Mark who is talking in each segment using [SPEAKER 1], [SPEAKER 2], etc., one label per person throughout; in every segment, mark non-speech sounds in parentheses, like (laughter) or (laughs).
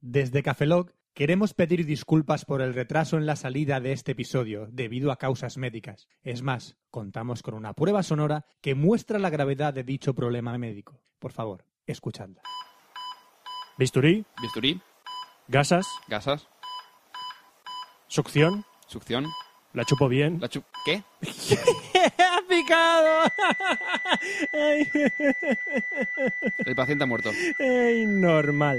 [SPEAKER 1] Desde Cafelog queremos pedir disculpas por el retraso en la salida de este episodio debido a causas médicas. Es más, contamos con una prueba sonora que muestra la gravedad de dicho problema médico. Por favor, escuchadla.
[SPEAKER 2] Bisturí,
[SPEAKER 3] Bisturí,
[SPEAKER 2] gasas,
[SPEAKER 3] gasas,
[SPEAKER 2] succión,
[SPEAKER 3] succión,
[SPEAKER 2] la chupo bien.
[SPEAKER 3] la chup... ¿Qué?
[SPEAKER 1] (laughs) ¡Ha
[SPEAKER 2] (laughs)
[SPEAKER 1] picado! Ay,
[SPEAKER 3] El paciente ha muerto.
[SPEAKER 2] ¡Ey, normal!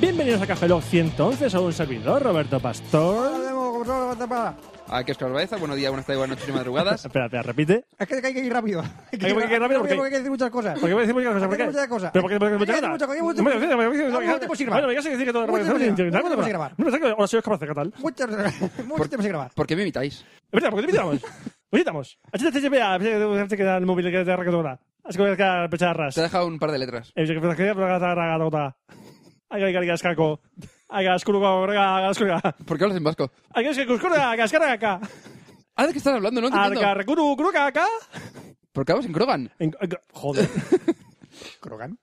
[SPEAKER 2] Bienvenidos a Café Lock 111, soy un servidor, Roberto Pastor.
[SPEAKER 3] ¿A qué es Cabeza? Buenos días, buenas tardes, buenas noches
[SPEAKER 1] (laughs)
[SPEAKER 3] y madrugadas.
[SPEAKER 2] Espera, espera, repite.
[SPEAKER 1] Es que hay que ir rápido. Hay
[SPEAKER 2] Hay que ir rápido porque-
[SPEAKER 1] hay que decir muchas cosas.
[SPEAKER 2] ¿Por qué voy a decir muchas cosas?
[SPEAKER 1] Hay
[SPEAKER 2] ¿Por
[SPEAKER 1] que
[SPEAKER 2] qué?
[SPEAKER 1] decir muchas cosas.
[SPEAKER 2] ¿Pero por qué? ¿Por qué? ¿Por qué?
[SPEAKER 1] Hay que decir muchas cosas, hay muchas
[SPEAKER 2] No me-
[SPEAKER 1] cosas.
[SPEAKER 2] no me- no me- no me-
[SPEAKER 1] Algo que te puedes ir, va.
[SPEAKER 2] Bueno, me vas a decir que todo-
[SPEAKER 1] Algo que te puedes ir,
[SPEAKER 2] No me-
[SPEAKER 1] algo que te puedes ir, va.
[SPEAKER 2] No me saco- ahora soy capaz de catal.
[SPEAKER 1] Muchas, muchas tenemos que grabar.
[SPEAKER 3] ¿Por qué me imitáis?
[SPEAKER 2] Es verdad, porque te invitamos. Oye, estamos. HTTPA, que queda el móvil que te arregla Así que voy a quedar pecharras.
[SPEAKER 3] Te he dejado un par de letras.
[SPEAKER 2] Eh, que pensás que voy a quedar arreglada. Ay, ay, ay, cascaco. Ay, cascuruco, venga, cascura.
[SPEAKER 3] ¿Por qué hablas en vasco?
[SPEAKER 2] Ay, es que cuscura, cascara acá.
[SPEAKER 3] Ah, ¿de qué estás hablando? No te entiendo.
[SPEAKER 2] Arcarcuru, curuca acá.
[SPEAKER 3] ¿Por qué hablas en Krogan?
[SPEAKER 2] En- en- Joder.
[SPEAKER 1] (laughs) Krogan.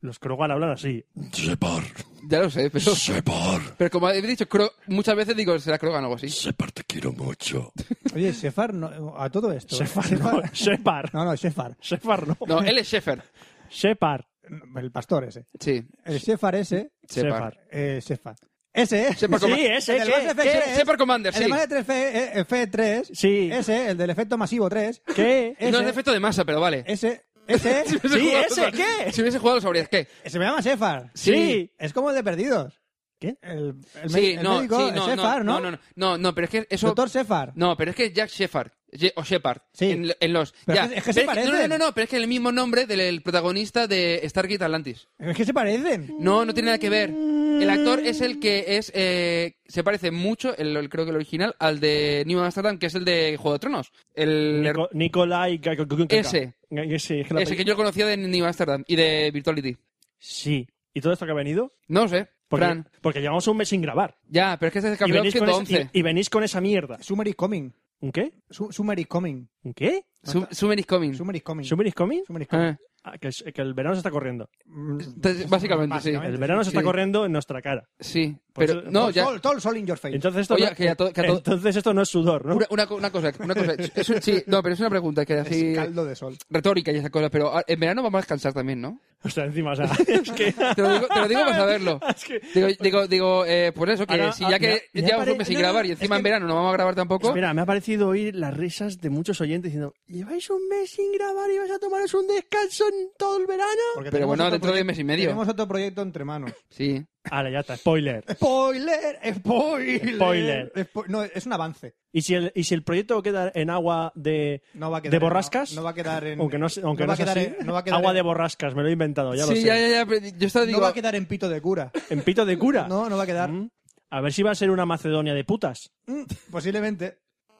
[SPEAKER 2] Los Krogan hablan así.
[SPEAKER 4] Separ,
[SPEAKER 3] Ya lo sé, pero...
[SPEAKER 4] Separ,
[SPEAKER 3] Pero como he dicho cro- muchas veces, digo, será Krogan o algo así.
[SPEAKER 4] Separ te quiero mucho.
[SPEAKER 1] Oye, Sefar, no- a todo esto. ¿eh?
[SPEAKER 2] Sefar, no. Separ.
[SPEAKER 1] No, no, Sefar.
[SPEAKER 2] Separ, no.
[SPEAKER 3] No, él es Sheffer.
[SPEAKER 2] Separ.
[SPEAKER 1] El pastor ese.
[SPEAKER 3] Sí,
[SPEAKER 1] El Sefar ese.
[SPEAKER 3] Shepard.
[SPEAKER 2] Separ.
[SPEAKER 1] Eh, Sefar. Ese, eh.
[SPEAKER 3] Shepard
[SPEAKER 2] Sí,
[SPEAKER 3] Command-
[SPEAKER 2] ese,
[SPEAKER 1] El del
[SPEAKER 2] ¿qué?
[SPEAKER 1] Mass Effect
[SPEAKER 3] ¿Qué?
[SPEAKER 1] 3,
[SPEAKER 3] Shepard Commander, sí.
[SPEAKER 1] El Mass Effect 3, eh, F3.
[SPEAKER 2] Sí.
[SPEAKER 1] Ese, el del efecto masivo 3.
[SPEAKER 2] ¿Qué?
[SPEAKER 1] Ese,
[SPEAKER 3] No es defecto de masa, pero vale. (laughs)
[SPEAKER 1] Ese, ese.
[SPEAKER 3] Si hubiese
[SPEAKER 2] Sí,
[SPEAKER 3] jugado-
[SPEAKER 2] ese, ¿qué?
[SPEAKER 3] Si hubiese jugado, lo sabrías. ¿Qué?
[SPEAKER 1] se me llama Sefar.
[SPEAKER 2] Sí.
[SPEAKER 1] Es como el de perdidos.
[SPEAKER 2] ¿Qué?
[SPEAKER 1] El, el,
[SPEAKER 3] Sí,
[SPEAKER 1] me- el
[SPEAKER 3] no,
[SPEAKER 1] médico,
[SPEAKER 3] sí,
[SPEAKER 1] el
[SPEAKER 3] no,
[SPEAKER 1] Sefar,
[SPEAKER 3] no,
[SPEAKER 1] ¿no?
[SPEAKER 3] no, no, no, no, pero es que eso...
[SPEAKER 1] Doctor Sefar.
[SPEAKER 3] No, pero es que Jack Shepard. Ye- O Shepard.
[SPEAKER 1] Sí.
[SPEAKER 3] En, lo- en los.
[SPEAKER 1] Pero
[SPEAKER 3] ya.
[SPEAKER 1] es que- es que se
[SPEAKER 3] Pero no, no,
[SPEAKER 1] parecen.
[SPEAKER 3] no, no, pero es que el mismo nombre del el protagonista de Stargate Atlantis.
[SPEAKER 1] Es que se parecen.
[SPEAKER 3] No, no tiene nada que ver. El actor es el que es. eh, se parece mucho, el, el- creo que el original, al de New Amsterdam, que es el de Juego de Tronos. El.
[SPEAKER 2] Nico- Nicolai... Ga- Ga- Ga- Ga-
[SPEAKER 3] Ese.
[SPEAKER 2] Ga- Ese, es que la
[SPEAKER 3] Ese
[SPEAKER 2] peli-
[SPEAKER 3] que yo conocía de New Amsterdam y de Virtuality.
[SPEAKER 2] Sí. ¿Y todo esto que ha venido?
[SPEAKER 3] No lo sé.
[SPEAKER 2] Porque,
[SPEAKER 3] Fran.
[SPEAKER 2] porque llevamos un mes sin grabar.
[SPEAKER 3] Ya, pero es que este es el
[SPEAKER 2] Y
[SPEAKER 3] capítulo
[SPEAKER 2] venís, con esa,
[SPEAKER 3] 111.
[SPEAKER 2] y- y venís con esa mierda.
[SPEAKER 1] Summer is coming.
[SPEAKER 2] ¿Un qué?
[SPEAKER 1] Su- Summer is coming.
[SPEAKER 2] ¿Un qué?
[SPEAKER 3] Su- Summer is coming.
[SPEAKER 1] Summer is coming.
[SPEAKER 2] ¿Summer is coming?
[SPEAKER 1] Summer is coming.
[SPEAKER 3] Ah,
[SPEAKER 2] Ah, que, es- que el verano se está corriendo.
[SPEAKER 1] Mm,
[SPEAKER 3] entonces, básicamente, sí.
[SPEAKER 1] Básicamente.
[SPEAKER 2] El verano se está
[SPEAKER 3] Sí.
[SPEAKER 2] corriendo en nuestra cara.
[SPEAKER 3] Sí.
[SPEAKER 2] Pues
[SPEAKER 3] Pero,
[SPEAKER 2] eso-
[SPEAKER 3] no,
[SPEAKER 1] todo,
[SPEAKER 3] ya.
[SPEAKER 1] sol, todo el sol in your face.
[SPEAKER 2] Entonces esto,
[SPEAKER 3] Oye,
[SPEAKER 2] no,
[SPEAKER 3] que a todo- que a todo-
[SPEAKER 2] entonces esto no es sudor, ¿no?
[SPEAKER 3] Una, una co- una cosa, una cosa. Eso- sí, no, pero es una pregunta que
[SPEAKER 1] Es
[SPEAKER 3] así.
[SPEAKER 1] caldo de sol.
[SPEAKER 3] retórica y esas cosas, pero ah, en verano vamos a descansar también, ¿no?
[SPEAKER 2] O sea, encima, o
[SPEAKER 1] (laughs)
[SPEAKER 2] sea, es que...
[SPEAKER 3] Te lo digo, te lo digo para saberlo.
[SPEAKER 2] (laughs) Es que-
[SPEAKER 3] Digo, digo, digo eh, pues eso, que
[SPEAKER 2] Ahora,
[SPEAKER 3] si ya
[SPEAKER 2] ah, me ha-
[SPEAKER 3] que
[SPEAKER 2] me ha
[SPEAKER 3] llevamos
[SPEAKER 2] pare-
[SPEAKER 3] un mes sin
[SPEAKER 2] no, no,
[SPEAKER 3] grabar y encima
[SPEAKER 2] es
[SPEAKER 3] en
[SPEAKER 2] que-
[SPEAKER 3] verano no vamos a grabar tampoco,
[SPEAKER 2] Pues Mira, me ha parecido oír las risas de muchos oyentes diciendo ¿Lleváis un mes sin grabar y vais a tomaros un descanso en todo el verano?
[SPEAKER 1] Porque
[SPEAKER 3] Pero
[SPEAKER 1] tenemos
[SPEAKER 3] bueno,
[SPEAKER 1] otro
[SPEAKER 3] dentro de
[SPEAKER 1] proye-
[SPEAKER 3] mes y medio.
[SPEAKER 1] Tenemos otro proyecto entre manos. (laughs)
[SPEAKER 3] sí.
[SPEAKER 2] Ahora ya está, spoiler.
[SPEAKER 1] Spoiler, spoiler.
[SPEAKER 2] Spoiler.
[SPEAKER 1] Spo- no, es un avance.
[SPEAKER 2] ¿Y si el, y si el proyecto queda en agua de,
[SPEAKER 1] No va a quedar
[SPEAKER 2] de
[SPEAKER 1] en-
[SPEAKER 2] borrascas?
[SPEAKER 1] no va a quedar en-
[SPEAKER 2] Aunque no, es- aunque
[SPEAKER 1] no
[SPEAKER 2] no
[SPEAKER 1] va
[SPEAKER 2] es
[SPEAKER 1] a quedar
[SPEAKER 2] así.
[SPEAKER 1] en- no va a (laughs) quedar
[SPEAKER 2] agua
[SPEAKER 1] en-
[SPEAKER 2] de borrascas, me lo he inventado, ya lo
[SPEAKER 3] sí,
[SPEAKER 2] sé.
[SPEAKER 3] ya, ya, ya, pero yo estaba
[SPEAKER 1] no
[SPEAKER 3] digo,
[SPEAKER 1] va a quedar en pito de (laughs) cura.
[SPEAKER 2] ¿En pito de cura?
[SPEAKER 1] No, no va a quedar.
[SPEAKER 2] Mm. A ver si va a ser una Macedonia de putas.
[SPEAKER 1] Mm, Posiblemente.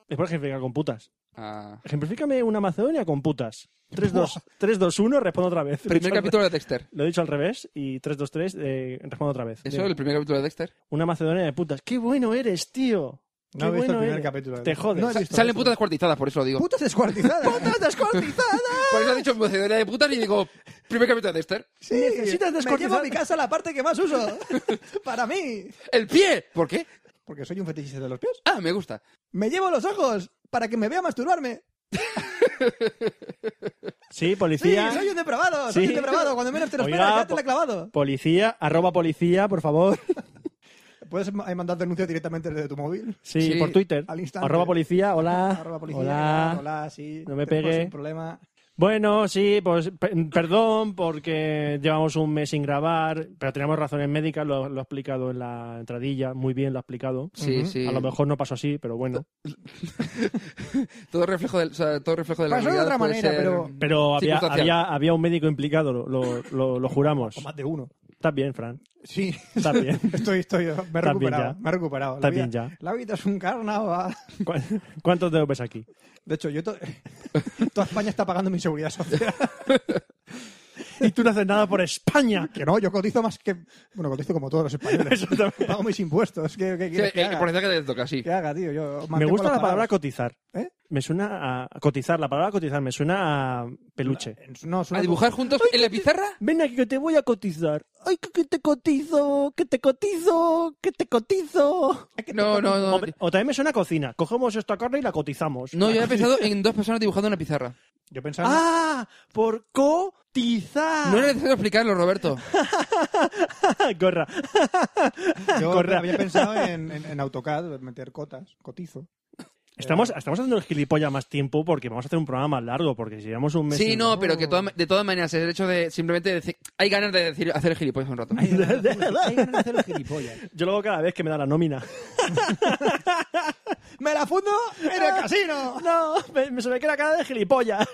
[SPEAKER 2] Es por ejemplificar con putas.
[SPEAKER 3] Ah.
[SPEAKER 2] Ejemplifícame una Macedonia con putas. 3, 2, 3, 2, 1, respondo otra vez. Lo he
[SPEAKER 3] primer
[SPEAKER 2] dicho al-
[SPEAKER 3] capítulo de Dexter.
[SPEAKER 2] Lo he dicho al revés y 3, 2, 3, eh, respondo otra vez.
[SPEAKER 3] Eso,
[SPEAKER 2] Digo,
[SPEAKER 3] el primer capítulo de Dexter.
[SPEAKER 2] Una Macedonia de putas. ¡Qué bueno eres, tío!
[SPEAKER 1] No he
[SPEAKER 2] ¡Qué
[SPEAKER 1] visto el
[SPEAKER 2] bueno
[SPEAKER 1] primer
[SPEAKER 2] eres!
[SPEAKER 1] capítulo. eh.
[SPEAKER 2] Te jodes.
[SPEAKER 1] No he visto.
[SPEAKER 3] Salen
[SPEAKER 1] eso.
[SPEAKER 3] putas descuartizadas, por eso lo digo.
[SPEAKER 1] Putas (laughs) descuartizadas.
[SPEAKER 2] ¡Putas descuartizadas!
[SPEAKER 3] Por eso he dicho mocedora de putas y digo, primer capítulo de Dexter.
[SPEAKER 1] (laughs) Sí,
[SPEAKER 2] Necesitas
[SPEAKER 1] Me llevo a
[SPEAKER 2] descuartizar.
[SPEAKER 1] mi casa la parte que más uso. (laughs) Para mí.
[SPEAKER 3] ¡El pie! ¿Por qué?
[SPEAKER 1] Porque soy un fetichista de los pies.
[SPEAKER 3] Ah, me gusta.
[SPEAKER 1] Me llevo los ojos para que me vea masturbarme.
[SPEAKER 2] Sí,
[SPEAKER 1] Sí,
[SPEAKER 2] policía.
[SPEAKER 1] soy un depravado. Soy
[SPEAKER 2] Sí.
[SPEAKER 1] un depravado. Cuando menos te lo
[SPEAKER 2] Oiga,
[SPEAKER 1] esperas, ya te
[SPEAKER 2] po-
[SPEAKER 1] la he clavado.
[SPEAKER 2] Policía, arroba policía, por
[SPEAKER 1] (laughs)
[SPEAKER 2] favor.
[SPEAKER 1] Puedes ma- mandar denuncias directamente desde tu móvil.
[SPEAKER 2] Sí,
[SPEAKER 3] Sí,
[SPEAKER 2] por Twitter.
[SPEAKER 1] al instante.
[SPEAKER 2] Arroba policía, hola.
[SPEAKER 1] Arroba policía.
[SPEAKER 2] hola.
[SPEAKER 1] Ah, Hola, sí.
[SPEAKER 2] No me
[SPEAKER 1] tenemos
[SPEAKER 2] pegue.
[SPEAKER 1] un problema.
[SPEAKER 2] Bueno, sí, pues pe- perdón porque llevamos un mes sin grabar, pero teníamos razones médicas, lo, lo ha explicado en la entradilla, muy bien lo ha explicado.
[SPEAKER 3] Sí,
[SPEAKER 1] Ujú.
[SPEAKER 3] sí.
[SPEAKER 2] A lo mejor no pasó así, pero bueno.
[SPEAKER 3] Todo reflejo del, o sea, todo reflejo de la
[SPEAKER 5] Pasó de
[SPEAKER 3] realidad
[SPEAKER 5] otra
[SPEAKER 3] puede
[SPEAKER 5] manera,
[SPEAKER 3] ser-
[SPEAKER 5] pero-
[SPEAKER 2] Pero había,
[SPEAKER 3] Circunstancial.
[SPEAKER 2] había, había un médico implicado, lo, lo, lo- lo juramos.
[SPEAKER 1] O más de uno.
[SPEAKER 2] Estás bien, Fran.
[SPEAKER 1] (laughs) Sí,
[SPEAKER 2] Está (laughs) bien.
[SPEAKER 1] estoy, estoy, me he
[SPEAKER 2] Está bien
[SPEAKER 1] recuperado,
[SPEAKER 2] ya.
[SPEAKER 1] me he recuperado. La
[SPEAKER 2] Está bien
[SPEAKER 1] vida-
[SPEAKER 2] ya.
[SPEAKER 1] La vida es un carnaval.
[SPEAKER 2] ¿Cu- ¿Cuántos dedos ves aquí?
[SPEAKER 1] De hecho, yo to- (laughs) toda España está pagando mi seguridad social. y tú no haces nada por España. Que no, yo cotizo más que... Bueno, cotizo como todos los españoles. Pago mis impuestos. ¿Qué, qué
[SPEAKER 3] Sí,
[SPEAKER 1] quieres que
[SPEAKER 3] eh,
[SPEAKER 1] haga?
[SPEAKER 3] por eso que te toca, sí.
[SPEAKER 1] Que haga, tío? Yo
[SPEAKER 2] Me
[SPEAKER 1] mantengo
[SPEAKER 2] gusta
[SPEAKER 1] los
[SPEAKER 2] la palabra
[SPEAKER 1] parados.
[SPEAKER 2] cotizar.
[SPEAKER 1] ¿Eh?
[SPEAKER 2] Me suena a a cotizar, la palabra cotizar me suena a peluche.
[SPEAKER 1] No, suena
[SPEAKER 3] ¿A dibujar juntos en la pizarra?
[SPEAKER 2] Ven aquí que te voy a cotizar. Ay, que, que te cotizo, que te cotizo, que te cotizo.
[SPEAKER 3] No, no, no.
[SPEAKER 2] Hombre, O también me suena a cocina. Cogemos esta carne y la cotizamos.
[SPEAKER 3] No, yo
[SPEAKER 2] (laughs)
[SPEAKER 3] había pensado en dos personas dibujando en la pizarra.
[SPEAKER 1] Yo pensaba...
[SPEAKER 2] Ah, por cotizar.
[SPEAKER 3] No era necesario explicarlo, Roberto.
[SPEAKER 2] (laughs) Gorra.
[SPEAKER 1] Yo
[SPEAKER 2] Corre.
[SPEAKER 1] había pensado en, en- en AutoCAD, meter cotas, cotizo.
[SPEAKER 2] Estamos, estamos haciendo el gilipollas más tiempo porque vamos a hacer un programa más largo, porque si llevamos un mes...
[SPEAKER 3] Sí,
[SPEAKER 2] sin-
[SPEAKER 3] no, pero que toda- de todas maneras, el hecho de simplemente decir. Hay ganas de decir, hacer el gilipollas un rato.
[SPEAKER 1] Hay que hacer los gilipollas.
[SPEAKER 2] Yo luego cada vez que me da la nómina.
[SPEAKER 1] (laughs) ¡Me la fundo en
[SPEAKER 2] (laughs) Ah.
[SPEAKER 1] el casino!
[SPEAKER 2] No, me- me- se me queda cara
[SPEAKER 1] (laughs)
[SPEAKER 2] de gilipollas.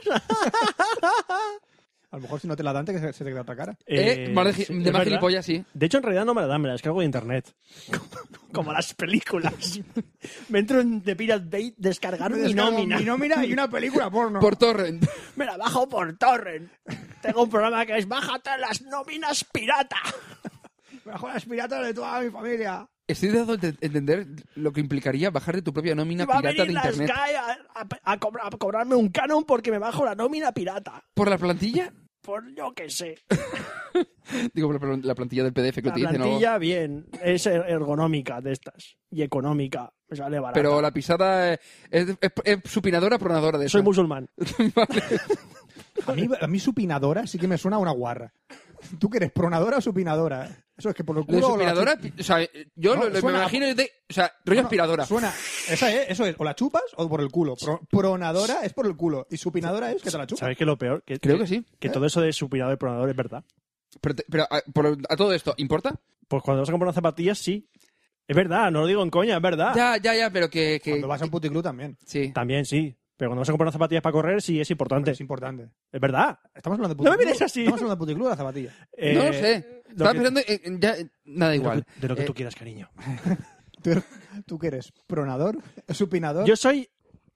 [SPEAKER 1] A lo mejor si no te la dan, te- se, se te queda otra cara.
[SPEAKER 3] Eh, más de, gi-
[SPEAKER 2] sí,
[SPEAKER 3] de
[SPEAKER 2] es
[SPEAKER 3] más
[SPEAKER 2] verdad.
[SPEAKER 3] gilipollas, sí.
[SPEAKER 2] De hecho, en realidad no me la dan, me la descargo de internet. (laughs) Como, como
[SPEAKER 1] (laughs)
[SPEAKER 2] las películas. me entro en The Pirate Bay descargar mi
[SPEAKER 1] descargo
[SPEAKER 2] nómina.
[SPEAKER 1] Mi nómina y una película porno.
[SPEAKER 3] Por torrent.
[SPEAKER 2] (laughs) Me la bajo por torrent. Tengo un programa que es Bájate las nóminas pirata.
[SPEAKER 1] (laughs) Me bajo las piratas de toda mi familia.
[SPEAKER 3] Estoy dando de entender lo que implicaría bajar de tu propia nómina
[SPEAKER 2] Y va a
[SPEAKER 3] pirata de
[SPEAKER 2] venir la
[SPEAKER 3] internet.
[SPEAKER 2] Sky a, a- a cobra- a cobrarme un canon porque me bajo la nómina pirata.
[SPEAKER 3] ¿Por la plantilla?
[SPEAKER 2] Por yo que sé.
[SPEAKER 3] Digo, por la- la plantilla del PDF que
[SPEAKER 2] La
[SPEAKER 3] utilicen o algo.
[SPEAKER 2] plantilla, bien. Es er- ergonómica de estas. Y económica. Me sale barata.
[SPEAKER 3] Pero la pisada eh, es, es- es supinadora, pronadora de eso.
[SPEAKER 2] Soy musulmán.
[SPEAKER 1] A mí, a mí supinadora sí que me suena a una guarra. ¿Tú que eres pronadora o supinadora? Eso es que por el
[SPEAKER 3] Lo de
[SPEAKER 1] culo... o la
[SPEAKER 3] supinadora, o sea, yo
[SPEAKER 1] No,
[SPEAKER 3] lo- lo-
[SPEAKER 1] suena
[SPEAKER 3] me
[SPEAKER 1] a-
[SPEAKER 3] imagino de, o sea, rollo
[SPEAKER 1] chup-
[SPEAKER 3] aspiradora.
[SPEAKER 1] Suena... Esa es, eso es, o la chupas o por el culo. Pro- pronadora es por el culo y supinadora es que te la chupas.
[SPEAKER 2] (laughs) ¿Sabes qué es lo peor? Que,
[SPEAKER 3] Creo que sí.
[SPEAKER 2] que todo eso de supinador y pronador es verdad.
[SPEAKER 3] Pero, te- pero, a, por- a todo esto, ¿importa?
[SPEAKER 2] Pues cuando vas a comprar unas zapatillas, sí. Es verdad, no lo digo en coña, es verdad.
[SPEAKER 3] Ya, ya, ya, pero que... que-
[SPEAKER 1] Cuando vas a un puticlub también.
[SPEAKER 3] Sí.
[SPEAKER 2] También sí. Pero cuando vas a comprar unas zapatillas para correr, sí es importante.
[SPEAKER 1] Es importante.
[SPEAKER 2] Es verdad.
[SPEAKER 1] Estamos hablando de
[SPEAKER 2] No
[SPEAKER 1] puticlub.
[SPEAKER 2] me mires así.
[SPEAKER 1] Estamos hablando de puticlub o la zapatilla.
[SPEAKER 2] Eh,
[SPEAKER 3] no lo sé.
[SPEAKER 2] lo
[SPEAKER 3] Estaba
[SPEAKER 2] que- pues
[SPEAKER 3] pensando en- en- ya, eh, nada
[SPEAKER 2] de lo
[SPEAKER 3] igual.
[SPEAKER 2] que- de lo que
[SPEAKER 3] Eh,
[SPEAKER 2] tú quieras, cariño.
[SPEAKER 1] ¿Tú, tú qué eres? ¿Pronador? ¿Supinador?
[SPEAKER 2] Yo soy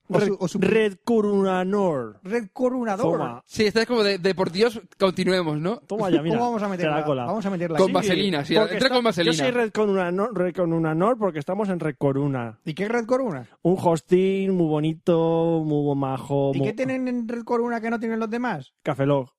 [SPEAKER 1] O su-
[SPEAKER 2] Red-
[SPEAKER 1] o su-
[SPEAKER 2] Red Corunanor.
[SPEAKER 1] ¿Recorunador?
[SPEAKER 2] Toma.
[SPEAKER 3] Sí, estás como de, de por Dios, continuemos, ¿no?
[SPEAKER 2] Toma (laughs) ya, mira.
[SPEAKER 1] ¿Cómo vamos a
[SPEAKER 2] te la
[SPEAKER 1] meterla?
[SPEAKER 2] cola.
[SPEAKER 1] Vamos a meterla
[SPEAKER 3] Con
[SPEAKER 1] aquí.
[SPEAKER 3] base- Vaselina, sí,
[SPEAKER 2] porque
[SPEAKER 3] entra con vaselina.
[SPEAKER 2] Yo soy Red Corunanor, Red Corunanor porque estamos en Red Coruna.
[SPEAKER 1] ¿Y qué es Red Coruna?
[SPEAKER 2] Un hosting muy bonito, muy majo.
[SPEAKER 1] ¿Y
[SPEAKER 2] muy-
[SPEAKER 1] qué tienen en Red Coruna que no tienen los demás? (laughs)
[SPEAKER 2] Café Log.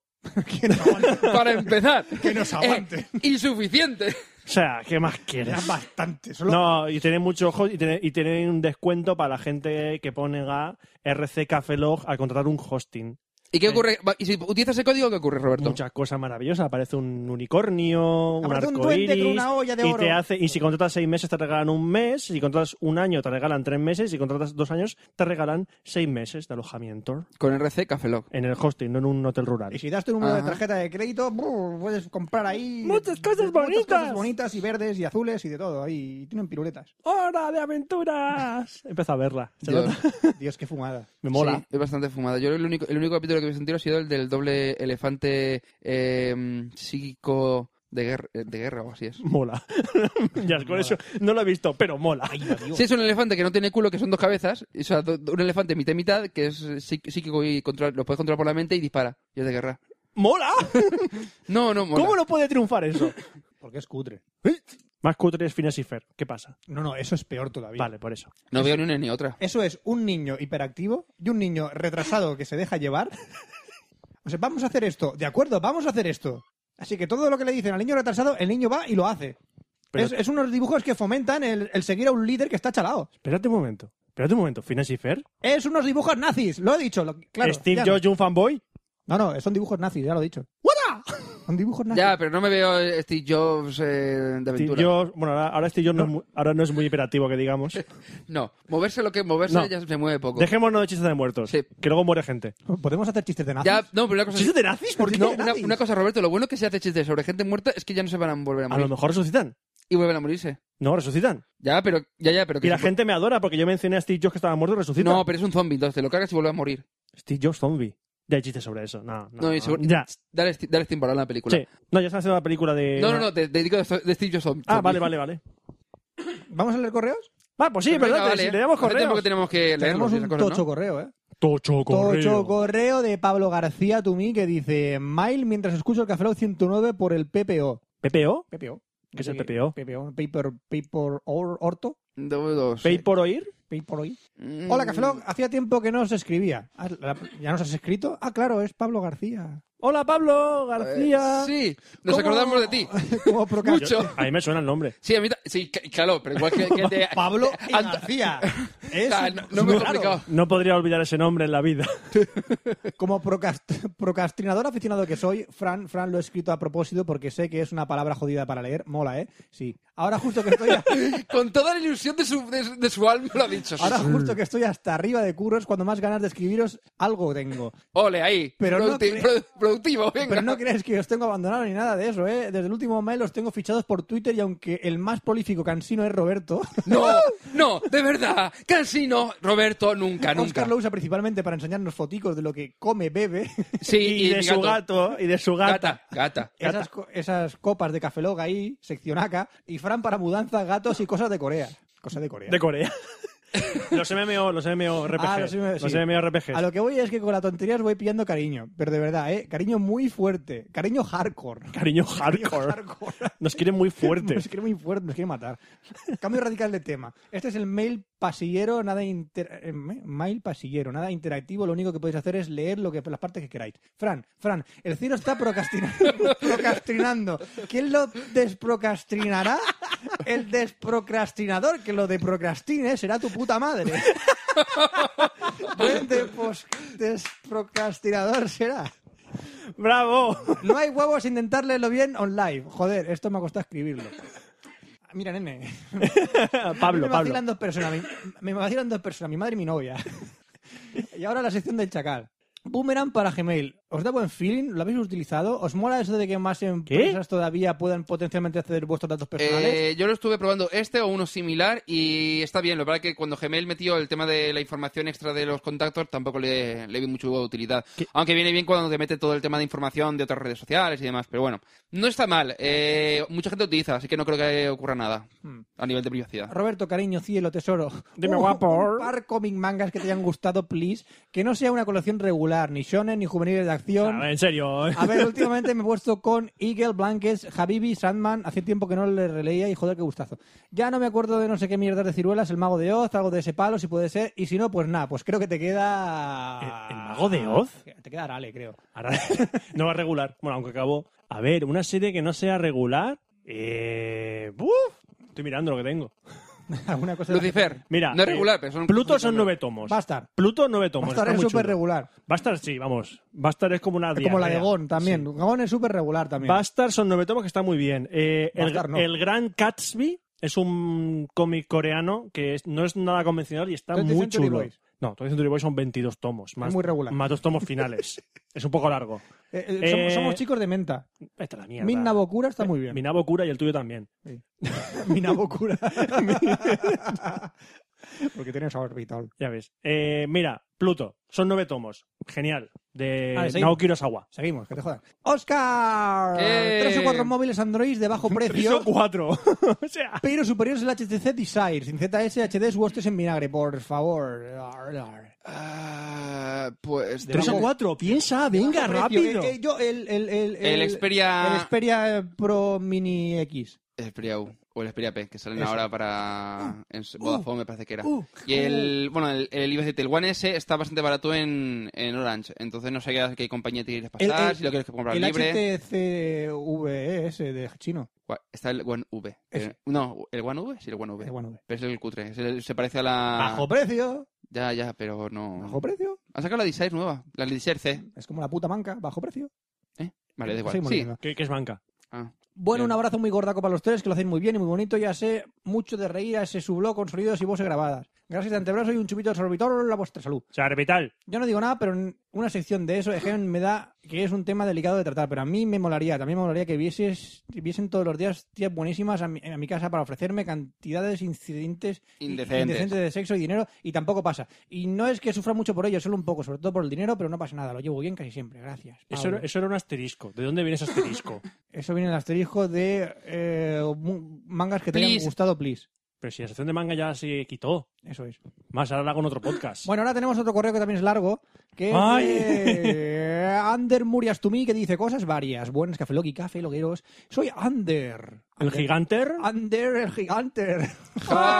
[SPEAKER 1] que no aguantan.
[SPEAKER 3] Para
[SPEAKER 2] (laughs)
[SPEAKER 3] empezar.
[SPEAKER 1] Que nos
[SPEAKER 3] Eh,
[SPEAKER 1] aguante.
[SPEAKER 3] insuficiente.
[SPEAKER 2] O sea, ¿qué más quieres? (laughs)
[SPEAKER 1] Eran bastante. Solo
[SPEAKER 2] No, y tienen mucho ojo y tienen, y tienen un descuento para la gente que pone a RC Café Log al contratar un hosting.
[SPEAKER 3] ¿Y qué ocurre? Va, ¿Y si utilizas ese código, qué ocurre, Roberto?
[SPEAKER 2] Muchas cosas maravillosas. Aparece un unicornio,
[SPEAKER 1] Aparece un
[SPEAKER 2] un
[SPEAKER 1] duende con
[SPEAKER 2] arcoíris.
[SPEAKER 1] una olla de
[SPEAKER 2] y
[SPEAKER 1] oro.
[SPEAKER 2] te hace, y si contratas seis meses te regalan un mes, si contratas un año te regalan tres meses, si contratas dos años te regalan seis meses de alojamiento
[SPEAKER 3] Con RC Café Lock.
[SPEAKER 2] en el hosting, no en un hotel rural.
[SPEAKER 1] Y si das tu número de
[SPEAKER 3] Ajá.
[SPEAKER 1] tarjeta de crédito, brr, puedes comprar ahí.
[SPEAKER 2] Muchas
[SPEAKER 1] Muchas
[SPEAKER 2] cosas bonitas.
[SPEAKER 1] cosas bonitas y verdes y azules y de todo. ahí. Y tienen
[SPEAKER 2] (laughs)
[SPEAKER 1] piruletas.
[SPEAKER 2] ¡Hora de (laughs) aventuras! Empiezo a verla. Se
[SPEAKER 3] Dios.
[SPEAKER 2] nota.
[SPEAKER 1] Dios, qué fumada.
[SPEAKER 2] Me mola.
[SPEAKER 3] Sí, es bastante fumada. Yo el único, el único capítulo que me he sentido ha sido el del doble elefante eh, psíquico de guerra, eh, de guerra o así es.
[SPEAKER 2] Mola. (laughs) ya, con eso no lo he visto, pero mola. (laughs)
[SPEAKER 1] (laughs)
[SPEAKER 3] Sí, es un elefante que no tiene culo, que son dos cabezas. y, O sea, do- un elefante mitad y mitad, que es eh, psí- psíquico y control- lo puedes controlar por la mente y dispara. Y es de guerra.
[SPEAKER 2] ¡Mola!
[SPEAKER 3] No, no, mola.
[SPEAKER 2] ¿Cómo no puede triunfar eso?
[SPEAKER 1] Porque es cutre.
[SPEAKER 2] Más cutre es Phineas y Fer. ¿Qué pasa?
[SPEAKER 1] No, no, eso es peor todavía.
[SPEAKER 2] Vale, por eso.
[SPEAKER 3] No veo ni una ni otra.
[SPEAKER 1] Eso es un niño hiperactivo y un niño retrasado que se deja
[SPEAKER 2] (laughs)
[SPEAKER 1] llevar. O sea, vamos a hacer esto. De acuerdo, vamos a hacer esto. Así que todo lo que le dicen al niño retrasado, el niño va y lo hace.
[SPEAKER 2] Pero-
[SPEAKER 1] Es, es unos dibujos que fomentan el, el seguir a un líder que está chalado.
[SPEAKER 2] Espérate un momento. Espérate un momento. ¿Phineas y Fer?
[SPEAKER 1] Es unos dibujos nazis, lo he dicho. lo- claro,
[SPEAKER 2] ¿Steve
[SPEAKER 1] ya-
[SPEAKER 2] Jobs y un fanboy?
[SPEAKER 1] No, no, son dibujos nazis, ya lo he dicho. Son dibujos nazis.
[SPEAKER 3] Ya, pero no me veo Steve Jobs eh, de
[SPEAKER 2] Steve
[SPEAKER 3] aventura.
[SPEAKER 2] Jobs- bueno, ahora, ahora Steve Jobs no, es mu- ahora no es muy hiperactivo,
[SPEAKER 3] (laughs)
[SPEAKER 2] que digamos.
[SPEAKER 3] No, moverse lo que moverse
[SPEAKER 2] No.
[SPEAKER 3] ya se mueve poco.
[SPEAKER 2] Dejémonos de chistes de muertos,
[SPEAKER 3] Sí.
[SPEAKER 2] que luego muere gente.
[SPEAKER 1] ¿Podemos hacer chistes de nazis?
[SPEAKER 3] Ya, no, pero una cosa,
[SPEAKER 2] ¿Chistes de nazis? ¿Por qué?
[SPEAKER 3] no, una, una cosa, Roberto, lo bueno que se hace chistes sobre gente muerta es que ya no se van a volver a
[SPEAKER 2] A
[SPEAKER 3] morir.
[SPEAKER 2] lo mejor resucitan.
[SPEAKER 3] Y vuelven a morirse.
[SPEAKER 2] No, resucitan.
[SPEAKER 3] Ya, pero ya, ya, pero que
[SPEAKER 2] Y la
[SPEAKER 3] se-
[SPEAKER 2] gente me adora porque yo mencioné a Steve Jobs que estaba muerto y resucita.
[SPEAKER 3] No, pero es un zombie, entonces te lo cargas y vuelve a morir.
[SPEAKER 2] Steve Jobs zombie. Ya hay chistes sobre eso. No, no.
[SPEAKER 3] No, y seguro-
[SPEAKER 2] Ya.
[SPEAKER 3] Dale, esti- dale temporal a la película.
[SPEAKER 2] Sí. No, ya están haciendo la película de.
[SPEAKER 3] No, no, no, te, te digo de, de Steve Jobs. zombie.
[SPEAKER 2] Ah, vale, vale, vale.
[SPEAKER 1] ¿Vamos a leer correos?
[SPEAKER 2] Ah, pues sí, es
[SPEAKER 3] Venga,
[SPEAKER 2] verdad.
[SPEAKER 3] vale.
[SPEAKER 2] Si le damos
[SPEAKER 3] Hace tiempo que
[SPEAKER 2] correos.
[SPEAKER 3] tenemos que leerlos
[SPEAKER 1] Tenemos
[SPEAKER 3] y
[SPEAKER 1] un
[SPEAKER 3] esas cosas,
[SPEAKER 1] tocho
[SPEAKER 3] ¿no?
[SPEAKER 1] correo, ¿eh?
[SPEAKER 2] Tocho
[SPEAKER 1] Tocho correo de Pablo García Tumí que dice Mail mientras escucho el Café Lock 109 por el PPO.
[SPEAKER 2] ¿PPO?
[SPEAKER 1] PPO.
[SPEAKER 2] ¿Qué es el
[SPEAKER 1] Sí,
[SPEAKER 2] PPO?
[SPEAKER 1] PPO, Paper, paper or- Orto.
[SPEAKER 3] Dos, dos.
[SPEAKER 2] ¿Pay por oír?
[SPEAKER 1] Paper Oil.
[SPEAKER 3] Mm,
[SPEAKER 1] Hola, Café Lock. Hacía tiempo que no os escribía. Ah, la- ¿Ya nos has escrito? Ah, claro, es Pablo García.
[SPEAKER 2] Hola, Pablo García.
[SPEAKER 3] Eh, Sí, nos
[SPEAKER 1] ¿Cómo-
[SPEAKER 3] acordamos de ti.
[SPEAKER 1] (laughs) ¿Cómo procrastinar?
[SPEAKER 3] Mucho.
[SPEAKER 2] A mí me suena el nombre.
[SPEAKER 3] Sí, a mí ta- sí, c- claro, pero igual que, que
[SPEAKER 1] (laughs)
[SPEAKER 3] te-
[SPEAKER 1] Pablo y
[SPEAKER 3] Anto- (laughs)
[SPEAKER 1] García. Es
[SPEAKER 3] Ah, no, no me he
[SPEAKER 1] claro,
[SPEAKER 3] complicado.
[SPEAKER 2] No podría olvidar ese nombre en la vida.
[SPEAKER 1] Como procrast- (laughs) procrastinador aficionado que soy, Fran, Fran lo he escrito a propósito porque sé que es una palabra jodida para leer. Mola, ¿eh? Sí. Ahora justo que estoy,
[SPEAKER 3] (laughs)
[SPEAKER 1] a-
[SPEAKER 3] Con toda la ilusión de su, de, su- de su alma lo ha dicho.
[SPEAKER 1] ahora justo que estoy hasta arriba de curros, cuando más ganas de escribiros algo tengo.
[SPEAKER 3] Ole, ahí.
[SPEAKER 1] Pero no
[SPEAKER 3] Producti-
[SPEAKER 1] cre-
[SPEAKER 3] pro- productivo, venga.
[SPEAKER 1] Pero no crees que os tengo abandonado ni nada de eso, ¿eh? Desde el último mail los tengo fichados por Twitter y aunque el más prolífico cansino es Roberto,
[SPEAKER 3] No,
[SPEAKER 1] (laughs)
[SPEAKER 3] no, de verdad. Casi no, Roberto, (laughs) nunca, nunca.
[SPEAKER 1] Oscar lo usa principalmente para enseñarnos foticos de lo que come, bebe.
[SPEAKER 3] Sí,
[SPEAKER 2] Y,
[SPEAKER 3] y,
[SPEAKER 2] de
[SPEAKER 3] mi
[SPEAKER 2] su
[SPEAKER 3] gato.
[SPEAKER 2] gato, y de su gata.
[SPEAKER 3] Gata, (laughs) gata.
[SPEAKER 1] Esas, co- esas copas de café Lock ahí, seccionaca, y Fran para mudanza, gatos y cosas de Corea. Cosas de Corea.
[SPEAKER 2] De Corea. (laughs) los MMO, los MMO RPG.
[SPEAKER 1] Ah, los MMO, sí.
[SPEAKER 2] RPG.
[SPEAKER 1] A lo que voy es que con la tontería os voy pillando cariño, pero de verdad, ¿eh? Cariño muy fuerte, cariño hardcore. (laughs)
[SPEAKER 2] Cariño hardcore.
[SPEAKER 1] Hardcore.
[SPEAKER 2] Nos quieren muy fuerte.
[SPEAKER 1] (laughs) Nos quiere muy fuerte, nos quiere matar. Cambio radical de tema. Este es el mail pasillero, nada inter- eh, mail pasillero, nada interactivo. Lo único que podéis hacer es leer lo que las partes que queráis. Fran, Fran, el cielo está procrastinando. (laughs) procrastinando. ¿Quién lo desprocrastinará? El desprocrastinador que lo deprocrastine será tu puta madre. (laughs) Buen depos- desprocrastinador será. (laughs)
[SPEAKER 2] ¡Bravo!
[SPEAKER 1] No hay huevos intentar leerlo bien online. Joder, esto me ha costado escribirlo. Mira, nene.
[SPEAKER 2] Pablo,
[SPEAKER 1] me
[SPEAKER 2] Pablo.
[SPEAKER 1] vacilan dos personas. Mi, me vacilan dos personas, mi madre y mi novia. (laughs) y ahora la sección del chacal. Boomerang para Gmail. ¿Os da buen feeling? ¿Lo habéis utilizado? ¿Os mola eso de que más empresas todavía puedan potencialmente acceder a vuestros datos personales?
[SPEAKER 3] Eh, yo lo estuve probando este o uno similar y está bien. Lo que pasa es que cuando Gmail metió el tema de la información extra de los contactos tampoco le, le vi mucho utilidad. Aunque viene bien cuando te mete todo el tema de información de otras redes sociales y demás. Pero bueno, no está mal. Eh, mucha gente lo utiliza, así que no creo que ocurra nada
[SPEAKER 1] Hmm.
[SPEAKER 3] a nivel de privacidad.
[SPEAKER 1] Roberto, cariño, cielo, tesoro.
[SPEAKER 2] Dime,
[SPEAKER 1] (laughs) Un-
[SPEAKER 2] guapo.
[SPEAKER 1] Un par comic mangas que te hayan gustado, please. Que no sea una colección regular, ni shonen, ni juveniles de acción.
[SPEAKER 2] A ver, en serio. ¿eh?
[SPEAKER 1] A ver, últimamente me he puesto con Eagle, Blankets, Habibi, Sandman. Hace tiempo que no le releía y joder, qué gustazo. Ya no me acuerdo de no sé qué mierdas de ciruelas, el mago de Oz, algo de ese palo, si puede ser. Y si no, pues nada, pues creo que te queda.
[SPEAKER 2] ¿El- el mago de Oz?
[SPEAKER 1] Te queda Arale, creo. (laughs)
[SPEAKER 2] Ahora- (laughs) no va a regular. Bueno, aunque acabó. A ver, una serie que no sea regular. Eh. ¡buf! Estoy mirando lo que tengo.
[SPEAKER 1] Alguna cosa. de-
[SPEAKER 3] Lucifer,
[SPEAKER 2] Mira.
[SPEAKER 3] no es
[SPEAKER 2] eh,
[SPEAKER 3] regular, pero son...
[SPEAKER 2] Pluto son nueve tomos.
[SPEAKER 1] Bastard.
[SPEAKER 2] Pluto nueve tomos.
[SPEAKER 1] Bastard
[SPEAKER 2] está
[SPEAKER 1] es
[SPEAKER 2] muy
[SPEAKER 1] súper
[SPEAKER 2] chulo.
[SPEAKER 1] regular.
[SPEAKER 2] Bastard sí, vamos. Bastard es como una.
[SPEAKER 1] Como la de
[SPEAKER 2] diarrea.
[SPEAKER 1] Gon también. Gon es súper regular también.
[SPEAKER 2] Bastard son nueve tomos que está muy bien. Eh, el,
[SPEAKER 1] Bastard no.
[SPEAKER 2] el Gran Gatsby es un cómic coreano que es- no es nada convencional y está
[SPEAKER 1] 20th
[SPEAKER 2] muy
[SPEAKER 1] Century
[SPEAKER 2] chulo.
[SPEAKER 1] Boys.
[SPEAKER 2] No, Toy Century Boys son 22 tomos. Más,
[SPEAKER 1] muy regular.
[SPEAKER 2] Más dos tomos finales.
[SPEAKER 1] (laughs)
[SPEAKER 2] es un poco largo.
[SPEAKER 1] Eh, eh, somos-
[SPEAKER 2] Eh,
[SPEAKER 1] Somos chicos de menta.
[SPEAKER 2] Esta la mierda.
[SPEAKER 1] Minna Bokura está muy (laughs) bien.
[SPEAKER 2] Mi nabo cura y el tuyo también.
[SPEAKER 1] Minna
[SPEAKER 2] (laughs)
[SPEAKER 1] Bokura. (laughs) Porque tiene sabor vital.
[SPEAKER 2] Ya ves. Eh, mira, Pluto. Son nueve tomos. Genial. De
[SPEAKER 1] Ah, ¿sí?
[SPEAKER 2] Naoki Urasawa.
[SPEAKER 1] Seguimos, que te jodan. ¡Oscar!
[SPEAKER 3] ¡Eh!
[SPEAKER 1] Tres o cuatro móviles Android de (laughs) bajo
[SPEAKER 2] Tres
[SPEAKER 1] precio.
[SPEAKER 2] o cuatro. (laughs) o sea,
[SPEAKER 1] Pero superiores al HTC Desire, sin ZS, HDs u hostes en vinagre, por favor. Ar, ar.
[SPEAKER 3] Ah, pues...
[SPEAKER 2] tres o
[SPEAKER 3] digamos-
[SPEAKER 2] cuatro. Piensa, venga,
[SPEAKER 1] Bajo precio.
[SPEAKER 2] rápido.
[SPEAKER 1] Eh, eh, yo, el, el, el,
[SPEAKER 3] El Xperia-
[SPEAKER 1] el Xperia eh, Pro Mini X.
[SPEAKER 3] El Xperia U o el Xperia P, que salen
[SPEAKER 1] Eso.
[SPEAKER 3] ahora para en s-
[SPEAKER 1] uh,
[SPEAKER 3] Vodafone, me parece que era.
[SPEAKER 1] uh,
[SPEAKER 3] y el, bueno, el, el iba a decirte, el One S está bastante barato en, en Orange, entonces no sé a qué compañía te quieres
[SPEAKER 1] El,
[SPEAKER 3] pasar,
[SPEAKER 1] el-
[SPEAKER 3] si lo quieres comprar
[SPEAKER 1] uh, el
[SPEAKER 3] libre.
[SPEAKER 1] HTC VES de chino.
[SPEAKER 3] Gua- Está el One V.
[SPEAKER 1] Eso.
[SPEAKER 3] Eh, no, ¿el One V? Sí, el One V.
[SPEAKER 1] Es Eh, bueno, ve.
[SPEAKER 3] Pero es el cutre, es el- se parece a la...
[SPEAKER 1] Bajo precio.
[SPEAKER 3] Ya, ya, pero no...
[SPEAKER 1] Bajo precio.
[SPEAKER 3] Han sacado la Desire nueva, la Desire C.
[SPEAKER 1] Es como la puta manca. Bajo precio.
[SPEAKER 3] ¿Eh? Vale, da igual.
[SPEAKER 1] Seguimos
[SPEAKER 3] Sí.
[SPEAKER 1] leyendo.
[SPEAKER 2] Que, que es banca.
[SPEAKER 3] Ah.
[SPEAKER 1] Bueno, un
[SPEAKER 3] Bien.
[SPEAKER 1] abrazo muy gordaco para los tres, que lo hacéis muy bien y muy bonito. Ya sé mucho de reír a ese subló con sonidos y voces grabadas. Gracias de antebrazo y un chupito de sorbitor a vuestra salud.
[SPEAKER 2] O sea, Repital.
[SPEAKER 1] Yo no digo nada, pero en una sección de eso, Egen, me da que es un tema delicado de tratar, pero a mí me molaría, también me molaría que vieses, viesen todos los días tías buenísimas a mi, a mi casa para ofrecerme cantidades incidentes
[SPEAKER 3] Indecentes.
[SPEAKER 1] indecentes de sexo y dinero, y tampoco pasa. Y no es que sufra mucho por ello, solo un poco, sobre todo por el dinero, pero no pasa nada, lo llevo bien casi siempre, gracias.
[SPEAKER 2] Eso
[SPEAKER 1] Pablo.
[SPEAKER 2] era, eso era un asterisco. ¿De dónde viene ese asterisco?
[SPEAKER 1] Eso viene en el asterisco de eh, mu- mangas que te hayan
[SPEAKER 3] Please.
[SPEAKER 1] gustado, please.
[SPEAKER 2] Pero si la sección de manga ya se quitó.
[SPEAKER 1] Eso es.
[SPEAKER 2] Más, ahora la hago en otro podcast.
[SPEAKER 1] Bueno, ahora tenemos otro correo que también es largo, que es
[SPEAKER 2] ¡Ay!
[SPEAKER 1] de Ander Murias to me, que dice cosas varias. Buenas, cafelog y cafelogueros. Soy Ander.
[SPEAKER 2] el giganter.
[SPEAKER 1] Ah,
[SPEAKER 2] Ah,
[SPEAKER 1] Ander el gigante.
[SPEAKER 2] (laughs)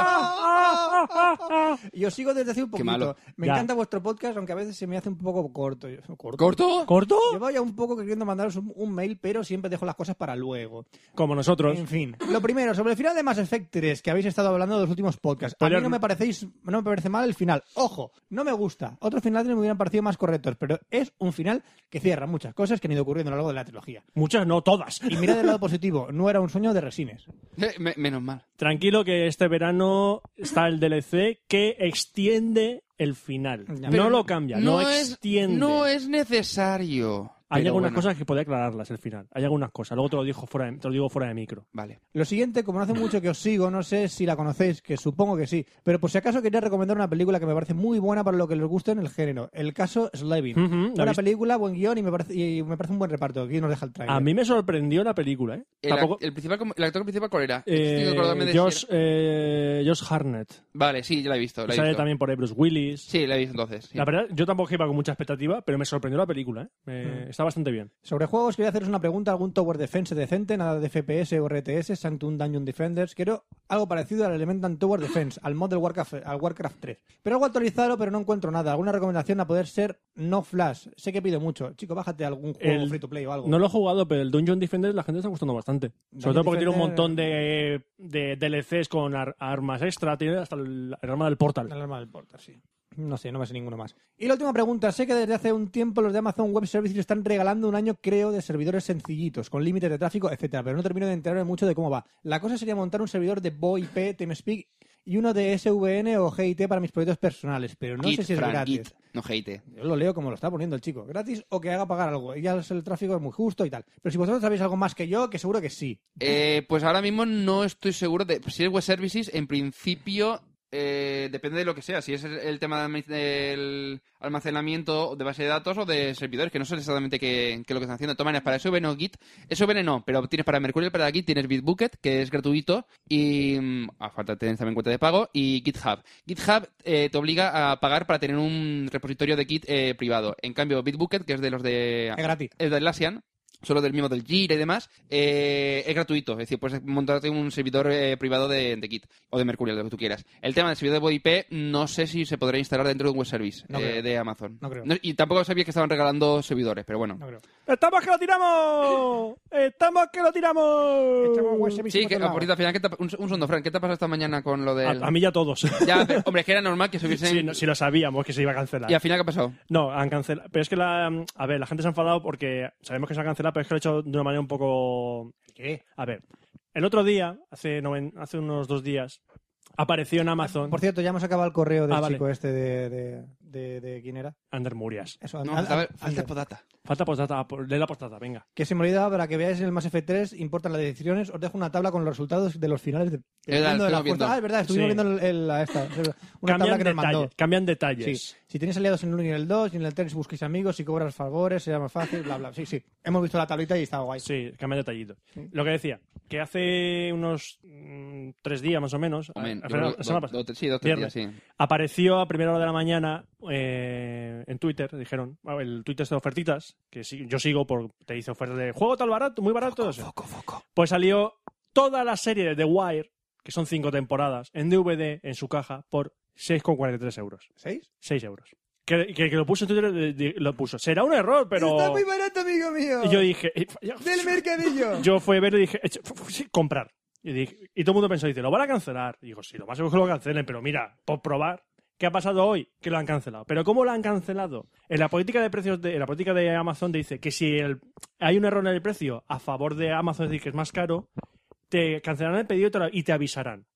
[SPEAKER 1] Yo sigo desde hace un
[SPEAKER 3] Qué
[SPEAKER 1] poquito.
[SPEAKER 3] malo.
[SPEAKER 1] Me
[SPEAKER 2] Ya.
[SPEAKER 1] encanta vuestro podcast, aunque a veces se me hace un poco corto. Yo- ¿Corto?
[SPEAKER 3] ¿Corto?
[SPEAKER 2] ¿Corto?
[SPEAKER 1] Yo vaya un poco queriendo mandaros un- un mail, pero siempre dejo las cosas para luego.
[SPEAKER 2] Como nosotros.
[SPEAKER 1] En fin, lo primero, sobre el final de Mass Effect 3 que habéis estado hablando de los últimos podcasts. A mí
[SPEAKER 2] Spoiler-
[SPEAKER 1] no me parecéis, no me parece mal el final. Ojo, no me gusta. Otros finales me hubieran parecido más correctos, pero es un final que cierra muchas cosas que han ido ocurriendo a lo largo de la trilogía.
[SPEAKER 2] Muchas, no todas.
[SPEAKER 1] Y mira
[SPEAKER 2] (laughs)
[SPEAKER 1] del lado positivo, no era un sueño de resines.
[SPEAKER 3] Eh, me- menos mal.
[SPEAKER 2] Tranquilo que este verano está el DLC que extiende el final.
[SPEAKER 1] Ya.
[SPEAKER 2] no
[SPEAKER 3] Pero
[SPEAKER 2] lo cambia, no,
[SPEAKER 3] es-
[SPEAKER 2] extiende.
[SPEAKER 3] No es necesario.
[SPEAKER 2] Hay
[SPEAKER 3] Pero
[SPEAKER 2] algunas
[SPEAKER 3] bueno,
[SPEAKER 2] cosas que podía aclararlas el final. Hay algunas cosas. Luego te lo, dijo fuera de- te lo digo fuera de micro.
[SPEAKER 3] Vale.
[SPEAKER 1] Lo siguiente, como no hace mucho que os sigo, no sé si la conocéis, que supongo que sí, pero por si acaso quería recomendar una película que me parece muy buena para lo que les guste en el género, el caso Slevin.
[SPEAKER 2] Ujú, Hmm, ¿la
[SPEAKER 1] Buena
[SPEAKER 2] viste?
[SPEAKER 1] película, buen guión y me parece, y me parece un buen reparto. Aquí nos deja el trailer.
[SPEAKER 2] A mí me sorprendió la película, ¿eh?
[SPEAKER 3] El,
[SPEAKER 2] Tampoco-
[SPEAKER 3] act- el principal, com- el actor principal, ¿cuál era?
[SPEAKER 2] eh,
[SPEAKER 3] Tengo que acordarme de si
[SPEAKER 2] Josh,
[SPEAKER 3] era-
[SPEAKER 2] eh, Josh Harnett.
[SPEAKER 3] Vale, sí, ya la he visto. La he
[SPEAKER 2] Sale
[SPEAKER 3] visto.
[SPEAKER 2] también por ahí Bruce Willis.
[SPEAKER 3] Sí, la he visto entonces. sí.
[SPEAKER 2] La verdad, yo tampoco iba con mucha expectativa, pero me sorprendió la película. ¿eh? Me- Está bastante bien.
[SPEAKER 1] Sobre juegos, quería haceros una pregunta. ¿Algún Tower Defense decente? Nada de FPS o RTS, Sanctum Dungeon Defenders. Quiero algo parecido al Elemental Tower Defense, al mod del Warcraft, al Warcraft 3. Pero algo actualizado, pero no encuentro nada. ¿Alguna recomendación a poder ser no flash? Sé que pido mucho. Chico, bájate algún juego
[SPEAKER 2] El-
[SPEAKER 1] free to play o algo.
[SPEAKER 2] No lo he jugado, pero el Dungeon Defender la gente está gustando bastante. Sobre todo porque tiene un
[SPEAKER 1] Defender-
[SPEAKER 2] montón de, de DLCs con ar- armas extra. Tiene hasta el, el arma del
[SPEAKER 1] La
[SPEAKER 2] Portal.
[SPEAKER 1] alarma del portal, sí. No sé, no me sé ninguno más. Y la última pregunta. Sé que desde hace un tiempo los de Amazon Web Services están regalando un año, creo, de servidores sencillitos, con límites de tráfico, etcétera, pero no termino de enterarme mucho de cómo va. La cosa sería montar un servidor de VoIP, TeamSpeak y uno de SVN o GIT para mis proyectos personales, pero no
[SPEAKER 3] Git,
[SPEAKER 1] sé si es
[SPEAKER 3] Fran,
[SPEAKER 1] gratis.
[SPEAKER 3] Git. No hate.
[SPEAKER 1] Yo lo leo como lo está poniendo el chico. Gratis o que haga pagar algo. Y Ya es- el tráfico es muy justo y tal. Pero si vosotros sabéis algo más que yo, que seguro que sí.
[SPEAKER 3] Eh, pues ahora mismo no estoy seguro de si es web services. En principio eh, depende de lo que sea. Si es el, el tema de alm- del almacenamiento de base de datos o de servidores, que no sé exactamente qué, qué es lo que están haciendo. De todas maneras, para SVN o Git, SVN no, pero tienes para Mercurial, para Git tienes Bitbucket, que es gratuito y mm, a falta tienes también cuenta de pago y GitHub. GitHub eh, te obliga a pagar para tener un repositorio de Git eh, privado. En cambio, Bitbucket, que es de los de
[SPEAKER 1] Es gratis.
[SPEAKER 3] el de Atlassian, solo del mismo del Jira y demás, eh, es gratuito. Es decir, puedes montarte un servidor eh, privado de, de Git o de Mercurial, lo que tú quieras. El tema del servidor de VoIP no sé si se podrá instalar dentro de un web service
[SPEAKER 1] No
[SPEAKER 3] eh,
[SPEAKER 1] creo.
[SPEAKER 3] de Amazon.
[SPEAKER 1] No creo.
[SPEAKER 3] y tampoco sabía que estaban regalando servidores, pero bueno.
[SPEAKER 1] No creo.
[SPEAKER 2] ¡Estamos que lo tiramos! ¡Estamos que lo tiramos!
[SPEAKER 1] Echamos web service
[SPEAKER 3] Sí,
[SPEAKER 1] por
[SPEAKER 3] que,
[SPEAKER 1] otro
[SPEAKER 3] por
[SPEAKER 1] lado.
[SPEAKER 3] cierto, al final, ¿qué te ha- un, un segundo, Fran, ¿qué te ha pasado esta mañana con lo del...?
[SPEAKER 2] A, a mí ya todos.
[SPEAKER 3] Ya, pero, hombre, es que era normal que se hubiesen...
[SPEAKER 2] Sí, no- si lo sabíamos que se iba a cancelar.
[SPEAKER 3] ¿Y al final qué ha pasado?
[SPEAKER 2] No, han cancelado. Pero es que la. mm, A ver, la gente se ha enfadado porque sabemos que se ha cancelado, pero es que lo ha hecho de una manera un poco. ¿Qué? A ver. El otro día, hace, noven- hace unos dos días, apareció en Amazon
[SPEAKER 1] Por cierto, ya hemos acabado el correo del
[SPEAKER 2] Ah, vale.
[SPEAKER 1] chico este de, de, de- de- ¿Quién era?
[SPEAKER 2] Ander Murias.
[SPEAKER 1] Eso,
[SPEAKER 3] No,
[SPEAKER 1] an- an-
[SPEAKER 3] falta, ver- falta
[SPEAKER 1] antes.
[SPEAKER 3] postdata.
[SPEAKER 2] Falta postdata, ah, por- lee la postdata, venga.
[SPEAKER 1] Que se me olvidaba, para que veáis en el Mass Effect 3, importan las decisiones. Os dejo una tabla con los resultados de los finales de.
[SPEAKER 2] Eh,
[SPEAKER 1] dependiendo de
[SPEAKER 3] estuvimos
[SPEAKER 1] las
[SPEAKER 3] viendo.
[SPEAKER 1] fuerzas. Ah, es verdad, estuvimos
[SPEAKER 2] Sí.
[SPEAKER 1] viendo el, el- la esta. es verdad. Una tabla
[SPEAKER 2] Cambian
[SPEAKER 1] que nos mandó.
[SPEAKER 2] detalles. Cambian
[SPEAKER 1] Sí.
[SPEAKER 2] detalles.
[SPEAKER 1] Si tenéis aliados en el 1 y en el 2, y en el 3 busquéis amigos, si cobras favores, será más fácil, bla, bla. Sí, sí. Hemos visto la tablita y está guay.
[SPEAKER 2] Sí, cambia detallito.
[SPEAKER 1] Sí.
[SPEAKER 2] Lo que decía, que hace unos mm, tres días más o menos,
[SPEAKER 3] O men,
[SPEAKER 2] a- a-
[SPEAKER 3] yo creo
[SPEAKER 2] la
[SPEAKER 3] que
[SPEAKER 2] semana
[SPEAKER 3] do-
[SPEAKER 2] pasada,
[SPEAKER 3] do- sí, dos, tres
[SPEAKER 2] Viernes.
[SPEAKER 3] días, sí.
[SPEAKER 2] apareció a primera hora de la mañana eh, en Twitter, dijeron, ah, el Twitter de ofertitas, que sí- yo sigo por te dice ofertas de juego tal barato, muy barato. no sé. Pues salió toda la serie de The Wire, que son cinco temporadas, en DVD, en su caja, por 6,43 euros.
[SPEAKER 1] ¿Seis?
[SPEAKER 2] 6 euros. Que, que- que lo puso en Twitter, de- de- lo puso. Será un error, pero...
[SPEAKER 1] Está muy barato, amigo mío.
[SPEAKER 2] Y yo dije... eh, yo-
[SPEAKER 1] Del mercadillo.
[SPEAKER 2] (laughs) yo fui a ver y dije, "Ech, f- f- sí, comprar. Y, dije- y todo el mundo pensó, dice, lo van a cancelar. Y digo, sí, lo más seguro es que lo cancelen, pero mira, por probar, ¿Qué ha pasado hoy? Que lo han cancelado. ¿Pero cómo lo han cancelado? En la política de precios, de, en la política de Amazon te dice que si el- hay un error en el precio a favor de Amazon, es decir, que es más caro, te cancelarán el pedido y te lo- y te avisarán.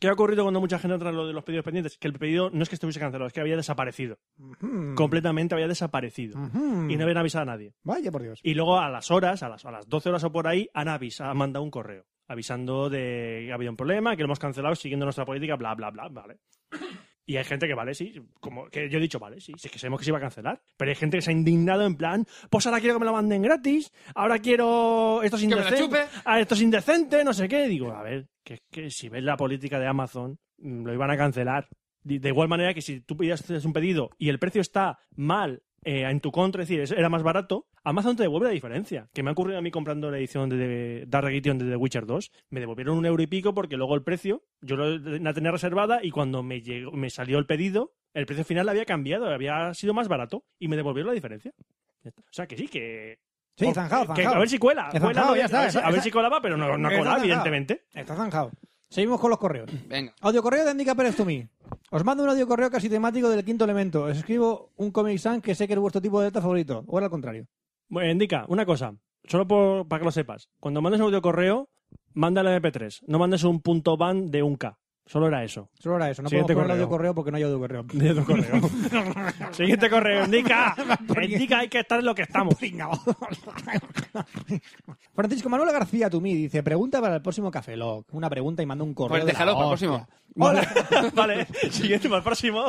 [SPEAKER 2] ¿Qué ha ocurrido cuando mucha gente entra en lo de los pedidos pendientes? Que el pedido no es que estuviese cancelado, es que había desaparecido.
[SPEAKER 1] Ujú.
[SPEAKER 2] Completamente había desaparecido.
[SPEAKER 1] Ujú.
[SPEAKER 2] Y no habían avisado a nadie.
[SPEAKER 1] Mm-hmm. Vaya por Dios.
[SPEAKER 2] Y luego a las horas, a las, a las 12 horas o por ahí, han avisado, han mandado un correo avisando de que ha habido un problema, que lo hemos cancelado siguiendo nuestra política, bla, bla, bla, ¿vale? Y hay gente que, vale, sí, como que yo he dicho, vale, sí, sí que sabemos que se iba a cancelar. Pero hay gente que se ha indignado en plan, pues ahora quiero que me lo manden gratis, ahora quiero esto es
[SPEAKER 3] Que me la chupe.
[SPEAKER 2] indecente, ah, esto es indecente, no sé qué. Digo, a ver, que, que si ves la política de Amazon, mm, lo iban a cancelar. De de igual manera que si tú pedías un pedido y el precio está mal eh, en tu contra, es decir, es- era más barato, Amazon te devuelve la diferencia. Que me ha ocurrido a mí comprando la edición de, de Dark Edition de The Witcher 2, me devolvieron un euro y pico porque luego el precio, yo lo- la tenía reservada y cuando me, llegó, me salió el pedido, el precio final había cambiado, había sido más barato y me devolvieron la diferencia. Ya está. O sea que sí, que...
[SPEAKER 1] Sí,
[SPEAKER 2] por-
[SPEAKER 1] zanjado,
[SPEAKER 2] que-
[SPEAKER 1] zanjado.
[SPEAKER 2] a ver si cuela.
[SPEAKER 1] Que
[SPEAKER 2] cuela,
[SPEAKER 1] zanjado,
[SPEAKER 2] no,
[SPEAKER 1] ya está,
[SPEAKER 2] a ver, si-
[SPEAKER 1] esa-
[SPEAKER 2] a ver
[SPEAKER 1] esa-
[SPEAKER 2] si colaba, pero no, no ha
[SPEAKER 1] Está
[SPEAKER 2] colado,
[SPEAKER 1] zanjado.
[SPEAKER 2] evidentemente.
[SPEAKER 1] Está zanjado. Seguimos con los correos.
[SPEAKER 3] Venga.
[SPEAKER 1] Audio correo de Andica Pérez Tumí. Os mando un audio correo casi temático del quinto elemento. Os escribo un Comic Sans que sé que es vuestro tipo de data favorito. O era al contrario.
[SPEAKER 2] Bueno, indica, una cosa, solo por- para que lo sepas. Cuando mandes un audio correo, manda el MP3. No mandes un punto ban de un K. Solo era eso.
[SPEAKER 1] Solo era eso. No
[SPEAKER 2] Siguiente
[SPEAKER 1] podemos poner
[SPEAKER 2] correo.
[SPEAKER 1] audio correo porque no hay audio
[SPEAKER 2] (laughs)
[SPEAKER 1] correo.
[SPEAKER 2] correo. Siguiente correo, indica.
[SPEAKER 1] Porque-
[SPEAKER 2] indica, hay que estar en lo que estamos.
[SPEAKER 1] Pringao. Francisco Manuel García Tumí dice: Pregunta para el próximo Café Lock. Una pregunta y manda un correo.
[SPEAKER 3] Pues
[SPEAKER 1] de la
[SPEAKER 3] déjalo para el
[SPEAKER 1] hostia.
[SPEAKER 3] próximo.
[SPEAKER 1] Hola.
[SPEAKER 2] vale, siguiente para el próximo.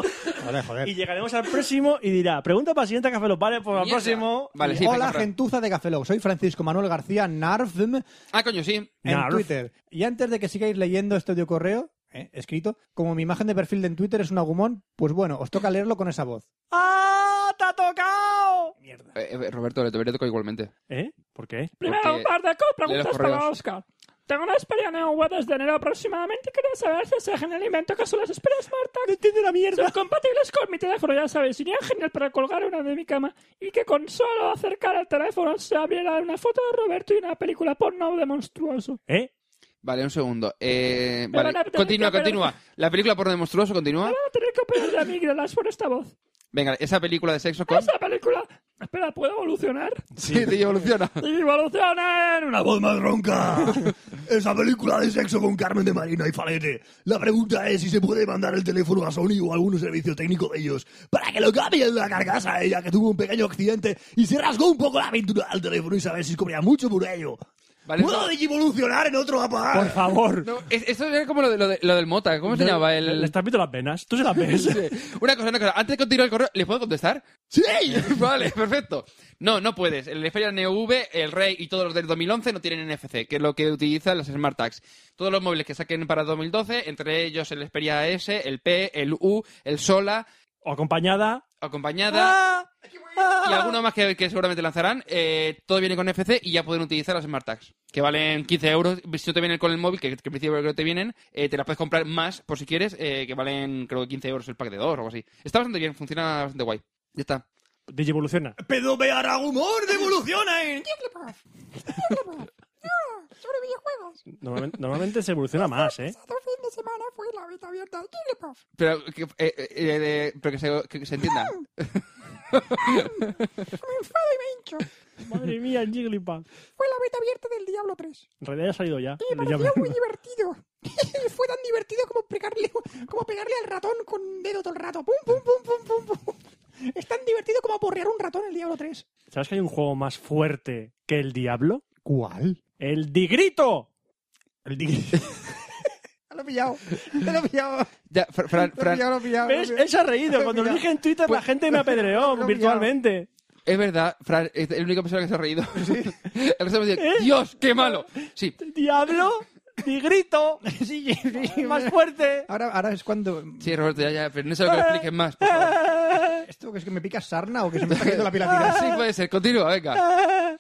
[SPEAKER 1] Joder, joder.
[SPEAKER 2] Y llegaremos al próximo y dirá, pregunta para el siguiente Café Lock. Vale, pues al
[SPEAKER 3] Mierda.
[SPEAKER 2] próximo.
[SPEAKER 3] Vale, sí,
[SPEAKER 1] Hola,
[SPEAKER 3] venga, Fran.
[SPEAKER 1] gentuza de Café Lock. Soy Francisco Manuel García Narfm
[SPEAKER 3] Ah, coño, sí.
[SPEAKER 1] en
[SPEAKER 2] Narf.
[SPEAKER 1] Twitter. Y antes de que sigáis leyendo este audio correo, eh, escrito, como mi imagen de perfil de en Twitter es un agumón, pues bueno, os toca leerlo con esa voz.
[SPEAKER 2] ¡Ah! ¡Te ha tocado! Mierda.
[SPEAKER 3] Eh, eh, Roberto, le debería tocar igualmente.
[SPEAKER 2] ¿Eh? ¿Por qué?
[SPEAKER 6] Primero,
[SPEAKER 3] Porque
[SPEAKER 6] un par de co-
[SPEAKER 3] lee los
[SPEAKER 6] preguntas
[SPEAKER 3] correos.
[SPEAKER 6] para Oscar. Tengo una espera en web desde enero aproximadamente y quería saber si se el invento que son las esperas Marta. No entiendo la mierda. Son compatibles con mi teléfono, ya sabes. Sería genial para colgar una de mi cama y que con solo acercar el teléfono se abriera una foto de Roberto y una película porno de monstruoso.
[SPEAKER 2] ¿Eh?
[SPEAKER 3] Vale, un segundo. Eh,
[SPEAKER 6] Pero
[SPEAKER 3] vale,
[SPEAKER 6] la-
[SPEAKER 3] continúa,
[SPEAKER 6] pero-
[SPEAKER 3] continúa. La película por monstruoso continúa.
[SPEAKER 6] Voy a tener que operar de amígdalas por esta voz.
[SPEAKER 3] Venga, esa película de sexo con.
[SPEAKER 6] Esa película... Espera, ¿puedo evolucionar?
[SPEAKER 3] Sí,
[SPEAKER 6] (laughs)
[SPEAKER 3] te evoluciona.
[SPEAKER 6] ¡Evoluciona en una
[SPEAKER 4] voz más ronca. Esa película de sexo con Carmen de Marina y Falete. La pregunta es si se puede mandar el teléfono a Sony o a algún servicio técnico de ellos para que lo cambien la carcasa a ella que tuvo un pequeño accidente y se rasgó un poco la pintura del teléfono y saber si cobría mucho por ello.
[SPEAKER 3] Vale,
[SPEAKER 4] ¿Puedo
[SPEAKER 3] no.
[SPEAKER 4] digivolucionar en otro aparato?
[SPEAKER 2] Por favor.
[SPEAKER 3] No, es- esto era como lo, de- lo de- lo del Mota. ¿Cómo se
[SPEAKER 2] Le-
[SPEAKER 3] llamaba?
[SPEAKER 2] Le,
[SPEAKER 3] El...
[SPEAKER 2] le estás viendo las venas. Tú se las ves.
[SPEAKER 3] Una cosa, una cosa. Antes de continuar el correo, ¿le puedo contestar?
[SPEAKER 4] ¡Sí!
[SPEAKER 3] (laughs) vale, perfecto. No, no puedes. El Xperia NV, el Rey y todos los del 2011 no tienen NFC, que es lo que utilizan las Smart Tags. Todos los móviles que saquen para 2012, entre ellos el Xperia S, el P, el U, el Sola,
[SPEAKER 2] O acompañada.
[SPEAKER 3] acompañada
[SPEAKER 2] ¡Ah!
[SPEAKER 3] y alguno más que, que seguramente lanzarán, eh, todo viene con NFC y ya pueden utilizar las Smart Tags, que valen 15 euros. Si no te vienen con el móvil, que, que en principio creo que te vienen, eh, te las puedes comprar más por si quieres, eh, que valen creo que 15 euros el pack de dos o algo así. Está bastante bien, funciona bastante guay. Ya está.
[SPEAKER 2] Digievoluciona.
[SPEAKER 4] ¡Pero me hará humor! ¿eh? ¡Devoluciona en...
[SPEAKER 7] sobre videojuegos.
[SPEAKER 2] Normalmente, normalmente se evoluciona más, ¿eh?
[SPEAKER 7] Todo fin de semana fue la beta abierta de Jigglypuff.
[SPEAKER 3] Pero que, eh, eh, eh, pero que se, que se entienda.
[SPEAKER 7] Me enfado y me hincho.
[SPEAKER 2] Madre mía, el Jigglypuff.
[SPEAKER 7] Fue la beta abierta del Diablo 3.
[SPEAKER 2] En realidad ya ha salido ya.
[SPEAKER 7] Y me
[SPEAKER 2] Le llaman.
[SPEAKER 7] pareció muy divertido. (laughs) fue tan divertido como pegarle, como pegarle al ratón con un dedo todo el rato. Pum, pum, pum, pum, pum, pum. Es tan divertido como porrear un ratón en el Diablo 3.
[SPEAKER 2] ¿Sabes que hay un juego más fuerte que el Diablo?
[SPEAKER 1] ¿Cuál?
[SPEAKER 2] ¡El Digrito! El Digrito.
[SPEAKER 1] Te (laughs) lo he pillado. Te lo he pillado.
[SPEAKER 3] Ya, Fran, Fran,
[SPEAKER 1] Te lo he
[SPEAKER 3] Fran,
[SPEAKER 1] pillado, lo he pillado.
[SPEAKER 2] ¿Ves? Él se ha reído. Cuando lo dije en Twitter, la gente me (laughs) apedreó
[SPEAKER 1] Pues-
[SPEAKER 2] virtualmente.
[SPEAKER 3] es verdad, Fran, es la única persona que se ha reído. (laughs) El resto me dice, Dios, qué malo. Sí,
[SPEAKER 2] ¿Diablo? ¡Digrito!
[SPEAKER 1] (laughs) Sí, sí, sí.
[SPEAKER 2] ¡Más fuerte!
[SPEAKER 1] Ahora, ahora es cuando.
[SPEAKER 3] sí, Roberto, ya, ya, pero no sé lo que lo expliques más. por favor.
[SPEAKER 1] ¿Esto que es que me pica sarna o que se me está cayendo la pilatina?
[SPEAKER 2] (laughs)
[SPEAKER 3] Sí, puede ser, continúa, venga.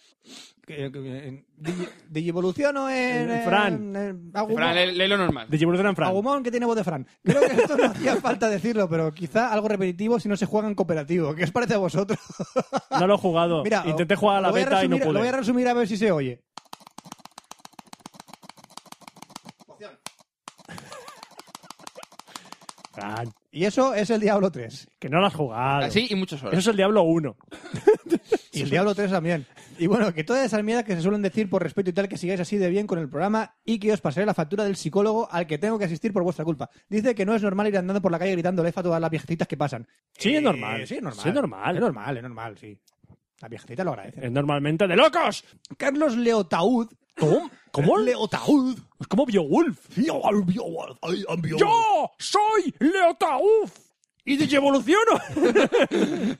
[SPEAKER 1] Digievoluciono en.
[SPEAKER 2] Eh, Fran.
[SPEAKER 1] en- en Agumon.
[SPEAKER 3] Fran, lee, lee lo normal.
[SPEAKER 2] Digievoluciona en Fran.
[SPEAKER 1] Agumon que tiene voz de Fran. Creo que esto no hacía falta decirlo, pero quizá algo repetitivo si no se juega en cooperativo. ¿Qué os parece a vosotros?
[SPEAKER 2] No lo he
[SPEAKER 1] (laughs)
[SPEAKER 2] jugado.
[SPEAKER 1] Mira,
[SPEAKER 2] Intenté jugar a la
[SPEAKER 1] lo voy
[SPEAKER 2] beta y no
[SPEAKER 1] resumir- Lo voy a
[SPEAKER 2] pude.
[SPEAKER 1] resumir a ver si se oye.
[SPEAKER 2] Fran.
[SPEAKER 1] Y eso es el Diablo 3.
[SPEAKER 2] Que no lo has jugado.
[SPEAKER 3] Así y muchas
[SPEAKER 2] Eso
[SPEAKER 3] horas.
[SPEAKER 2] es el Diablo 1.
[SPEAKER 1] Y el Diablo 3 también. Y bueno, que todas esas mierdas que se suelen decir por respeto y tal, que sigáis así de bien con el programa y que os pasaré la factura del psicólogo al que tengo que asistir por vuestra culpa. Dice que no es normal ir andando por la calle gritándole fa a todas las viejecitas que pasan.
[SPEAKER 2] Sí,
[SPEAKER 1] Eh,
[SPEAKER 2] es normal.
[SPEAKER 1] Sí, es normal.
[SPEAKER 2] Sí, es normal.
[SPEAKER 1] Es normal, es normal, sí. La viejecita lo agradece.
[SPEAKER 2] Es normalmente de locos.
[SPEAKER 1] Carlos Leotaud.
[SPEAKER 2] ¿Cómo? ¿Cómo?
[SPEAKER 4] Leotaud.
[SPEAKER 2] Es como Beowulf.
[SPEAKER 4] Yo, yo, I am yo.
[SPEAKER 2] ¡Yo soy Leotauf! ¡Y
[SPEAKER 1] (laughs)
[SPEAKER 2] te evoluciono!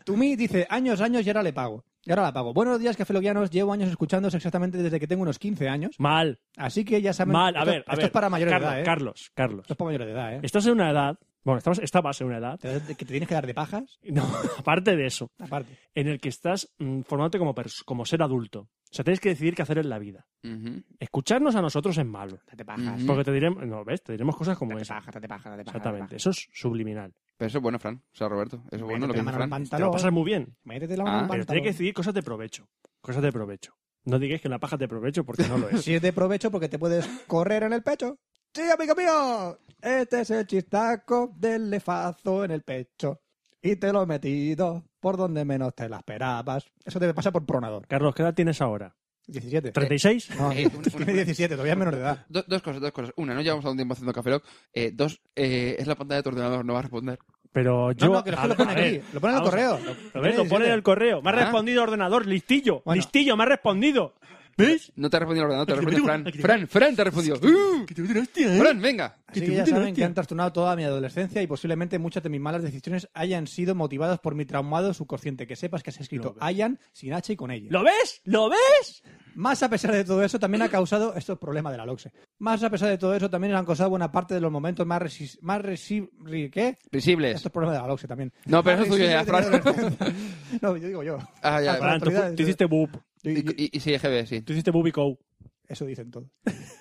[SPEAKER 1] Tumi dice, años, años y ahora le pago. Y ahora la pago. Buenos días, cafeloguianos. Llevo años escuchándos exactamente desde que tengo unos 15 años.
[SPEAKER 2] Mal,
[SPEAKER 1] Así que ya saben...
[SPEAKER 2] mal. A
[SPEAKER 1] esto-
[SPEAKER 2] ver, a
[SPEAKER 1] Esto
[SPEAKER 2] ver.
[SPEAKER 1] es para mayores
[SPEAKER 2] Carlos,
[SPEAKER 1] de edad, ¿eh?
[SPEAKER 2] Carlos, Carlos.
[SPEAKER 1] Esto es para mayores de edad, ¿eh?
[SPEAKER 2] Estás en una edad... Bueno, estabas, estabas en una edad...
[SPEAKER 1] Te das- que te tienes que dar de pajas,
[SPEAKER 2] (laughs) No, aparte de eso,
[SPEAKER 1] aparte.
[SPEAKER 2] en el que estás mm, formándote como, pers- como ser adulto. O sea, tienes que decidir qué hacer en la vida.
[SPEAKER 3] Ujú.
[SPEAKER 2] Escucharnos a nosotros es malo.
[SPEAKER 1] Date
[SPEAKER 3] pajas.
[SPEAKER 1] Date
[SPEAKER 2] Porque te diremos... No, ¿ves? Te diremos cosas como esa.
[SPEAKER 1] pajas, date pajas, date pajas.
[SPEAKER 2] Exactamente. Eso es subliminal.
[SPEAKER 3] Pero eso es bueno, Fran. O sea, Roberto. Eso es bueno lo
[SPEAKER 1] Métete la
[SPEAKER 3] que dice
[SPEAKER 1] mano al
[SPEAKER 3] Fran.
[SPEAKER 2] Te lo
[SPEAKER 1] pantalón.
[SPEAKER 2] pasas muy bien.
[SPEAKER 1] Métete la mano
[SPEAKER 3] Ah,
[SPEAKER 1] al
[SPEAKER 2] Pero
[SPEAKER 1] pantalón.
[SPEAKER 2] tienes que decidir cosas de provecho. Cosas de provecho. No digáis que la paja te provecho porque no
[SPEAKER 1] (laughs)
[SPEAKER 2] lo es.
[SPEAKER 1] Si es de provecho porque te puedes correr en el pecho. Sí, amigo mío. Este es el chistaco del lefazo en el pecho. Y te lo he metido por donde menos te la esperabas. Eso te pasa por pronador.
[SPEAKER 2] Carlos, ¿qué edad tienes ahora?
[SPEAKER 1] 17.
[SPEAKER 2] ¿36?
[SPEAKER 1] No,
[SPEAKER 3] (laughs) Eh,
[SPEAKER 1] (laughs)
[SPEAKER 3] una-
[SPEAKER 1] tiene 17, todavía es menor de edad.
[SPEAKER 3] Do- dos cosas, dos cosas. Una, no llevamos a un tiempo haciendo café Lock. Eh, dos, eh, es la pantalla de tu ordenador, no va a responder.
[SPEAKER 2] Pero yo...
[SPEAKER 1] No, no, que lo,
[SPEAKER 2] a-
[SPEAKER 1] lo pone
[SPEAKER 2] a ver,
[SPEAKER 1] aquí. Lo pone en el
[SPEAKER 2] vamos a-
[SPEAKER 1] correo.
[SPEAKER 2] Lo ves, lo pone en el correo. Me ha
[SPEAKER 3] Ah.
[SPEAKER 2] respondido ordenador, listillo.
[SPEAKER 1] Bueno.
[SPEAKER 2] Listillo, me ha respondido. ¿Ves?
[SPEAKER 3] No te ha respondido el ordenador, te ha
[SPEAKER 2] Aquí te (laughs)
[SPEAKER 3] respondido
[SPEAKER 2] meto una,
[SPEAKER 3] Fran.
[SPEAKER 2] aquí te ¿Eh?
[SPEAKER 3] Fran, Fran te ha
[SPEAKER 2] (laughs)
[SPEAKER 3] respondido. ¡Uh!
[SPEAKER 2] hostia,
[SPEAKER 3] Fran, venga.
[SPEAKER 1] Así
[SPEAKER 2] Que
[SPEAKER 1] que
[SPEAKER 2] te
[SPEAKER 1] ya
[SPEAKER 2] meten la
[SPEAKER 1] saben que
[SPEAKER 2] hostia.
[SPEAKER 1] han trastornado toda mi adolescencia y posiblemente muchas de mis malas decisiones hayan sido motivadas por mi traumado subconsciente. Que sepas que has escrito hayan sin H y con ella.
[SPEAKER 2] ¿Lo ves? ¿Lo ves?
[SPEAKER 1] Más a pesar de todo eso, también ha causado estos problemas de la LOXE. Más a pesar de todo eso, también han causado buena parte de los momentos más resi- más resi- ri- ¿qué?
[SPEAKER 3] Visibles.
[SPEAKER 1] Estos problemas de la LOXE también.
[SPEAKER 3] No, pero eso es tuyo ya,
[SPEAKER 1] Más
[SPEAKER 3] Fran.
[SPEAKER 1] residuos de mi adolescencia. No, yo digo yo.
[SPEAKER 3] Ah, ya,
[SPEAKER 1] Fran.
[SPEAKER 2] Fran, tú,
[SPEAKER 1] autoridades,
[SPEAKER 2] tú
[SPEAKER 1] eh.
[SPEAKER 2] hiciste boop.
[SPEAKER 1] Yo- yo-
[SPEAKER 3] Y, y- y sí, EGB, sí.
[SPEAKER 2] Tú hiciste boop y co.
[SPEAKER 1] Eso dicen todos.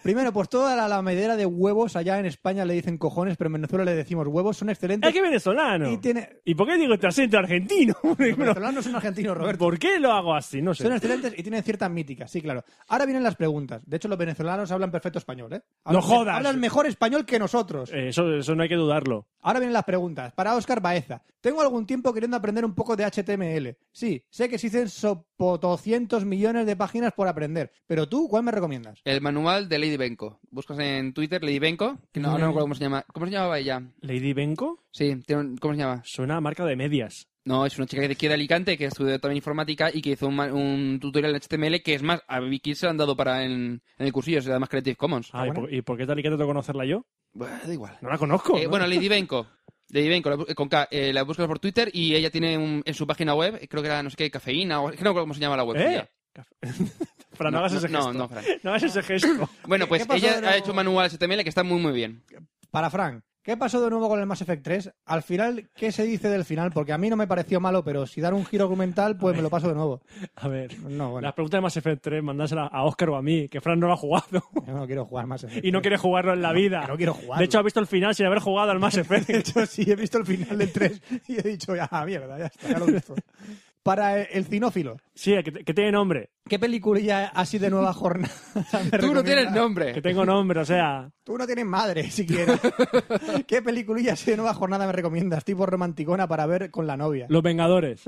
[SPEAKER 1] Primero, pues toda la, la medera de huevos allá en España le dicen cojones, pero en Venezuela le decimos huevos, son excelentes.
[SPEAKER 2] Es que venezolano.
[SPEAKER 1] Y tiene...
[SPEAKER 2] ¿Y por qué digo este acento argentino? (laughs)
[SPEAKER 1] Los venezolanos son argentinos, Roberto.
[SPEAKER 2] ¿Por qué lo hago así? No sé.
[SPEAKER 1] Son excelentes y tienen ciertas míticas, sí, claro. Ahora vienen las preguntas. De hecho, los venezolanos hablan perfecto español, ¿eh? Hablan-
[SPEAKER 2] No jodas.
[SPEAKER 1] Hablan mejor español que nosotros.
[SPEAKER 2] Eh, Eso, eso no hay que dudarlo.
[SPEAKER 1] Ahora vienen las preguntas. Para Oscar Baeza. Tengo algún tiempo queriendo aprender un poco de HTML. Sí, sé que existen sopotocientos millones de páginas por aprender. Pero tú, ¿cuál me recomiendas?
[SPEAKER 3] El manual de Lady Benko. Buscas en Twitter Lady Benko. Que no, no me acuerdo cómo se llama. ¿Cómo se llamaba ella?
[SPEAKER 2] Lady Benko
[SPEAKER 3] Sí, tiene un- ¿cómo se llama?
[SPEAKER 2] suena a marca de medias.
[SPEAKER 3] No, es una chica que de aquí de Alicante que estudió también informática y que hizo un, ma- un tutorial en HTML que es más, a Vicky se lo han dado para en, en el cursillo, se llama Creative Commons.
[SPEAKER 2] Ah, ¿y,
[SPEAKER 1] buena.
[SPEAKER 2] por, y por qué tal y que tengo que conocerla yo?
[SPEAKER 3] Bueno, da igual.
[SPEAKER 2] No la conozco.
[SPEAKER 3] Eh,
[SPEAKER 2] ¿no?
[SPEAKER 3] Bueno, Lady Benko. Lady Benko, la bu- con K, eh, la buscas por Twitter y ella tiene un- en su página web, eh, creo que era, no sé qué, cafeína o... es que No me acuerdo cómo se llama la web.
[SPEAKER 2] ¿Eh?
[SPEAKER 3] ya.
[SPEAKER 2] Fran,
[SPEAKER 3] No,
[SPEAKER 2] no, hagas
[SPEAKER 3] no,
[SPEAKER 2] ese
[SPEAKER 3] no,
[SPEAKER 2] gesto.
[SPEAKER 3] no, Fran.
[SPEAKER 2] (laughs) No hagas ese gesto.
[SPEAKER 3] Bueno, pues
[SPEAKER 1] ¿Qué pasó
[SPEAKER 3] ella
[SPEAKER 1] de
[SPEAKER 3] ha
[SPEAKER 1] nuevo?
[SPEAKER 3] hecho un manual HTML que está muy, muy bien.
[SPEAKER 1] Para Frank. ¿Qué pasó de nuevo con el Mass Effect 3? Al final, ¿qué se dice del final? Porque a mí no me pareció malo, pero si dar un giro argumental, pues me lo paso de nuevo.
[SPEAKER 2] A ver.
[SPEAKER 1] No, bueno,
[SPEAKER 2] Las preguntas de Mass Effect 3, mandásela a Oscar o a mí, que Fran no lo ha jugado (laughs)
[SPEAKER 1] yo no quiero jugar Mass Effect
[SPEAKER 2] y no
[SPEAKER 1] 3.
[SPEAKER 2] quiere jugarlo en la vida.
[SPEAKER 1] que no quiero jugarlo.
[SPEAKER 2] De hecho, ha visto el final sin haber jugado al Mass
[SPEAKER 1] De (laughs)
[SPEAKER 2] Effect.
[SPEAKER 1] hecho, sí, he visto el final del 3 y he dicho, ya, mierda, ya está, ya lo he
[SPEAKER 3] (laughs)
[SPEAKER 1] visto. Para el- el cinófilo,
[SPEAKER 2] Sí, que, que tiene nombre.
[SPEAKER 1] ¿qué película así de nueva jornada? me
[SPEAKER 3] Tú no
[SPEAKER 1] recomiendas?
[SPEAKER 3] tienes nombre.
[SPEAKER 2] Que tengo nombre, o sea.
[SPEAKER 1] Tú no tienes madre, (laughs) si quieres. ¿Qué peliculilla así de nueva jornada me recomiendas? Tipo romanticona para ver con la novia.
[SPEAKER 2] Los Vengadores.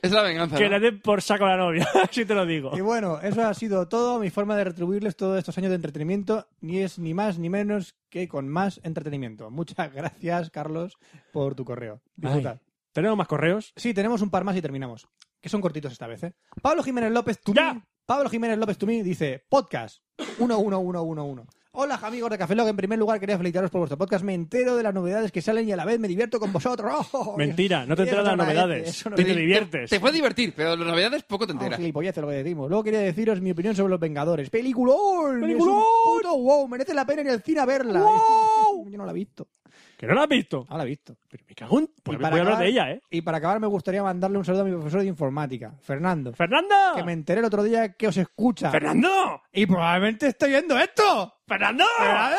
[SPEAKER 3] es la venganza.
[SPEAKER 2] que
[SPEAKER 3] ¿no?
[SPEAKER 2] le den por saco a la novia, (laughs) así te lo digo.
[SPEAKER 1] Y bueno, eso ha sido todo. Mi forma de retribuirles todos estos años de entretenimiento ni es ni más ni menos que con más entretenimiento. Muchas gracias, Carlos, por tu correo. Disfrutad.
[SPEAKER 2] Ay. ¿Tenemos más correos?
[SPEAKER 1] Sí, tenemos un par más y terminamos. Que son cortitos esta vez, ¿eh? Pablo Jiménez López Tumí.
[SPEAKER 2] ¡Ya!
[SPEAKER 1] Pablo Jiménez López Tumí dice: Podcast 11111. Hola, amigos de Café Log. En primer lugar, quería felicitaros por vuestro podcast. Me entero de las novedades que salen y a la vez me divierto con vosotros. (laughs) ¡Oh!
[SPEAKER 2] Mentira, no
[SPEAKER 1] Eso
[SPEAKER 2] te enteras de las
[SPEAKER 1] agradece,
[SPEAKER 2] novedades.
[SPEAKER 1] eso no
[SPEAKER 2] Te
[SPEAKER 1] agradece.
[SPEAKER 2] diviertes.
[SPEAKER 3] Te puede divertir, pero las novedades poco te
[SPEAKER 1] Ah,
[SPEAKER 3] enteras.
[SPEAKER 1] gilipolleces lo que decimos. Luego quería deciros mi opinión sobre Los Vengadores. ¡Peliculón!
[SPEAKER 2] ¡Peliculón!
[SPEAKER 1] ¡Es un puto wow! Merece la pena ir al cine a verla. (laughs) Yo no la he visto.
[SPEAKER 2] Que no la has visto.
[SPEAKER 1] No la he visto.
[SPEAKER 2] Pero me cago en. Pues voy a hablar de ella, ¿eh?
[SPEAKER 1] Y para Ah. acabar me gustaría mandarle un saludo a mi profesor de informática, Fernando.
[SPEAKER 2] ¡Fernando!
[SPEAKER 1] Que me enteré el otro día que os escucha.
[SPEAKER 2] ¡Fernando!
[SPEAKER 1] Ah. Y probablemente estoy viendo esto.
[SPEAKER 2] ¡Fernando!
[SPEAKER 1] ¡Fernando!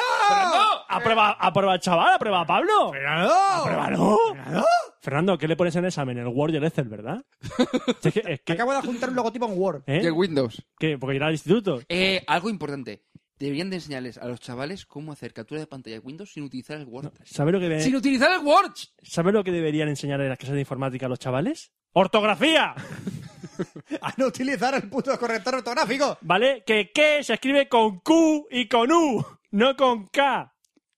[SPEAKER 2] ¡Aprueba, aprueba, chaval! ¡Aprueba, Pablo!
[SPEAKER 1] ¡Fernando!
[SPEAKER 2] ¡Apruébalo! Fernando, ¿qué le pones en el examen? El Word y el Excel, ¿verdad? Si es que, es que-
[SPEAKER 1] Acabo de juntar un logotipo en Word.
[SPEAKER 2] ¿eh?
[SPEAKER 3] Y el Windows.
[SPEAKER 2] ¿Qué? Porque irá al instituto.
[SPEAKER 3] Eh, algo importante. Deberían de enseñarles a los chavales cómo hacer captura de pantalla de Windows sin utilizar el Word.
[SPEAKER 2] ¿Sabes lo que deben-
[SPEAKER 3] ¡Sin utilizar el Word!
[SPEAKER 2] ¿Sabes lo que deberían enseñar en las clases de informática a los chavales? ¡Ortografía!
[SPEAKER 1] (laughs) A no utilizar el puto corrector ortográfico.
[SPEAKER 2] ¿Vale? Que qué se escribe con Q y con U, no con K.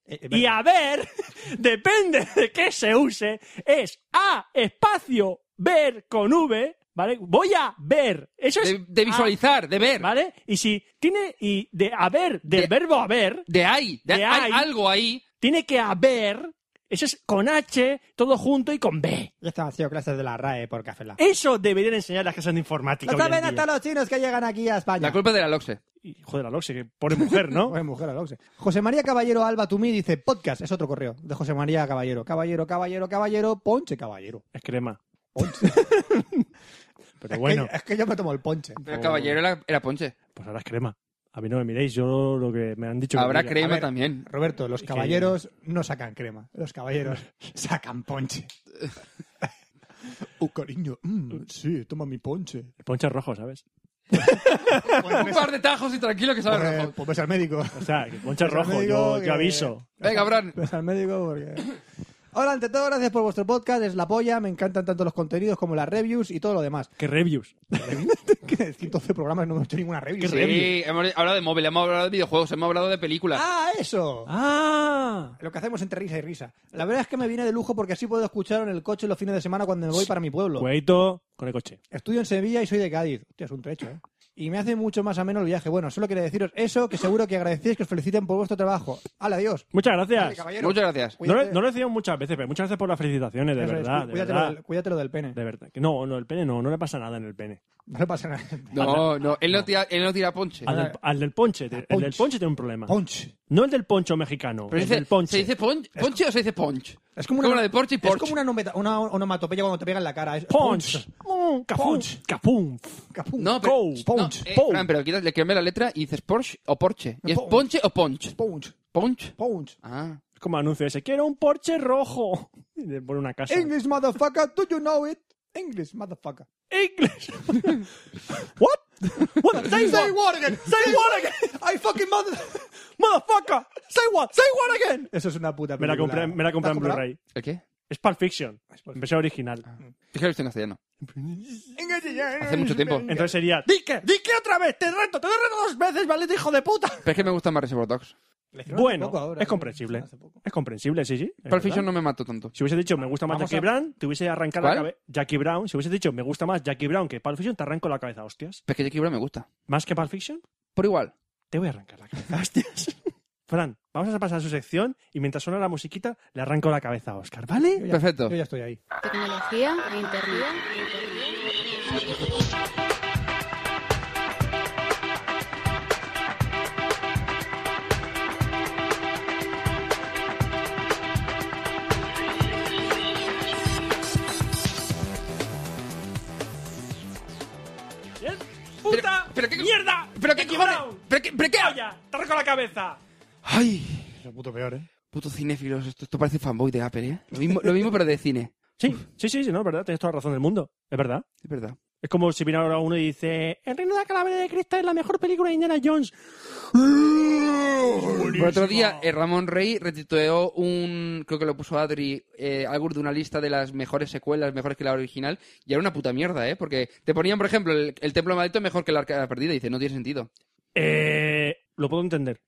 [SPEAKER 1] Eh,
[SPEAKER 2] Y a ver, (laughs) depende de qué se use, es A espacio ver con V, ¿vale? Voy a ver. Eso es
[SPEAKER 3] De, de
[SPEAKER 2] a-
[SPEAKER 3] visualizar, de ver.
[SPEAKER 2] Ah, ¿Vale? Y si tiene y de haber, del
[SPEAKER 3] De-
[SPEAKER 2] verbo haber,
[SPEAKER 3] De ahí. De,
[SPEAKER 2] De
[SPEAKER 3] hay
[SPEAKER 2] ahí.
[SPEAKER 3] algo ahí.
[SPEAKER 2] tiene que haber, eso es con H, todo junto y con B.
[SPEAKER 1] Ya están haciendo clases de la RAE por Cafela.
[SPEAKER 2] Eso deberían enseñar las clases de informática.
[SPEAKER 1] No
[SPEAKER 2] hoy en
[SPEAKER 1] Eh, saben
[SPEAKER 2] día.
[SPEAKER 1] hasta los chinos que llegan aquí a España.
[SPEAKER 3] La culpa es de la LOXE.
[SPEAKER 2] Y, Joder, la Loxe, que pobre
[SPEAKER 3] (laughs)
[SPEAKER 2] mujer, ¿no?
[SPEAKER 1] Bueno, mujer, Aloxe. José María Caballero Alba Tumí dice podcast, es otro correo de José María Caballero. Caballero, caballero, caballero, ponche, caballero.
[SPEAKER 2] es crema. (laughs)
[SPEAKER 1] Ponche.
[SPEAKER 2] Pero bueno,
[SPEAKER 1] Es que, es que yo me tomo el ponche.
[SPEAKER 2] Oh.
[SPEAKER 3] Pero el caballero era, era Ponche.
[SPEAKER 2] pues ahora es crema. A mí no me miréis, yo lo que me han dicho. que
[SPEAKER 3] Habrá
[SPEAKER 2] diga.
[SPEAKER 3] crema
[SPEAKER 1] ver.
[SPEAKER 2] (laughs)
[SPEAKER 3] también.
[SPEAKER 1] Roberto, los caballeros no sacan crema, los (laughs) caballeros sacan ponche. Oh, cariño, mm, sí, toma mi ponche.
[SPEAKER 2] El ponche es rojo, ¿sabes?
[SPEAKER 3] Un par de tajos y tranquilo que sabe
[SPEAKER 1] Pues,
[SPEAKER 3] rojo.
[SPEAKER 1] pues ves al (laughs) médico.
[SPEAKER 2] O sea,
[SPEAKER 3] (laughs)
[SPEAKER 2] que el ponche es
[SPEAKER 1] Pues
[SPEAKER 2] rojo,
[SPEAKER 1] amigo,
[SPEAKER 2] yo,
[SPEAKER 1] que-
[SPEAKER 2] yo aviso.
[SPEAKER 3] Venga, Bran.
[SPEAKER 1] Ves Pues al médico porque... (coughs) Hola, ante todo, gracias por vuestro podcast, es la polla, me encantan tanto los contenidos como las reviews y todo lo
[SPEAKER 2] (laughs)
[SPEAKER 1] demás.
[SPEAKER 2] ¿Qué reviews?
[SPEAKER 1] que decir 12 programas no hemos hecho ninguna review.
[SPEAKER 3] Sí, hemos hablado de móvil, hemos hablado de videojuegos, hemos hablado de películas.
[SPEAKER 1] ¡Ah, eso!
[SPEAKER 2] ¡Ah!
[SPEAKER 1] Lo que hacemos entre risa y risa. La verdad es que me viene de lujo porque así puedo escucharlo en el coche los fines de semana cuando me voy para mi pueblo.
[SPEAKER 2] Cueito con el coche.
[SPEAKER 1] Estudio en Sevilla y soy de Cádiz. Hostia, es un trecho, ¿eh? Y me hace mucho más ameno el viaje. Bueno, solo quería deciros eso, que seguro que agradecéis que os feliciten por vuestro trabajo. ¡Hala, adiós!
[SPEAKER 2] Muchas
[SPEAKER 1] Dale,
[SPEAKER 2] gracias.
[SPEAKER 1] caballero.
[SPEAKER 3] Muchas gracias.
[SPEAKER 2] No,
[SPEAKER 1] Cuídate.
[SPEAKER 2] lo- no lo he decidido muchas veces, pero muchas gracias por las felicitaciones, de
[SPEAKER 1] Eso es,
[SPEAKER 2] verdad.
[SPEAKER 1] cu-
[SPEAKER 2] De
[SPEAKER 1] cuídatelo,
[SPEAKER 2] verdad.
[SPEAKER 1] Del, cuídatelo del pene.
[SPEAKER 2] De verdad. Que No, no, el pene no, no le pasa nada en el pene.
[SPEAKER 1] No le pasa
[SPEAKER 2] (laughs)
[SPEAKER 1] nada.
[SPEAKER 3] No, no, él no tira, él no tira Ponche.
[SPEAKER 2] Al, del- al del ponche, te- el del
[SPEAKER 1] ponche.
[SPEAKER 2] ponche tiene un problema.
[SPEAKER 1] Punch.
[SPEAKER 2] No el del poncho mexicano,
[SPEAKER 3] Pero
[SPEAKER 2] el
[SPEAKER 3] dice-
[SPEAKER 2] del ponche. Eh,
[SPEAKER 3] ¿Se dice pon- Ponche o se dice Ponch?
[SPEAKER 1] Es como una,
[SPEAKER 3] de Porsche y
[SPEAKER 1] Es
[SPEAKER 3] Porsche.
[SPEAKER 1] como una, nometa- una onomatopeya cuando te pega en la cara. Es
[SPEAKER 2] Punch.
[SPEAKER 1] Punch.
[SPEAKER 2] Punch. Capum.
[SPEAKER 1] Capum.
[SPEAKER 3] No, pero,
[SPEAKER 2] Go,
[SPEAKER 3] no,
[SPEAKER 2] punch,
[SPEAKER 3] eh,
[SPEAKER 2] punch.
[SPEAKER 3] Fran, pero quitas- le cambias la letra y dices Porsche o Porsche. Y es
[SPEAKER 1] Punch.
[SPEAKER 3] Ponche o Ponch.
[SPEAKER 1] Punch.
[SPEAKER 3] Ponch.
[SPEAKER 1] Punch.
[SPEAKER 3] Ah.
[SPEAKER 2] Es como anuncio ese. Quiero un porche rojo. (laughs) Y le pone una casa.
[SPEAKER 1] English, motherfucker. Do you know it? English, motherfucker. (laughs)
[SPEAKER 2] (laughs) English. What? What? Say,
[SPEAKER 1] Say
[SPEAKER 2] what?
[SPEAKER 1] what again.
[SPEAKER 2] Say what again.
[SPEAKER 1] I fucking mother...
[SPEAKER 2] Motherfucker. Say what? Say what again.
[SPEAKER 1] (laughs) Eso es una puta
[SPEAKER 2] Me la
[SPEAKER 1] película.
[SPEAKER 2] compré, me la compré
[SPEAKER 1] ¿Te
[SPEAKER 2] en
[SPEAKER 1] has comprado?
[SPEAKER 2] Blu-ray.
[SPEAKER 3] ¿El qué?
[SPEAKER 2] Ah, Es Pulp Ah. Fiction.
[SPEAKER 1] Pulp
[SPEAKER 2] Versión original.
[SPEAKER 3] Dije esto en castellano.
[SPEAKER 1] Hace
[SPEAKER 3] Hace mucho tiempo.
[SPEAKER 2] Entonces sería... ¡Di que! ¡Di que otra vez! ¡Te reto! ¡Te reto dos veces, maldito hijo de puta!
[SPEAKER 3] Pero es que me gusta más Reservoir Dogs.
[SPEAKER 2] Bueno, es comprensible. Es comprensible, sí, sí. es
[SPEAKER 3] Pulp
[SPEAKER 2] verdad.
[SPEAKER 3] Fiction no me mató tanto.
[SPEAKER 2] Si hubiese dicho me gusta más
[SPEAKER 1] Vamos
[SPEAKER 2] Jackie
[SPEAKER 1] a-
[SPEAKER 2] Brown, te hubiese arrancado la
[SPEAKER 3] ¿Cuál?
[SPEAKER 2] cabeza. Jackie Brown, si hubiese dicho me gusta más Jackie Brown que Pulp Fiction, te arranco la cabeza, hostias.
[SPEAKER 3] Pero es que Jackie Brown me gusta.
[SPEAKER 2] ¿Más que Pulp Fiction?
[SPEAKER 3] Por igual.
[SPEAKER 2] Te voy a arrancar la (laughs) cabeza, hostias. Fran, vamos a pasar a su sección y mientras suena la musiquita, le arranco la cabeza a Oscar, ¿vale?
[SPEAKER 3] Perfecto.
[SPEAKER 1] Yo ya estoy ahí.
[SPEAKER 8] Tecnología e internet.
[SPEAKER 3] ¿Eh?
[SPEAKER 2] Bien. ¡Puta!
[SPEAKER 3] pero qué-
[SPEAKER 2] ¡Mierda!
[SPEAKER 3] ¿Pero qué
[SPEAKER 2] Jackie
[SPEAKER 3] cojones?
[SPEAKER 2] Brown.
[SPEAKER 3] ¿Pero qué, pero qué
[SPEAKER 2] ¡Vaya! ¡Te arranco la cabeza!
[SPEAKER 3] ¡Ay!
[SPEAKER 1] Es puto peor, ¿eh?
[SPEAKER 3] Puto cinéfilos. Esto, esto parece fanboy de Apple, ¿eh? Lo mismo, lo mismo pero de cine.
[SPEAKER 2] Sí, sí, sí, sí, no, es verdad, tienes toda la razón del mundo. Es verdad.
[SPEAKER 3] Es verdad.
[SPEAKER 2] Es como si viene ahora uno y dice El reino de la calavera de cristal es la mejor película de Indiana Jones.
[SPEAKER 3] Por otro día, eh, Ramón Rey retuiteó un. Creo que lo puso Adri. Eh, algo de una lista de las mejores secuelas, mejores que la original. Y era una puta mierda, ¿eh? Porque te ponían, por ejemplo, el, el Templo Maldito es mejor que la Arca Perdida. Y dice, no tiene sentido.
[SPEAKER 2] Eh, lo puedo entender.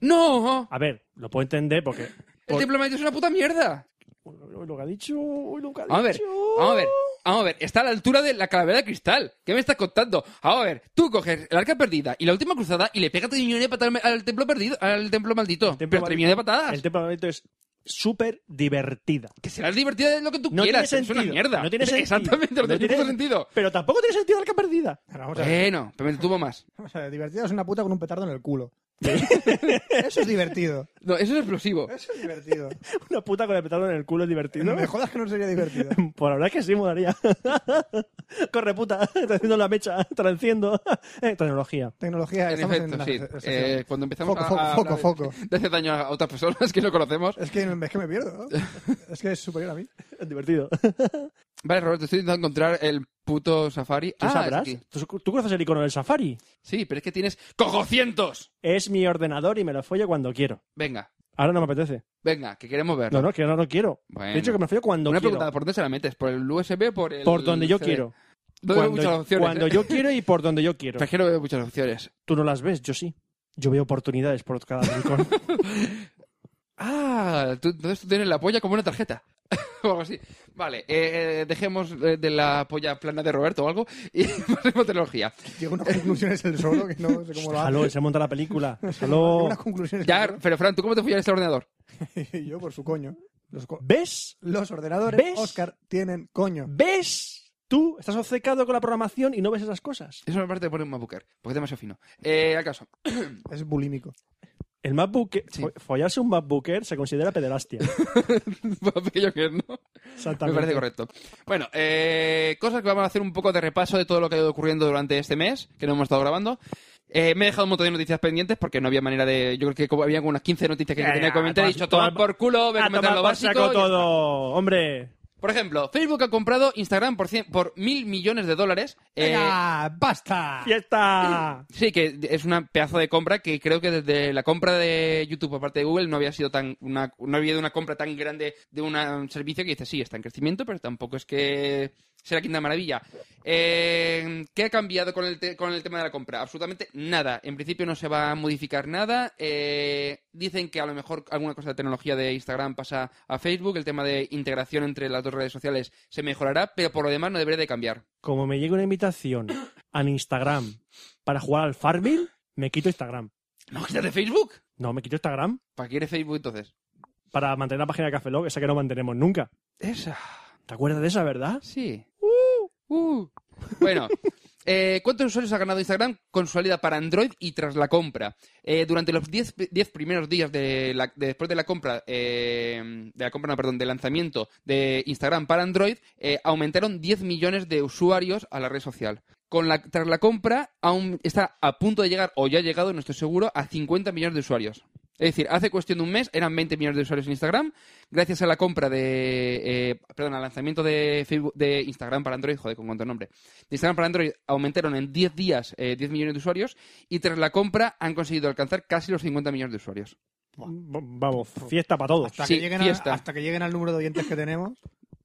[SPEAKER 3] ¡No!
[SPEAKER 2] A ver, lo puedo entender porque...
[SPEAKER 3] (laughs) El Templo Maldito es una puta mierda.
[SPEAKER 2] Uy, lo que ha dicho, uy, lo que ha dicho...
[SPEAKER 3] Vamos a ver, vamos a ver, vamos a ver. Está a la altura de la calavera de cristal. ¿Qué me estás contando? Vamos a ver, tú coges el arca perdida y la última cruzada y le pegas tres millones de patadas al templo perdido, al templo maldito.
[SPEAKER 2] templo
[SPEAKER 3] pero
[SPEAKER 2] mal-
[SPEAKER 3] tres millones de patadas.
[SPEAKER 2] El templo maldito es súper divertida.
[SPEAKER 3] Que será divertida de lo que tú
[SPEAKER 2] No
[SPEAKER 3] quieras.
[SPEAKER 2] tiene
[SPEAKER 3] pero es
[SPEAKER 2] sentido,
[SPEAKER 3] una mierda. (laughs)
[SPEAKER 2] no tiene sentido,
[SPEAKER 3] Exactamente, no,
[SPEAKER 2] no
[SPEAKER 3] tiene
[SPEAKER 2] tiene-
[SPEAKER 3] ningún sentido.
[SPEAKER 2] Pero tampoco tiene sentido la que ha perdida.
[SPEAKER 1] Ahora,
[SPEAKER 3] Eh.
[SPEAKER 1] vamos, a ver.
[SPEAKER 3] Bueno, pero me tuvo más.
[SPEAKER 1] Vamos a ver, Divertido es una puta con un petardo en el culo. (laughs) Eso es divertido.
[SPEAKER 3] No, eso es explosivo.
[SPEAKER 1] Eso es divertido.
[SPEAKER 2] (laughs) Una puta con el petardo en el culo es divertido.
[SPEAKER 1] No me jodas que no sería divertido.
[SPEAKER 2] Pues la verdad es que sí, molaría. (laughs) Corre, puta. (laughs) Está haciendo la mecha. Te la enciendo. Eh, Tecnología.
[SPEAKER 1] Tecnología,
[SPEAKER 3] En
[SPEAKER 1] estamos
[SPEAKER 3] efecto,
[SPEAKER 1] en la-
[SPEAKER 3] sí.
[SPEAKER 1] en la sección.
[SPEAKER 3] Eh, cuando empezamos
[SPEAKER 1] Foco,
[SPEAKER 3] a-
[SPEAKER 1] foco,
[SPEAKER 3] a
[SPEAKER 1] foco,
[SPEAKER 3] hablar de-
[SPEAKER 1] foco.
[SPEAKER 3] de hacer daño a otras personas que no conocemos, (laughs) Ah,
[SPEAKER 1] Es que, es que me pierdo. ¿no? Es que es superior a mí.
[SPEAKER 2] Divertido.
[SPEAKER 3] Vale, Roberto, estoy intentando encontrar el puto Safari. Ah,
[SPEAKER 2] ¿Tú
[SPEAKER 3] es
[SPEAKER 2] sabrás?
[SPEAKER 3] aquí.
[SPEAKER 2] ¿Tú, tú conoces el icono del Safari?
[SPEAKER 3] Sí, pero es que tienes cojocientos.
[SPEAKER 2] Es mi ordenador y me lo follo cuando quiero.
[SPEAKER 3] Venga,
[SPEAKER 2] Ahora no me apetece.
[SPEAKER 3] venga, que queremos verlo.
[SPEAKER 2] No, no, que no lo quiero.
[SPEAKER 3] Bueno.
[SPEAKER 2] He dicho que me lo follo cuando
[SPEAKER 3] Una
[SPEAKER 2] quiero.
[SPEAKER 3] pregunta, ¿por dónde se la metes? ¿Por el USB por el
[SPEAKER 2] Por donde yo
[SPEAKER 3] CD?
[SPEAKER 2] quiero.
[SPEAKER 3] No veo muchas
[SPEAKER 2] Cuando,
[SPEAKER 3] opciones.
[SPEAKER 2] cuando
[SPEAKER 3] ¿eh?
[SPEAKER 2] yo quiero y por donde yo quiero.
[SPEAKER 3] Pero es que no veo muchas opciones.
[SPEAKER 2] Tú no las ves, yo sí. Yo veo oportunidades por
[SPEAKER 3] (laughs)
[SPEAKER 2] cada rincón.
[SPEAKER 3] Ah, tú, entonces tú tienes la polla como una tarjeta. (laughs) o algo así. Vale, eh, eh, dejemos eh, de la polla plana de Roberto o algo y (laughs) pasemos a tecnología.
[SPEAKER 1] Llega unas conclusiones el solo que no sé cómo lo hace.
[SPEAKER 2] Jaló, se monta
[SPEAKER 3] (laughs)
[SPEAKER 2] la película. Jaló.
[SPEAKER 1] Unas conclusiones. (laughs)
[SPEAKER 3] Ya, pero Fran, ¿tú cómo te follas este ordenador?
[SPEAKER 1] Yo por su coño. Los, co-
[SPEAKER 2] ¿Ves?
[SPEAKER 1] los ordenadores,
[SPEAKER 2] ¿Ves?
[SPEAKER 1] Oscar, tienen coño.
[SPEAKER 2] ¿Ves? Tú estás obcecado con la programación y no ves esas cosas.
[SPEAKER 3] Eso me parece poner un MacBooker, porque es demasiado fino. Eh, al caso. (laughs)
[SPEAKER 1] Es bulímico.
[SPEAKER 2] El MacBooker,
[SPEAKER 3] Sí.
[SPEAKER 2] fo- follarse un MacBooker se considera
[SPEAKER 1] (laughs)
[SPEAKER 2] pederastia.
[SPEAKER 3] Más pequeño que no. Me
[SPEAKER 2] Exactamente.
[SPEAKER 3] parece correcto. Bueno, eh, cosas que vamos a hacer un poco de repaso de todo lo que ha ido ocurriendo durante este mes, que no hemos estado grabando. Eh, me he dejado un montón de noticias pendientes porque no había manera de. Yo creo que como había como unas 15 noticias que
[SPEAKER 2] Ya,
[SPEAKER 3] yo tenía
[SPEAKER 2] ya,
[SPEAKER 3] que comentar. He
[SPEAKER 2] todas-
[SPEAKER 3] dicho, tomar
[SPEAKER 2] todas-
[SPEAKER 3] por culo, voy a
[SPEAKER 2] A
[SPEAKER 3] comentar
[SPEAKER 2] tomar
[SPEAKER 3] lo
[SPEAKER 2] por
[SPEAKER 3] básico.
[SPEAKER 2] saco
[SPEAKER 3] y-
[SPEAKER 2] todo, hombre.
[SPEAKER 3] Por ejemplo, Facebook ha comprado Instagram por, cien- por mil millones de dólares. Eh,
[SPEAKER 1] ¡Basta!
[SPEAKER 2] Fiesta.
[SPEAKER 3] sí, que es una pedazo de compra que creo que desde la compra de YouTube por parte de Google no había sido tan una, no había habido una compra tan grande de una- un servicio que dice sí está en crecimiento, pero tampoco es que sea la quinta maravilla. Eh, ¿Qué ha cambiado con el, te- con el tema de la compra? Absolutamente nada. En principio no se va a modificar nada. Eh, dicen que a lo mejor alguna cosa de tecnología de Instagram pasa a Facebook. El tema de integración entre las dos redes sociales se mejorará, pero por lo demás no debería de cambiar.
[SPEAKER 2] Como me llega una invitación a Instagram para jugar al Farmville, me quito Instagram.
[SPEAKER 3] ¿No quitas de Facebook?
[SPEAKER 2] No, me quito Instagram
[SPEAKER 3] ¿Para qué eres Facebook entonces?
[SPEAKER 2] para mantener la página de Café Lock, esa que no mantenemos nunca.
[SPEAKER 3] Esa.
[SPEAKER 2] ¿Te acuerdas de esa, verdad?
[SPEAKER 3] Sí. Uh. Bueno, eh, ¿cuántos usuarios ha ganado Instagram con su salida para Android y tras la compra? Eh, durante los 10 pri- 10 primeros días de la- de- después de la compra, eh, de la compra, no, perdón, del lanzamiento de Instagram para Android, eh, aumentaron 10 millones de usuarios a la red social. Con la, tras la compra, aún está a punto de llegar, o ya ha llegado, no estoy seguro, a 50 millones de usuarios. Es decir, hace cuestión de un mes eran 20 millones de usuarios en Instagram. Gracias a la compra de. eh, perdón, al lanzamiento de, Facebook- de Instagram para Android, joder, con cuánto nombre. De Instagram para Android aumentaron en 10 días eh, 10 millones de usuarios y tras la compra han conseguido alcanzar casi los 50 millones de usuarios.
[SPEAKER 2] V- Vamos, fiesta para todos.
[SPEAKER 1] Hasta,
[SPEAKER 3] Sí,
[SPEAKER 1] que lleguen a-
[SPEAKER 3] fiesta.
[SPEAKER 1] hasta que lleguen al número de oyentes que tenemos.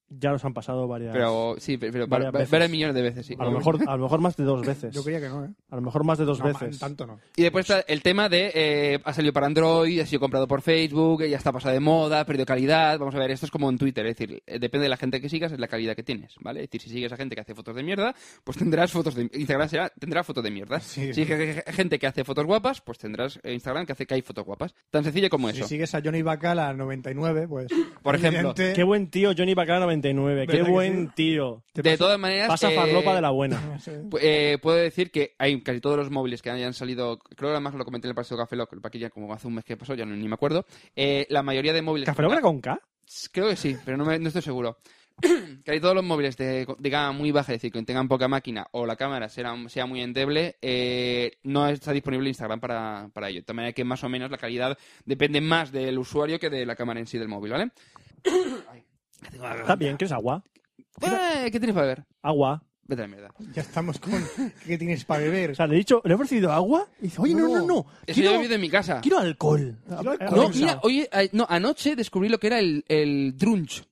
[SPEAKER 2] Ya los han pasado varias.
[SPEAKER 3] Pero sí, pero, pero
[SPEAKER 2] Varias
[SPEAKER 3] va- va-
[SPEAKER 2] veces.
[SPEAKER 3] varios millones de veces, sí.
[SPEAKER 2] a lo mejor, a lo mejor más de dos veces.
[SPEAKER 1] Yo creía que no, ¿eh?
[SPEAKER 2] A lo mejor más de dos
[SPEAKER 1] No,
[SPEAKER 2] veces.
[SPEAKER 1] man, tanto no.
[SPEAKER 3] Y después está el tema de. eh, ha salido para Android, ha sido comprado por Facebook, eh, ya está pasado de moda, ha perdido calidad. Vamos a ver, esto es como en Twitter, es decir, eh, depende de la gente que sigas, es la calidad que tienes, ¿vale? Es decir, si sigues a gente que hace fotos de mierda, pues tendrás fotos de. Instagram será- tendrá fotos de mierda.
[SPEAKER 1] Sí.
[SPEAKER 3] Si sigues a gente que hace fotos guapas, pues tendrás eh, Instagram que hace que hay fotos guapas. Tan sencillo como
[SPEAKER 1] Si
[SPEAKER 3] eso.
[SPEAKER 1] sigues a Johnny Bacal a 99, pues.
[SPEAKER 3] Por ejemplo,
[SPEAKER 1] evidente,
[SPEAKER 2] Qué buen tío, Johnny Bacala 99. Qué
[SPEAKER 1] ¿Verdad que
[SPEAKER 2] buen
[SPEAKER 1] sí?
[SPEAKER 2] tío.
[SPEAKER 1] te
[SPEAKER 3] De
[SPEAKER 1] pasa-
[SPEAKER 3] todas maneras.
[SPEAKER 2] Pasa
[SPEAKER 3] eh,
[SPEAKER 2] farlopa de la buena.
[SPEAKER 3] Pu- eh, puedo decir que hay casi todos los móviles que hayan salido, creo que además lo comenté en el paseo Café Lock, para que ya como hace un mes que pasó, ya no- ni me acuerdo. Eh, la mayoría de móviles.
[SPEAKER 2] ¿Café Lock era con K?
[SPEAKER 3] Creo que sí, pero no, me- no estoy seguro. (clears throat) Casi todos los móviles de, de gama muy baja, es decir, que tengan poca máquina o la cámara sea, sea muy endeble, eh, no está disponible Instagram para, para ello. De tal manera que más o menos la calidad depende más del usuario que de la cámara en sí del móvil, ¿vale? Ay, que tengo la
[SPEAKER 2] Está
[SPEAKER 3] garganta.
[SPEAKER 2] bien, que es agua.
[SPEAKER 3] Eh, ¿Qué tienes para ver?
[SPEAKER 2] Agua.
[SPEAKER 3] Vete a la mierda.
[SPEAKER 1] Ya estamos con. ¿Qué tienes para beber?
[SPEAKER 2] O sea, le he dicho, le he ofrecido agua. Y dice, oye, no, no, no.
[SPEAKER 3] Eso yo he
[SPEAKER 2] Quiero,
[SPEAKER 3] vivido en mi casa.
[SPEAKER 2] quiero alcohol.
[SPEAKER 1] alcohol. Ah,
[SPEAKER 3] No,
[SPEAKER 2] Pensado.
[SPEAKER 3] mira, oye, a- no, anoche descubrí lo que era el, el drunch.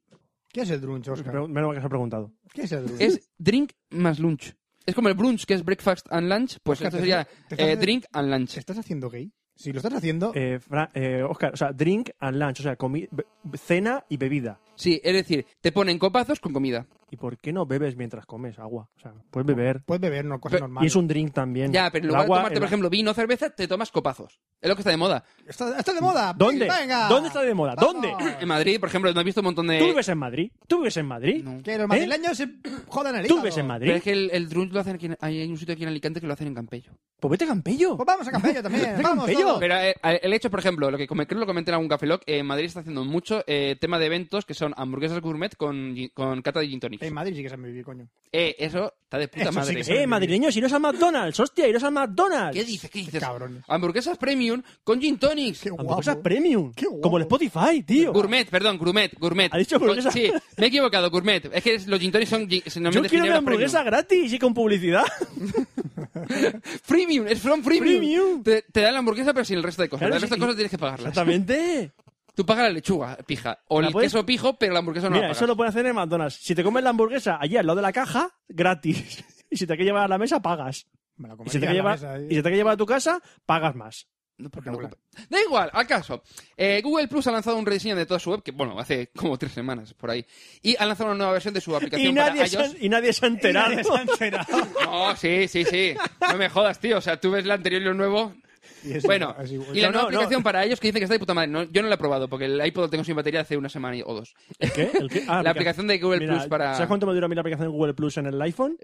[SPEAKER 1] ¿Qué es el drunch, Oscar?
[SPEAKER 2] Pero- Menos mal que se ha preguntado.
[SPEAKER 1] ¿Qué es el drunch?
[SPEAKER 3] Es drink más lunch. Es como el brunch, que es breakfast and lunch. Pues
[SPEAKER 1] Oscar,
[SPEAKER 3] esto
[SPEAKER 1] te-
[SPEAKER 3] sería
[SPEAKER 1] te estás-
[SPEAKER 3] eh, drink and lunch.
[SPEAKER 1] ¿Te estás haciendo gay? Si lo estás haciendo.
[SPEAKER 2] Eh, Fra- eh, Oscar, o sea, drink and lunch. O sea, comi- be- cena y bebida.
[SPEAKER 3] Sí, es decir, te ponen copazos con comida.
[SPEAKER 2] ¿Y por qué no bebes mientras comes agua? O sea, puedes beber.
[SPEAKER 1] Puedes beber, no, cosa
[SPEAKER 3] Pero-
[SPEAKER 1] normal.
[SPEAKER 2] Y es un drink también.
[SPEAKER 3] Ya, pero en
[SPEAKER 2] El
[SPEAKER 3] lugar
[SPEAKER 2] agua-
[SPEAKER 3] de tomarte,
[SPEAKER 2] el-
[SPEAKER 3] por ejemplo, vino o cerveza, te tomas copazos. Es lo que está de moda.
[SPEAKER 1] Está, está de moda.
[SPEAKER 2] ¿Dónde?
[SPEAKER 1] Venga.
[SPEAKER 2] ¿Dónde está de moda? ¿Dónde?
[SPEAKER 3] En Madrid, por ejemplo, no he visto un montón de...
[SPEAKER 2] ¿Tú vives en Madrid? ¿Tú vives en Madrid?
[SPEAKER 3] eh, No.
[SPEAKER 1] Que los madrileños se jodan el
[SPEAKER 2] ¿Tú
[SPEAKER 1] hígado.
[SPEAKER 2] vives en Madrid?
[SPEAKER 3] Pero es que el, el drunch lo hacen aquí... en- Hay hay un sitio aquí en Alicante que lo hacen en Campello.
[SPEAKER 2] Pues vete a Campello.
[SPEAKER 1] Pues vamos a Campello también.
[SPEAKER 2] (laughs) Ven,
[SPEAKER 1] vamos
[SPEAKER 2] Campello.
[SPEAKER 1] todos.
[SPEAKER 3] Pero eh, el hecho, por ejemplo, lo que com- creo que lo comenté en algún Café Lock, eh, en Madrid está haciendo mucho eh, tema de eventos que son hamburguesas gourmet con, gi- con cata de gin tonics.
[SPEAKER 1] En Madrid sí que se me vivir, coño.
[SPEAKER 3] Eh, eso está de puta
[SPEAKER 1] Eso sí
[SPEAKER 3] madre.
[SPEAKER 1] que
[SPEAKER 2] Eh, madrileños, iros a McDonald's. Hostia, iros a McDonald's.
[SPEAKER 3] ¿Qué dices? ¿Qué dices?
[SPEAKER 1] Cabrones.
[SPEAKER 3] Hamburguesas premium premium con gin tonics.
[SPEAKER 2] Hamburguesas premium.
[SPEAKER 4] Qué guapo.
[SPEAKER 2] Como el Spotify, (laughs) tío.
[SPEAKER 3] Gourmet, perdón, gourmet, gourmet.
[SPEAKER 2] ¿Ha dicho hamburguesa?
[SPEAKER 3] Sí, me he equivocado, gourmet. Es que los gin tonics son... gi- se
[SPEAKER 2] Yo
[SPEAKER 3] normalmente
[SPEAKER 2] quiero una
[SPEAKER 3] generan
[SPEAKER 2] hamburguesa gratis y
[SPEAKER 3] (laughs)
[SPEAKER 2] con publicidad.
[SPEAKER 3] Freemium, es from freemium.
[SPEAKER 2] Freemium.
[SPEAKER 3] Te, te dan la hamburguesa pero sin el resto de cosas.
[SPEAKER 2] Claro,
[SPEAKER 3] el
[SPEAKER 2] sí,
[SPEAKER 3] resto de
[SPEAKER 2] y-
[SPEAKER 3] cosas tienes que pagarlas.
[SPEAKER 2] Exactamente.
[SPEAKER 3] Tú pagas la lechuga pija o
[SPEAKER 2] ¿La
[SPEAKER 3] el
[SPEAKER 2] puedes-
[SPEAKER 3] queso pijo, pero la hamburguesa no
[SPEAKER 2] Mira,
[SPEAKER 3] la pagas.
[SPEAKER 2] eso lo puede hacer en McDonald's. Si te comes la hamburguesa allí al lado de la caja, gratis. (laughs) Y si te hay que llevar a la mesa, pagas.
[SPEAKER 1] Me la
[SPEAKER 2] Y si te
[SPEAKER 1] comería en
[SPEAKER 2] hay que
[SPEAKER 1] la
[SPEAKER 2] llevar,
[SPEAKER 1] mesa, eh.
[SPEAKER 2] y si te hay que llevar a tu casa, pagas más.
[SPEAKER 3] No, porque no comp- da igual, al caso. Eh, Google Plus ha lanzado un rediseño de toda su web, que bueno, hace como tres semanas por ahí. Y ha lanzado una nueva versión de su aplicación
[SPEAKER 2] (laughs) Y nadie,
[SPEAKER 3] para
[SPEAKER 2] se, ha-
[SPEAKER 3] iOS.
[SPEAKER 2] y
[SPEAKER 1] (laughs)
[SPEAKER 2] nadie se ha enterado.
[SPEAKER 3] No, sí, sí, sí. No me jodas, tío. O sea, tú ves la anterior y lo nuevo.
[SPEAKER 1] Y es-
[SPEAKER 3] Bueno,
[SPEAKER 1] es igual.
[SPEAKER 3] y la nueva
[SPEAKER 2] No, no, no.
[SPEAKER 3] aplicación para ellos que dice que está de puta madre. No, yo no la he probado porque el iPod lo tengo sin batería hace una semana y- o dos.
[SPEAKER 2] (laughs) ¿El qué? ¿El qué? Ah,
[SPEAKER 3] la
[SPEAKER 2] aplica-
[SPEAKER 3] aplicación de Google
[SPEAKER 2] Mira,
[SPEAKER 3] Plus para.
[SPEAKER 2] ¿Sabes cuánto me dura a mí la aplicación de Google Plus en el iPhone?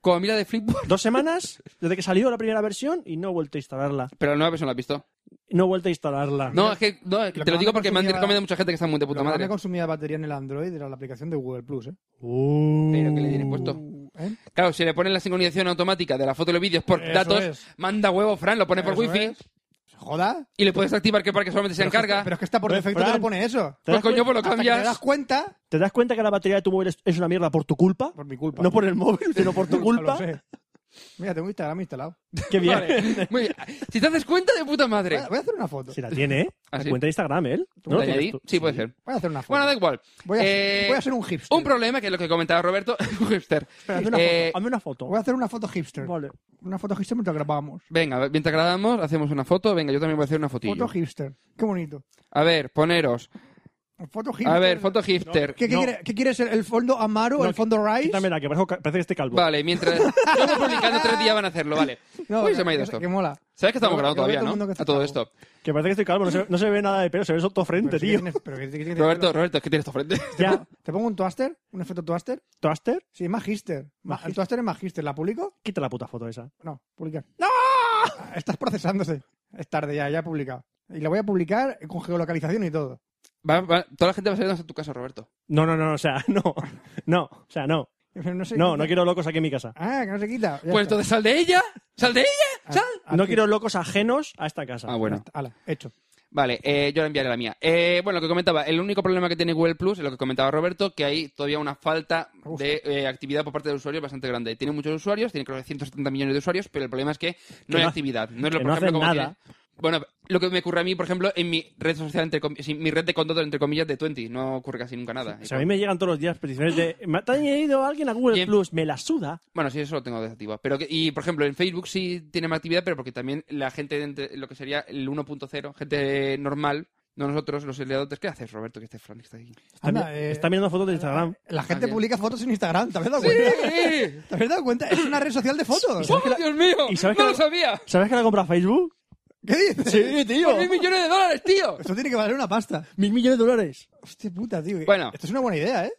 [SPEAKER 3] Como mira de Flipboard.
[SPEAKER 2] Dos semanas desde que salió la primera versión y no he vuelto a instalarla.
[SPEAKER 3] Pero la nueva versión la has visto.
[SPEAKER 2] No he vuelto a instalarla.
[SPEAKER 3] No, es que no, es que
[SPEAKER 1] Lo que
[SPEAKER 3] te lo
[SPEAKER 1] más
[SPEAKER 3] digo
[SPEAKER 1] me
[SPEAKER 3] porque me han
[SPEAKER 1] consumía-
[SPEAKER 3] recomendado mucha gente que está muy de puta
[SPEAKER 1] Lo que más
[SPEAKER 3] madre.
[SPEAKER 1] me consumía batería en el Android era la aplicación de Google Plus, ¿eh?
[SPEAKER 2] Uh.
[SPEAKER 3] Pero que le diré puesto.
[SPEAKER 1] ¿Eh?
[SPEAKER 3] Claro, si le ponen la sincronización automática de la foto y los vídeos por
[SPEAKER 1] Eso
[SPEAKER 3] datos,
[SPEAKER 1] es.
[SPEAKER 3] manda huevo, Fran, lo pone por
[SPEAKER 1] Eso
[SPEAKER 3] wifi
[SPEAKER 1] es. ¿Se Pues joda?
[SPEAKER 3] y le puedes activar que para que solamente se
[SPEAKER 1] Pero es que-
[SPEAKER 3] encarga. (laughs)
[SPEAKER 1] Pero es que está por
[SPEAKER 2] Pues,
[SPEAKER 1] defecto
[SPEAKER 2] Fran,
[SPEAKER 1] te lo pone eso.
[SPEAKER 2] ¿Te das
[SPEAKER 3] pues coño, pues lo
[SPEAKER 1] Hasta que te das
[SPEAKER 3] cambias.
[SPEAKER 1] cuenta,
[SPEAKER 2] ¿Te das cuenta que la batería de tu móvil es- es una mierda por tu culpa?
[SPEAKER 1] por mi culpa.
[SPEAKER 2] No por el móvil, sino por
[SPEAKER 1] (laughs)
[SPEAKER 2] tu culpa.
[SPEAKER 1] Lo sé. Mira, tengo Instagram instalado.
[SPEAKER 2] Qué bien.
[SPEAKER 3] Vale. Muy bien. Si te haces cuenta de puta madre.
[SPEAKER 1] Voy a hacer una foto.
[SPEAKER 2] Si la tiene, ¿eh?
[SPEAKER 3] ¿Ah,
[SPEAKER 2] La
[SPEAKER 3] sí?
[SPEAKER 2] cuenta de Instagram, ¿eh? ¿Tú no
[SPEAKER 3] ¿La
[SPEAKER 2] la tienes
[SPEAKER 3] añadí?
[SPEAKER 2] tú?
[SPEAKER 3] Sí, puede ser.
[SPEAKER 1] Voy a hacer una foto.
[SPEAKER 3] Bueno, da igual.
[SPEAKER 1] Voy a,
[SPEAKER 3] Eh,
[SPEAKER 1] voy a ser un hipster.
[SPEAKER 3] Un problema que es lo que comentaba Roberto, (laughs) un hipster.
[SPEAKER 2] Espera, hazme una
[SPEAKER 3] Eh,
[SPEAKER 2] foto. Hazme una foto.
[SPEAKER 1] Voy a hacer una foto hipster.
[SPEAKER 2] Vale.
[SPEAKER 1] Una foto hipster mientras grabamos.
[SPEAKER 3] Venga, a ver, mientras grabamos, hacemos una foto. Venga, yo también voy a hacer una fotillo.
[SPEAKER 1] Foto hipster. Qué bonito.
[SPEAKER 3] A ver, poneros.
[SPEAKER 1] Foto hipster.
[SPEAKER 3] A ver, foto hipster.
[SPEAKER 1] ¿Qué, qué
[SPEAKER 2] No.
[SPEAKER 1] quiere- qué quieres? ¿El fondo Amaro?
[SPEAKER 2] No,
[SPEAKER 1] ¿El fondo Rice?
[SPEAKER 2] Quítame la que parezco ca- parece que esté calvo.
[SPEAKER 3] Vale,
[SPEAKER 1] (laughs)
[SPEAKER 3] mientras. Yo voy publicando tres días van a hacerlo, vale.
[SPEAKER 1] No,
[SPEAKER 3] Uy,
[SPEAKER 1] que-
[SPEAKER 3] se me ha ido
[SPEAKER 1] que-
[SPEAKER 3] esto.
[SPEAKER 1] Que mola.
[SPEAKER 3] Sabes que estamos
[SPEAKER 1] Yo-
[SPEAKER 3] grabando
[SPEAKER 1] yo veo
[SPEAKER 3] todavía,
[SPEAKER 1] todo el mundo
[SPEAKER 3] ¿no?
[SPEAKER 1] que está
[SPEAKER 3] A todo
[SPEAKER 1] calvo.
[SPEAKER 3] esto.
[SPEAKER 2] Que parece que estoy calvo, no se, no se ve nada de pelo, se ve sotto frente,
[SPEAKER 1] Pero si este
[SPEAKER 2] tío.
[SPEAKER 1] tienes- pero que- que- que-
[SPEAKER 3] Roberto, Roberto, ¿qué tienes tu frente?
[SPEAKER 2] Ya,
[SPEAKER 1] ¿Te pongo un toaster? ¿Un efecto toaster?
[SPEAKER 2] ¿Toaster?
[SPEAKER 1] Sí, magister. Ma- El toaster es magister. ¿La publico?
[SPEAKER 2] Quita la puta foto esa.
[SPEAKER 1] No, publicar. ¡No! Estás procesándose. Es tarde ya, ya he publicado. Y la voy a publicar con geolocalización y todo.
[SPEAKER 3] Va- va- toda la gente va a saber dónde está tu casa, Roberto.
[SPEAKER 2] No, no, no, o sea, (laughs) no. No, o sea, no.
[SPEAKER 1] No, sé
[SPEAKER 2] No, no quiero locos aquí en mi casa.
[SPEAKER 1] Ah, que no se quita. Ya
[SPEAKER 3] pues
[SPEAKER 1] está.
[SPEAKER 3] entonces sal de ella, sal de ella, sal.
[SPEAKER 1] Ah,
[SPEAKER 2] No
[SPEAKER 1] sí.
[SPEAKER 2] quiero locos ajenos a esta casa.
[SPEAKER 3] Ah, bueno.
[SPEAKER 1] Ala, hecho.
[SPEAKER 3] Vale, eh, yo le enviaré la mía. Eh, bueno, lo que comentaba, el único problema que tiene Google Plus es lo que comentaba Roberto, que hay todavía una falta
[SPEAKER 1] Uf.
[SPEAKER 3] de eh, actividad por parte de usuarios bastante grande. Tiene muchos usuarios, tiene creo que 170 millones de usuarios, pero el problema es que no
[SPEAKER 2] Que
[SPEAKER 3] hay
[SPEAKER 2] no-
[SPEAKER 3] actividad. No es lo,
[SPEAKER 2] que
[SPEAKER 3] por
[SPEAKER 2] no
[SPEAKER 3] ejemplo,
[SPEAKER 2] hacen
[SPEAKER 3] como
[SPEAKER 2] nada.
[SPEAKER 3] tiene- Bueno, lo que me ocurre a mí, por ejemplo, en mi red social, entre comi- sí, mi red de contacto, entre comillas, de 20, no ocurre casi nunca nada.
[SPEAKER 2] O sea, a mí me llegan todos los días peticiones de. ¿Me ha añadido alguien a Google
[SPEAKER 3] Bien.
[SPEAKER 2] Plus? Me la suda.
[SPEAKER 3] Bueno, sí, eso lo tengo desactivado. Pero que- y, por ejemplo, en Facebook sí tiene más actividad, pero porque también la gente, de entre- lo que sería el 1.0, gente normal, no nosotros, los eleadores. ¿Qué haces, Roberto, que este Fran está ahí?
[SPEAKER 2] Está,
[SPEAKER 1] Anda,
[SPEAKER 2] mi-
[SPEAKER 1] eh,
[SPEAKER 2] está mirando fotos de Instagram.
[SPEAKER 1] La gente
[SPEAKER 3] bien.
[SPEAKER 1] publica fotos en Instagram, ¿te habías dado cuenta? ¿Te habías dado cuenta? Es una red social de fotos.
[SPEAKER 3] ¡Oh, Dios mío!
[SPEAKER 2] y sabes que
[SPEAKER 3] ¡No lo
[SPEAKER 2] la-
[SPEAKER 3] sabía!
[SPEAKER 2] ¿Sabes que la compra Facebook?
[SPEAKER 1] ¿Qué dices?
[SPEAKER 2] Sí, tío.
[SPEAKER 3] ¡Por mil millones de dólares, tío!
[SPEAKER 1] Esto tiene que valer una pasta.
[SPEAKER 2] Mil millones de dólares.
[SPEAKER 1] Hostia puta, tío.
[SPEAKER 3] Bueno.
[SPEAKER 1] Esto es una buena idea, ¿eh?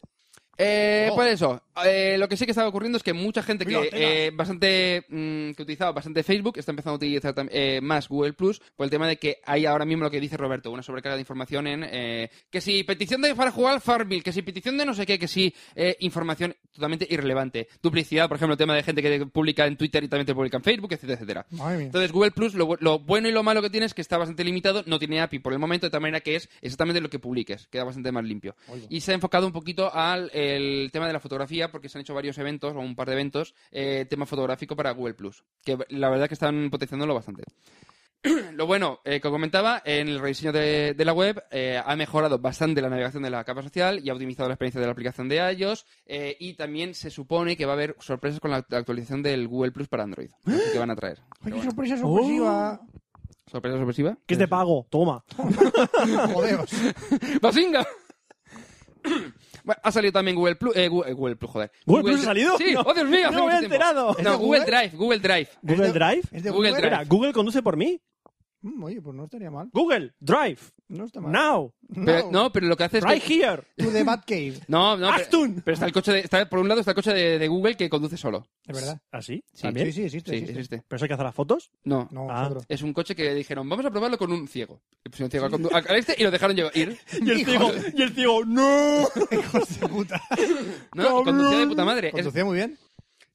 [SPEAKER 3] Eh, Pues eso, eh, lo que sí que estaba ocurriendo es que mucha gente que
[SPEAKER 1] Biblioteca.
[SPEAKER 3] eh, bastante mm, que utilizaba bastante Facebook está empezando a utilizar tam- eh, más Google Plus por el tema de que hay ahora mismo lo que dice Roberto, una sobrecarga de información en eh, que si petición de para jugar al Farmville, que si petición de no sé qué, que si eh, información totalmente irrelevante, duplicidad, por ejemplo, el tema de gente que publica en Twitter y también te publica en Facebook, etcétera, etcétera.
[SPEAKER 1] Madre mía.
[SPEAKER 3] Entonces, Google Plus, lo, bu- lo bueno y lo malo que tiene es que está bastante limitado, no tiene API por el momento, de tal manera que es exactamente lo que publiques, queda bastante más limpio. Y se ha enfocado un poquito al el tema de la fotografía, porque se han hecho varios eventos, o un par de eventos, eh, tema fotográfico para Google Plus, que la verdad que están potenciándolo bastante. (clears throat) Lo bueno, eh, que comentaba, en el rediseño de, de la web eh, ha mejorado bastante la navegación de la capa social y ha optimizado la experiencia de la aplicación de iOS eh, y también se supone que va a haber sorpresas con la act- actualización del Google Plus para Android, así que van a traer.
[SPEAKER 1] Ay, qué sorpresa sorpresiva.
[SPEAKER 3] ¿Sorpresa sorpresiva?
[SPEAKER 2] Que es de pago. Toma.
[SPEAKER 1] (laughs) Jodeos.
[SPEAKER 3] ¡Basinga! (coughs) Bueno, ha salido también Google Plus. eh, Google, eh, Google Plus, joder.
[SPEAKER 2] ¿Google Plus ha salido?
[SPEAKER 3] Sí,
[SPEAKER 2] No.
[SPEAKER 3] oh Dios mío, hace
[SPEAKER 2] No me
[SPEAKER 3] mucho
[SPEAKER 2] he
[SPEAKER 3] tiempo.
[SPEAKER 2] enterado.
[SPEAKER 1] ¿Es de
[SPEAKER 3] No, Google
[SPEAKER 1] Google?
[SPEAKER 3] Drive, Google Drive.
[SPEAKER 2] Google
[SPEAKER 1] de-
[SPEAKER 2] Drive.
[SPEAKER 1] Es de
[SPEAKER 3] Google
[SPEAKER 1] Google,
[SPEAKER 3] Drive.
[SPEAKER 2] Espera, Google conduce por mí.
[SPEAKER 1] Mm, oye, pues no estaría mal.
[SPEAKER 2] Google Drive.
[SPEAKER 1] No está mal.
[SPEAKER 2] Now.
[SPEAKER 3] Pero- no, pero lo que hace es
[SPEAKER 2] Right
[SPEAKER 3] que...
[SPEAKER 2] here.
[SPEAKER 1] To the Batcave.
[SPEAKER 3] (laughs) No, no, pero,
[SPEAKER 2] Actun.
[SPEAKER 3] pero está el coche de, está, por un lado está el coche de, de Google que conduce solo.
[SPEAKER 1] De verdad.
[SPEAKER 2] ¿Así?
[SPEAKER 3] Sí,
[SPEAKER 2] ¿Ah, ¿También?
[SPEAKER 1] Sí, sí, existe.
[SPEAKER 3] Sí,
[SPEAKER 1] existe.
[SPEAKER 3] existe.
[SPEAKER 2] ¿Pero eso hay que hacer las fotos?
[SPEAKER 3] No,
[SPEAKER 1] No,
[SPEAKER 2] Ah.
[SPEAKER 1] nosotros.
[SPEAKER 3] es un coche que dijeron, vamos a probarlo con un ciego. Y pusieron ciego al condu- al, al este y lo dejaron llevar- ir.
[SPEAKER 2] (laughs) Y el ciego, y el ciego, ¡no!
[SPEAKER 1] Hijos de puta.
[SPEAKER 3] No, y conducía de puta madre. Es-
[SPEAKER 1] Conducía muy bien.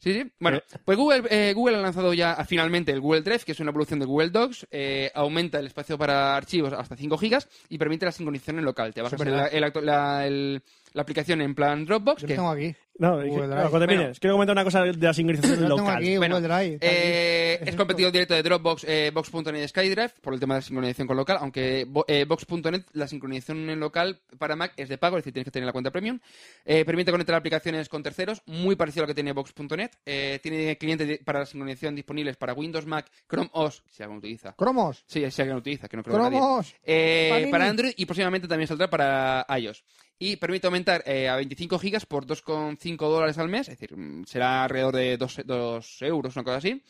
[SPEAKER 3] Sí, sí. Bueno, pues Google, eh, Google ha lanzado ya ah, finalmente el Google Drive, que es una evolución de Google Docs. eh, aumenta el espacio para archivos hasta 5 gigas y permite la sincronización en local. Te bajas la, el acto- la- el- la aplicación en plan Dropbox.
[SPEAKER 1] Yo
[SPEAKER 3] que-
[SPEAKER 1] lo tengo aquí.
[SPEAKER 2] No,
[SPEAKER 1] Google
[SPEAKER 2] dije- no,
[SPEAKER 1] Drive.
[SPEAKER 2] cuando termines,
[SPEAKER 3] Bueno.
[SPEAKER 2] quiero comentar una cosa de la sincronización
[SPEAKER 1] Yo lo tengo
[SPEAKER 2] local.
[SPEAKER 1] aquí,
[SPEAKER 3] Bueno,
[SPEAKER 1] Google Drive. está
[SPEAKER 3] Eh,
[SPEAKER 1] aquí.
[SPEAKER 3] es competidor directo de Dropbox, eh, Box.net y SkyDrive por el tema de la sincronización con local, aunque bo- eh, Box.net, la sincronización en local para Mac es de pago, es decir, tienes que tener la cuenta premium. Eh, permite conectar aplicaciones con terceros, muy parecido a lo que tiene Box.net. Eh, tiene clientes de- para la sincronización disponibles para Windows, Mac, Chrome OS, si alguien utiliza.
[SPEAKER 1] Cromos.
[SPEAKER 3] Sí, si alguien utiliza, que no creo que nadie.
[SPEAKER 1] Cromos.
[SPEAKER 3] Eh,
[SPEAKER 1] Panini.
[SPEAKER 3] para Android y próximamente también saldrá para iOS. Y permite aumentar eh, a 25 gigas por 2,5 dólares al mes, es decir, mm, será alrededor de 2, euros, una cosa así.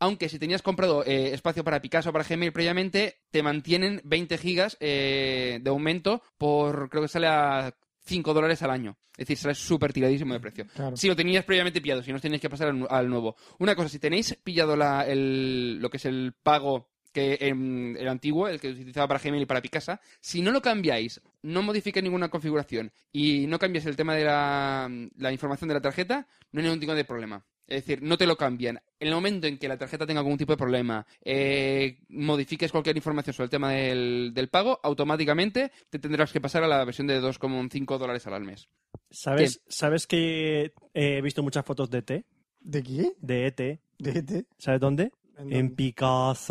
[SPEAKER 3] Aunque si tenías comprado eh, espacio para Picasso o para Gmail previamente, te mantienen 20 gigas eh, de aumento por, creo que sale a 5 dólares al año. Es decir, sale súper tiradísimo de precio.
[SPEAKER 1] Claro.
[SPEAKER 3] Si lo tenías previamente pillado, si no os tenéis que pasar al, nu- al nuevo. Una cosa, si tenéis pillado la- el- lo que es el pago que em, el antiguo, el que se utilizaba para Gmail y para Picasa, si no lo cambiáis, no modificáis ninguna configuración y no cambiáis el tema de la, la información de la tarjeta, no hay ningún tipo de problema. Es decir, no te lo cambian. En el momento en que la tarjeta tenga algún tipo de problema, eh, modifiques cualquier información sobre el tema del, del pago, automáticamente te tendrás que pasar a la versión de 2,5 dólares al mes.
[SPEAKER 2] ¿Sabes, ¿Sabes que he visto muchas fotos de E T?
[SPEAKER 1] ¿De qué?
[SPEAKER 2] De ET.
[SPEAKER 1] ¿De este?
[SPEAKER 2] ¿Sabes dónde?
[SPEAKER 1] ¿En
[SPEAKER 2] En
[SPEAKER 1] dónde?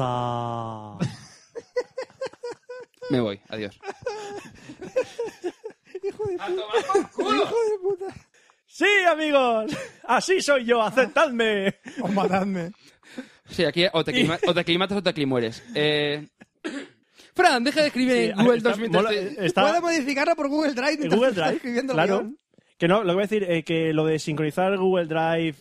[SPEAKER 2] Picasa.
[SPEAKER 3] Me voy, adiós.
[SPEAKER 9] (laughs) Hijo de puta. Hijo de puta.
[SPEAKER 2] (laughs) ¡Sí, amigos! ¡Así soy yo! ¡Aceptadme!
[SPEAKER 1] O Oh, matadme.
[SPEAKER 3] Sí, aquí o te, clima- o te aclimatas o te aclimueres. Eh... Fran, deja de escribir en
[SPEAKER 2] Sí,
[SPEAKER 3] Google
[SPEAKER 2] está-
[SPEAKER 3] Docs mientras
[SPEAKER 2] mola-
[SPEAKER 3] te-
[SPEAKER 2] está-
[SPEAKER 1] Puedes modificarlo por Google Drive
[SPEAKER 2] en
[SPEAKER 1] mientras
[SPEAKER 2] Google
[SPEAKER 1] estás
[SPEAKER 2] Drive.
[SPEAKER 1] escribiendo el
[SPEAKER 2] Claro.
[SPEAKER 1] guión.
[SPEAKER 2] Que no, lo que voy a decir es que lo de sincronizar Google Drive.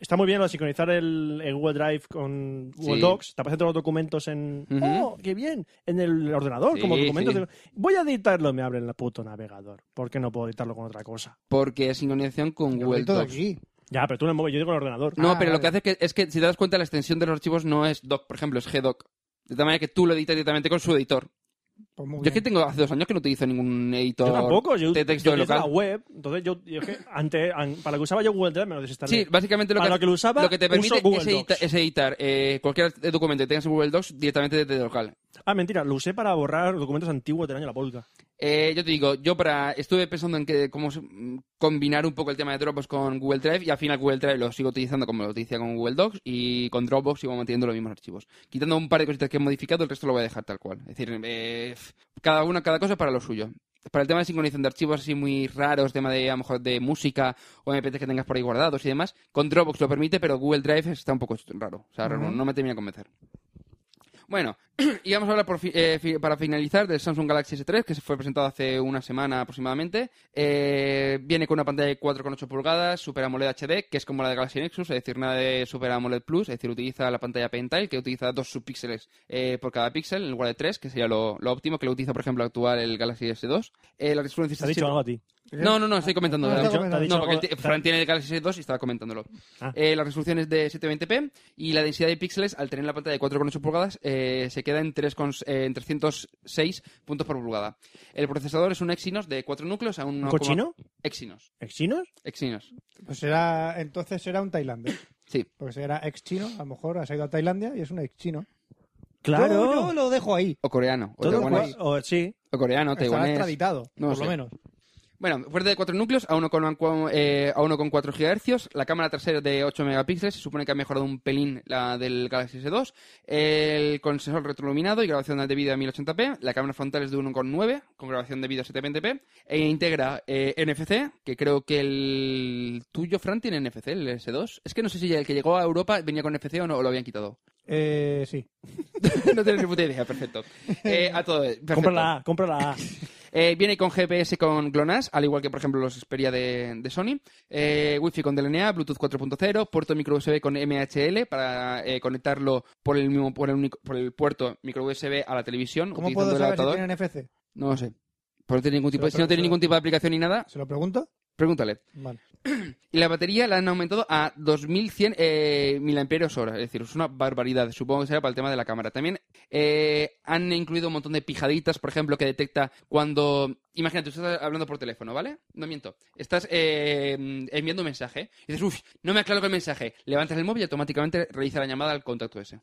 [SPEAKER 2] Está muy bien lo de sincronizar el, el Google Drive con Google
[SPEAKER 3] Sí.
[SPEAKER 2] Docs. Te aparecen todos los documentos en.
[SPEAKER 3] Ujú.
[SPEAKER 2] ¡Oh, qué bien! En el ordenador,
[SPEAKER 3] Sí,
[SPEAKER 2] como documentos.
[SPEAKER 3] sí.
[SPEAKER 2] de- Voy a editarlo, me abre el puto navegador. ¿Por qué no puedo editarlo con otra cosa?
[SPEAKER 3] Porque es sincronización con
[SPEAKER 1] Yo
[SPEAKER 3] Google
[SPEAKER 1] estoy todo
[SPEAKER 3] Docs.
[SPEAKER 1] aquí.
[SPEAKER 2] Ya, pero tú no mueves, yo digo el ordenador.
[SPEAKER 3] No,
[SPEAKER 1] Ah,
[SPEAKER 3] pero lo
[SPEAKER 1] vale.
[SPEAKER 3] que hace es que, es que, si te das cuenta, la extensión de los archivos no es doc, por ejemplo, es gdoc. De tal manera que tú lo editas directamente con su editor.
[SPEAKER 1] Pues muy
[SPEAKER 3] Yo es que
[SPEAKER 1] bien.
[SPEAKER 3] tengo hace dos años que no utilizo ningún editor
[SPEAKER 2] Yo tampoco, yo,
[SPEAKER 3] de texto
[SPEAKER 2] yo utilizo
[SPEAKER 3] local.
[SPEAKER 2] la web. Entonces, yo, yo es que antes, an- para lo que usaba yo Google Drive me lo desinstalé.
[SPEAKER 3] Sí, básicamente lo
[SPEAKER 2] Para
[SPEAKER 3] que,
[SPEAKER 2] lo que lo usaba,
[SPEAKER 3] te
[SPEAKER 2] uso
[SPEAKER 3] permite
[SPEAKER 2] Google
[SPEAKER 3] es, edita-
[SPEAKER 2] Docs.
[SPEAKER 3] es editar eh, cualquier documento que tengas en Google Docs directamente desde local.
[SPEAKER 2] Ah, mentira, lo usé para borrar documentos antiguos del año de la polca.
[SPEAKER 3] Eh, yo te digo, yo para estuve pensando en que cómo se- mm, combinar un poco el tema de Dropbox con Google Drive y al final Google Drive lo sigo utilizando como lo utilicé con Google Docs y con Dropbox sigo manteniendo los mismos archivos. Quitando un par de cositas que he modificado, el resto lo voy a dejar tal cual. Es decir, eh, f- cada uno, cada cosa para lo suyo. Para el tema de sincronización de archivos así muy raros, tema de a lo mejor de música o MP3 que tengas por ahí guardados y demás, con Dropbox lo permite, pero Google Drive está un poco raro. O sea, no, no me termina de convencer. Bueno, (clears throat) y vamos a hablar por fi- eh, fi- para finalizar del Samsung Galaxy S3, que se fue presentado hace una semana aproximadamente. Eh, viene con una pantalla de 4,8 pulgadas, Super AMOLED HD, que es como la de Galaxy Nexus, es decir, nada de Super AMOLED Plus, es decir, utiliza la pantalla Pentile, que utiliza dos subpíxeles eh, por cada píxel, en lugar de tres, que sería lo, lo óptimo, que lo utiliza, por ejemplo, actual el Galaxy S2. Eh, la resolución
[SPEAKER 2] ¿Te ha dicho algo a ti?
[SPEAKER 3] No, no, no, estoy comentando.
[SPEAKER 1] No,
[SPEAKER 3] la-
[SPEAKER 1] está
[SPEAKER 2] ¿Te ha dicho- te ha dicho
[SPEAKER 3] no, porque
[SPEAKER 2] algo-
[SPEAKER 3] el t-
[SPEAKER 2] te ha-
[SPEAKER 3] Fran tiene el Galaxy S2 y estaba comentándolo.
[SPEAKER 2] Ah.
[SPEAKER 3] Eh, la resolución es de 720p y la densidad de píxeles, al tener la pantalla de 4,8 pulgadas, eh, se queda en, 3, con- eh, en 306 puntos por pulgada. El procesador es un Exynos de 4 núcleos a un...
[SPEAKER 2] ¿Un cochino?
[SPEAKER 3] Exynos.
[SPEAKER 2] ¿Exinos?
[SPEAKER 3] Exynos.
[SPEAKER 1] Pues será, entonces será un tailandés.
[SPEAKER 3] Sí.
[SPEAKER 1] Porque será ex chino, a lo mejor has ido a Tailandia y es un ex chino.
[SPEAKER 2] Claro.
[SPEAKER 1] Yo, yo lo dejo ahí.
[SPEAKER 3] O coreano. O,
[SPEAKER 2] Todo
[SPEAKER 3] taiwanés.
[SPEAKER 2] guay. O- sí.
[SPEAKER 3] o coreano,
[SPEAKER 1] Estará
[SPEAKER 3] taiwanés.
[SPEAKER 1] extraditado,
[SPEAKER 3] No
[SPEAKER 1] por
[SPEAKER 3] sé.
[SPEAKER 1] lo menos.
[SPEAKER 3] Bueno, fuerte de 4 núcleos a 1,4 eh, a 1,4 GHz. La cámara trasera de 8 megapíxeles. Se supone que ha mejorado un pelín la del Galaxy S2. El con sensor retroiluminado y grabación de vídeo a 1080p. La cámara frontal es de 1,9 con grabación de vídeo a 720p. E integra eh, NFC, que creo que el tuyo, Fran, tiene NFC, el S2. Es que no sé si ya el que llegó a Europa venía con NFC o no, o lo habían quitado. (laughs)
[SPEAKER 1] Eh, sí.
[SPEAKER 3] no tengo ni puta idea, perfecto. Eh, a todo, perfecto.
[SPEAKER 2] Compra la A, compra la A.
[SPEAKER 3] Eh, viene con GPS con GLONASS, al igual que, por ejemplo, los Xperia de, de Sony. Eh, Wi-Fi con DLNA, Bluetooth 4.0, puerto micro USB con MHL para eh, conectarlo por el mismo por el, único- por el puerto micro USB a la televisión.
[SPEAKER 1] ¿Cómo
[SPEAKER 3] utilizando
[SPEAKER 1] puedo
[SPEAKER 3] el
[SPEAKER 1] saber
[SPEAKER 3] adaptador.
[SPEAKER 1] si tiene NFC?
[SPEAKER 3] No lo sé. Pero no tiene ningún tipo,
[SPEAKER 1] Pero,
[SPEAKER 3] si no
[SPEAKER 1] pero,
[SPEAKER 3] tiene
[SPEAKER 1] pero-
[SPEAKER 3] ningún tipo de aplicación ni nada,
[SPEAKER 1] ¿Se lo pregunto?
[SPEAKER 3] pregúntale.
[SPEAKER 1] Vale.
[SPEAKER 3] Y la batería la han aumentado a 2100 eh, miliamperios hora, es decir, es una barbaridad. Supongo que será para el tema de la cámara. También Eh, han incluido un montón de pijaditas, por ejemplo, que detecta cuando. Imagínate, tú estás hablando por teléfono, ¿vale? No miento. Estás eh, enviando un mensaje. Y dices, uff, no me aclaro con el mensaje. Levantas el móvil y automáticamente realiza la llamada al contacto ese.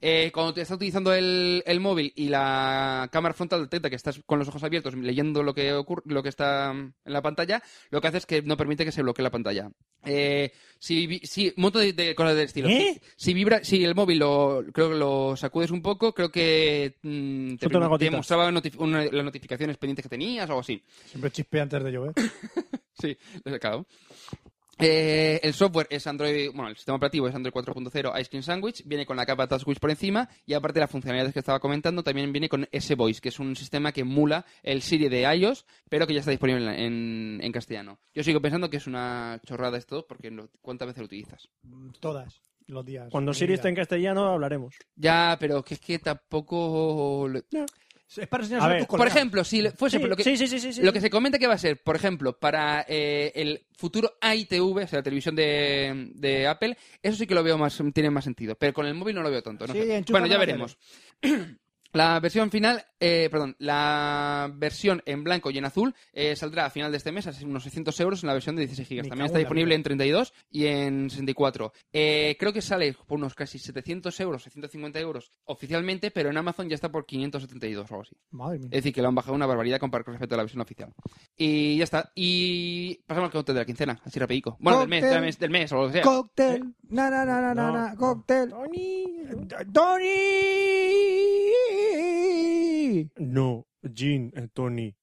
[SPEAKER 3] Eh, cuando te estás utilizando el, el móvil y la cámara frontal detecta que estás con los ojos abiertos leyendo lo que ocurre, lo que está mm, en la pantalla, lo que hace es que no permite que se bloquee la pantalla. Eh, si, vi- si, un montón de, de cosas del estilo.
[SPEAKER 2] ¿Eh?
[SPEAKER 3] Si, si vibra, si el móvil lo, creo que lo sacudes un poco, creo que mm, te,
[SPEAKER 2] Suelta una
[SPEAKER 3] permi- te
[SPEAKER 2] gotita.
[SPEAKER 3] mostraba notif- una- las notificaciones pendientes que tenías o algo así.
[SPEAKER 1] Siempre chispea antes de llover.
[SPEAKER 3] Sí, (laughs) lo he sacado. Eh, el software es Android, bueno, el sistema operativo es Android 4.0 Ice Cream Sandwich, viene con la capa TouchWiz por encima y aparte de las funcionalidades que estaba comentando, también viene con S-Voice, que es un sistema que emula el Siri de iOS, pero que ya está disponible en, la- en- en castellano. Yo sigo pensando que es una chorrada esto, porque no- ¿cuántas veces lo utilizas?
[SPEAKER 1] Todas, los días.
[SPEAKER 2] Cuando
[SPEAKER 1] mi
[SPEAKER 2] Siri
[SPEAKER 1] vida.
[SPEAKER 2] esté en castellano hablaremos.
[SPEAKER 3] Ya, pero que es que tampoco... lo-
[SPEAKER 1] Es para
[SPEAKER 2] A
[SPEAKER 1] enseñar
[SPEAKER 2] ver,
[SPEAKER 1] tus
[SPEAKER 3] Por
[SPEAKER 1] colegas.
[SPEAKER 3] ejemplo, si le- fuese...
[SPEAKER 2] Sí,
[SPEAKER 3] Pues lo que,
[SPEAKER 2] sí, sí, sí, sí, sí.
[SPEAKER 3] Lo que se comenta que va a ser, por ejemplo, para eh, el futuro AITV, o sea, la televisión de, de Apple, eso sí que lo veo más, tiene más sentido. Pero con el móvil no lo veo tanto. no
[SPEAKER 1] Sí,
[SPEAKER 3] sé.
[SPEAKER 1] enchúfalo
[SPEAKER 3] Bueno, ya
[SPEAKER 1] a la
[SPEAKER 3] veremos. (clears throat) La versión final, eh, perdón, la versión en blanco y en azul eh, saldrá a final de este mes a unos 600 euros en la versión de 16 gigas.
[SPEAKER 1] Me
[SPEAKER 3] También
[SPEAKER 1] cago
[SPEAKER 3] está
[SPEAKER 1] en la
[SPEAKER 3] disponible
[SPEAKER 1] vida.
[SPEAKER 3] en 32 y en 64. Eh, creo que sale por unos casi 700 euros, 750 euros oficialmente, pero en Amazon ya está por 572 o algo así.
[SPEAKER 1] Madre mía.
[SPEAKER 3] Es decir, que lo han bajado una barbaridad con respecto a la versión oficial. Y ya está. Y pasamos al cóctel de la quincena, así rapidico. Bueno, del mes,
[SPEAKER 1] Cóctel.
[SPEAKER 3] del mes, del mes o lo que sea. eh,
[SPEAKER 1] Cóctel. Na, na, na, na, na,
[SPEAKER 2] No,
[SPEAKER 1] na,
[SPEAKER 2] no.
[SPEAKER 1] Cóctel.
[SPEAKER 9] Tony.
[SPEAKER 1] Tony.
[SPEAKER 2] No, Jean, eh, Tony.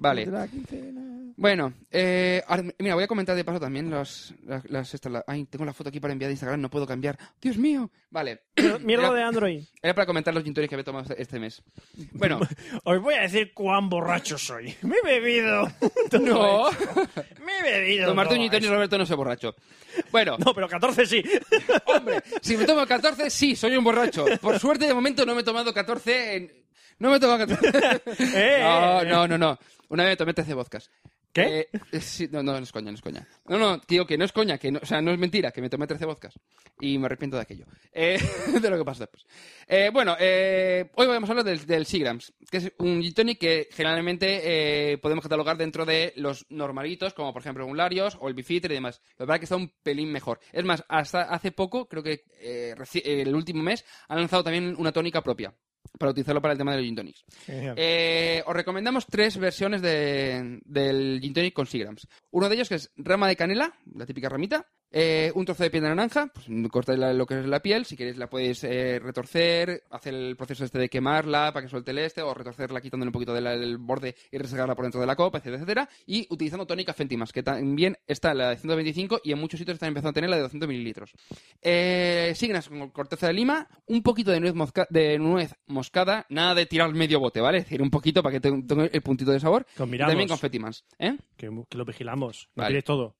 [SPEAKER 3] Vale.
[SPEAKER 1] De la quincena.
[SPEAKER 3] Bueno, eh, ahora- mira, voy a comentar de paso también las... las, las- estas, la- ay, tengo la foto aquí para enviar de Instagram, no puedo cambiar. ¡Dios mío! Vale,
[SPEAKER 2] Mierda de Android.
[SPEAKER 3] era para comentar los gintores que había tomado este mes. Bueno,
[SPEAKER 2] Os voy a decir cuán borracho soy. (laughs) Me he
[SPEAKER 3] (laughs)
[SPEAKER 2] bebido.
[SPEAKER 3] no.
[SPEAKER 2] Me he bebido.
[SPEAKER 3] Tomarte un
[SPEAKER 2] todo
[SPEAKER 3] gintorio,
[SPEAKER 2] esto.
[SPEAKER 3] Roberto, no soy borracho. Bueno,
[SPEAKER 2] No, pero 14 sí.
[SPEAKER 3] hombre, si me tomo 14, sí, soy un borracho. Por suerte, de momento, no me he tomado 14 en... No me he tomado 14.
[SPEAKER 2] (laughs) Eh,
[SPEAKER 3] No,
[SPEAKER 2] eh,
[SPEAKER 3] no, no, no. Una vez me tomé 13 vodkas.
[SPEAKER 2] ¿Qué?
[SPEAKER 3] Eh, eh, sí, no, no, no es coña, no es coña. No, no, te digo que no es coña, que no, o sea, no es mentira, que me tomé 13 vodkas. Y me arrepiento de aquello. Eh, (laughs) de lo que pasó después. Eh, bueno, eh, hoy vamos a hablar del, del Seagrams, que es un gin tonic que generalmente eh, podemos catalogar dentro de los normalitos, como por ejemplo un Larios o el Bifitter y demás. La verdad que está un pelín mejor. Es más, hasta hace poco, creo que eh, reci- el último mes, han lanzado también una tónica propia para utilizarlo para el tema de los gin tonics.
[SPEAKER 1] Genial.
[SPEAKER 3] Eh, os recomendamos tres versiones de- del gin tonic con Seagrams. Uno de ellos que es rama de canela, la típica ramita. eh, un trozo de piel de naranja, pues cortáis la- lo que es la piel, si queréis la podéis eh, retorcer, hacer el proceso este de quemarla para que suelte el este, o retorcerla quitándole un poquito de la- del borde y resegarla por dentro de la copa, etcétera, etcétera. Y utilizando tónica Fentimas, que también está la de 125 y en muchos sitios están empezando a tener la de 200 mililitros. Eh, signas con corteza de lima, un poquito de nuez, mosca- de nuez moscada, nada de tirar medio bote, ¿vale? Es decir, un poquito para que te- tenga el puntito de sabor.
[SPEAKER 2] Que os
[SPEAKER 3] Y
[SPEAKER 2] miramos.
[SPEAKER 3] también con Fetimans, ¿eh?
[SPEAKER 2] que, que lo vigilamos. No
[SPEAKER 3] Vale.
[SPEAKER 2] tiréis todo.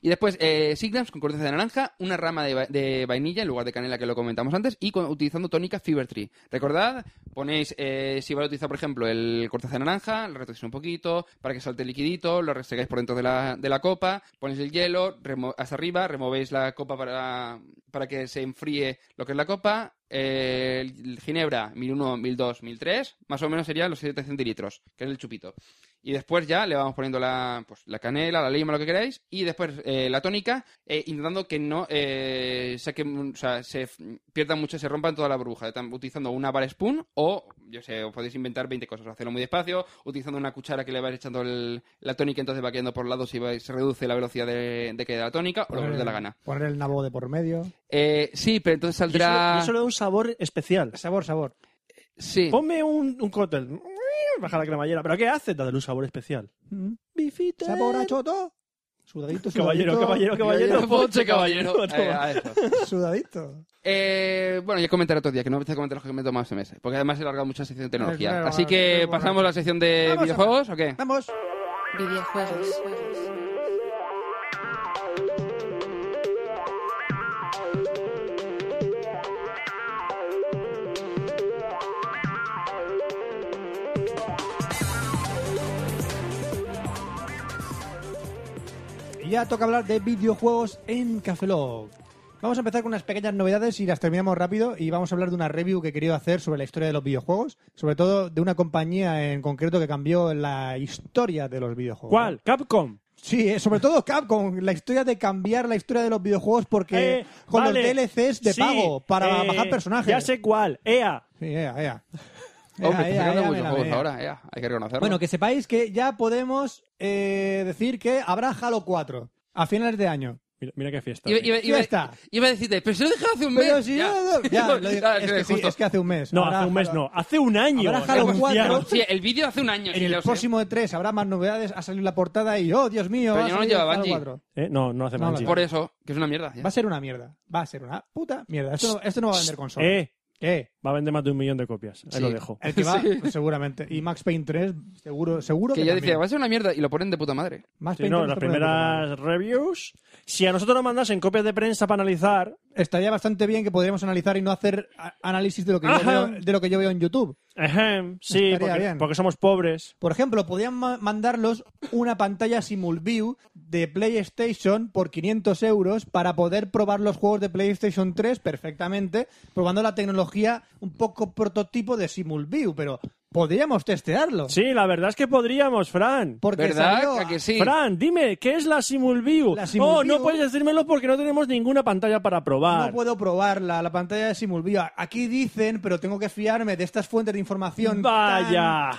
[SPEAKER 3] Y después, eh, Signams con corteza de naranja, una rama de, va- de vainilla en lugar de canela que lo comentamos antes y con- utilizando tónica Fever Tree. Recordad, ponéis, eh, si vais a utilizar, por ejemplo, el corteza de naranja, lo retorcéis un poquito para que salte el liquidito, lo resegáis por dentro de la, de la copa, ponéis el hielo remo- hasta arriba, removéis la copa para, para que se enfríe lo que es la copa. eh, el Ginebra 1001, 1002, 1003, más o menos serían los 7 centilitros, que es el chupito. Y después ya le vamos poniendo la, pues, la canela, la lima, lo que queráis. Y después eh, la tónica, eh, intentando que no eh, saque, o sea, se f- pierda mucho, se rompan toda la burbuja. tam- Utilizando una bar spoon o, yo sé, os podéis inventar 20 cosas. Hacerlo muy despacio, utilizando una cuchara que le vais echando el- la tónica, entonces va quedando por lados y va- se reduce la velocidad de, de queda la tónica o lo que os dé la gana.
[SPEAKER 1] Poner el nabo de por medio.
[SPEAKER 3] Eh, sí, pero entonces
[SPEAKER 2] Y eso,
[SPEAKER 3] saldrá...
[SPEAKER 2] y eso le da un sabor especial.
[SPEAKER 1] Sabor, sabor.
[SPEAKER 3] Sí.
[SPEAKER 2] Ponme un, un cóctel. Baja la cremallera. ¿Pero qué hace? Dale un sabor especial.
[SPEAKER 1] Mm.
[SPEAKER 2] Bifita.
[SPEAKER 1] Sabor a choto. Sudadito, sudadito.
[SPEAKER 2] (laughs) Caballero, caballero,
[SPEAKER 3] (laughs)
[SPEAKER 2] caballero. (laughs)
[SPEAKER 3] Ponche, caballero.
[SPEAKER 2] Toma.
[SPEAKER 3] Eh, a eso.
[SPEAKER 1] (laughs) Sudadito.
[SPEAKER 3] Eh, bueno, ya comentaré otro día, que no empecé a comentar los que me he tomado este mes, porque además he largado mucha sección de tecnología.
[SPEAKER 1] Es verdad,
[SPEAKER 3] Así
[SPEAKER 1] es
[SPEAKER 3] que
[SPEAKER 1] verdad.
[SPEAKER 3] pasamos a la sección de
[SPEAKER 1] Vamos a-
[SPEAKER 3] videojuegos, ¿o qué?
[SPEAKER 1] Vamos.
[SPEAKER 8] Videojuegos.
[SPEAKER 1] Ya toca hablar de videojuegos en Café Lock. Vamos a empezar con unas pequeñas novedades y las terminamos rápido y vamos a hablar de una review que he querido hacer sobre la historia de los videojuegos, sobre todo de una compañía en concreto que cambió la historia de los videojuegos.
[SPEAKER 2] ¿Cuál? Capcom.
[SPEAKER 1] Sí, eh, sobre todo Capcom, la historia de cambiar la historia de los videojuegos porque
[SPEAKER 2] Eh,
[SPEAKER 1] con
[SPEAKER 2] vale.
[SPEAKER 1] los DLCs de
[SPEAKER 2] Sí,
[SPEAKER 1] pago para
[SPEAKER 2] eh,
[SPEAKER 1] bajar personajes.
[SPEAKER 2] Ya sé cuál. E EA.
[SPEAKER 1] Sí, ea, ea. Ea,
[SPEAKER 3] (laughs) Hombre,
[SPEAKER 1] ea,
[SPEAKER 3] está sacando
[SPEAKER 1] ea,
[SPEAKER 3] muchos
[SPEAKER 1] mela,
[SPEAKER 3] juegos
[SPEAKER 1] mela.
[SPEAKER 3] ahora, ea, hay que reconocerlo.
[SPEAKER 1] Bueno, que sepáis que ya podemos eh, decir que habrá Halo 4 a finales de año.
[SPEAKER 2] Mira, mira qué fiesta.
[SPEAKER 3] Iba, iba- iba-
[SPEAKER 1] Fiesta.
[SPEAKER 3] iba a decirte, pero si lo he dejado hace un
[SPEAKER 1] Pero
[SPEAKER 3] mes.
[SPEAKER 1] si
[SPEAKER 3] ya.
[SPEAKER 1] no-
[SPEAKER 3] (laughs)
[SPEAKER 1] ya, lo digo,
[SPEAKER 3] Ya,
[SPEAKER 1] es,
[SPEAKER 3] sí,
[SPEAKER 1] que sí,
[SPEAKER 3] justo.
[SPEAKER 1] es que hace un mes.
[SPEAKER 2] no,
[SPEAKER 1] Habrá
[SPEAKER 2] hace un mes
[SPEAKER 1] Halo-
[SPEAKER 2] no. Hace un año.
[SPEAKER 1] Habrá Halo
[SPEAKER 2] anunciaron.
[SPEAKER 1] 4.
[SPEAKER 3] Sí, el vídeo hace un año. sí,
[SPEAKER 1] En
[SPEAKER 3] lo
[SPEAKER 1] el
[SPEAKER 3] sé.
[SPEAKER 1] próximo E3 habrá más novedades, ha salido la portada y, oh, Dios mío,
[SPEAKER 3] Pero
[SPEAKER 1] ha
[SPEAKER 3] ya no
[SPEAKER 1] salido
[SPEAKER 3] lleva
[SPEAKER 1] Halo
[SPEAKER 3] Bungie.
[SPEAKER 1] 4.
[SPEAKER 2] Eh, no, no hace
[SPEAKER 1] No,
[SPEAKER 2] Bungie.
[SPEAKER 3] Por eso, que es una mierda. ya.
[SPEAKER 1] Va a ser una mierda. Va a ser una puta mierda. Esto, no- esto no va a vender consola.
[SPEAKER 2] Eh,
[SPEAKER 1] ¿Qué?
[SPEAKER 2] va a vender más de un millón de copias. Ahí
[SPEAKER 3] (laughs) Sí.
[SPEAKER 2] lo dejo.
[SPEAKER 1] El que va, pues, seguramente. Y Max Payne 3, seguro, seguro que,
[SPEAKER 3] Que yo
[SPEAKER 1] también.
[SPEAKER 3] decía, va a ser una mierda y lo ponen de puta madre.
[SPEAKER 1] Max
[SPEAKER 2] Sí,
[SPEAKER 1] Payne
[SPEAKER 2] no,
[SPEAKER 1] 3
[SPEAKER 2] las
[SPEAKER 1] está poniendo puta madre.
[SPEAKER 2] primeras reviews. Si a nosotros nos mandasen copias de prensa para analizar,
[SPEAKER 1] Estaría bastante bien que podríamos analizar y no hacer a- análisis de lo que,
[SPEAKER 2] (laughs)
[SPEAKER 1] yo
[SPEAKER 2] Ajá.
[SPEAKER 1] veo, de lo que yo veo en YouTube.
[SPEAKER 2] ejem, sí,
[SPEAKER 1] Estaría
[SPEAKER 2] porque,
[SPEAKER 1] bien.
[SPEAKER 2] porque somos pobres.
[SPEAKER 1] Por ejemplo, podían ma- mandarlos una pantalla Simulview de PlayStation por 500 euros para poder probar los juegos de PlayStation 3 perfectamente, probando la tecnología un poco prototipo de Simulview, pero podríamos testearlo.
[SPEAKER 2] Sí, la verdad es que podríamos, Fran.
[SPEAKER 1] Porque
[SPEAKER 3] ¿Verdad?
[SPEAKER 1] salió-
[SPEAKER 3] ¿A que sí?
[SPEAKER 2] Fran, dime, ¿qué es la Simulview?
[SPEAKER 1] La Simulview-
[SPEAKER 2] Oh, no puedes decírmelo porque no tenemos ninguna pantalla para probar.
[SPEAKER 1] No puedo probarla, la pantalla de Simulview. Aquí dicen, pero tengo que fiarme de estas fuentes de información. tan-
[SPEAKER 2] Vaya.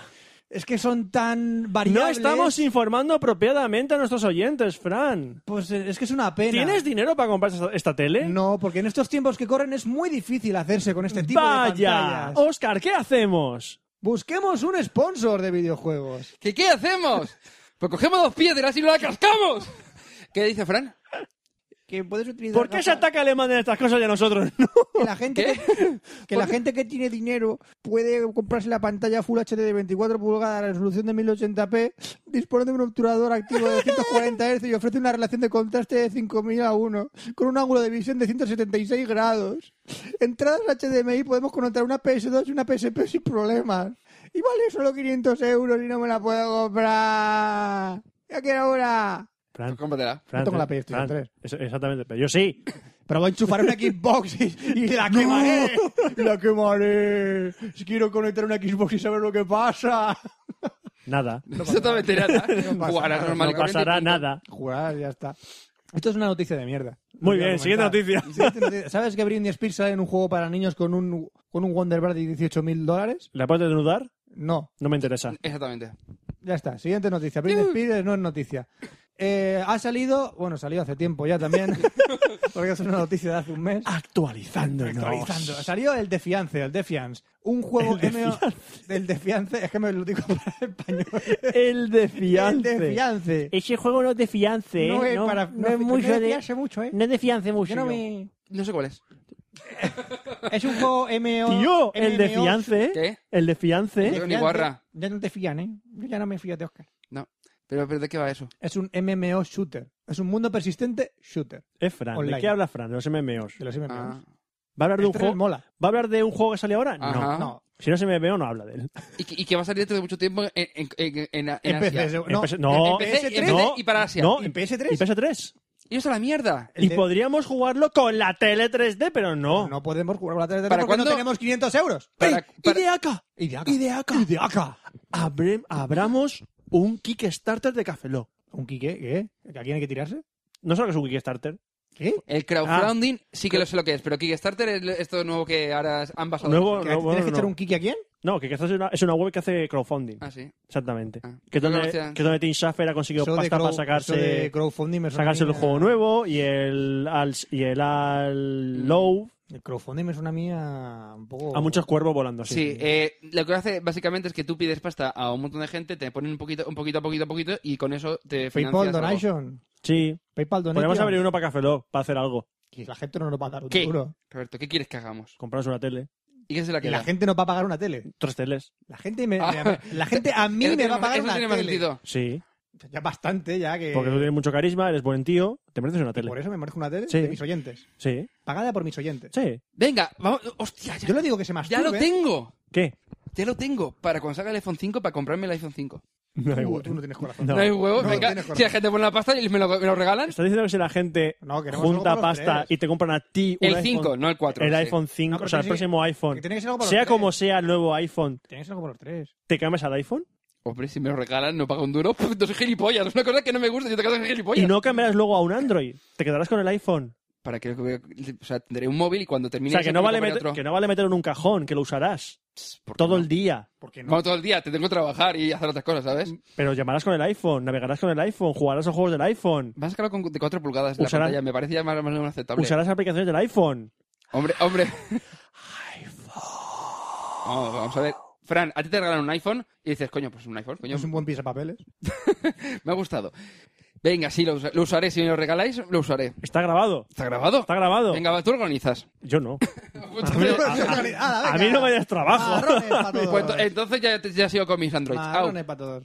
[SPEAKER 1] es que son tan variables.
[SPEAKER 2] No estamos informando apropiadamente a nuestros oyentes, Fran.
[SPEAKER 1] Pues eh, es que es una pena.
[SPEAKER 2] ¿Tienes dinero para comprar esta, esta tele?
[SPEAKER 1] No, porque en estos tiempos que corren es muy difícil hacerse con este tipo de
[SPEAKER 2] Vaya.
[SPEAKER 1] pantallas.
[SPEAKER 2] Oscar, ¿qué hacemos?
[SPEAKER 1] Busquemos un sponsor de videojuegos.
[SPEAKER 3] ¿Qué, qué hacemos? Pues cogemos dos piedras y la cascamos. ¿Qué dice Fran?
[SPEAKER 1] Que puedes utilizar
[SPEAKER 2] ¿Por qué se ataca Alemania en estas cosas y a nosotros no?
[SPEAKER 1] que la gente que, que la gente que tiene dinero puede comprarse la pantalla Full HD de 24 pulgadas a resolución de 1080p, dispone de un obturador activo de 240 Hz y ofrece una relación de contraste de 5000 a 1 con un ángulo de visión de 176 grados. Entradas HDMI podemos conectar una PS2 y una PSP sin problemas. Y vale solo 500 euros y no me la puedo comprar. Ya quiero ahora.
[SPEAKER 2] Fran,
[SPEAKER 3] Pues Cómpratela.
[SPEAKER 2] Fran,
[SPEAKER 1] tengo la
[SPEAKER 2] Fran,
[SPEAKER 1] PlayStation
[SPEAKER 2] Fran,
[SPEAKER 1] 3.
[SPEAKER 2] eso- Exactamente, pero yo sí.
[SPEAKER 1] Pero voy a enchufar una Xbox y, y la quemaré. La quemaré. Si quiero conectar una Xbox y saber lo que pasa.
[SPEAKER 2] Nada.
[SPEAKER 3] Exactamente nada.
[SPEAKER 1] pasa
[SPEAKER 3] Jugarás
[SPEAKER 1] nada,
[SPEAKER 3] normal
[SPEAKER 2] No
[SPEAKER 3] y corriente,
[SPEAKER 2] pasará
[SPEAKER 3] punto.
[SPEAKER 2] nada.
[SPEAKER 1] Jugar, ya está. Esto es una noticia de mierda.
[SPEAKER 2] Muy
[SPEAKER 1] Lo voy a
[SPEAKER 2] bien, siguiente
[SPEAKER 1] comentar.
[SPEAKER 2] noticia.
[SPEAKER 1] Siguiente noticia. ¿Sabes que Britney Spears sale en un juego para niños con un, con un Wonder Bar de 18 mil dólares?
[SPEAKER 2] ¿La puedes desnudar?
[SPEAKER 1] No,
[SPEAKER 2] No me interesa.
[SPEAKER 3] Exactamente.
[SPEAKER 1] ya está. Siguiente noticia. Britney Spears no es noticia. Eh, ha salido, bueno, salió hace tiempo ya también, (laughs) porque es una noticia de hace un mes.
[SPEAKER 2] Actualizándonos.
[SPEAKER 1] Actualizando. Salió el Defiance, el Defiance. Un juego
[SPEAKER 2] El
[SPEAKER 1] MMO del Defiance. Es que me lo digo (laughs) en español.
[SPEAKER 2] El
[SPEAKER 1] El
[SPEAKER 2] defiante.
[SPEAKER 1] Defiance.
[SPEAKER 2] Ese juego no es de fiance, ¿eh?
[SPEAKER 1] No es para- no es- no es de fiarse
[SPEAKER 2] mucho, ¿eh? No es de fiance mucho.
[SPEAKER 1] Yo no me-
[SPEAKER 3] No sé cuál es.
[SPEAKER 1] Es un juego MMO.
[SPEAKER 2] (laughs) Tío, el de
[SPEAKER 1] MMO.
[SPEAKER 2] fiance. ¿eh?
[SPEAKER 3] ¿Qué?
[SPEAKER 2] El de fiance.
[SPEAKER 3] Yo ni guarra.
[SPEAKER 1] Ya no te fían, ¿eh? Yo ya no me fío de Oscar.
[SPEAKER 3] No. Pero, pero ¿de qué va eso?
[SPEAKER 1] Es un MMO shooter. Es un mundo persistente shooter.
[SPEAKER 2] Es Fran.
[SPEAKER 1] Online.
[SPEAKER 2] ¿De qué habla Fran? De los MMOs.
[SPEAKER 1] De los MMOs.
[SPEAKER 3] Ah.
[SPEAKER 2] ¿Va a hablar de un
[SPEAKER 1] Este
[SPEAKER 2] juego?
[SPEAKER 1] mola.
[SPEAKER 2] ¿Va a hablar de un juego que sale ahora?
[SPEAKER 3] Ajá.
[SPEAKER 2] No.
[SPEAKER 1] No.
[SPEAKER 2] Si no se me veo, no habla de él.
[SPEAKER 3] Y, que- y que va a salir dentro de mucho tiempo en, en, en, en- en
[SPEAKER 1] En
[SPEAKER 3] Asia.
[SPEAKER 1] PC, seguro.
[SPEAKER 2] En
[SPEAKER 1] No,
[SPEAKER 2] PS- no.
[SPEAKER 3] en PC,
[SPEAKER 1] PS3
[SPEAKER 2] no,
[SPEAKER 3] y para Asia.
[SPEAKER 2] No,
[SPEAKER 1] ¿Y PS3?
[SPEAKER 2] Y PS3.
[SPEAKER 3] Y eso es la mierda.
[SPEAKER 1] El
[SPEAKER 2] Y
[SPEAKER 1] de-
[SPEAKER 2] podríamos jugarlo con la tele 3D, pero no.
[SPEAKER 1] No podemos jugar con la 3
[SPEAKER 3] ¿Para
[SPEAKER 1] porque no
[SPEAKER 3] cuándo?
[SPEAKER 1] tenemos 500 euros.
[SPEAKER 3] Para- para-
[SPEAKER 2] Ideaca.
[SPEAKER 1] Ideaca.
[SPEAKER 2] Ideaca. Abre- abramos un Kickstarter de Café Lock.
[SPEAKER 1] ¿Un Quique? ¿Qué? ¿A quién hay que tirarse?
[SPEAKER 2] No solo que es un Kickstarter.
[SPEAKER 1] ¿Qué?
[SPEAKER 3] El crowdfunding
[SPEAKER 1] Ah.
[SPEAKER 3] sí que lo sé lo que es, pero Kickstarter es esto nuevo que ahora han basado.
[SPEAKER 2] Nuevo,
[SPEAKER 1] ¿Que
[SPEAKER 2] no,
[SPEAKER 1] ¿Tienes
[SPEAKER 2] bueno,
[SPEAKER 1] que echar
[SPEAKER 2] no.
[SPEAKER 1] un Quique a quién?
[SPEAKER 2] No, que quizás es una, es una web que hace crowdfunding.
[SPEAKER 3] Ah, sí.
[SPEAKER 2] Exactamente.
[SPEAKER 3] Ah.
[SPEAKER 2] Que es
[SPEAKER 3] Yo
[SPEAKER 2] donde,
[SPEAKER 3] conocía-
[SPEAKER 2] que es donde Tim Schafer ha conseguido
[SPEAKER 1] Eso de
[SPEAKER 2] pasta para
[SPEAKER 1] crow- eso de
[SPEAKER 2] sacarse,
[SPEAKER 1] crowdfunding me suena
[SPEAKER 2] sacarse
[SPEAKER 1] a mí
[SPEAKER 2] el
[SPEAKER 1] a-
[SPEAKER 2] juego nuevo y el al, y el al low
[SPEAKER 1] El crowdfunding me suena a mí a un poco...
[SPEAKER 2] a muchos cuervos volando.
[SPEAKER 3] Sí,
[SPEAKER 2] Sí.
[SPEAKER 3] eh, lo que hace básicamente es que tú pides pasta a un montón de gente, te ponen un poquito, un poquito, a poquito, a poquito y con eso te financias
[SPEAKER 1] PayPal
[SPEAKER 3] algo.
[SPEAKER 1] donation.
[SPEAKER 2] Sí.
[SPEAKER 1] PayPal donation.
[SPEAKER 2] Podemos abrir uno para Café Lock, para hacer algo.
[SPEAKER 1] Y la gente no nos va a dar un
[SPEAKER 3] ¿Qué?
[SPEAKER 1] duro.
[SPEAKER 3] Roberto, ¿qué quieres que hagamos?
[SPEAKER 2] Comprarnos una tele.
[SPEAKER 3] ¿Y qué se la
[SPEAKER 1] Y
[SPEAKER 3] queda?
[SPEAKER 1] la gente nos va a pagar una tele.
[SPEAKER 2] Tres teles.
[SPEAKER 1] La gente, me,
[SPEAKER 3] Ah. (laughs)
[SPEAKER 1] me- la gente a mí
[SPEAKER 3] Eso
[SPEAKER 1] me
[SPEAKER 3] tiene
[SPEAKER 1] va a
[SPEAKER 3] más-
[SPEAKER 1] pagar
[SPEAKER 3] eso
[SPEAKER 1] una
[SPEAKER 3] tiene
[SPEAKER 1] tele.
[SPEAKER 3] más sentido.
[SPEAKER 2] Sí.
[SPEAKER 1] Ya bastante, ya que...
[SPEAKER 2] Porque tú tienes mucho carisma, eres buen tío, te mereces una
[SPEAKER 1] Eh, Por
[SPEAKER 2] tele.
[SPEAKER 1] eso me merezco una tele
[SPEAKER 2] Sí.
[SPEAKER 1] de mis oyentes.
[SPEAKER 2] Sí.
[SPEAKER 1] Pagada por mis oyentes.
[SPEAKER 2] Sí.
[SPEAKER 3] Venga, vamos. Hostia, ya,
[SPEAKER 1] Yo ¿eh? le digo que se
[SPEAKER 3] ya
[SPEAKER 1] masturbe.
[SPEAKER 3] lo tengo.
[SPEAKER 1] (laughs)
[SPEAKER 2] ¿Qué?
[SPEAKER 3] Ya lo tengo. Para cuando salga el iPhone 5, para comprarme el iPhone 5.
[SPEAKER 2] No hay
[SPEAKER 1] Tú-
[SPEAKER 2] huevo.
[SPEAKER 1] Tú no tienes corazón.
[SPEAKER 3] No hay huevos.
[SPEAKER 1] No,
[SPEAKER 3] venga.
[SPEAKER 1] tienes corazón.
[SPEAKER 3] si la gente pone la pasta y me lo, me lo regalan,
[SPEAKER 2] ¿Estás diciendo que si la gente
[SPEAKER 1] No, queremos algo para
[SPEAKER 2] junta
[SPEAKER 1] los
[SPEAKER 2] pasta
[SPEAKER 1] tres.
[SPEAKER 2] y te compran a ti un
[SPEAKER 3] el
[SPEAKER 2] iPhone-
[SPEAKER 3] 5, no el 4.
[SPEAKER 2] el
[SPEAKER 3] sí.
[SPEAKER 2] iPhone 5,
[SPEAKER 1] No,
[SPEAKER 2] o
[SPEAKER 1] pero
[SPEAKER 2] sea, el
[SPEAKER 1] sí,
[SPEAKER 2] próximo iPhone,
[SPEAKER 1] que tiene que ser algo para los
[SPEAKER 2] sea
[SPEAKER 1] tres.
[SPEAKER 2] como sea el nuevo iPhone,
[SPEAKER 1] Tiene que ser algo para los tres.
[SPEAKER 2] ¿te cambias al iPhone?
[SPEAKER 3] Hombre, si me lo regalan, no pago un duro. (laughs) Pues, entonces gilipollas. Es una cosa que no me gusta. Yo te quedas gilipollas.
[SPEAKER 2] Y no cambiarás luego a un Android, te quedarás con el iPhone.
[SPEAKER 3] ¿Para qué? O sea, tendré un móvil y cuando
[SPEAKER 2] O
[SPEAKER 3] termine.
[SPEAKER 2] sea, que
[SPEAKER 3] ese
[SPEAKER 2] no,
[SPEAKER 3] me
[SPEAKER 2] vale
[SPEAKER 3] compraré
[SPEAKER 2] meter-
[SPEAKER 3] otro.
[SPEAKER 2] que no vale meterlo en un cajón, que lo usarás
[SPEAKER 3] ¿Por qué no?
[SPEAKER 2] todo el día.
[SPEAKER 1] Porque no.
[SPEAKER 3] Vamos todo el día, te tengo que trabajar y hacer otras cosas, ¿sabes?
[SPEAKER 2] Pero llamarás con el iPhone, navegarás con el iPhone, jugarás a juegos del iPhone,
[SPEAKER 3] Vas a sacarlo con de 4 pulgadas la
[SPEAKER 2] Usarán-
[SPEAKER 3] pantalla, me parece ya más, más o menos aceptable.
[SPEAKER 2] usarás aplicaciones del iPhone.
[SPEAKER 3] Hombre, hombre. Vamos, vamos a ver. Fran, a ti te regalan un iPhone y dices, coño, pues un iPhone, coño,
[SPEAKER 1] Es un buen pieza papeles.
[SPEAKER 3] me ha gustado. Venga, sí, lo, usa- lo usaré. Si me lo regaláis, lo usaré.
[SPEAKER 2] Está grabado,
[SPEAKER 3] ¿Está grabado?
[SPEAKER 2] está grabado.
[SPEAKER 3] Venga, va, tú organizas.
[SPEAKER 2] Yo
[SPEAKER 1] (laughs)
[SPEAKER 2] no.
[SPEAKER 3] Pues
[SPEAKER 2] A mí no me des trabajo.
[SPEAKER 1] Marrones
[SPEAKER 2] (laughs)
[SPEAKER 1] para todos.
[SPEAKER 3] ento- entonces ya, te- ya sigo con mis Androids. eh, Au.
[SPEAKER 1] Marrones para todos.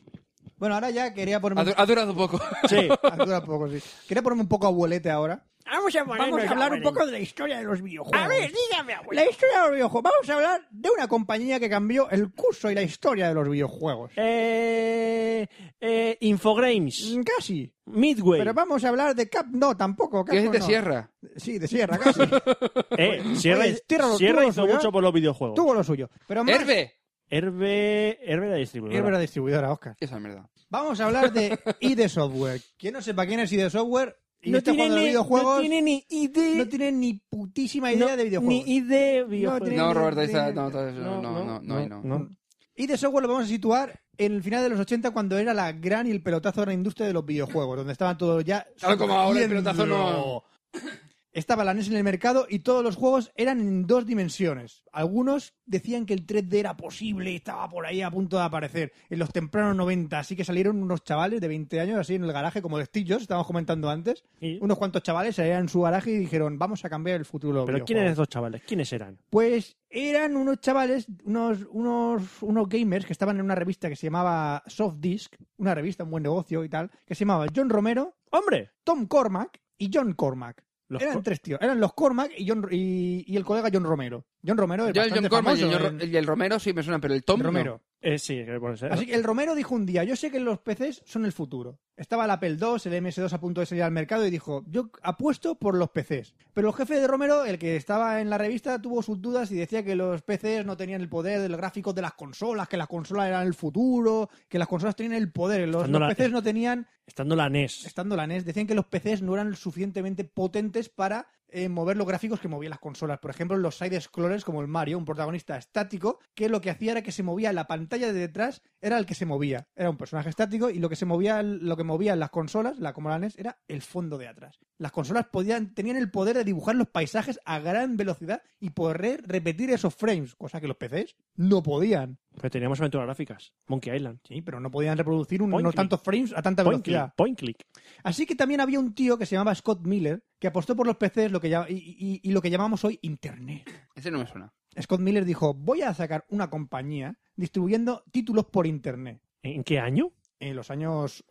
[SPEAKER 1] Bueno, ahora ya quería ponerme...
[SPEAKER 3] Ha, du- ha
[SPEAKER 1] (laughs)
[SPEAKER 3] durado poco.
[SPEAKER 2] Sí.
[SPEAKER 1] Ah, dura poco, sí. Quería ponerme un poco abuelete ahora.
[SPEAKER 9] Vamos a,
[SPEAKER 10] ponernos a
[SPEAKER 9] hablar un
[SPEAKER 10] poner-
[SPEAKER 9] poco de la historia de los videojuegos.
[SPEAKER 1] A ver,
[SPEAKER 9] dígame, abuelo.
[SPEAKER 1] La historia de los videojuegos. Vamos a hablar de una compañía que cambió el curso y la historia de los videojuegos.
[SPEAKER 2] Eh, eh, Infogrames,
[SPEAKER 1] Mm, Casi.
[SPEAKER 2] Midway.
[SPEAKER 1] Pero vamos a hablar de Cap... No, tampoco.
[SPEAKER 3] Que es
[SPEAKER 1] Capcom
[SPEAKER 3] de
[SPEAKER 1] no.
[SPEAKER 3] Sierra.
[SPEAKER 1] Sí, de Sierra, casi.
[SPEAKER 3] (laughs)
[SPEAKER 2] Eh, Sierra,
[SPEAKER 1] pues, Oye, tíralo, tú
[SPEAKER 2] Sierra
[SPEAKER 1] lo
[SPEAKER 2] hizo
[SPEAKER 1] subirás.
[SPEAKER 2] mucho por los videojuegos.
[SPEAKER 1] Tuvo lo suyo. Pero más...
[SPEAKER 3] ¡Herbe!
[SPEAKER 2] Herbe, Herbe la distribuidora.
[SPEAKER 1] Herbe era distribuidora, Oscar.
[SPEAKER 3] Esa mierda.
[SPEAKER 1] Vamos a hablar
[SPEAKER 2] (laughs)
[SPEAKER 1] de ID Software. Quien no sepa quién es ID Software y
[SPEAKER 2] no,
[SPEAKER 1] está
[SPEAKER 2] tiene
[SPEAKER 1] jugando a
[SPEAKER 2] ni,
[SPEAKER 1] videojuegos,
[SPEAKER 2] no tiene ni idea.
[SPEAKER 1] no tiene ni putísima idea
[SPEAKER 2] no,
[SPEAKER 1] de videojuegos.
[SPEAKER 2] Ni idea de videojuegos.
[SPEAKER 1] tiene-
[SPEAKER 3] No, Roberto,
[SPEAKER 1] de-
[SPEAKER 3] esa- no, todo eso,
[SPEAKER 2] No,
[SPEAKER 3] no, no, no, no, ahí no.
[SPEAKER 2] no.
[SPEAKER 1] ID Software lo vamos a situar en el final de los 80 cuando era la gran y el pelotazo de la industria de los videojuegos, donde estaban todos ya...
[SPEAKER 3] Claro, como ahora el pelotazo no-
[SPEAKER 1] Estaba la NES en el mercado y todos los juegos eran en dos dimensiones. Algunos decían que el 3D era posible y estaba por ahí a punto de aparecer en los tempranos 90. Así que salieron unos chavales de 20 años así en el garaje, como de Steve Jobs, estábamos comentando antes.
[SPEAKER 2] Y-
[SPEAKER 1] Unos cuantos chavales salieron en su garaje y dijeron, vamos a cambiar el futuro. de los
[SPEAKER 2] Pero
[SPEAKER 1] videojuegos".
[SPEAKER 2] ¿quiénes eran esos chavales? ¿Quiénes eran?
[SPEAKER 1] Pues eran unos chavales, unos, unos, unos gamers que estaban en una revista que se llamaba Soft Disc, una revista, un buen negocio y tal, que se llamaba John Romero,
[SPEAKER 2] ¡Hombre!
[SPEAKER 1] Tom Cormack y John Cormack.
[SPEAKER 2] Los
[SPEAKER 1] eran
[SPEAKER 2] co-
[SPEAKER 1] tres tíos, eran los Cormack y, John, y, y el colega John Romero. John Romero, el
[SPEAKER 3] Yo el
[SPEAKER 1] bastante
[SPEAKER 3] John Corman y el,
[SPEAKER 1] famoso,
[SPEAKER 3] Ro-
[SPEAKER 1] el-
[SPEAKER 3] y el Romero sí me suena, pero el Tom.
[SPEAKER 1] el
[SPEAKER 3] no.
[SPEAKER 1] Romero.
[SPEAKER 2] Eh, sí, que bueno, ser.
[SPEAKER 1] Así que el Romero dijo un día, yo sé que los PCs son el futuro. Estaba el Apple II, el MS2 a punto de salir al mercado y dijo, yo apuesto por los PCs. Pero el jefe de Romero, el que estaba en la revista, tuvo sus dudas y decía que los PCs no tenían el poder de los gráficos de las consolas, que las consolas eran el futuro, que las consolas tenían el poder. Los,
[SPEAKER 2] Estando
[SPEAKER 1] los
[SPEAKER 2] la-
[SPEAKER 1] PCs no tenían,
[SPEAKER 2] Estando la E NES.
[SPEAKER 1] estando la NES, decían que los PCs no eran suficientemente potentes para eh, mover los gráficos que movían las consolas. Por ejemplo, los side-scrollers como el Mario, un protagonista estático, que lo que hacía era que se movía la pantalla de detrás, era el que se movía. Era un personaje estático y lo que se movía, lo que movían las consolas, la como la NES, era el fondo de atrás. Las consolas podían, tenían el poder de dibujar los paisajes a gran velocidad y poder repetir esos frames, cosa que los PCs no podían.
[SPEAKER 2] Pero teníamos aventuras gráficas. Monkey Island.
[SPEAKER 1] Sí, pero no podían reproducir un-
[SPEAKER 2] Point
[SPEAKER 1] unos
[SPEAKER 2] click.
[SPEAKER 1] tantos frames a tanta
[SPEAKER 2] Point
[SPEAKER 1] velocidad.
[SPEAKER 2] click, point click.
[SPEAKER 1] Así que también había un tío que se llamaba Scott Miller, que apostó por los PCs lo que ya- y, y- y lo que llamamos hoy Internet.
[SPEAKER 3] Ese no me suena.
[SPEAKER 1] Scott Miller dijo, voy a sacar una compañía distribuyendo títulos por Internet.
[SPEAKER 2] ¿En qué año?
[SPEAKER 1] En los años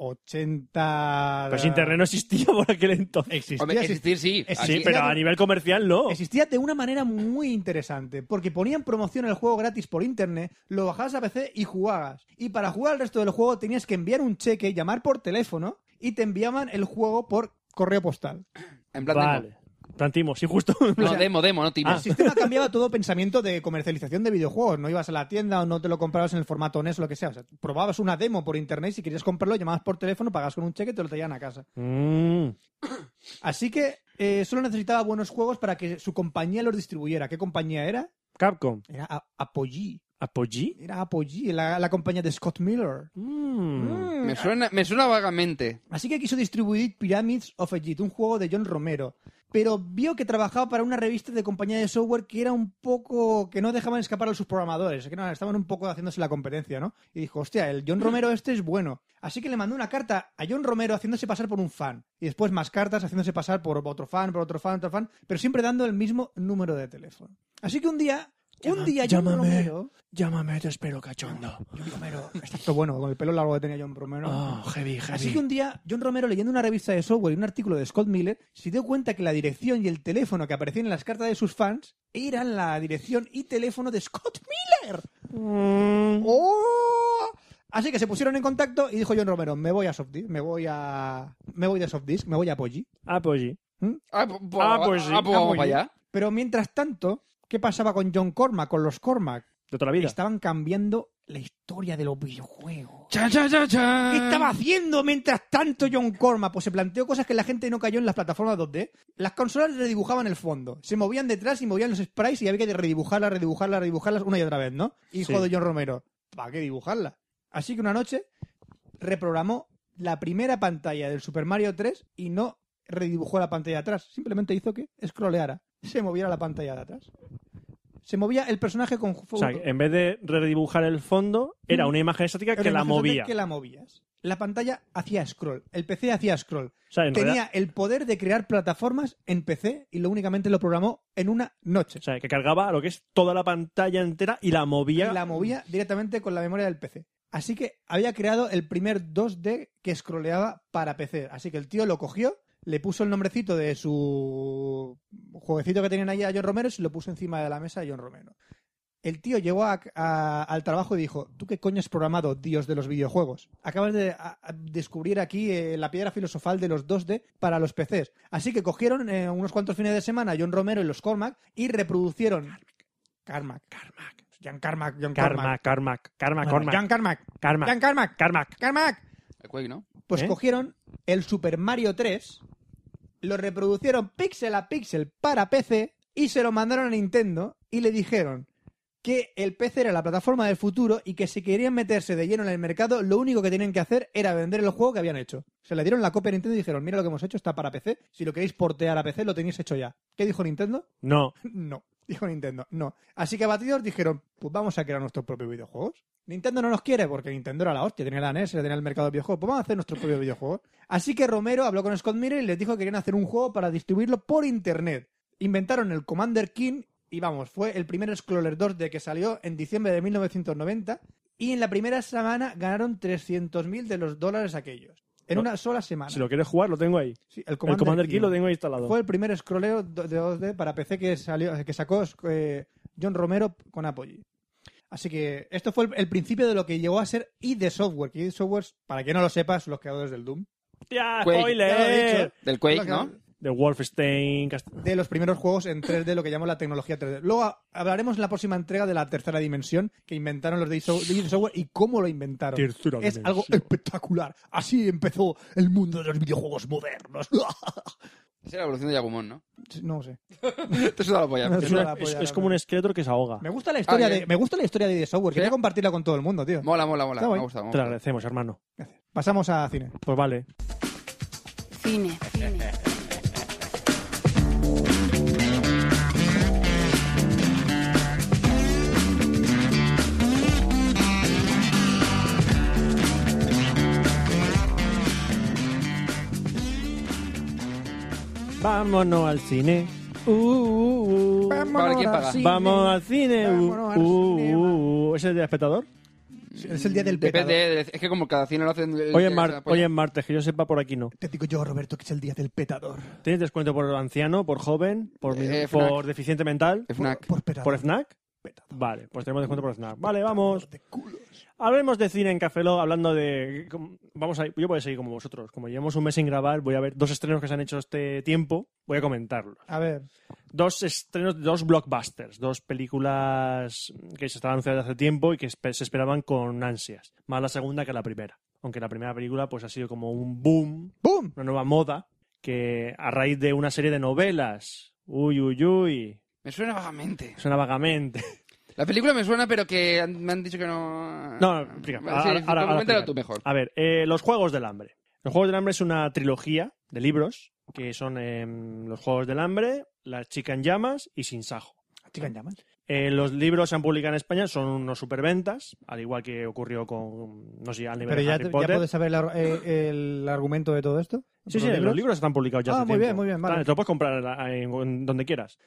[SPEAKER 1] 80...
[SPEAKER 2] Pues Internet no existía por aquel entonces.
[SPEAKER 1] existía.
[SPEAKER 3] Hombre,
[SPEAKER 1] existía,
[SPEAKER 3] existir sí.
[SPEAKER 1] Exi-
[SPEAKER 3] Aquí-
[SPEAKER 2] Sí, pero a nivel comercial no.
[SPEAKER 1] existía de una manera muy interesante, porque ponían promoción el juego gratis por Internet, lo bajabas a PC y jugabas. Y para jugar el resto del juego tenías que enviar un cheque, llamar por teléfono y te enviaban el juego por correo postal.
[SPEAKER 3] En plan demo.
[SPEAKER 2] Vale. Plantimos, sí, justo.
[SPEAKER 3] No, demo, demo, no timo.
[SPEAKER 2] Ah.
[SPEAKER 1] El sistema cambiaba todo pensamiento de comercialización de videojuegos. No ibas a la tienda o no te lo comprabas en el formato NES o lo que sea. O sea, probabas una demo por internet y si querías comprarlo, llamabas por teléfono, pagabas con un cheque y te lo traían a casa.
[SPEAKER 2] Mm.
[SPEAKER 1] Así que eh, solo necesitaba buenos juegos para que su compañía los distribuyera. ¿Qué compañía era?
[SPEAKER 2] Capcom.
[SPEAKER 1] Era A- Apogee.
[SPEAKER 2] ¿Apogee?
[SPEAKER 1] Era Apogee, la, la compañía de Scott Miller.
[SPEAKER 2] Mm.
[SPEAKER 1] Mm.
[SPEAKER 3] Me suena, me suena vagamente.
[SPEAKER 1] Así que quiso distribuir Pyramids of Egypt, un juego de John Romero. Pero vio que trabajaba para una revista de compañía de software que era un poco. que no dejaban escapar a sus programadores, que no, estaban un poco haciéndose la competencia, ¿no? Y dijo, hostia, el John Romero este es bueno. Así que le mandó una carta a John Romero haciéndose pasar por un fan. Y después más cartas haciéndose pasar por otro fan, por otro fan, otro fan, pero siempre dando el mismo número de teléfono. Así que un día. un
[SPEAKER 2] Llama-
[SPEAKER 1] día John
[SPEAKER 2] llámame.
[SPEAKER 1] Romero.
[SPEAKER 2] Llámame, te espero, cachondo.
[SPEAKER 1] John Romero. Esto bueno, con el pelo largo que tenía John Romero.
[SPEAKER 2] Ah. heavy, heavy.
[SPEAKER 1] Así que un día, John Romero, leyendo una revista de software y un artículo de Scott Miller, se dio cuenta que la dirección y el teléfono que aparecían en las cartas de sus fans eran la dirección y teléfono de Scott Miller. ¡Oh! Así que se pusieron en contacto y dijo John Romero, me voy a Softdisk, me voy a... Me voy de Softdisk, me voy a Poggi.
[SPEAKER 2] Ah, pues sí.
[SPEAKER 3] Ah, po- po-
[SPEAKER 2] Ah, pues sí.
[SPEAKER 3] ah, pues vamos
[SPEAKER 1] Apoyi.
[SPEAKER 3] para allá.
[SPEAKER 1] Pero mientras tanto, ¿qué pasaba con John Cormack, con los Cormac?
[SPEAKER 2] De toda la vida.
[SPEAKER 1] Estaban cambiando la historia de los videojuegos.
[SPEAKER 3] Chan, chan, chan, chan.
[SPEAKER 1] ¿Qué
[SPEAKER 2] Ah.
[SPEAKER 1] estaba haciendo mientras tanto John Cormack? Pues se planteó cosas que la gente no cayó en las plataformas 2D. Las consolas redibujaban el fondo. Se movían detrás y movían los sprites y había que redibujarlas, redibujarlas, redibujarlas una y otra vez, ¿no? Hijo
[SPEAKER 2] Sí.
[SPEAKER 1] de John Romero. ¿Para qué dibujarla? Así que una noche reprogramó la primera pantalla del Super Mario 3 y no redibujó la pantalla de atrás. Simplemente hizo que scrolleara, se moviera la pantalla de atrás. Se movía el personaje con...
[SPEAKER 2] O sea, en vez de redibujar el fondo, era una imagen estática que
[SPEAKER 1] Era
[SPEAKER 2] la
[SPEAKER 1] una sensación de
[SPEAKER 2] movía.
[SPEAKER 1] Que la movías. La pantalla hacía scroll. El PC hacía scroll.
[SPEAKER 2] O sea, en realidad-
[SPEAKER 1] Tenía el poder de crear plataformas en PC y lo únicamente lo programó en una noche.
[SPEAKER 2] o sea, que cargaba lo que es toda la pantalla entera y la movía.
[SPEAKER 1] Y la movía directamente con la memoria del PC. Así que había creado el primer 2D que scrolleaba para PC. Así que el tío lo cogió, le puso el nombrecito de su jueguecito que tenían ahí a John Romero y se lo puso encima de la mesa a John Romero. El tío llegó a- a- al trabajo y dijo, ¿tú qué coño has programado, dios de los videojuegos? Acabas de a- a descubrir aquí eh, la piedra filosofal de los 2D para los PCs. Así que cogieron eh, unos cuantos fines de semana a John Romero y los Cormac y reproducieron... Carmack. Carmack. Jan Carmack. Jan
[SPEAKER 2] Karma, karma, karma,
[SPEAKER 1] Bueno,
[SPEAKER 2] karma,
[SPEAKER 1] Jan Carmack.
[SPEAKER 2] karma,
[SPEAKER 1] Jan Carmack.
[SPEAKER 2] karma.
[SPEAKER 1] Carmack.
[SPEAKER 3] El Quake, ¿no?
[SPEAKER 1] Pues
[SPEAKER 2] ¿Eh?
[SPEAKER 1] cogieron el Super Mario 3, lo reproducieron píxel a píxel para PC y se lo mandaron a Nintendo y le dijeron que el PC era la plataforma del futuro y que si querían meterse de lleno en el mercado, lo único que tenían que hacer era vender el juego que habían hecho. Se le dieron la copia a Nintendo y dijeron, mira lo que hemos hecho, está para PC. Si lo queréis portear a PC, lo tenéis hecho ya. ¿Qué dijo Nintendo?
[SPEAKER 2] No,
[SPEAKER 1] No, (laughs) dijo Nintendo, no. Así que abatidos dijeron, pues vamos a crear nuestros propios videojuegos. Nintendo no nos quiere porque Nintendo era la hostia, tenía la E NES, tenía el mercado de videojuegos, pues vamos a hacer nuestros propios videojuegos. Así que Romero habló con Scott Miller y les dijo que querían hacer un juego para distribuirlo por internet. Inventaron el Commander King y vamos, fue el primer Scroller 2 de que salió en diciembre de 1990 y en la primera semana ganaron 300.000 de los dólares aquellos. En
[SPEAKER 2] No.
[SPEAKER 1] una sola semana.
[SPEAKER 2] si lo quieres jugar, lo tengo ahí.
[SPEAKER 1] Sí, el
[SPEAKER 2] el Commander Key
[SPEAKER 1] King.
[SPEAKER 2] lo tengo ahí instalado.
[SPEAKER 1] Fue el primer scrolleo do- de 2D para PC que salió, que sacó eh, John Romero con Apogee. Así que esto fue el, el principio de lo que llegó a ser ID Software. Que ID Software, para que no lo sepas, los creadores del Doom.
[SPEAKER 2] ¡Hostia,
[SPEAKER 3] Quake.
[SPEAKER 1] Pues, Ya lo he
[SPEAKER 2] spoiler!
[SPEAKER 1] dicho.
[SPEAKER 3] Del Quake,
[SPEAKER 1] Los
[SPEAKER 3] ¿no?
[SPEAKER 1] creadores
[SPEAKER 2] De Wolfenstein. Cast-
[SPEAKER 1] De los primeros juegos en 3D, lo que llamamos la tecnología 3D. Luego ha- hablaremos en la próxima entrega de la tercera dimensión que inventaron los de ID Sof- de ID Software y cómo lo inventaron.
[SPEAKER 2] Tercera
[SPEAKER 1] es
[SPEAKER 2] dimensión.
[SPEAKER 1] algo espectacular. Así empezó el mundo de los videojuegos modernos.
[SPEAKER 3] Esa es la evolución de Yagumon, ¿no? (laughs)
[SPEAKER 1] no sé.
[SPEAKER 3] Te suda la polla.
[SPEAKER 1] No,
[SPEAKER 2] Es,
[SPEAKER 1] Eso
[SPEAKER 2] una-
[SPEAKER 1] la apoya,
[SPEAKER 2] es-
[SPEAKER 1] la
[SPEAKER 2] es como
[SPEAKER 1] verdad.
[SPEAKER 2] un esqueleto que se ahoga.
[SPEAKER 1] Me gusta la historia
[SPEAKER 3] Ah,
[SPEAKER 1] de
[SPEAKER 3] bien.
[SPEAKER 1] me gusta la historia de ID Software.
[SPEAKER 3] ¿Sí?
[SPEAKER 1] Quería compartirla con todo el mundo, tío.
[SPEAKER 3] Mola, mola, mola.
[SPEAKER 1] Está
[SPEAKER 3] Me
[SPEAKER 1] guay.
[SPEAKER 3] ha gustado. me ha
[SPEAKER 2] Te lo
[SPEAKER 3] gustado.
[SPEAKER 2] agradecemos, hermano.
[SPEAKER 1] Pasamos a cine.
[SPEAKER 2] Pues vale.
[SPEAKER 8] Cine.
[SPEAKER 2] Vámonos al cine. Uh, uh, uh.
[SPEAKER 3] Vale, ¿quién paga?
[SPEAKER 2] Vamos al cine. uh,
[SPEAKER 1] Vámonos al
[SPEAKER 2] uh,
[SPEAKER 1] cine,
[SPEAKER 2] uh, uh. ¿Es el de espectador?
[SPEAKER 1] Es el día del pecado.
[SPEAKER 3] Depende, del- es que como cada cine lo hacen... el-
[SPEAKER 2] Hoy es,
[SPEAKER 3] el-
[SPEAKER 2] mar-
[SPEAKER 3] esa polla.
[SPEAKER 2] hoy es martes, que yo sepa por aquí no.
[SPEAKER 1] Te digo yo, Roberto, que es el día del petador.
[SPEAKER 2] ¿Tienes descuento por anciano, por joven, por, mi-
[SPEAKER 3] Eh, FNAC.
[SPEAKER 2] por deficiente mental?
[SPEAKER 3] Es una-
[SPEAKER 1] Por petador.
[SPEAKER 2] ¿Por FNAC?
[SPEAKER 1] Petador.
[SPEAKER 2] Vale, pues tenemos descuento por FNAC. Vale, vamos.
[SPEAKER 1] De culos.
[SPEAKER 2] Hablemos de cine en Café Lock, hablando de... com- Vamos a... Yo voy a seguir como vosotros. Como llevamos un mes sin grabar, voy a ver dos estrenos que se han hecho este tiempo. Voy a comentarlos.
[SPEAKER 1] A ver,
[SPEAKER 2] dos estrenos, dos blockbusters, dos películas que se estaban anunciadas hace tiempo y que espe- se esperaban con ansias. Más la segunda que la primera. Aunque la primera película pues ha sido como un boom,
[SPEAKER 1] ¡boom!
[SPEAKER 2] una nueva moda, que a raíz de una serie de novelas, uy, uy, uy,
[SPEAKER 3] Me suena vagamente.
[SPEAKER 2] suena vagamente.
[SPEAKER 3] La película me suena, pero que han- me han dicho que no...
[SPEAKER 2] No, explica.
[SPEAKER 3] Sí,
[SPEAKER 2] Ahora- ahora- ahora
[SPEAKER 3] coméntalo
[SPEAKER 2] explica.
[SPEAKER 3] tú mejor.
[SPEAKER 2] A ver, eh, los Juegos del Hambre. Los Juegos del Hambre es una trilogía de libros que son em, Los Juegos del Hambre, La chica en llamas y Sin Sajo.
[SPEAKER 1] Chica en llamas.
[SPEAKER 2] Eh, los libros se han publicado en España, son unos superventas, al igual que ocurrió con, no sé, al nivel
[SPEAKER 1] Pero
[SPEAKER 2] de
[SPEAKER 1] ya,
[SPEAKER 2] Harry
[SPEAKER 1] ya
[SPEAKER 2] Potter.
[SPEAKER 1] puedes saber la- eh, el argumento de todo esto.
[SPEAKER 2] Sí, sí, los libros están publicados ya
[SPEAKER 1] Ah,
[SPEAKER 2] hace
[SPEAKER 1] muy
[SPEAKER 2] tiempo.
[SPEAKER 1] bien, muy bien, vale.
[SPEAKER 2] Está- te lo puedes comprar en la- en- en donde quieras.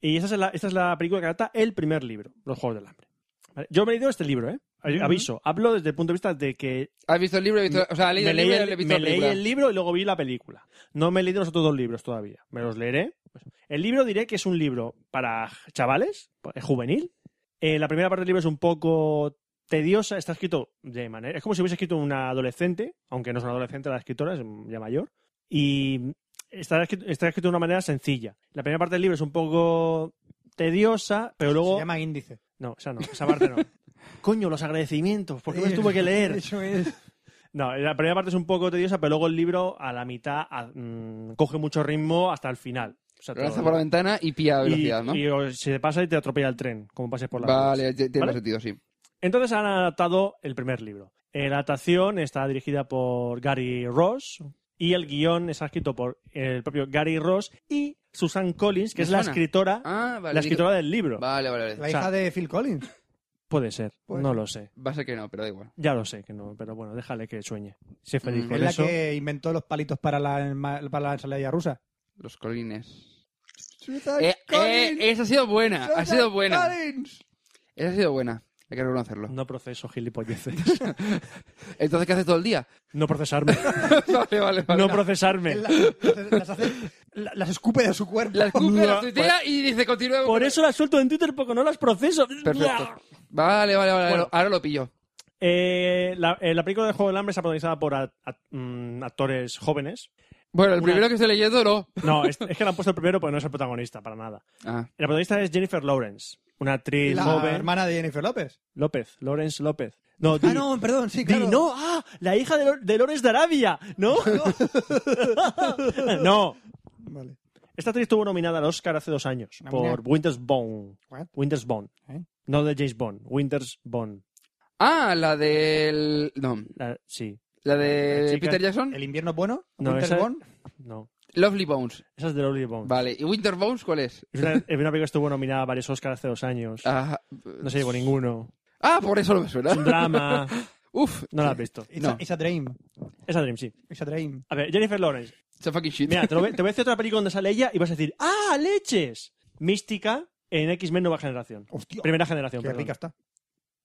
[SPEAKER 2] Y esta es, la, esta es la película que trata el primer libro, Los Juegos del Hambre. Vale, Yo me he leído este libro, ¿eh? Aviso, hablo desde el punto de vista de que
[SPEAKER 3] ¿Has visto el libro? He visto- O sea, he leído
[SPEAKER 2] me
[SPEAKER 3] el
[SPEAKER 2] leí,
[SPEAKER 3] libro y
[SPEAKER 2] el,
[SPEAKER 3] he visto
[SPEAKER 2] me
[SPEAKER 3] la
[SPEAKER 2] leí
[SPEAKER 3] película.
[SPEAKER 2] el libro y luego vi la película. No me he leído los otros dos libros todavía. Me los leeré.
[SPEAKER 3] Pues,
[SPEAKER 2] El libro diré que es un libro para chavales, es juvenil. Eh, la primera parte del libro es un poco tediosa. Está escrito de manera. Es como si hubiese escrito una adolescente, aunque no es una adolescente la escritora, es ya mayor. Y está escrito, está escrito de una manera sencilla. La primera parte del libro es un poco tediosa, pero luego.
[SPEAKER 1] Se llama índice.
[SPEAKER 2] No, esa no, esa
[SPEAKER 1] (laughs)
[SPEAKER 2] parte no. Coño, los agradecimientos, ¿por qué me los tuve que leer?
[SPEAKER 1] Eso es.
[SPEAKER 2] No, la primera parte es un poco tediosa, pero luego el libro a la mitad a- mm, coge mucho ritmo hasta el final. O sea,
[SPEAKER 3] Lanza
[SPEAKER 2] todo-
[SPEAKER 3] por la ventana y pilla velocidad,
[SPEAKER 2] y,
[SPEAKER 3] ¿no?
[SPEAKER 2] y o- se te pasa y te atropella el tren, como pases por la
[SPEAKER 3] vale, tiene
[SPEAKER 2] ¿Vale?
[SPEAKER 3] más sentido, sí.
[SPEAKER 2] Entonces han adaptado el primer libro. Eh, La adaptación está dirigida por Gary Ross y el guión está escrito por el propio Gary Ross y Susan Collins, que
[SPEAKER 3] Me
[SPEAKER 2] es la
[SPEAKER 3] suena.
[SPEAKER 2] escritora,
[SPEAKER 3] Ah, vale. digo-
[SPEAKER 2] la escritora del libro.
[SPEAKER 3] Vale, vale, vale.
[SPEAKER 1] La
[SPEAKER 2] sea,
[SPEAKER 1] hija de Phil Collins.
[SPEAKER 2] Puede ser,
[SPEAKER 1] Puede
[SPEAKER 2] no
[SPEAKER 1] ser.
[SPEAKER 2] lo sé.
[SPEAKER 3] Va a ser que no, pero da igual.
[SPEAKER 2] Ya lo sé que no, pero bueno, déjale que sueñe. Sé feliz
[SPEAKER 3] Mm.
[SPEAKER 2] con
[SPEAKER 1] es la
[SPEAKER 2] eso.
[SPEAKER 1] que inventó los palitos para la, para la ensalada rusa.
[SPEAKER 2] (laughs)
[SPEAKER 3] Los colines. Eh, eh, esa ha sido buena, ha sido buena. Esa ha sido buena, hay que reconocerlo.
[SPEAKER 2] No proceso gilipolleces. (laughs)
[SPEAKER 3] Entonces, ¿qué haces todo el día? (laughs)
[SPEAKER 2] No procesarme.
[SPEAKER 3] vale, vale, vale.
[SPEAKER 2] No procesarme.
[SPEAKER 1] Él la- las, hace- la- las escupe de su cuerpo.
[SPEAKER 3] La escupe, la
[SPEAKER 2] Pues,
[SPEAKER 3] tuitea y dice, continúa.
[SPEAKER 2] Por eso las suelto en Twitter porque no las proceso.
[SPEAKER 3] Perfecto. Vale, vale, vale.
[SPEAKER 2] Bueno.
[SPEAKER 3] Ahora lo pillo.
[SPEAKER 2] Eh, la, eh, la película de Juego del Hambre está protagonizada por a- a- mm, actores jóvenes.
[SPEAKER 3] Bueno, el
[SPEAKER 2] Una-
[SPEAKER 3] primero que estoy leyendo, no.
[SPEAKER 2] No, es, es que la han puesto el primero porque no es el protagonista, para nada.
[SPEAKER 3] Ah,
[SPEAKER 2] La protagonista es Jennifer Lawrence, una actriz
[SPEAKER 1] La
[SPEAKER 2] joven.
[SPEAKER 1] hermana de Jennifer López.
[SPEAKER 2] López, Lawrence López. No,
[SPEAKER 1] Ah,
[SPEAKER 2] di-
[SPEAKER 1] no, perdón, sí, (laughs)
[SPEAKER 2] di
[SPEAKER 1] claro.
[SPEAKER 2] no, ah, la hija de, Lo- de Lawrence de Arabia,
[SPEAKER 1] (laughs)
[SPEAKER 2] ¿no? no, (laughs)
[SPEAKER 1] Vale.
[SPEAKER 2] Esta actriz estuvo nominada al Oscar hace dos años
[SPEAKER 1] ¿Nominada?
[SPEAKER 2] por Winter's Bone.
[SPEAKER 1] What?
[SPEAKER 2] Winter's Bone.
[SPEAKER 1] ¿Eh?
[SPEAKER 2] No de James Bond, Winter's Bone.
[SPEAKER 3] Ah, la del. No,
[SPEAKER 2] La- sí,
[SPEAKER 3] la
[SPEAKER 2] La
[SPEAKER 3] de
[SPEAKER 2] chica-
[SPEAKER 3] Peter Jackson.
[SPEAKER 1] ¿El invierno es bueno?
[SPEAKER 2] No,
[SPEAKER 1] ¿Winter
[SPEAKER 2] esa-
[SPEAKER 1] Bone?
[SPEAKER 2] no.
[SPEAKER 3] Lovely Bones.
[SPEAKER 2] Esa es de Lovely Bone.
[SPEAKER 3] Vale. ¿Y Winter Bones cuál es?
[SPEAKER 2] Es una, es una película que estuvo nominada a varios Oscars hace dos años.
[SPEAKER 3] Ah,
[SPEAKER 2] No se llevó ninguno.
[SPEAKER 3] ah, por eso no me
[SPEAKER 2] Es un
[SPEAKER 3] suena.
[SPEAKER 2] drama.
[SPEAKER 3] Uf,
[SPEAKER 2] No la has visto.
[SPEAKER 1] It's,
[SPEAKER 3] No.
[SPEAKER 1] a, it's a dream.
[SPEAKER 2] Esa Dream, sí.
[SPEAKER 1] It's a dream.
[SPEAKER 2] A ver, Jennifer Lawrence.
[SPEAKER 3] it's a fucking shit.
[SPEAKER 2] Mira, te, lo voy- te voy a decir otra película donde sale ella y vas a decir ¡Ah, leches! Mística en X-Men Nueva Generación.
[SPEAKER 1] Hostia,
[SPEAKER 2] Primera generación,
[SPEAKER 1] qué rica
[SPEAKER 2] perdón.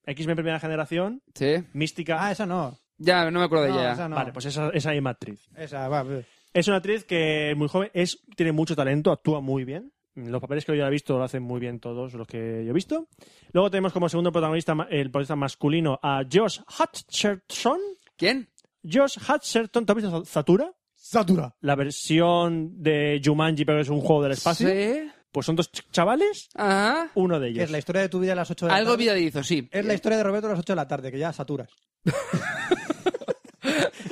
[SPEAKER 1] está.
[SPEAKER 2] X-Men Primera Generación,
[SPEAKER 3] Sí.
[SPEAKER 2] Mística.
[SPEAKER 1] Ah, esa no.
[SPEAKER 3] Ya, no me acuerdo de
[SPEAKER 1] No,
[SPEAKER 3] ella.
[SPEAKER 1] esa no.
[SPEAKER 2] Vale, pues esa, esa misma actriz.
[SPEAKER 1] Esa, va. va.
[SPEAKER 2] Es una actriz que es muy joven, es, tiene mucho talento, actúa muy bien. Los papeles que yo he visto lo hacen muy bien todos los que yo he visto. Luego tenemos como segundo protagonista, ma- el protagonista masculino, a Josh Hutcherson.
[SPEAKER 3] ¿Quién?
[SPEAKER 2] Josh Hutcherson, ¿te has visto Zatura?
[SPEAKER 1] Satura.
[SPEAKER 2] La versión de Jumanji, pero es un juego del espacio.
[SPEAKER 3] Sí.
[SPEAKER 2] Pues son dos ch- chavales,
[SPEAKER 3] Ah.
[SPEAKER 2] uno de
[SPEAKER 1] Que es
[SPEAKER 2] ellos.
[SPEAKER 1] la historia de tu vida a las 8 de la
[SPEAKER 3] Algo
[SPEAKER 1] tarde.
[SPEAKER 3] vidadizo, sí.
[SPEAKER 1] Es la historia de Roberto a las 8 de la tarde, que ya saturas.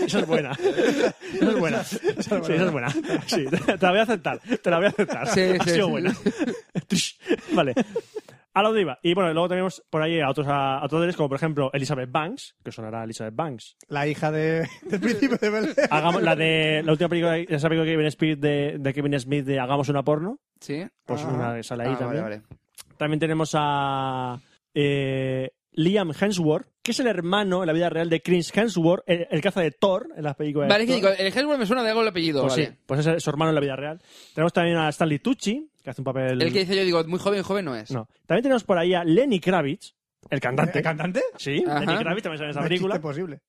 [SPEAKER 2] Esa es buena. Esa es buena. Sí, esa es buena. Sí, te la voy a aceptar. Te la voy a aceptar.
[SPEAKER 3] Sí,
[SPEAKER 2] ha
[SPEAKER 3] sí,
[SPEAKER 2] sido
[SPEAKER 3] sí.
[SPEAKER 2] buena. Trish. vale. A lo que iba. Y bueno, luego tenemos por ahí a otros a, a otros, como por ejemplo Elizabeth Banks, que sonará Elizabeth Banks.
[SPEAKER 1] La hija de, (laughs) del príncipe de Belén.
[SPEAKER 2] Hagamos la de la última película, esa película de Kevin Smith de, de Kevin Smith de Hagamos una porno.
[SPEAKER 3] Sí.
[SPEAKER 2] Pues
[SPEAKER 1] Ah.
[SPEAKER 2] una sale ahí
[SPEAKER 3] Ah,
[SPEAKER 2] también.
[SPEAKER 3] vale, vale.
[SPEAKER 2] También tenemos a eh, Liam Hemsworth, que es el hermano en la vida real de Chris Hemsworth, el, el caza de Thor en las películas. de
[SPEAKER 3] Vale, es que
[SPEAKER 2] Thor.
[SPEAKER 3] digo, el Hellboy me suena de algo el apellido,
[SPEAKER 2] Pues
[SPEAKER 3] vale.
[SPEAKER 2] sí, pues ese es su hermano en la vida real. Tenemos también a Stanley Tucci, que hace un papel.
[SPEAKER 3] El que dice yo, digo, muy joven, joven no es.
[SPEAKER 2] No. También tenemos por ahí a Lenny Kravitz, el cantante.
[SPEAKER 1] ¿El cantante?
[SPEAKER 2] Sí,
[SPEAKER 3] Ajá.
[SPEAKER 2] Lenny Kravitz también sale en esa
[SPEAKER 1] No
[SPEAKER 2] película.
[SPEAKER 1] existe posible.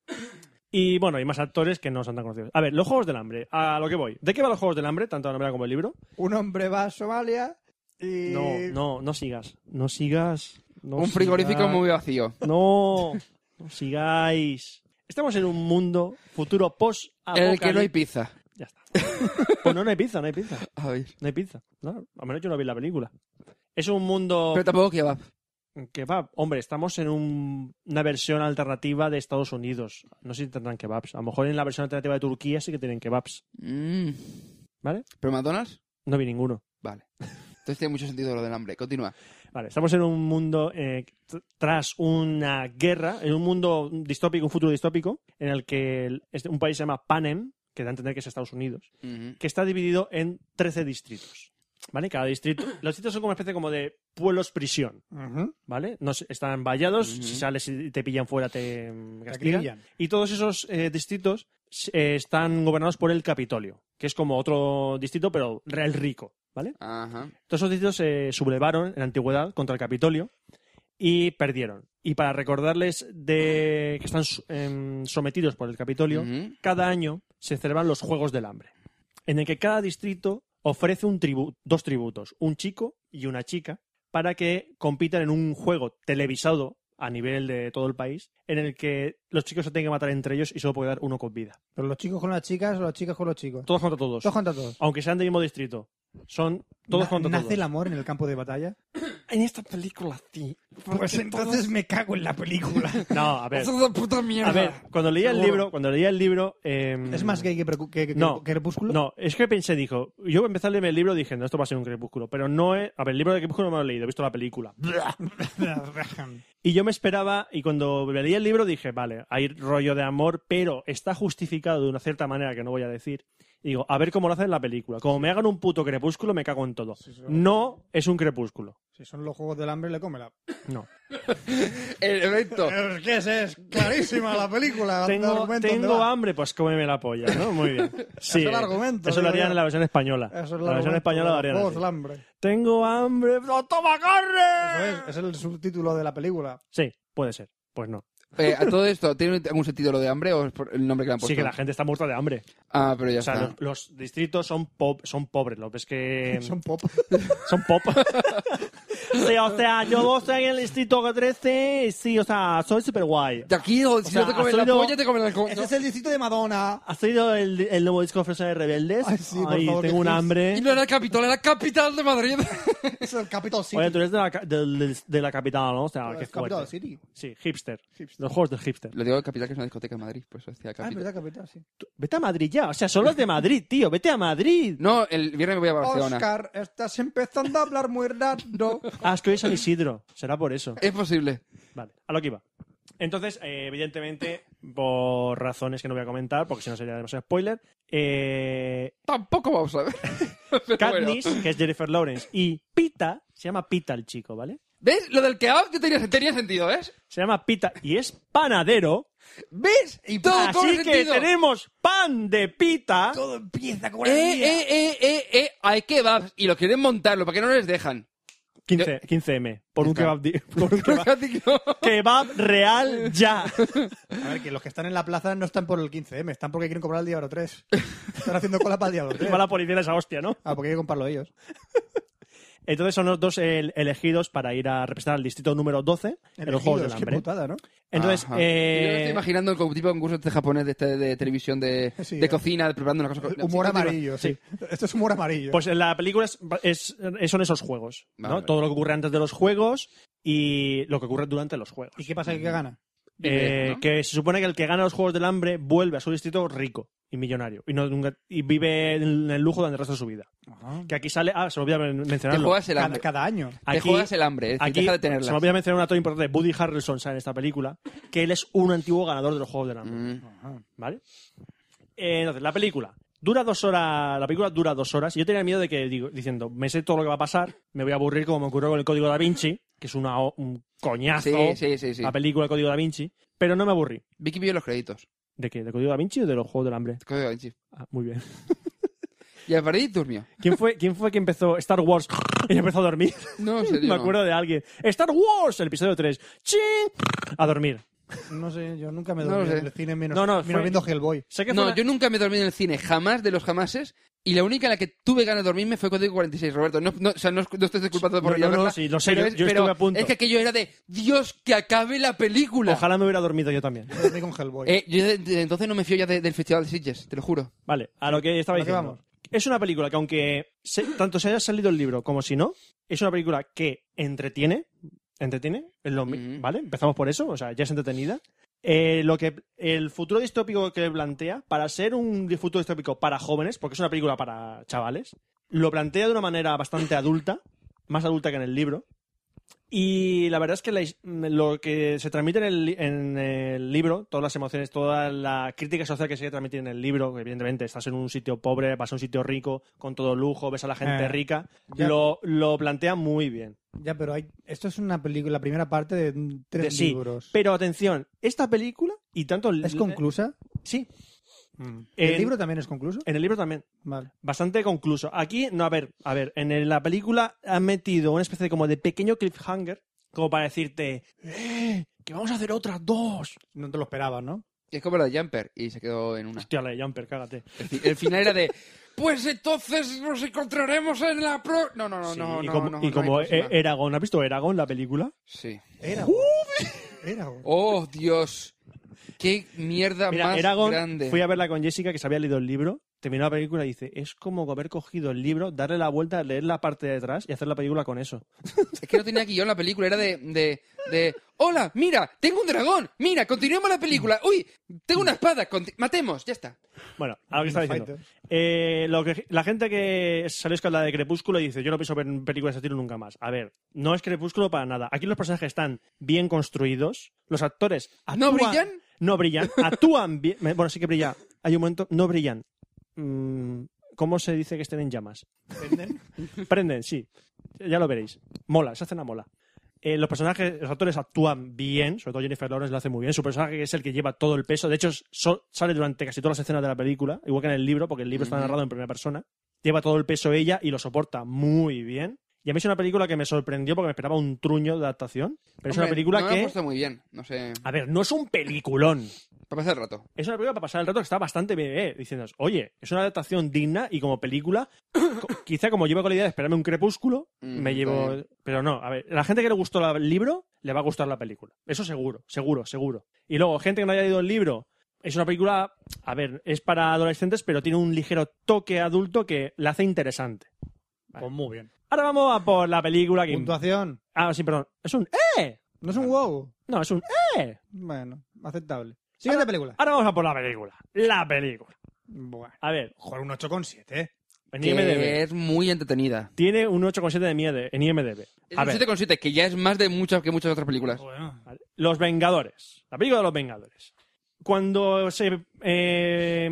[SPEAKER 2] Y bueno, hay más actores que no son tan conocidos. A ver, los Juegos del Hambre, a lo que voy. ¿De qué van los Juegos del Hambre, tanto la novela como el libro?
[SPEAKER 1] Un hombre va a Somalia y...
[SPEAKER 2] No, no, no sigas. No sigas. no
[SPEAKER 3] Un frigorífico
[SPEAKER 2] sigas.
[SPEAKER 3] muy vacío.
[SPEAKER 2] No, no sigáis. Estamos en un mundo futuro post
[SPEAKER 3] En el que
[SPEAKER 2] ¿eh?
[SPEAKER 3] no hay pizza.
[SPEAKER 2] Ya está. Pues no, no hay pizza, no hay pizza.
[SPEAKER 3] A ver.
[SPEAKER 2] No hay pizza. No, al menos yo no vi la película. Es un mundo
[SPEAKER 3] Pero tampoco que va.
[SPEAKER 2] kebab. Hombre, estamos en un- una versión alternativa de Estados Unidos. No sé si tendrán kebabs. A lo mejor en la versión alternativa de Turquía sí que tienen kebabs.
[SPEAKER 3] Mm.
[SPEAKER 2] ¿Vale?
[SPEAKER 3] ¿Pero McDonald's?
[SPEAKER 2] No vi ninguno.
[SPEAKER 3] Vale.
[SPEAKER 2] (laughs)
[SPEAKER 3] Entonces tiene mucho sentido lo del hambre. Continúa.
[SPEAKER 2] Vale, estamos en un mundo eh, tr- tras una guerra, en un mundo distópico, un futuro distópico, en el que el- este- un país se llama Panem, que da a entender que es Estados Unidos,
[SPEAKER 3] Ujú.
[SPEAKER 2] que está dividido en 13 distritos. ¿Vale? Cada distrito. Los distritos son como una especie como de pueblos prisión.
[SPEAKER 1] Ujú.
[SPEAKER 2] ¿Vale? No sé, están vallados,
[SPEAKER 3] Ujú.
[SPEAKER 2] si sales y te pillan fuera te mm,
[SPEAKER 1] La
[SPEAKER 2] castigan.
[SPEAKER 1] grillan.
[SPEAKER 2] Y todos esos eh, distritos eh, están gobernados por el Capitolio, que es como otro distrito, pero real rico, ¿vale?
[SPEAKER 3] Ajá.
[SPEAKER 2] Todos esos distritos se sublevaron en la antigüedad contra el Capitolio y perdieron. Y para recordarles de que están su- em, sometidos por el Capitolio,
[SPEAKER 3] Ujú.
[SPEAKER 2] cada año se celebran los Juegos del Hambre, en el que cada distrito ofrece un tribu- dos tributos, un chico y una chica, para que compitan en un juego televisado a nivel de todo el país, en el que los chicos se tienen que matar entre ellos y solo puede dar uno con vida.
[SPEAKER 1] Pero los chicos con las chicas o las chicas con los chicos.
[SPEAKER 2] Todos contra todos.
[SPEAKER 1] Todos contra todos.
[SPEAKER 2] Aunque sean del mismo distrito. Son todos
[SPEAKER 1] Na-
[SPEAKER 2] contra
[SPEAKER 1] ¿Nace
[SPEAKER 2] todos.
[SPEAKER 1] el amor en el campo de batalla?
[SPEAKER 2] (clears throat) En esta película, sí.
[SPEAKER 1] Pues entonces me cago en la
[SPEAKER 2] (laughs)
[SPEAKER 1] película.
[SPEAKER 2] No,
[SPEAKER 1] (laughs)
[SPEAKER 2] a ver.
[SPEAKER 3] una puta mierda.
[SPEAKER 2] A ver, cuando leía el
[SPEAKER 3] Seguro.
[SPEAKER 2] libro, cuando leía el libro... em,
[SPEAKER 1] ¿Es más gay que, precu- que, que-
[SPEAKER 2] No.
[SPEAKER 1] que Crepúsculo? (laughs)
[SPEAKER 2] No, es que pensé, dijo, yo empecé a leerme el libro diciendo, esto va a ser un crepúsculo, pero no es... A ver, el libro de crepúsculo no me lo he leído, he visto la película. Y yo me esperaba, y cuando me leí el libro dije, vale, hay rollo de amor, pero está justificado de una cierta manera que no voy a decir. Y digo, a ver cómo lo hacen en la película. Como me hagan un puto crepúsculo, me cago en todo. No es un crepúsculo.
[SPEAKER 1] Si son los juegos del hambre, le cómela.
[SPEAKER 2] No.
[SPEAKER 3] El
[SPEAKER 2] (laughs)
[SPEAKER 3] evento.
[SPEAKER 1] Es que es, es clarísima la película. el
[SPEAKER 2] Oh. Tengo,
[SPEAKER 1] argumento, ¿dónde
[SPEAKER 2] tengo
[SPEAKER 1] va?
[SPEAKER 2] hambre, pues cómeme la polla, ¿no? Muy
[SPEAKER 1] (laughs)
[SPEAKER 2] bien. Sí,
[SPEAKER 1] el
[SPEAKER 2] eh,
[SPEAKER 1] argumento,
[SPEAKER 2] Eso lo
[SPEAKER 1] digo
[SPEAKER 2] harían
[SPEAKER 1] yo.
[SPEAKER 2] en la versión española.
[SPEAKER 1] Eso es el
[SPEAKER 2] la versión
[SPEAKER 1] argumento,
[SPEAKER 2] española lo harían
[SPEAKER 1] los juegos
[SPEAKER 2] así.
[SPEAKER 1] del hambre.
[SPEAKER 2] Tengo hambre, pero toma carne.
[SPEAKER 1] Eso es, es el subtítulo de la película.
[SPEAKER 2] Sí, puede ser. Pues no.
[SPEAKER 3] Eh, a todo esto, ¿tiene algún sentido lo de hambre o es por el nombre que le han puesto?
[SPEAKER 2] Sí que la gente está muerta de hambre.
[SPEAKER 3] Ah, pero ya
[SPEAKER 2] O sea,
[SPEAKER 3] está.
[SPEAKER 2] los, los distritos son po- son pobres. Lo ves que
[SPEAKER 1] (laughs) Son pop.
[SPEAKER 2] Son pop. (laughs) sí, o sea, yo estoy en el distrito 13 y sí, o sea, soy súper guay.
[SPEAKER 3] De aquí, o si
[SPEAKER 2] sea,
[SPEAKER 3] no te comes
[SPEAKER 2] ha
[SPEAKER 3] la
[SPEAKER 2] salido-
[SPEAKER 3] polla, te comes la co-
[SPEAKER 1] Ese es el distrito de Madonna.
[SPEAKER 2] ¿Has oído el, el nuevo disco de Fresa de Rebeldes?
[SPEAKER 1] Ay, sí, por
[SPEAKER 2] Ay,
[SPEAKER 1] favor,
[SPEAKER 2] tengo
[SPEAKER 1] que
[SPEAKER 2] un
[SPEAKER 1] sí.
[SPEAKER 3] Y
[SPEAKER 2] hambre.
[SPEAKER 3] no era el capital, era la capital de Madrid.
[SPEAKER 1] Es el Capital City.
[SPEAKER 2] Oye, tú eres de la, ca- del- del- de la capital, ¿no? O sea,
[SPEAKER 1] Es
[SPEAKER 2] qué
[SPEAKER 1] Capital
[SPEAKER 2] fuerte.
[SPEAKER 1] City.
[SPEAKER 2] Sí, hipster. Los juegos de
[SPEAKER 3] (laughs)
[SPEAKER 2] hipster.
[SPEAKER 3] Lo digo el capital, que es una discoteca en Madrid, por eso
[SPEAKER 1] Ah,
[SPEAKER 3] decía
[SPEAKER 1] es
[SPEAKER 3] capital.
[SPEAKER 1] verdad, Capital City.
[SPEAKER 2] Vete a Madrid ya. O sea, son los de Madrid, tío. Vete a Madrid.
[SPEAKER 3] No, el viernes me voy a Barcelona.
[SPEAKER 1] Oscar, estás empezando a hablar muy raro.
[SPEAKER 2] Ah, es que hoy es San Isidro. Será por eso.
[SPEAKER 1] Eh.
[SPEAKER 3] Es posible.
[SPEAKER 2] Vale, a lo que iba. Entonces, eh, evidentemente, por razones que no voy a comentar, porque si no sería demasiado spoiler, eh,
[SPEAKER 3] Tampoco vamos a ver. (laughs) Pero bueno.
[SPEAKER 2] Katniss, que es Jennifer Lawrence, y Pita, se llama Pita el chico, ¿vale?
[SPEAKER 3] ¿Ves? Lo del que hab- que tenía, tenía sentido, ¿ves?
[SPEAKER 2] Se llama Pita y es panadero.
[SPEAKER 3] ¿Ves? todo
[SPEAKER 2] así
[SPEAKER 3] cobra
[SPEAKER 2] que
[SPEAKER 3] sentido.
[SPEAKER 2] tenemos pan de pita.
[SPEAKER 1] Todo empieza con
[SPEAKER 3] Eh, eh, eh, eh, eh, hay kebabs y lo quieren montarlo, ¿para qué no les
[SPEAKER 2] (laughs)
[SPEAKER 3] dejan?
[SPEAKER 2] 15, 15M, por un
[SPEAKER 3] Está.
[SPEAKER 2] kebab. di-
[SPEAKER 3] (laughs)
[SPEAKER 2] Por un kebab,
[SPEAKER 3] Casi no.
[SPEAKER 2] kebab real
[SPEAKER 3] (laughs)
[SPEAKER 2] ya.
[SPEAKER 1] A ver, que los que están en la plaza no están por el 15M, están porque quieren comprar el Diablo 3. Están haciendo cola para el Diablo
[SPEAKER 2] Y
[SPEAKER 1] 3.
[SPEAKER 2] va la policía de esa hostia, ¿no?
[SPEAKER 1] Ah, porque hay que comprarlo ellos.
[SPEAKER 2] Entonces son los dos el- elegidos para ir a representar al distrito número 12 en los Juegos del
[SPEAKER 1] Elegidos, qué
[SPEAKER 2] Hambre.
[SPEAKER 1] putada, ¿no?
[SPEAKER 2] Entonces,
[SPEAKER 3] Ajá.
[SPEAKER 2] eh,
[SPEAKER 3] Yo me estoy imaginando el co- tipo de concurso de japonés de, este- de televisión de,
[SPEAKER 1] Sí,
[SPEAKER 3] de
[SPEAKER 1] eh.
[SPEAKER 3] cocina, de preparando una cosa. con-
[SPEAKER 1] humor
[SPEAKER 3] Sí, continúa.
[SPEAKER 1] amarillo, sí. Esto es humor amarillo.
[SPEAKER 2] Pues en la película es, es- son esos juegos, ¿no?
[SPEAKER 3] Vale, vale.
[SPEAKER 2] Todo lo que ocurre antes de los juegos y lo que ocurre durante los juegos.
[SPEAKER 1] ¿Y qué pasa? ¿Qué gana?
[SPEAKER 3] Vive,
[SPEAKER 2] Eh,
[SPEAKER 3] ¿no?
[SPEAKER 2] Que se supone que el que gana los Juegos del Hambre vuelve a su distrito rico y millonario y, no- nunca- y vive en el lujo durante el resto de su vida. Que aquí sale... Ah, se me olvida men-
[SPEAKER 3] Te
[SPEAKER 2] mencionarlo.
[SPEAKER 3] juegas el
[SPEAKER 1] Cada,
[SPEAKER 3] hambre.
[SPEAKER 1] cada año.
[SPEAKER 3] Te
[SPEAKER 2] Aquí-
[SPEAKER 3] juegas el hambre, es decir,
[SPEAKER 2] Aquí
[SPEAKER 3] deja de
[SPEAKER 2] se me
[SPEAKER 3] tenerla.
[SPEAKER 2] olvida mencionar un dato importante. Woody Harrelson sale en esta película, que él es un antiguo ganador de los Juegos del Hambre.
[SPEAKER 3] Mm.
[SPEAKER 2] ¿Vale? Eh, entonces, la película. Dura dos horas. La película dura dos horas. Y yo tenía miedo de que, digo, diciendo, me sé todo lo que va a pasar, me voy a aburrir como me ocurrió con el código da Vinci, que es una, o- un coñazo.
[SPEAKER 3] Sí, sí, sí, sí.
[SPEAKER 2] La película El código da Vinci. Pero no me aburrí.
[SPEAKER 3] Vicky vio los créditos.
[SPEAKER 2] ¿De qué? ¿Del código da Vinci o de los Juegos del Hambre?
[SPEAKER 3] Código Da Vinci.
[SPEAKER 2] Ah, muy bien.
[SPEAKER 3] Y a partir durmió.
[SPEAKER 2] ¿Quién fue, ¿Quién fue que empezó Star Wars y empezó a dormir?
[SPEAKER 3] No, en serio,
[SPEAKER 2] (laughs) me
[SPEAKER 3] no.
[SPEAKER 2] acuerdo de alguien. ¡Star Wars! El episodio 3. ¡Ching! A dormir.
[SPEAKER 1] No sé, yo nunca me
[SPEAKER 3] No
[SPEAKER 1] dormí
[SPEAKER 3] lo sé.
[SPEAKER 1] en el cine menos,
[SPEAKER 2] No, no,
[SPEAKER 1] menos
[SPEAKER 2] fue-
[SPEAKER 1] viendo Hellboy.
[SPEAKER 2] Sé que fue
[SPEAKER 3] No,
[SPEAKER 2] una-
[SPEAKER 3] yo nunca me he dormido en el cine, jamás de los jamases. Y la única en la que tuve ganas de dormirme fue Código 46, Roberto. No, no, o sea, no, es- no te estoy culpando por
[SPEAKER 2] No,
[SPEAKER 3] ello,
[SPEAKER 2] no, no,
[SPEAKER 3] verla,
[SPEAKER 2] sí, lo sé,
[SPEAKER 3] pero
[SPEAKER 2] yo-
[SPEAKER 3] es-
[SPEAKER 2] yo
[SPEAKER 3] pero
[SPEAKER 2] estuve a punto.
[SPEAKER 3] Es que aquello era de Dios que acabe la película.
[SPEAKER 2] Ojalá me hubiera dormido yo también.
[SPEAKER 1] Me dormí con Hellboy.
[SPEAKER 3] Eh, yo desde entonces no me fío ya de- del Festival de Sitges, te lo juro.
[SPEAKER 2] Vale, a lo que estaba
[SPEAKER 1] ¿A lo que
[SPEAKER 2] diciendo.
[SPEAKER 1] vamos?
[SPEAKER 2] Es una película que, aunque se- tanto se haya salido el libro como si no, es una película que entretiene. Entretiene, es lo mi-
[SPEAKER 3] Ujú.
[SPEAKER 2] ¿vale? Empezamos por eso, o sea, ya es entretenida. Eh, lo que el futuro distópico que plantea, para ser un futuro distópico para jóvenes, porque es una película para chavales, lo plantea de una manera bastante adulta, más adulta que en el libro. Y la verdad es que la his- lo que se transmite en el, li- en el libro, todas las emociones, toda la crítica social que se transmite en el libro, que evidentemente estás en un sitio pobre, vas a un sitio rico, con todo lujo, ves a la gente
[SPEAKER 1] Eh,
[SPEAKER 2] rica,
[SPEAKER 1] ya.
[SPEAKER 2] lo, lo plantea muy bien.
[SPEAKER 1] Ya, pero hay... esto es una película, la primera parte de mm, tres
[SPEAKER 2] De sí.
[SPEAKER 1] libros.
[SPEAKER 2] Pero atención, esta película y tanto el
[SPEAKER 1] ¿Es conclusa?
[SPEAKER 2] Sí.
[SPEAKER 1] ¿El
[SPEAKER 2] En-
[SPEAKER 1] libro también es concluso?
[SPEAKER 2] En el libro también.
[SPEAKER 1] Vale.
[SPEAKER 2] Bastante concluso. Aquí, no, a ver, a ver, en el- la película han metido una especie de como de pequeño cliffhanger, como para decirte, "Eh, que vamos a hacer otras dos.
[SPEAKER 1] No te lo esperabas, ¿no?
[SPEAKER 3] Es como la de Jumper y se quedó en una.
[SPEAKER 2] Hostia, la de Jumper, cágate.
[SPEAKER 3] El, fi- el final era de Pues entonces nos encontraremos en la pro. No, no, no,
[SPEAKER 2] Sí,
[SPEAKER 3] no.
[SPEAKER 2] y
[SPEAKER 3] no,
[SPEAKER 2] como, eh,
[SPEAKER 3] no,
[SPEAKER 2] y
[SPEAKER 3] no
[SPEAKER 2] como
[SPEAKER 3] hay próxima.
[SPEAKER 2] E- Eragon, ¿has visto Eragon, la película?
[SPEAKER 3] Sí.
[SPEAKER 1] Era. Eragon.
[SPEAKER 3] ¡Oh, Dios! ¡Qué mierda
[SPEAKER 2] Mira,
[SPEAKER 3] más
[SPEAKER 2] Eragon,
[SPEAKER 3] grande!
[SPEAKER 2] fui a verla con Jessica, que se había leído el libro, terminó la película y dice, es como haber cogido el libro, darle la vuelta, leer la parte de atrás y hacer la película con eso.
[SPEAKER 3] Es que no tenía guión la película, era de, de, de... ¡Hola! ¡Mira! ¡Tengo un dragón! ¡Mira! ¡Continuemos la película! ¡Uy! ¡Tengo una espada! conti- ¡Matemos! Ya está.
[SPEAKER 2] Bueno, a lo que estaba diciendo. Eh, lo que, la gente que salió escalada de Crepúsculo y dice, yo no pienso ver películas de ese estilo nunca más. A ver, no es Crepúsculo para nada. Aquí los personajes están bien construidos, los actores
[SPEAKER 3] Ah, ¿No
[SPEAKER 2] actúan-
[SPEAKER 3] brillan?
[SPEAKER 2] No brillan, actúan bien. Bueno, sí que brilla. Hay un momento, no brillan. Mm, ¿Cómo se dice que estén en llamas? ¿Prenden? (laughs) Prenden, sí. Ya lo veréis. Mola, se hace una mola. Eh, los personajes, los actores actúan bien, sobre todo Jennifer Lawrence lo hace muy bien. Su personaje es el que lleva todo el peso. De hecho, es- so- sale durante casi todas las escenas de la película, igual que en el libro, porque el libro está
[SPEAKER 3] Ujú.
[SPEAKER 2] narrado en primera persona. Lleva todo el peso ella y lo soporta muy bien. Y a mí es una película que me sorprendió porque me esperaba un truño de adaptación. Pero es una
[SPEAKER 3] Hombre,
[SPEAKER 2] película
[SPEAKER 3] no me
[SPEAKER 2] que.
[SPEAKER 3] ha puesto muy bien. No sé...
[SPEAKER 2] A ver, no es un peliculón.
[SPEAKER 3] Para pasar el rato.
[SPEAKER 2] Es una película para pasar el rato que está bastante bien, eh, diciéndonos, oye, es una adaptación digna y como película, co- (coughs) quizá como llevo con la idea de esperarme un crepúsculo,
[SPEAKER 3] Mm,
[SPEAKER 2] me llevo...
[SPEAKER 3] también.
[SPEAKER 2] Pero no, a ver, la gente que le gustó la- el libro, le va a gustar la película. Eso seguro, seguro, seguro. Y luego, gente que no haya leído el libro, es una película, a ver, es para adolescentes, pero tiene un ligero toque adulto que la hace interesante.
[SPEAKER 1] Pues muy bien.
[SPEAKER 2] Ahora vamos a por la película que...
[SPEAKER 1] Puntuación.
[SPEAKER 2] Ah, sí, perdón. Es un... ¡Eh!
[SPEAKER 1] No es un wow.
[SPEAKER 2] No, es un... ¡Eh!
[SPEAKER 1] Bueno, aceptable. Siguiente película.
[SPEAKER 2] Ahora ah. vamos a por la película. La película.
[SPEAKER 1] Bueno.
[SPEAKER 2] A ver,
[SPEAKER 1] Joder, un 8,7.
[SPEAKER 2] en
[SPEAKER 3] Que
[SPEAKER 2] IMDb.
[SPEAKER 3] es muy entretenida.
[SPEAKER 2] Tiene un 8,7 de IMDb, en IMDb.
[SPEAKER 3] Es
[SPEAKER 2] A
[SPEAKER 3] un
[SPEAKER 2] ver,
[SPEAKER 3] 7,7, que ya es más de muchas que muchas otras películas.
[SPEAKER 1] Bueno.
[SPEAKER 2] vale. Los Vengadores. La película de los Vengadores. Cuando se, eh,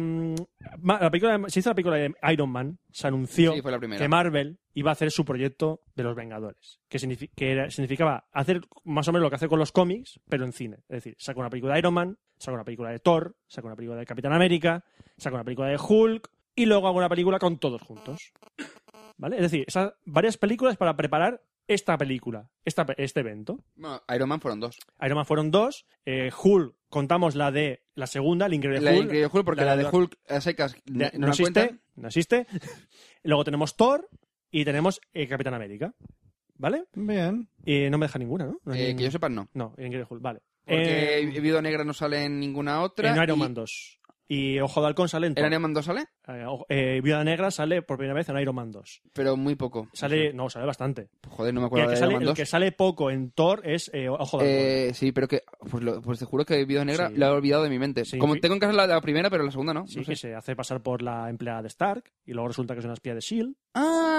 [SPEAKER 2] ma- la película, se hizo la película de Iron Man, se anunció
[SPEAKER 3] Sí, fue la primera.
[SPEAKER 2] que Marvel iba a hacer su proyecto de los Vengadores, que, signifi- que era- significaba hacer más o menos lo que hace con los cómics, pero en cine. Es decir, saca una película de Iron Man, saca una película de Thor, saca una película de Capitán América, saca una película de Hulk y luego hago una película con todos juntos. ¿Vale? Es decir, esas varias películas para preparar esta película, esta pe- este evento.
[SPEAKER 3] Bueno, Iron Man fueron dos.
[SPEAKER 2] Iron Man fueron dos, eh, Hulk, contamos la de la segunda, el Increíble
[SPEAKER 3] la de
[SPEAKER 2] Hulk.
[SPEAKER 3] Increíble Hulk, porque
[SPEAKER 2] la
[SPEAKER 3] la,
[SPEAKER 2] de
[SPEAKER 3] de Hulk a secas
[SPEAKER 2] de-
[SPEAKER 3] no,
[SPEAKER 2] no,
[SPEAKER 3] la
[SPEAKER 2] existe,
[SPEAKER 3] cuentan.
[SPEAKER 2] no existe. (laughs) Luego tenemos Thor y tenemos eh, Capitán América. ¿Vale?
[SPEAKER 1] Bien.
[SPEAKER 2] Y no me deja ninguna, ¿no? No, hay
[SPEAKER 3] Eh,
[SPEAKER 2] ninguna.
[SPEAKER 3] que yo sepa, no.
[SPEAKER 2] No, el Increíble Hulk, vale.
[SPEAKER 3] Porque
[SPEAKER 2] Eh,
[SPEAKER 3] Viuda Negra no sale en ninguna otra.
[SPEAKER 2] en Iron
[SPEAKER 3] y-
[SPEAKER 2] Man 2. Y Ojo de Halcón sale en Thor.
[SPEAKER 3] ¿En Iron Man 2 sale?
[SPEAKER 2] Eh, ojo- eh, Viuda Negra sale por primera vez en Iron Man 2.
[SPEAKER 3] Pero muy poco.
[SPEAKER 2] Sale, no, sale bastante.
[SPEAKER 3] Joder, no me
[SPEAKER 2] Y el
[SPEAKER 3] acuerdo
[SPEAKER 2] que
[SPEAKER 3] de
[SPEAKER 2] sale-
[SPEAKER 3] Pues Iron Man
[SPEAKER 2] el
[SPEAKER 3] 2.
[SPEAKER 2] que sale poco en Thor es eh, Ojo de Halcón.
[SPEAKER 3] Eh, sí, pero que. Pues, lo- pues te juro que Viuda Negra
[SPEAKER 2] Sí.
[SPEAKER 3] la he olvidado de mi mente.
[SPEAKER 2] Sí,
[SPEAKER 3] Como
[SPEAKER 2] sí.
[SPEAKER 3] tengo en casa la, la primera, pero la segunda no.
[SPEAKER 2] Sí,
[SPEAKER 3] no sé.
[SPEAKER 2] que se hace pasar por la empleada de Stark y luego resulta que es una espía de S.H.I.E.L.D.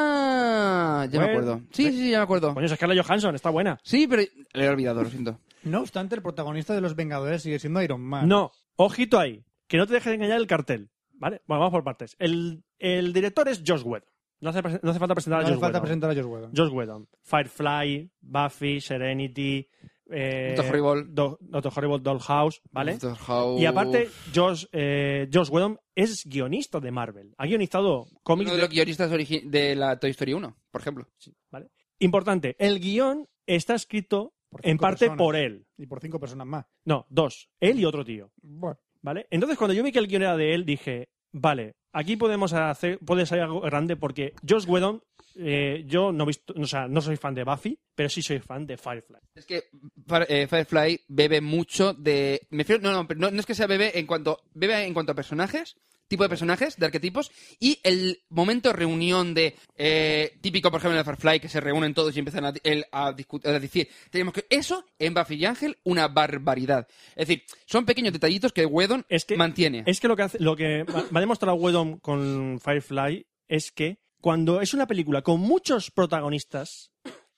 [SPEAKER 3] Ah, ya me
[SPEAKER 2] Bueno,
[SPEAKER 3] acuerdo. Sí, sí, ya me acuerdo.
[SPEAKER 2] Coño, es Scarlett Johansson, está buena.
[SPEAKER 3] Sí, pero la he olvidado, lo siento.
[SPEAKER 1] No obstante, el protagonista de Los Vengadores sigue siendo Iron Man.
[SPEAKER 2] No, ojito ahí, que no te dejes engañar el cartel, ¿vale? Bueno, vamos por partes. El, el director es Josh Whedon. No hace, presen- no hace falta
[SPEAKER 1] No
[SPEAKER 2] presentar a
[SPEAKER 1] hace
[SPEAKER 2] Josh
[SPEAKER 1] falta
[SPEAKER 2] Whedon.
[SPEAKER 1] presentar a Josh Whedon.
[SPEAKER 2] Josh Whedon. Firefly, Buffy, Serenity... Eh,
[SPEAKER 3] Doctor Horrible.
[SPEAKER 2] Do- Doctor Horrible, Dollhouse, ¿vale?
[SPEAKER 3] Doctor House.
[SPEAKER 2] Y aparte, Josh, eh, Josh Whedon es guionista de Marvel. Ha guionizado cómics
[SPEAKER 3] Uno de
[SPEAKER 2] de-
[SPEAKER 3] los guionistas origi- de la Toy Story 1, por ejemplo.
[SPEAKER 2] ¿vale? Importante, el guión está escrito
[SPEAKER 1] Por cinco
[SPEAKER 2] en parte
[SPEAKER 1] personas.
[SPEAKER 2] por él.
[SPEAKER 1] Y por cinco personas más.
[SPEAKER 2] No, dos. Él y otro tío.
[SPEAKER 1] Bueno.
[SPEAKER 2] ¿Vale? Entonces, cuando yo vi que el guion era de él, dije, vale, aquí podemos hacer, puede salir algo grande porque Josh Whedon, eh, yo no, he visto, o sea, no soy fan de Buffy, pero sí soy fan de Firefly.
[SPEAKER 3] Es que Fire- eh, Firefly bebe mucho de. Me refiero- No, no, pero no, no es que sea bebe en cuanto. Bebe en cuanto a personajes, tipo de personajes, de arquetipos, y el momento de reunión de. eh, típico, por ejemplo, de Firefly, que se reúnen todos y empiezan a, el- a discu- a decir. Tenemos que. Eso en Buffy y Ángel, una barbaridad. Es decir, son pequeños detallitos que Wedon
[SPEAKER 2] Es que-
[SPEAKER 3] mantiene.
[SPEAKER 2] Es que lo que, hace, lo que va- me ha demostrado Whedon con Firefly es que cuando es una película con muchos protagonistas,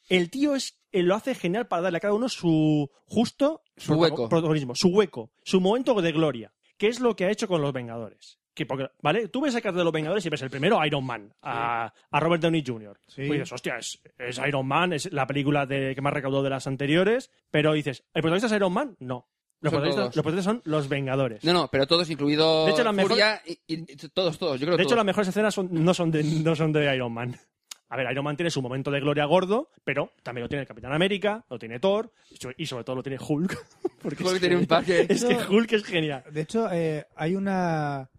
[SPEAKER 2] el tío es, eh, lo hace genial para darle a cada uno su justo
[SPEAKER 3] Su
[SPEAKER 2] protago-
[SPEAKER 3] hueco.
[SPEAKER 2] protagonismo, su hueco, su momento de gloria, que es lo que ha hecho con los Vengadores. Que porque, ¿vale? Tú ves el cartel de los Vengadores y ves el primero a Iron Man, a, a Robert Downey Jr.
[SPEAKER 1] Sí.
[SPEAKER 2] Y dices, hostia, es, es Iron Man, es la película de- que más recaudó de las anteriores, pero dices, ¿el protagonista es Iron Man? No. Los
[SPEAKER 3] Son
[SPEAKER 2] protagonistas,
[SPEAKER 3] todos.
[SPEAKER 2] los protagonistas son los Vengadores.
[SPEAKER 3] No, no, pero todos, incluido.
[SPEAKER 2] De hecho, la mejor-
[SPEAKER 3] Furia y- y- y todos, todos. Yo creo
[SPEAKER 2] De hecho,
[SPEAKER 3] todos.
[SPEAKER 2] las mejores escenas son- no, son de, no son de Iron Man. A ver, Iron Man tiene su momento de gloria gordo, pero también lo tiene el Capitán América, lo tiene Thor so- y sobre todo lo tiene Hulk. (laughs) Porque
[SPEAKER 3] Hulk
[SPEAKER 2] es
[SPEAKER 3] tiene un
[SPEAKER 2] genial.
[SPEAKER 3] parque.
[SPEAKER 2] Es que Hulk es genial.
[SPEAKER 1] De hecho, eh, hay una,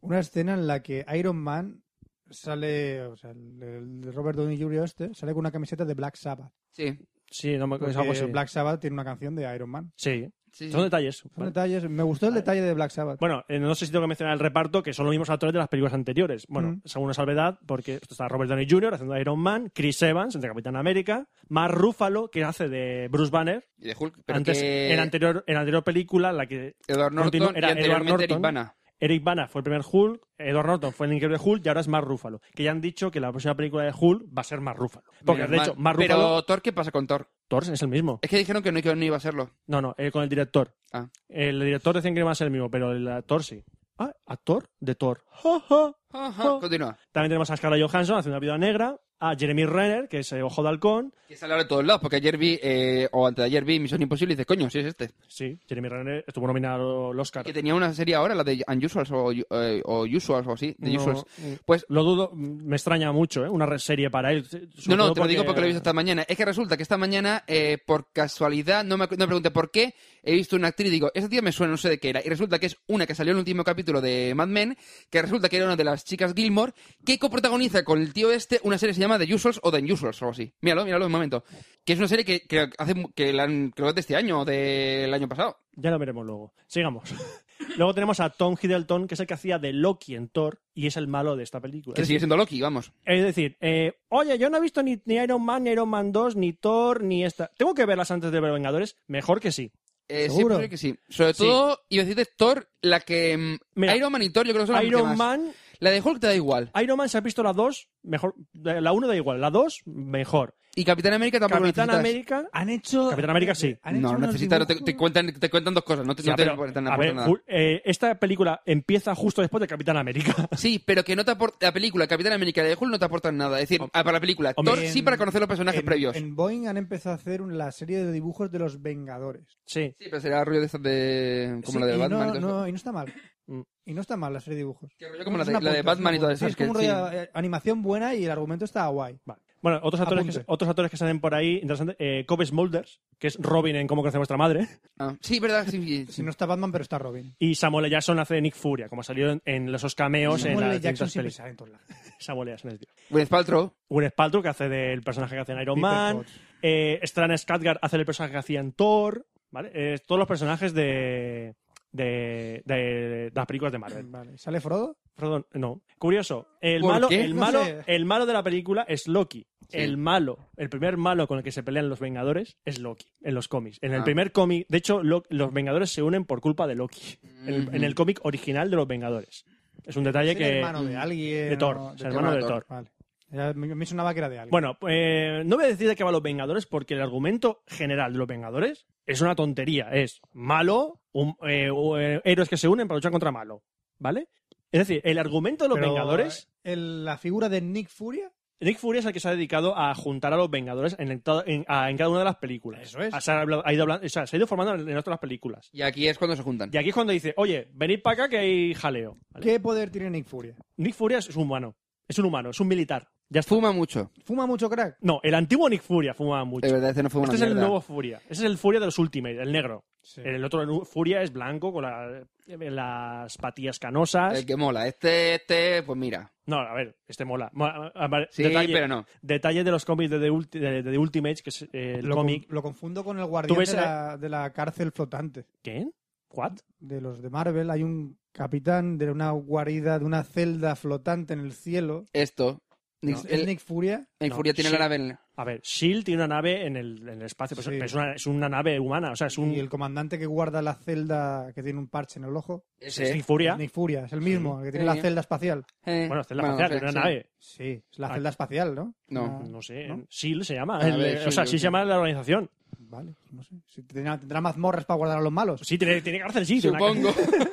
[SPEAKER 1] una escena en la que Iron Man sale, o sea, el, el Robert Downey Jr. este, sale con una camiseta de Black Sabbath.
[SPEAKER 3] Sí.
[SPEAKER 2] Sí, no me es Pues algo así.
[SPEAKER 1] Porque Black Sabbath tiene una canción de Iron Man.
[SPEAKER 2] Sí.
[SPEAKER 3] Sí, sí.
[SPEAKER 2] Son detalles.
[SPEAKER 1] Son
[SPEAKER 2] Vale.
[SPEAKER 1] detalles. Me gustó el detalle de Black Sabbath.
[SPEAKER 2] Bueno, eh, no sé si tengo que mencionar el reparto, que son los mismos actores de las películas anteriores. Bueno,
[SPEAKER 1] Mm.
[SPEAKER 2] según una salvedad, porque está Robert Downey Jr. haciendo de Iron Man, Chris Evans, de Capitán América, Mark Ruffalo, que hace de Bruce Banner.
[SPEAKER 3] Y de Hulk. Pero
[SPEAKER 2] Antes,
[SPEAKER 3] que
[SPEAKER 2] en, anterior, en la anterior película, en la que
[SPEAKER 3] Edward
[SPEAKER 2] continu-
[SPEAKER 3] Norton
[SPEAKER 2] era
[SPEAKER 3] y
[SPEAKER 2] Edward
[SPEAKER 3] anteriormente Eric
[SPEAKER 2] Norton.
[SPEAKER 3] Bana.
[SPEAKER 2] Eric Bana fue el primer Hulk, Edward Norton fue el increíble Hulk y ahora es Mark Ruffalo. Que ya han dicho que la próxima película de Hulk va a ser Mark Ruffalo. Porque,
[SPEAKER 3] Menos
[SPEAKER 2] de hecho,
[SPEAKER 3] mal.
[SPEAKER 2] Mark Ruffalo...
[SPEAKER 3] Pero Thor, ¿qué pasa con Thor?
[SPEAKER 2] Thor es el mismo.
[SPEAKER 3] Es que dijeron que no, que no iba a serlo.
[SPEAKER 2] No, no, eh, con el director.
[SPEAKER 3] Ah.
[SPEAKER 2] El director decían que no iba a ser el mismo, pero el actor sí. Ah, actor de Thor. Ja, ja. Ah.
[SPEAKER 3] Ajá, Continúa.
[SPEAKER 2] También tenemos a Scarlett Johansson haciendo una viuda negra, a Jeremy Renner, que es eh, Ojo de Halcón.
[SPEAKER 3] Que sale ahora de todos lados, porque ayer vi, eh, o antes de ayer vi Misión Imposible y dices, coño, sí es este.
[SPEAKER 2] Sí, Jeremy Renner estuvo nominado al Oscar.
[SPEAKER 3] Que tenía una serie ahora, la de Unusuals o, eh, o Usuals o así, de
[SPEAKER 2] No,
[SPEAKER 3] Usuals.
[SPEAKER 2] mm,
[SPEAKER 3] Pues
[SPEAKER 2] Lo dudo, mm, me extraña mucho, ¿eh? Una re- serie para él. sobre
[SPEAKER 3] No, no,
[SPEAKER 2] todo
[SPEAKER 3] te lo digo porque lo he visto esta mañana. Es que resulta que esta mañana, eh, por casualidad, no me, acu- no me pregunté por qué, he visto una actriz y digo, esa tía me suena, no sé de qué era. Y resulta que es una que salió en el último capítulo de Mad Men, que resulta que era una de las chicas Gilmore, que coprotagoniza con el tío este una serie que se llama The Usuals o The Unusuals o algo así. Míralo, míralo un momento. Que es una serie que, que hace, mu- que la han- creo que es de este año o del año pasado.
[SPEAKER 2] Ya lo veremos luego. Sigamos. (laughs) luego tenemos a Tom Hiddleton, que es el que hacía de Loki en Thor y es el malo de esta película.
[SPEAKER 3] Que sigue siendo Loki, vamos.
[SPEAKER 2] Es decir, eh, oye, yo no he visto ni, ni Iron Man, ni Iron Man 2, ni Thor, ni esta. ¿Tengo que verlas antes de ver Vengadores? Mejor que sí.
[SPEAKER 3] Eh, sí,
[SPEAKER 1] ¿Seguro?
[SPEAKER 3] creo que sí. Sobre
[SPEAKER 2] Sí.
[SPEAKER 3] todo, iba a decirte Thor, la que... mm,
[SPEAKER 2] Mira,
[SPEAKER 3] Iron Man y Thor yo creo que son las que
[SPEAKER 2] Iron
[SPEAKER 3] más.
[SPEAKER 2] Man,
[SPEAKER 3] La de Hulk te da igual.
[SPEAKER 2] Iron Man, si has visto la 2, mejor. eh, La 1 da igual, la 2, mejor.
[SPEAKER 3] Y Capitán América tampoco lo
[SPEAKER 2] Capitán
[SPEAKER 3] necesitas.
[SPEAKER 2] Amérita.
[SPEAKER 1] Han hecho.
[SPEAKER 2] Capitán América sí.
[SPEAKER 1] han hecho
[SPEAKER 3] No,
[SPEAKER 1] unos
[SPEAKER 3] necesitas, no te,
[SPEAKER 1] dibujos-
[SPEAKER 3] te cuentan, te cuentan dos cosas, no te,
[SPEAKER 2] Ya,
[SPEAKER 3] no te
[SPEAKER 2] pero,
[SPEAKER 3] cuentan
[SPEAKER 2] a
[SPEAKER 3] aportan
[SPEAKER 2] ver,
[SPEAKER 3] nada.
[SPEAKER 2] Jul- eh, esta película empieza justo después de Capitán América. (laughs)
[SPEAKER 3] Sí, pero que no te aporta, la película Capitán América de Hulk no te aportan nada. Es decir, ah, para la película,
[SPEAKER 2] hombre,
[SPEAKER 3] Thor
[SPEAKER 1] en-
[SPEAKER 3] sí para conocer los personajes
[SPEAKER 1] en-
[SPEAKER 3] previos.
[SPEAKER 1] En Boeing han empezado a hacer un- la serie de dibujos de los Vengadores.
[SPEAKER 2] sí.
[SPEAKER 3] Sí, pero será rollo de esas de... como
[SPEAKER 1] Sí,
[SPEAKER 3] la de
[SPEAKER 1] y
[SPEAKER 3] Batman.
[SPEAKER 1] No,
[SPEAKER 3] y todo eso.
[SPEAKER 1] no, y no está mal.
[SPEAKER 2] Mm.
[SPEAKER 1] Y no está mal la serie de dibujos.
[SPEAKER 3] Que rollo como la
[SPEAKER 1] Es
[SPEAKER 3] de,
[SPEAKER 1] una
[SPEAKER 3] la de
[SPEAKER 1] punta,
[SPEAKER 3] Batman y
[SPEAKER 1] es una
[SPEAKER 3] todo
[SPEAKER 1] punta.
[SPEAKER 3] eso.
[SPEAKER 1] Sí, es como
[SPEAKER 3] que
[SPEAKER 1] un rollo de, eh, animación buena y el argumento está guay.
[SPEAKER 2] Vale. Bueno, otros actores, que,
[SPEAKER 1] Apunte.
[SPEAKER 2] otros actores que salen por ahí, interesante, eh, Cobb Smulders, que es Robin en Cómo conoce vuestra madre,
[SPEAKER 3] Ah, sí, verdad, sí, sí, sí.
[SPEAKER 1] Si no está Batman, pero está Robin.
[SPEAKER 2] y Samuel L. Jackson hace de Nick Furia, como salió en, en los esos cameos en
[SPEAKER 1] Samuel
[SPEAKER 2] las
[SPEAKER 1] L. Jackson
[SPEAKER 2] distintas
[SPEAKER 1] siempre
[SPEAKER 2] pelis.
[SPEAKER 1] sale en todos lados.
[SPEAKER 2] Samuel L. Jackson es tío.
[SPEAKER 3] Gwyneth Paltrow.
[SPEAKER 2] Un Spaltro que hace del personaje que hace en Iron
[SPEAKER 1] Pepper
[SPEAKER 2] Man.
[SPEAKER 1] Potts.
[SPEAKER 2] Eh, Stan Skarsgård hace el personaje que hacía en Thor. ¿vale? Eh, todos los personajes de, de, de- de las películas de Marvel.
[SPEAKER 1] Vale. ¿Sale Frodo?
[SPEAKER 2] Perdón, no. Curioso. El
[SPEAKER 3] ¿Por
[SPEAKER 2] malo,
[SPEAKER 3] qué?
[SPEAKER 2] el,
[SPEAKER 1] No
[SPEAKER 2] malo,
[SPEAKER 1] sé.
[SPEAKER 2] el malo de la película es Loki. El malo, el primer malo con el que se pelean los Vengadores es Loki en los cómics. En el
[SPEAKER 3] Ah.
[SPEAKER 2] primer cómic, de hecho, Lo- los Vengadores se unen por culpa de Loki. En el-
[SPEAKER 3] Ujú.
[SPEAKER 2] En el cómic original de los Vengadores. Es un detalle
[SPEAKER 1] Es el
[SPEAKER 2] que. Mm,
[SPEAKER 1] hermano de alguien.
[SPEAKER 2] de Thor,
[SPEAKER 1] o-
[SPEAKER 2] es el hermano de Thor.
[SPEAKER 1] Vale. Ya me, me sonaba que era de alguien.
[SPEAKER 2] Bueno, eh, no voy a decir de qué va los Vengadores porque el argumento general de los Vengadores es una tontería. Es malo, un- eh, o, eh, héroes que se unen para luchar contra malo. ¿Vale? Es decir, el argumento de los
[SPEAKER 1] Pero,
[SPEAKER 2] Vengadores.
[SPEAKER 1] eh, el- la figura de Nick Furia.
[SPEAKER 2] Nick Fury es el que se ha dedicado a juntar a los Vengadores en, el to- en- a- en cada una de las películas.
[SPEAKER 1] Eso es.
[SPEAKER 2] O sea, se ha, hablado- ha ido hablando- o sea, se ha ido formando en otras películas.
[SPEAKER 3] Y aquí es cuando se juntan.
[SPEAKER 2] Y aquí es cuando dice, oye, venid para acá que hay jaleo. ¿Vale?
[SPEAKER 1] ¿Qué poder tiene Nick Furia?
[SPEAKER 2] Nick Fury es un humano. Es un humano, es un militar. Ya está.
[SPEAKER 3] Fuma mucho.
[SPEAKER 1] ¿Fuma mucho crack?
[SPEAKER 2] No, el antiguo Nick Furia fumaba mucho.
[SPEAKER 3] De verdad, este no fue una
[SPEAKER 2] Este es el
[SPEAKER 3] mierda.
[SPEAKER 2] nuevo Furia. Ese es el Furia de los Ultimate, el negro.
[SPEAKER 1] Sí.
[SPEAKER 2] El otro nu- Furia es blanco con la- las patillas canosas.
[SPEAKER 3] El que mola. Este, este, pues mira.
[SPEAKER 2] No, a ver, este mola. Ma- a- a-
[SPEAKER 3] Sí,
[SPEAKER 2] detalle,
[SPEAKER 3] pero no.
[SPEAKER 2] detalle de los cómics de The, Ulti- de- de The Ultimates, que es eh, el
[SPEAKER 1] lo, con-
[SPEAKER 2] cómic.
[SPEAKER 1] lo confundo con el guardián
[SPEAKER 2] ¿Tú ves,
[SPEAKER 1] de, la, de la cárcel flotante.
[SPEAKER 2] ¿Qué? ¿What?
[SPEAKER 1] De los de Marvel hay un capitán de una guarida, de una celda flotante en el cielo.
[SPEAKER 3] Esto. Nick-
[SPEAKER 1] ¿Es- ¿Es
[SPEAKER 3] el,
[SPEAKER 1] Nick Furia?
[SPEAKER 3] el
[SPEAKER 2] No,
[SPEAKER 3] Furia tiene
[SPEAKER 2] sí.
[SPEAKER 3] la nave en-
[SPEAKER 2] A ver, S.H.I.E.L.D. E tiene una nave en el, en el espacio, pero
[SPEAKER 1] Sí.
[SPEAKER 2] es- pero es, una, es una nave humana, o sea, es un...
[SPEAKER 1] Y el comandante que guarda la celda que tiene un parche en el ojo.
[SPEAKER 3] Ese.
[SPEAKER 2] Es Nick Furia.
[SPEAKER 1] Es Nick Furia, es el mismo, el que tiene
[SPEAKER 3] Sí.
[SPEAKER 1] la celda espacial.
[SPEAKER 3] Eh,
[SPEAKER 2] Bueno, esta es la
[SPEAKER 3] no
[SPEAKER 2] espacial,
[SPEAKER 3] sé,
[SPEAKER 2] tiene una
[SPEAKER 3] sí.
[SPEAKER 2] nave.
[SPEAKER 1] Sí, es la
[SPEAKER 2] Ah.
[SPEAKER 1] celda espacial, ¿no?
[SPEAKER 3] No.
[SPEAKER 1] Una-
[SPEAKER 2] No sé,
[SPEAKER 1] ¿no?
[SPEAKER 2] S.H.I.E.L.D. E se llama.
[SPEAKER 3] A
[SPEAKER 2] el-
[SPEAKER 3] ver,
[SPEAKER 2] o sea,
[SPEAKER 3] S.H.I.E.L.D.,
[SPEAKER 2] sí
[SPEAKER 3] sí.
[SPEAKER 2] se llama la organización.
[SPEAKER 1] Vale, pues no sé. Si tendrá, tendrá mazmorras para guardar a los malos.
[SPEAKER 2] Pues Sí, tiene, tiene cárcel, sí. tiene una-
[SPEAKER 3] Supongo. (laughs)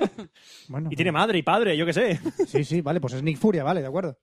[SPEAKER 1] Bueno,
[SPEAKER 2] Y tiene madre y padre, yo qué sé. (laughs)
[SPEAKER 1] Sí, sí, vale, pues es Nick Furia, vale, de acuerdo.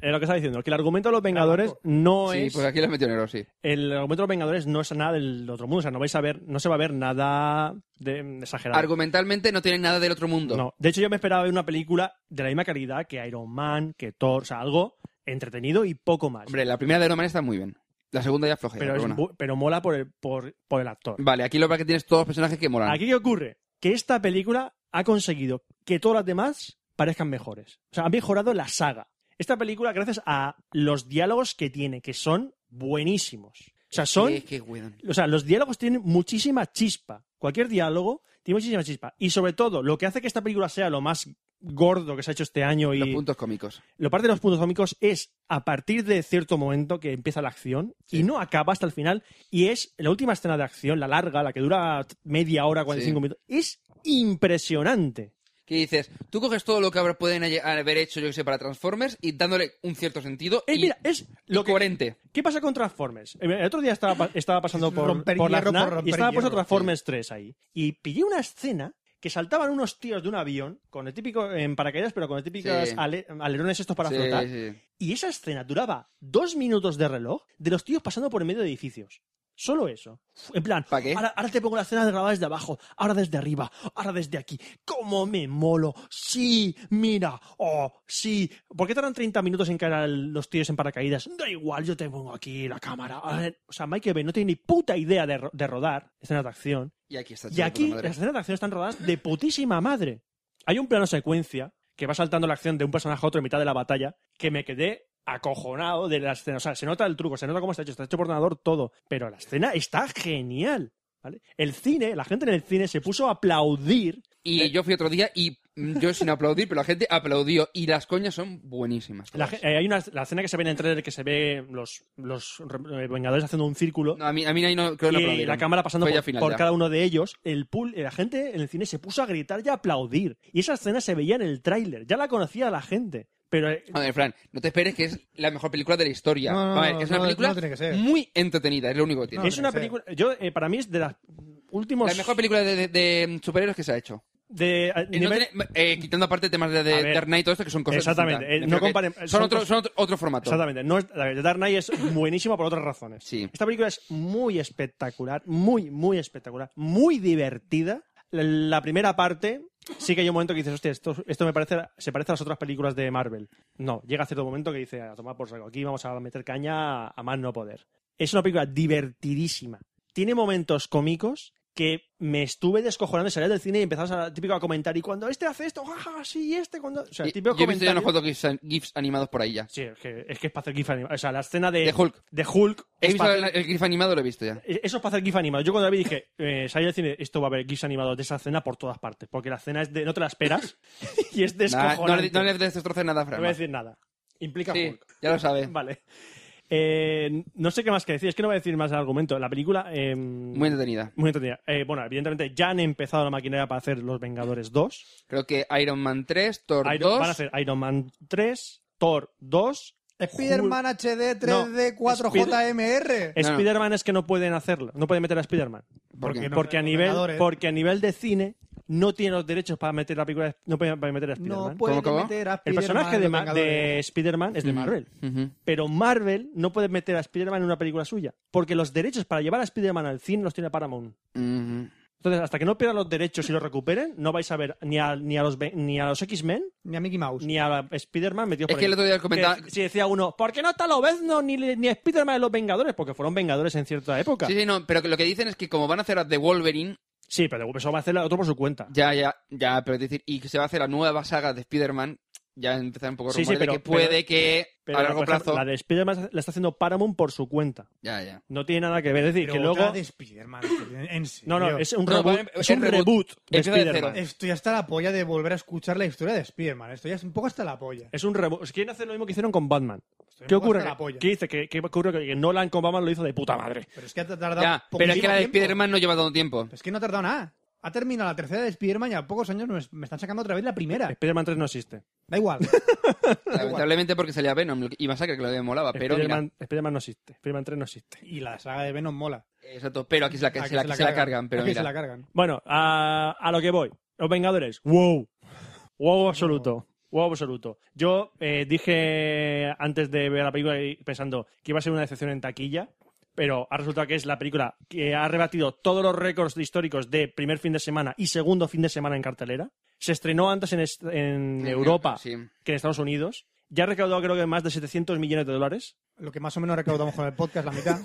[SPEAKER 2] Es lo que está diciendo, que el argumento de los Vengadores no
[SPEAKER 3] Sí,
[SPEAKER 2] es...
[SPEAKER 3] pues aquí lo metió negro, sí.
[SPEAKER 2] El argumento de los Vengadores no es nada del otro mundo, o sea, no vais a ver, no se va a ver nada de, mm, exagerado.
[SPEAKER 3] Argumentalmente no tienen nada del otro mundo.
[SPEAKER 2] No, de hecho yo me esperaba ver una película de la misma calidad que Iron Man, que Thor, o sea, algo entretenido y poco más.
[SPEAKER 3] Hombre, la primera de Iron Man está muy bien. La segunda ya flojea.
[SPEAKER 2] pero,
[SPEAKER 3] pero
[SPEAKER 2] es
[SPEAKER 3] bueno.
[SPEAKER 2] bu- pero mola por el, por, por el actor.
[SPEAKER 3] Vale, aquí lo que tienes todos los personajes que molan.
[SPEAKER 2] ¿Aquí qué ocurre? Que esta película ha conseguido que todas las demás parezcan mejores. O sea, ha mejorado la saga. Esta película gracias a los diálogos que tiene, que son buenísimos. sea, son...
[SPEAKER 3] Sí, es que cuidan.
[SPEAKER 2] O sea, los diálogos tienen muchísima chispa. Cualquier diálogo tiene muchísima chispa. Y sobre todo, lo que hace que esta película sea lo más gordo que se ha hecho este año y
[SPEAKER 3] Los puntos cómicos.
[SPEAKER 2] lo parte de los puntos cómicos es a partir de cierto momento que empieza la acción y no acaba hasta el final y es la última escena de acción, la larga, la que dura media hora, 45
[SPEAKER 3] Sí.
[SPEAKER 2] minutos. Es impresionante.
[SPEAKER 3] Que dices, tú coges todo lo que habrá- pueden halle- haber hecho, yo que sé, para Transformers y dándole un cierto sentido
[SPEAKER 2] Eh,
[SPEAKER 3] y,
[SPEAKER 2] mira, es lo
[SPEAKER 3] y
[SPEAKER 2] que
[SPEAKER 3] coherente.
[SPEAKER 2] ¿Qué pasa con Transformers? Eh, El otro día estaba, pa- estaba
[SPEAKER 3] (laughs)
[SPEAKER 2] pasando por,
[SPEAKER 1] Romper
[SPEAKER 2] por la
[SPEAKER 1] hierro
[SPEAKER 2] FNAC
[SPEAKER 1] por romper
[SPEAKER 2] y estaba puesto
[SPEAKER 1] hierro,
[SPEAKER 2] Transformers 3 ahí. Y pillé una escena que saltaban unos tíos de un avión con el típico en paracaídas, pero con los típicos
[SPEAKER 3] Sí.
[SPEAKER 2] ale- alerones estos para
[SPEAKER 3] Sí,
[SPEAKER 2] flotar.
[SPEAKER 3] sí.
[SPEAKER 2] Y esa escena duraba dos minutos de reloj de los tíos pasando por en medio de edificios. Solo eso. En plan,
[SPEAKER 3] ¿Pa' qué?
[SPEAKER 2] Ahora, ahora te pongo la escena grabada desde abajo, ahora desde arriba, ahora desde aquí. ¡Cómo me molo! ¡Sí! ¡Mira! ¡Oh! ¡Sí! ¿Por qué tardan 30 minutos en caer a los tíos en paracaídas? Da igual, yo te pongo aquí la cámara. A ver, O sea, Michael Bay no tiene ni puta idea de, ro- de rodar escenas de acción.
[SPEAKER 3] Y aquí está.
[SPEAKER 2] Y
[SPEAKER 3] chaval,
[SPEAKER 2] aquí
[SPEAKER 3] puta madre.
[SPEAKER 2] las escenas de acción están rodadas de putísima madre. Hay un plano secuencia que va saltando la acción de un personaje a otro en mitad de la batalla que me quedé acojonado de la escena. O sea, se nota el truco, se nota cómo está hecho, está hecho por ordenador todo. Pero la escena está genial. ¿vale? El cine, la gente en el cine se puso a aplaudir.
[SPEAKER 3] Y yo fui otro día y mm, yo sin (laughs) aplaudir, pero la gente aplaudió. Y las coñas son buenísimas.
[SPEAKER 2] La,
[SPEAKER 3] todas.
[SPEAKER 2] ge- eh, hay una la escena que se ve en el trailer que se ve los, los re- eh, Vengadores haciendo un círculo.
[SPEAKER 3] No, a, mí, a mí ahí no creo que no
[SPEAKER 2] y
[SPEAKER 3] aplaudieron.
[SPEAKER 2] la cámara pasando
[SPEAKER 3] Fue ya
[SPEAKER 2] por,
[SPEAKER 3] final,
[SPEAKER 2] por
[SPEAKER 3] ya.
[SPEAKER 2] cada uno de ellos, el pool, la gente en el cine se puso a gritar y a aplaudir. Y esa escena se veía en el tráiler, ya la conocía la gente. Pero eh,
[SPEAKER 3] A ver, Fran, no te esperes que es la mejor película de la historia.
[SPEAKER 1] No, no,
[SPEAKER 3] a ver,
[SPEAKER 1] no,
[SPEAKER 3] es una
[SPEAKER 1] no,
[SPEAKER 3] película
[SPEAKER 1] no tiene que ser.
[SPEAKER 3] muy entretenida, es lo único que tiene.
[SPEAKER 1] No,
[SPEAKER 2] es una
[SPEAKER 1] hombre,
[SPEAKER 2] película, yo eh, para mí es de las últimos
[SPEAKER 3] la mejor película de, de- de mm, superhéroes que se ha hecho.
[SPEAKER 2] de, eh,
[SPEAKER 3] Eh, no
[SPEAKER 2] nivel-
[SPEAKER 3] tiene- eh, quitando aparte temas de,
[SPEAKER 2] A
[SPEAKER 3] de
[SPEAKER 2] ver.
[SPEAKER 3] Dark Knight y todo esto, que son cosas
[SPEAKER 2] Exactamente,
[SPEAKER 3] distintas.
[SPEAKER 2] eh,
[SPEAKER 3] Me
[SPEAKER 2] no
[SPEAKER 3] refiero que
[SPEAKER 2] comparen-
[SPEAKER 3] Son,
[SPEAKER 2] son
[SPEAKER 3] otro,
[SPEAKER 2] cosas-
[SPEAKER 3] son otro, otro formato.
[SPEAKER 2] Exactamente. No es- la de Dark
[SPEAKER 3] (laughs)
[SPEAKER 2] Knight es buenísima por otras razones.
[SPEAKER 3] Sí.
[SPEAKER 2] Esta película es muy espectacular, muy, muy espectacular, muy divertida. La, la primera parte sí que hay un momento que dices, hostia, esto, esto me parece, se parece a las otras películas de Marvel. No, llega cierto momento que dice, a tomar por saco, aquí vamos a meter caña a más no poder. Es una película divertidísima. Tiene momentos cómicos que me estuve descojonando, salía del cine y empezabas a, típico a comentar, y cuando este hace esto, jaja, sí, y este, cuando... O sea,
[SPEAKER 3] Y-
[SPEAKER 2] típico
[SPEAKER 3] yo he visto ya unos
[SPEAKER 2] comentario-
[SPEAKER 3] cuantos gifs, gifs animados por ahí ya.
[SPEAKER 2] Sí, es que es, que es para hacer GIF animado. O sea, la escena de,
[SPEAKER 3] De Hulk.
[SPEAKER 2] de Hulk
[SPEAKER 3] He
[SPEAKER 2] es
[SPEAKER 3] visto
[SPEAKER 2] para
[SPEAKER 3] el,
[SPEAKER 2] hacer- e-,
[SPEAKER 3] el gif animado, lo he visto ya.
[SPEAKER 2] eso es para hacer GIF animado. Yo cuando la vi dije, (laughs) eh, salí del cine, esto va a haber GIFs animados de esa escena por todas partes. Porque la escena es de, no te la esperas (laughs) y es
[SPEAKER 3] Nah, no, le,
[SPEAKER 2] descojonante.
[SPEAKER 3] no le destroces nada,
[SPEAKER 2] No
[SPEAKER 3] Fran.
[SPEAKER 2] voy a decir nada. Implica
[SPEAKER 3] Sí,
[SPEAKER 2] Hulk.
[SPEAKER 3] ya lo sabe.
[SPEAKER 2] Vale. Eh, no sé qué más que decir. Es que no voy a decir más el argumento. La película... eh,
[SPEAKER 3] Muy entretenida.
[SPEAKER 2] muy entretenida. Eh, bueno, evidentemente ya han empezado la maquinaria para hacer Los Vengadores 2.
[SPEAKER 3] Creo que Iron Man 3, Thor
[SPEAKER 2] Iron-
[SPEAKER 3] 2.
[SPEAKER 2] Van a hacer Iron Man 3, Thor 2,
[SPEAKER 1] Spider-Man HD 3D 4 JMR.
[SPEAKER 3] No, no.
[SPEAKER 2] Spider-Man es que no pueden hacerlo, no pueden meter a Spider-Man.
[SPEAKER 3] ¿Por qué?
[SPEAKER 1] no?
[SPEAKER 2] Porque a nivel,
[SPEAKER 1] Ordenadores.
[SPEAKER 2] porque a nivel de cine no tiene los derechos para meter la película, de- no pueden para meter a Spider-Man.
[SPEAKER 1] No puede
[SPEAKER 3] ¿Cómo, cómo?
[SPEAKER 1] meter a
[SPEAKER 2] el
[SPEAKER 1] Spider-Man
[SPEAKER 2] personaje
[SPEAKER 1] en
[SPEAKER 2] de,
[SPEAKER 1] los
[SPEAKER 2] Ma-
[SPEAKER 1] Vengadores.
[SPEAKER 2] de Spider-Man es de Marvel.
[SPEAKER 3] Ujú.
[SPEAKER 2] Pero Marvel no puede meter a Spider-Man en una película suya. Porque los derechos para llevar a Spider-Man al cine los tiene Paramount.
[SPEAKER 3] Ujú.
[SPEAKER 2] Entonces, hasta que no pierdan los derechos y los recuperen, no vais a ver ni a, ni a los, ve- ni a los X-Men
[SPEAKER 1] Ni a Mickey Mouse.
[SPEAKER 2] ni a Spider-Man metidos
[SPEAKER 3] Es
[SPEAKER 2] por
[SPEAKER 3] que
[SPEAKER 2] ahí.
[SPEAKER 3] el otro día comentaba-
[SPEAKER 2] Que Si decía uno, ¿por qué no está Lobezno ni, ni Spider-Man en los Vengadores? Porque fueron Vengadores en cierta época.
[SPEAKER 3] Sí, sí, no, pero que lo que dicen es que como van a hacer a The Wolverine,
[SPEAKER 2] Sí, pero eso va a hacer el otro por su cuenta.
[SPEAKER 3] ya, ya, ya, pero es decir, y que se va a hacer la nueva saga de Spider-Man, ya empiezan un poco
[SPEAKER 2] Sí, sí,
[SPEAKER 3] rumores de
[SPEAKER 2] pero-
[SPEAKER 3] que puede
[SPEAKER 2] pero-
[SPEAKER 3] que
[SPEAKER 2] Pero,
[SPEAKER 3] a largo
[SPEAKER 2] por ejemplo,
[SPEAKER 3] plazo.
[SPEAKER 2] La de Spider-Man la está haciendo Paramount por su cuenta.
[SPEAKER 3] Ya, ya.
[SPEAKER 2] No tiene nada que ver. Es decir,
[SPEAKER 1] Pero
[SPEAKER 2] que luego.
[SPEAKER 1] otra de Spider-Man. En serio.
[SPEAKER 2] No, no, es un
[SPEAKER 3] No,
[SPEAKER 2] reboot.
[SPEAKER 3] vale,
[SPEAKER 2] es
[SPEAKER 3] es
[SPEAKER 2] un
[SPEAKER 3] reboot.
[SPEAKER 2] reboot de
[SPEAKER 3] Empieza de
[SPEAKER 2] Spider-Man.
[SPEAKER 3] cero.
[SPEAKER 1] Estoy hasta la polla de volver a escuchar la historia de Spider-Man. Estoy un poco hasta la polla.
[SPEAKER 2] Es un reboot. Quieren hacer lo mismo que hicieron con Batman.
[SPEAKER 1] Estoy un
[SPEAKER 2] ¿Qué
[SPEAKER 1] poco
[SPEAKER 2] ocurre?
[SPEAKER 1] hasta la polla.
[SPEAKER 2] ¿Qué dice? ¿Qué, qué ocurre? Que Nolan con Batman lo hizo de puta madre.
[SPEAKER 1] Pero es que ha tardado.
[SPEAKER 3] Ya, pero es que
[SPEAKER 1] poquísimo
[SPEAKER 3] la de
[SPEAKER 1] tiempo.
[SPEAKER 3] Spider-Man no lleva tanto tiempo.
[SPEAKER 1] Pero Es que no ha tardado nada. Ha terminado la tercera de Spider-Man y a pocos años me, me están sacando otra vez la primera.
[SPEAKER 2] Spider-Man 3 no existe.
[SPEAKER 1] Da igual.
[SPEAKER 3] Lamentablemente porque salía Venom y Masacre, que lo que me molaba, pero mira,
[SPEAKER 2] Spider-Man Spider-Man no existe. Spider-Man 3 no existe.
[SPEAKER 1] y la saga de Venom mola.
[SPEAKER 3] exacto, pero aquí se la,
[SPEAKER 1] A Ah, que
[SPEAKER 3] se la- se la cargan, pero
[SPEAKER 1] A (laughs) que se la
[SPEAKER 3] mira.
[SPEAKER 1] cargan.
[SPEAKER 2] Bueno, a, a lo que voy. Los Vengadores. ¡Wow! ¡Wow absoluto! ¡Wow absoluto! Yo eh, dije antes de ver la película y pensando que iba a ser una decepción en taquilla, pero ha resultado que es la película que ha rebatido todos los récords históricos de primer fin de semana y segundo fin de semana en cartelera. Se estrenó antes en, est- en Europa
[SPEAKER 3] Sí.
[SPEAKER 2] que en Estados Unidos. Ya ha recaudado creo que más de 700 millones de dólares.
[SPEAKER 1] Lo que más o menos recaudamos con el podcast, la mitad.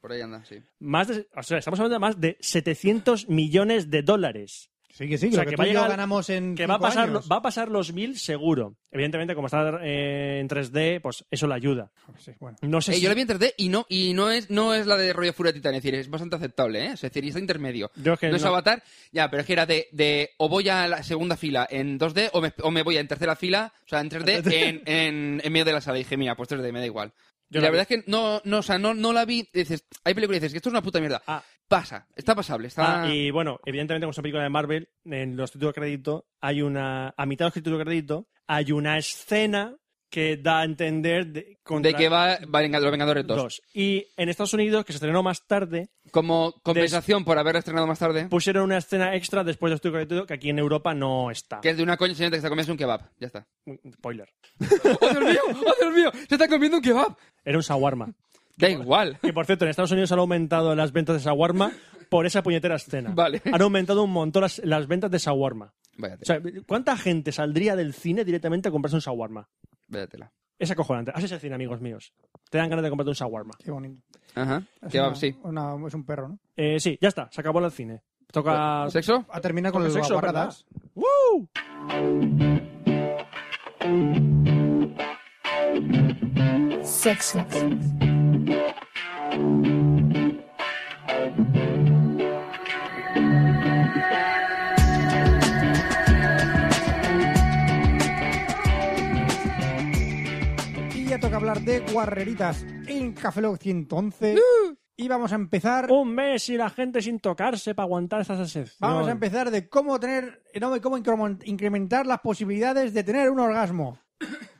[SPEAKER 3] Por ahí anda, sí.
[SPEAKER 2] Más de, o sea, estamos hablando de más de 700 millones de dólares.
[SPEAKER 1] Sí, que sí,
[SPEAKER 2] O sea,
[SPEAKER 1] lo que,
[SPEAKER 2] que
[SPEAKER 1] tú
[SPEAKER 2] va
[SPEAKER 1] y
[SPEAKER 2] a
[SPEAKER 1] yo
[SPEAKER 2] llegar-
[SPEAKER 1] ganamos en
[SPEAKER 2] que va a
[SPEAKER 1] cinco
[SPEAKER 2] pasar
[SPEAKER 1] años.
[SPEAKER 2] va a pasar los 1000 seguro. Evidentemente, como está eh, en 3D, pues eso le ayuda.
[SPEAKER 1] Sí, bueno.
[SPEAKER 2] No sé
[SPEAKER 3] Eh,
[SPEAKER 2] si...
[SPEAKER 3] Yo la vi en 3D y no, y no es, no es la de rollo Furia de Titán, es decir, es bastante aceptable, ¿eh? Es decir, y está intermedio.
[SPEAKER 2] Yo es que
[SPEAKER 3] no es
[SPEAKER 2] no-
[SPEAKER 3] Avatar, ya, pero es que era de, de o voy a la segunda fila en 2D o me, o me voy a en tercera fila, o sea, en (laughs) 3D en, en, en medio de la sala. Y dije, mira, pues 3D, me da igual.
[SPEAKER 2] Yo
[SPEAKER 3] Y
[SPEAKER 2] la
[SPEAKER 3] la verdad es que no, no, o sea, no, no la vi. Dices, hay películas y dices que esto es una puta mierda.
[SPEAKER 2] Ah.
[SPEAKER 3] Pasa, está pasable, está.
[SPEAKER 2] Ah, y bueno, evidentemente, como es una película de Marvel, en los títulos de crédito hay una. A mitad de los títulos de crédito hay una escena que da a entender de, contra
[SPEAKER 3] De que va, va Venga- Los Vengadores 2.
[SPEAKER 2] dos. Y en Estados Unidos, que se estrenó más tarde,
[SPEAKER 3] Como compensación por haberla estrenado más tarde,
[SPEAKER 2] pusieron una escena extra después de los títulos de crédito que aquí en Europa no está.
[SPEAKER 3] que es de una coña señorita que está comiendo un kebab. Ya está.
[SPEAKER 2] Spoiler.
[SPEAKER 3] (laughs) ¡Oh, Dios mío! ¡Oh, Dios mío! ¡Se está comiendo un kebab!
[SPEAKER 2] Era un shawarma.
[SPEAKER 3] Da igual.
[SPEAKER 2] Que por cierto, en Estados Unidos han aumentado las ventas de shawarma por esa puñetera escena.
[SPEAKER 3] Vale.
[SPEAKER 2] Han aumentado un montón las, las ventas de shawarma.
[SPEAKER 3] Váyatela.
[SPEAKER 2] O sea, ¿cuánta gente saldría del cine directamente a comprarse un shawarma?
[SPEAKER 3] váyatela.
[SPEAKER 2] Es acojonante. Haz ese cine, amigos míos. Te dan ganas de comprarte un shawarma.
[SPEAKER 1] Qué bonito.
[SPEAKER 3] Ajá.
[SPEAKER 1] Es
[SPEAKER 3] Kebab,
[SPEAKER 1] una-
[SPEAKER 3] sí.
[SPEAKER 1] una- es un perro, ¿no?
[SPEAKER 2] Eh, sí, ya está. Se acabó el cine. Toca...
[SPEAKER 3] ¿Sexo?
[SPEAKER 1] A terminar Ah, con
[SPEAKER 2] Toca
[SPEAKER 1] las
[SPEAKER 2] sexo,
[SPEAKER 1] guarradas.
[SPEAKER 2] ¿verdad? ¡Woo!
[SPEAKER 8] Sexo.
[SPEAKER 1] Y ya toca hablar de guarreritas en Café Lock 111. Y vamos a empezar...
[SPEAKER 3] Oh.
[SPEAKER 2] Un mes y la gente sin tocarse para aguantar esas sed.
[SPEAKER 1] Vamos a empezar de cómo tener, eh, no, de cómo incremon- incrementar las posibilidades de tener un orgasmo.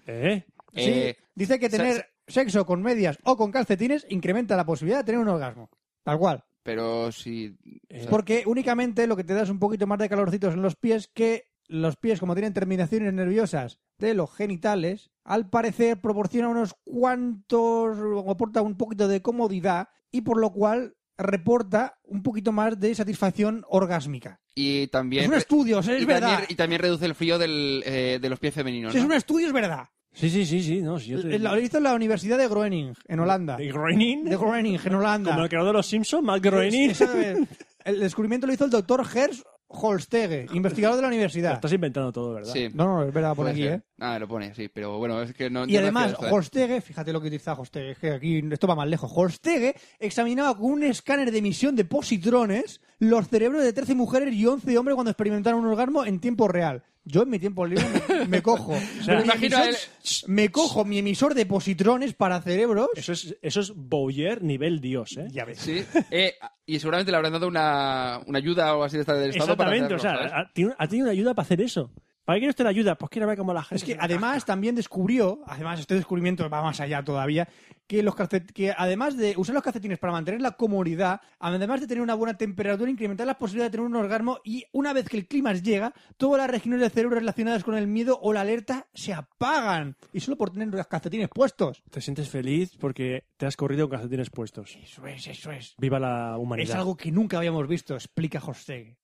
[SPEAKER 2] ¿Eh?
[SPEAKER 1] Sí,
[SPEAKER 3] Eh,
[SPEAKER 1] dice que
[SPEAKER 3] se-
[SPEAKER 1] tener
[SPEAKER 3] se-
[SPEAKER 1] sexo con medias o con calcetines incrementa la posibilidad de tener un orgasmo. Tal cual.
[SPEAKER 3] Pero si.
[SPEAKER 2] Eh,
[SPEAKER 1] Porque únicamente lo que te da es un poquito más de calorcitos en los pies que los pies, como tienen terminaciones nerviosas de los genitales, al parecer proporciona unos cuantos, o aporta un poquito de comodidad y por lo cual reporta un poquito más de satisfacción orgásmica.
[SPEAKER 3] Y
[SPEAKER 1] es
[SPEAKER 3] también.
[SPEAKER 1] un estudio, es
[SPEAKER 3] y,
[SPEAKER 1] verdad.
[SPEAKER 3] también y también reduce el frío del, eh, de los pies femeninos.
[SPEAKER 1] Si es
[SPEAKER 3] ¿no?
[SPEAKER 1] un estudio, es verdad. Eh,
[SPEAKER 2] Sí, sí, sí, sí. No, si yo te...
[SPEAKER 1] Lo lo hizo en la Universidad de Groening, en Holanda.
[SPEAKER 2] ¿De Groening?
[SPEAKER 1] De Groening, en Holanda.
[SPEAKER 2] Como el creador de los Simpsons, Matt Groening.
[SPEAKER 1] Es- eso es. El descubrimiento lo hizo el doctor Gers Holstege, investigador de la
[SPEAKER 2] Lo
[SPEAKER 1] universidad.
[SPEAKER 2] estás inventando todo, ¿verdad?
[SPEAKER 3] Sí.
[SPEAKER 1] No, no, es verdad, por
[SPEAKER 3] puede
[SPEAKER 1] aquí,
[SPEAKER 3] ser.
[SPEAKER 1] ¿eh?
[SPEAKER 3] Ah, lo pone, sí. Pero bueno, es que no.
[SPEAKER 1] Y
[SPEAKER 3] yo no
[SPEAKER 1] además,
[SPEAKER 3] refiero a esto,
[SPEAKER 1] Holstege, fíjate lo que utiliza Holstege, es que aquí esto va más lejos. Holstege examinaba con un escáner de emisión de positrones los cerebros de 13 mujeres y 11 hombres cuando experimentaron un orgasmo en tiempo real. Yo en mi tiempo libre me, me
[SPEAKER 3] (laughs)
[SPEAKER 1] cojo.
[SPEAKER 2] sea,
[SPEAKER 1] mi
[SPEAKER 3] imagino
[SPEAKER 1] emisor- me cojo mi emisor de positrones para cerebros.
[SPEAKER 2] Eso es, eso es Bowyer nivel dios, ¿eh?
[SPEAKER 1] Ya ves.
[SPEAKER 3] Sí. Eh, y seguramente le habrán dado una, una ayuda o así de esta del Estado para
[SPEAKER 2] Exactamente, o
[SPEAKER 3] hacerlo,
[SPEAKER 2] sea,
[SPEAKER 3] ¿sabes?
[SPEAKER 2] ha tenido, ha tenido una ayuda para hacer eso. ¿Para qué quiere usted la ayuda? Pues quiere ver cómo la gente...
[SPEAKER 1] Es que además también descubrió, además este descubrimiento va más allá todavía, que los calcet- que además de usar los calcetines para mantener la comodidad, además de tener una buena temperatura, incrementar las posibilidades de tener un orgasmo y una vez que el clima llega, todas las regiones del cerebro relacionadas con el miedo o la alerta se apagan. Y solo por tener los calcetines puestos.
[SPEAKER 2] Te sientes feliz porque te has corrido con calcetines puestos.
[SPEAKER 1] Eso es, eso es.
[SPEAKER 2] Viva la
[SPEAKER 1] Es
[SPEAKER 2] humanidad.
[SPEAKER 1] algo que nunca habíamos visto, explica Horsteg.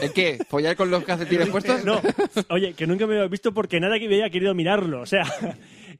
[SPEAKER 3] ¿El qué? ¿Follar con
[SPEAKER 1] (laughs)
[SPEAKER 3] los calcetines puestos?
[SPEAKER 2] No, oye, que nunca me había visto porque nadie que había querido mirarlo. O sea, (laughs)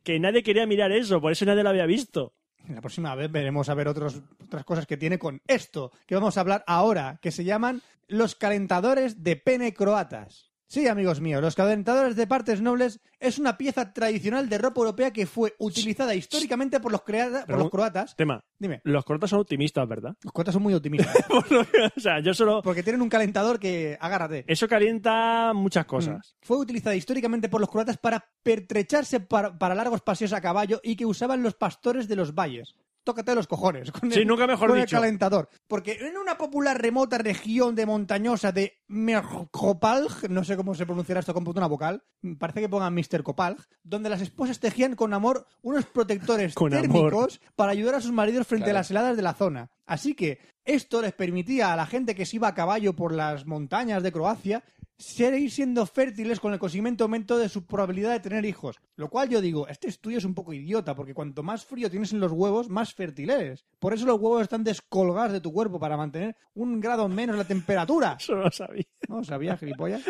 [SPEAKER 2] que nadie quería mirar eso, por eso nadie lo había visto.
[SPEAKER 1] En la próxima vez veremos a ver otros, otras cosas que tiene con esto que vamos a hablar ahora, que se llaman los calentadores de pene croatas. Sí, amigos míos, los calentadores de partes nobles es una pieza tradicional de ropa europea que fue utilizada históricamente por los, creada- por
[SPEAKER 2] Pero-
[SPEAKER 1] los croatas.
[SPEAKER 2] Tema,
[SPEAKER 1] Dime,
[SPEAKER 2] los cortas son optimistas, ¿verdad? (laughs)
[SPEAKER 1] los croatas son muy optimistas,
[SPEAKER 2] Por lo que- o sea, yo solo...
[SPEAKER 1] porque tienen un calentador que, agárrate,
[SPEAKER 2] Eso calienta muchas cosas.
[SPEAKER 1] Mm. fue utilizada históricamente por los croatas para pertrecharse para, para largos paseos a caballo y que usaban los pastores de los valles. Tócate los cojones con
[SPEAKER 2] Sí,
[SPEAKER 1] el,
[SPEAKER 2] nunca mejor
[SPEAKER 1] con el
[SPEAKER 2] dicho.
[SPEAKER 1] calentador. Porque en una popular remota región de montañosa de Merkopalj, no sé cómo se pronunciará esto con punto una vocal, parece que pongan Mr. Kopalj, donde las esposas tejían con amor unos protectores
[SPEAKER 2] Con amor.
[SPEAKER 1] térmicos para ayudar a sus maridos frente
[SPEAKER 3] Claro.
[SPEAKER 1] a las heladas de la zona. Así que esto les permitía a la gente que se iba a caballo por las montañas de Croacia seguir siendo fértiles con el consiguiente aumento de su probabilidad de tener hijos. Lo cual yo digo, este estudio es un poco idiota, porque cuanto más frío tienes en los huevos, más fértil eres. Por eso los huevos están descolgados de tu cuerpo para mantener un grado menos la temperatura.
[SPEAKER 2] Eso no lo sabía. (laughs)
[SPEAKER 1] ¿No sabías, gilipollas?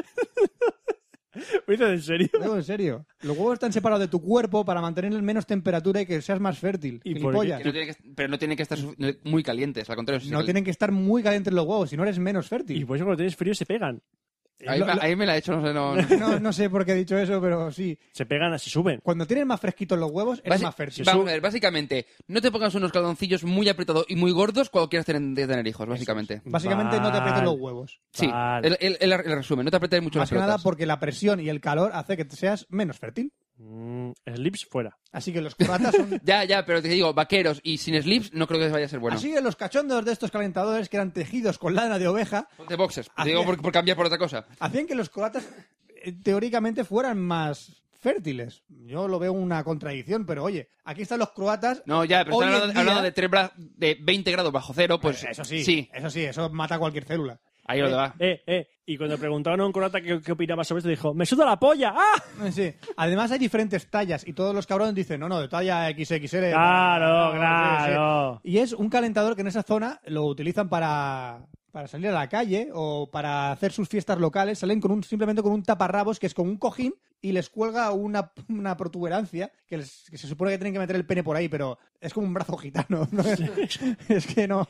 [SPEAKER 2] ¿Me dices en serio?
[SPEAKER 1] Lo digo en serio. Los huevos están separados de tu cuerpo para mantener menos temperatura y que seas más fértil.
[SPEAKER 2] ¿Y por
[SPEAKER 1] gilipollas.
[SPEAKER 2] qué?
[SPEAKER 3] Que no tiene que- pero no tienen que estar su- muy calientes, al contrario. si
[SPEAKER 1] No
[SPEAKER 3] se-
[SPEAKER 1] tienen que estar muy calientes los huevos, si no eres menos
[SPEAKER 2] Y
[SPEAKER 1] fértil.
[SPEAKER 2] por eso cuando tienes frío se pegan.
[SPEAKER 3] Ahí,
[SPEAKER 1] Lo-
[SPEAKER 3] me-
[SPEAKER 1] lo-
[SPEAKER 3] ahí me la he hecho, no sé, no.
[SPEAKER 1] No, no sé por qué he dicho eso, pero sí.
[SPEAKER 2] Se pegan así, suben.
[SPEAKER 1] Cuando tienen más fresquitos los huevos, eres
[SPEAKER 3] Basi-
[SPEAKER 1] más fértil.
[SPEAKER 3] Vamos a ver, básicamente, no te pongas unos calzoncillos muy apretados y muy gordos cuando quieras tener, de tener hijos, básicamente.
[SPEAKER 1] Básicamente no te aprietan
[SPEAKER 2] Vale.
[SPEAKER 1] los huevos.
[SPEAKER 3] Sí,
[SPEAKER 2] Vale.
[SPEAKER 3] el, el- el- el resumen, no te apretes mucho
[SPEAKER 1] Más
[SPEAKER 3] las
[SPEAKER 1] que nada
[SPEAKER 3] pelotas.
[SPEAKER 1] porque la presión y el calor hace que seas menos fértil.
[SPEAKER 2] Mm, slips fuera.
[SPEAKER 1] Así que los croatas son...
[SPEAKER 3] Ya, ya, pero te digo, vaqueros y sin slips no creo que vaya a ser (laughs) bueno.
[SPEAKER 1] Así que los cachondos de estos calentadores que eran tejidos con lana de oveja
[SPEAKER 3] De boxes, te
[SPEAKER 1] Así
[SPEAKER 3] digo
[SPEAKER 1] es.
[SPEAKER 3] por, por cambiar por otra cosa.
[SPEAKER 1] hacían que los croatas eh, teóricamente fueran más fértiles. Yo lo veo una contradicción, pero oye, aquí están los croatas.
[SPEAKER 3] No, ya, pero
[SPEAKER 1] hoy en
[SPEAKER 3] están hablando,
[SPEAKER 1] día-
[SPEAKER 3] hablando de tres bra- de 20 grados bajo cero, pues
[SPEAKER 1] Eso sí,
[SPEAKER 3] sí,
[SPEAKER 1] eso sí, eso mata cualquier célula.
[SPEAKER 3] ahí lo va.
[SPEAKER 2] Eh, eh. Y cuando preguntaron a un croata qué, qué opinaba sobre esto, dijo: ¡Me suda la polla! ¡Ah!
[SPEAKER 1] (laughs) Sí. Además hay diferentes tallas y todos los cabrones dicen, no, no, de talla XXL.
[SPEAKER 2] Claro,
[SPEAKER 1] no, sí,
[SPEAKER 2] claro.
[SPEAKER 1] sí". Y es un calentador que en esa zona lo utilizan para, para salir a la calle o para hacer sus fiestas locales. Salen con un, simplemente con un taparrabos que es con un cojín y les cuelga una, una protuberancia que, les- que se supone que tienen que meter el pene por ahí, pero es como un brazo gitano. ¿no? (laughs) es que no...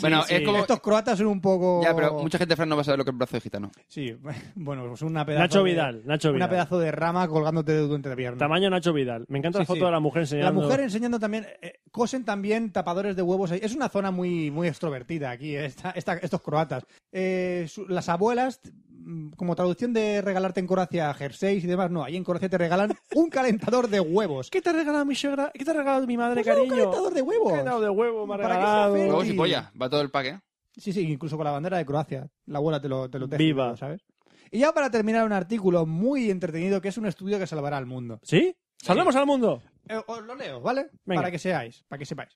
[SPEAKER 3] Bueno,
[SPEAKER 2] sí.
[SPEAKER 3] es como...
[SPEAKER 1] Estos croatas son un poco...
[SPEAKER 3] Ya, pero mucha gente, Fran, no va a saber lo que es brazo de gitano.
[SPEAKER 1] Sí, (laughs) bueno, pues una pedazo
[SPEAKER 2] Nacho
[SPEAKER 1] de-
[SPEAKER 2] Vidal, Nacho
[SPEAKER 1] Una
[SPEAKER 2] Vidal.
[SPEAKER 1] pedazo de rama colgándote de tu entrepierna.
[SPEAKER 2] Tamaño Nacho Vidal. Me encanta la
[SPEAKER 1] Sí,
[SPEAKER 2] foto
[SPEAKER 1] sí.
[SPEAKER 2] de la mujer
[SPEAKER 1] La
[SPEAKER 2] enseñando.
[SPEAKER 1] mujer enseñando también, eh, cosen también tapadores de huevos. ahí. Es una zona muy, muy extrovertida aquí, eh, esta- esta- estos croatas. Eh, su- las abuelas, mm, como traducción de regalarte en Croacia jerseys y demás, no, ahí en Croacia te
[SPEAKER 2] (laughs)
[SPEAKER 1] regalan un calentador de huevos.
[SPEAKER 2] ¿Qué te ha regalado mi suegra? ¿Qué te ha regalado mi madre,
[SPEAKER 1] Pues un
[SPEAKER 2] cariño?
[SPEAKER 1] calentador de huevos.
[SPEAKER 2] Un calentador de huevo, me ha
[SPEAKER 1] Para que sea
[SPEAKER 2] regalado.
[SPEAKER 1] feliz.
[SPEAKER 3] Huevos y
[SPEAKER 1] Sí.
[SPEAKER 3] polla, va todo el pack, ¿eh?
[SPEAKER 1] Sí, sí, incluso con la bandera de Croacia. La abuela te lo, te lo teje,
[SPEAKER 2] Viva.
[SPEAKER 1] ¿sabes? Y ya para terminar, un artículo muy entretenido que es un estudio que salvará al mundo.
[SPEAKER 2] ¿Sí? ¡Salvemos al mundo!
[SPEAKER 1] Eh, os lo leo, ¿vale?
[SPEAKER 2] Venga.
[SPEAKER 1] Para que seáis, para que sepáis.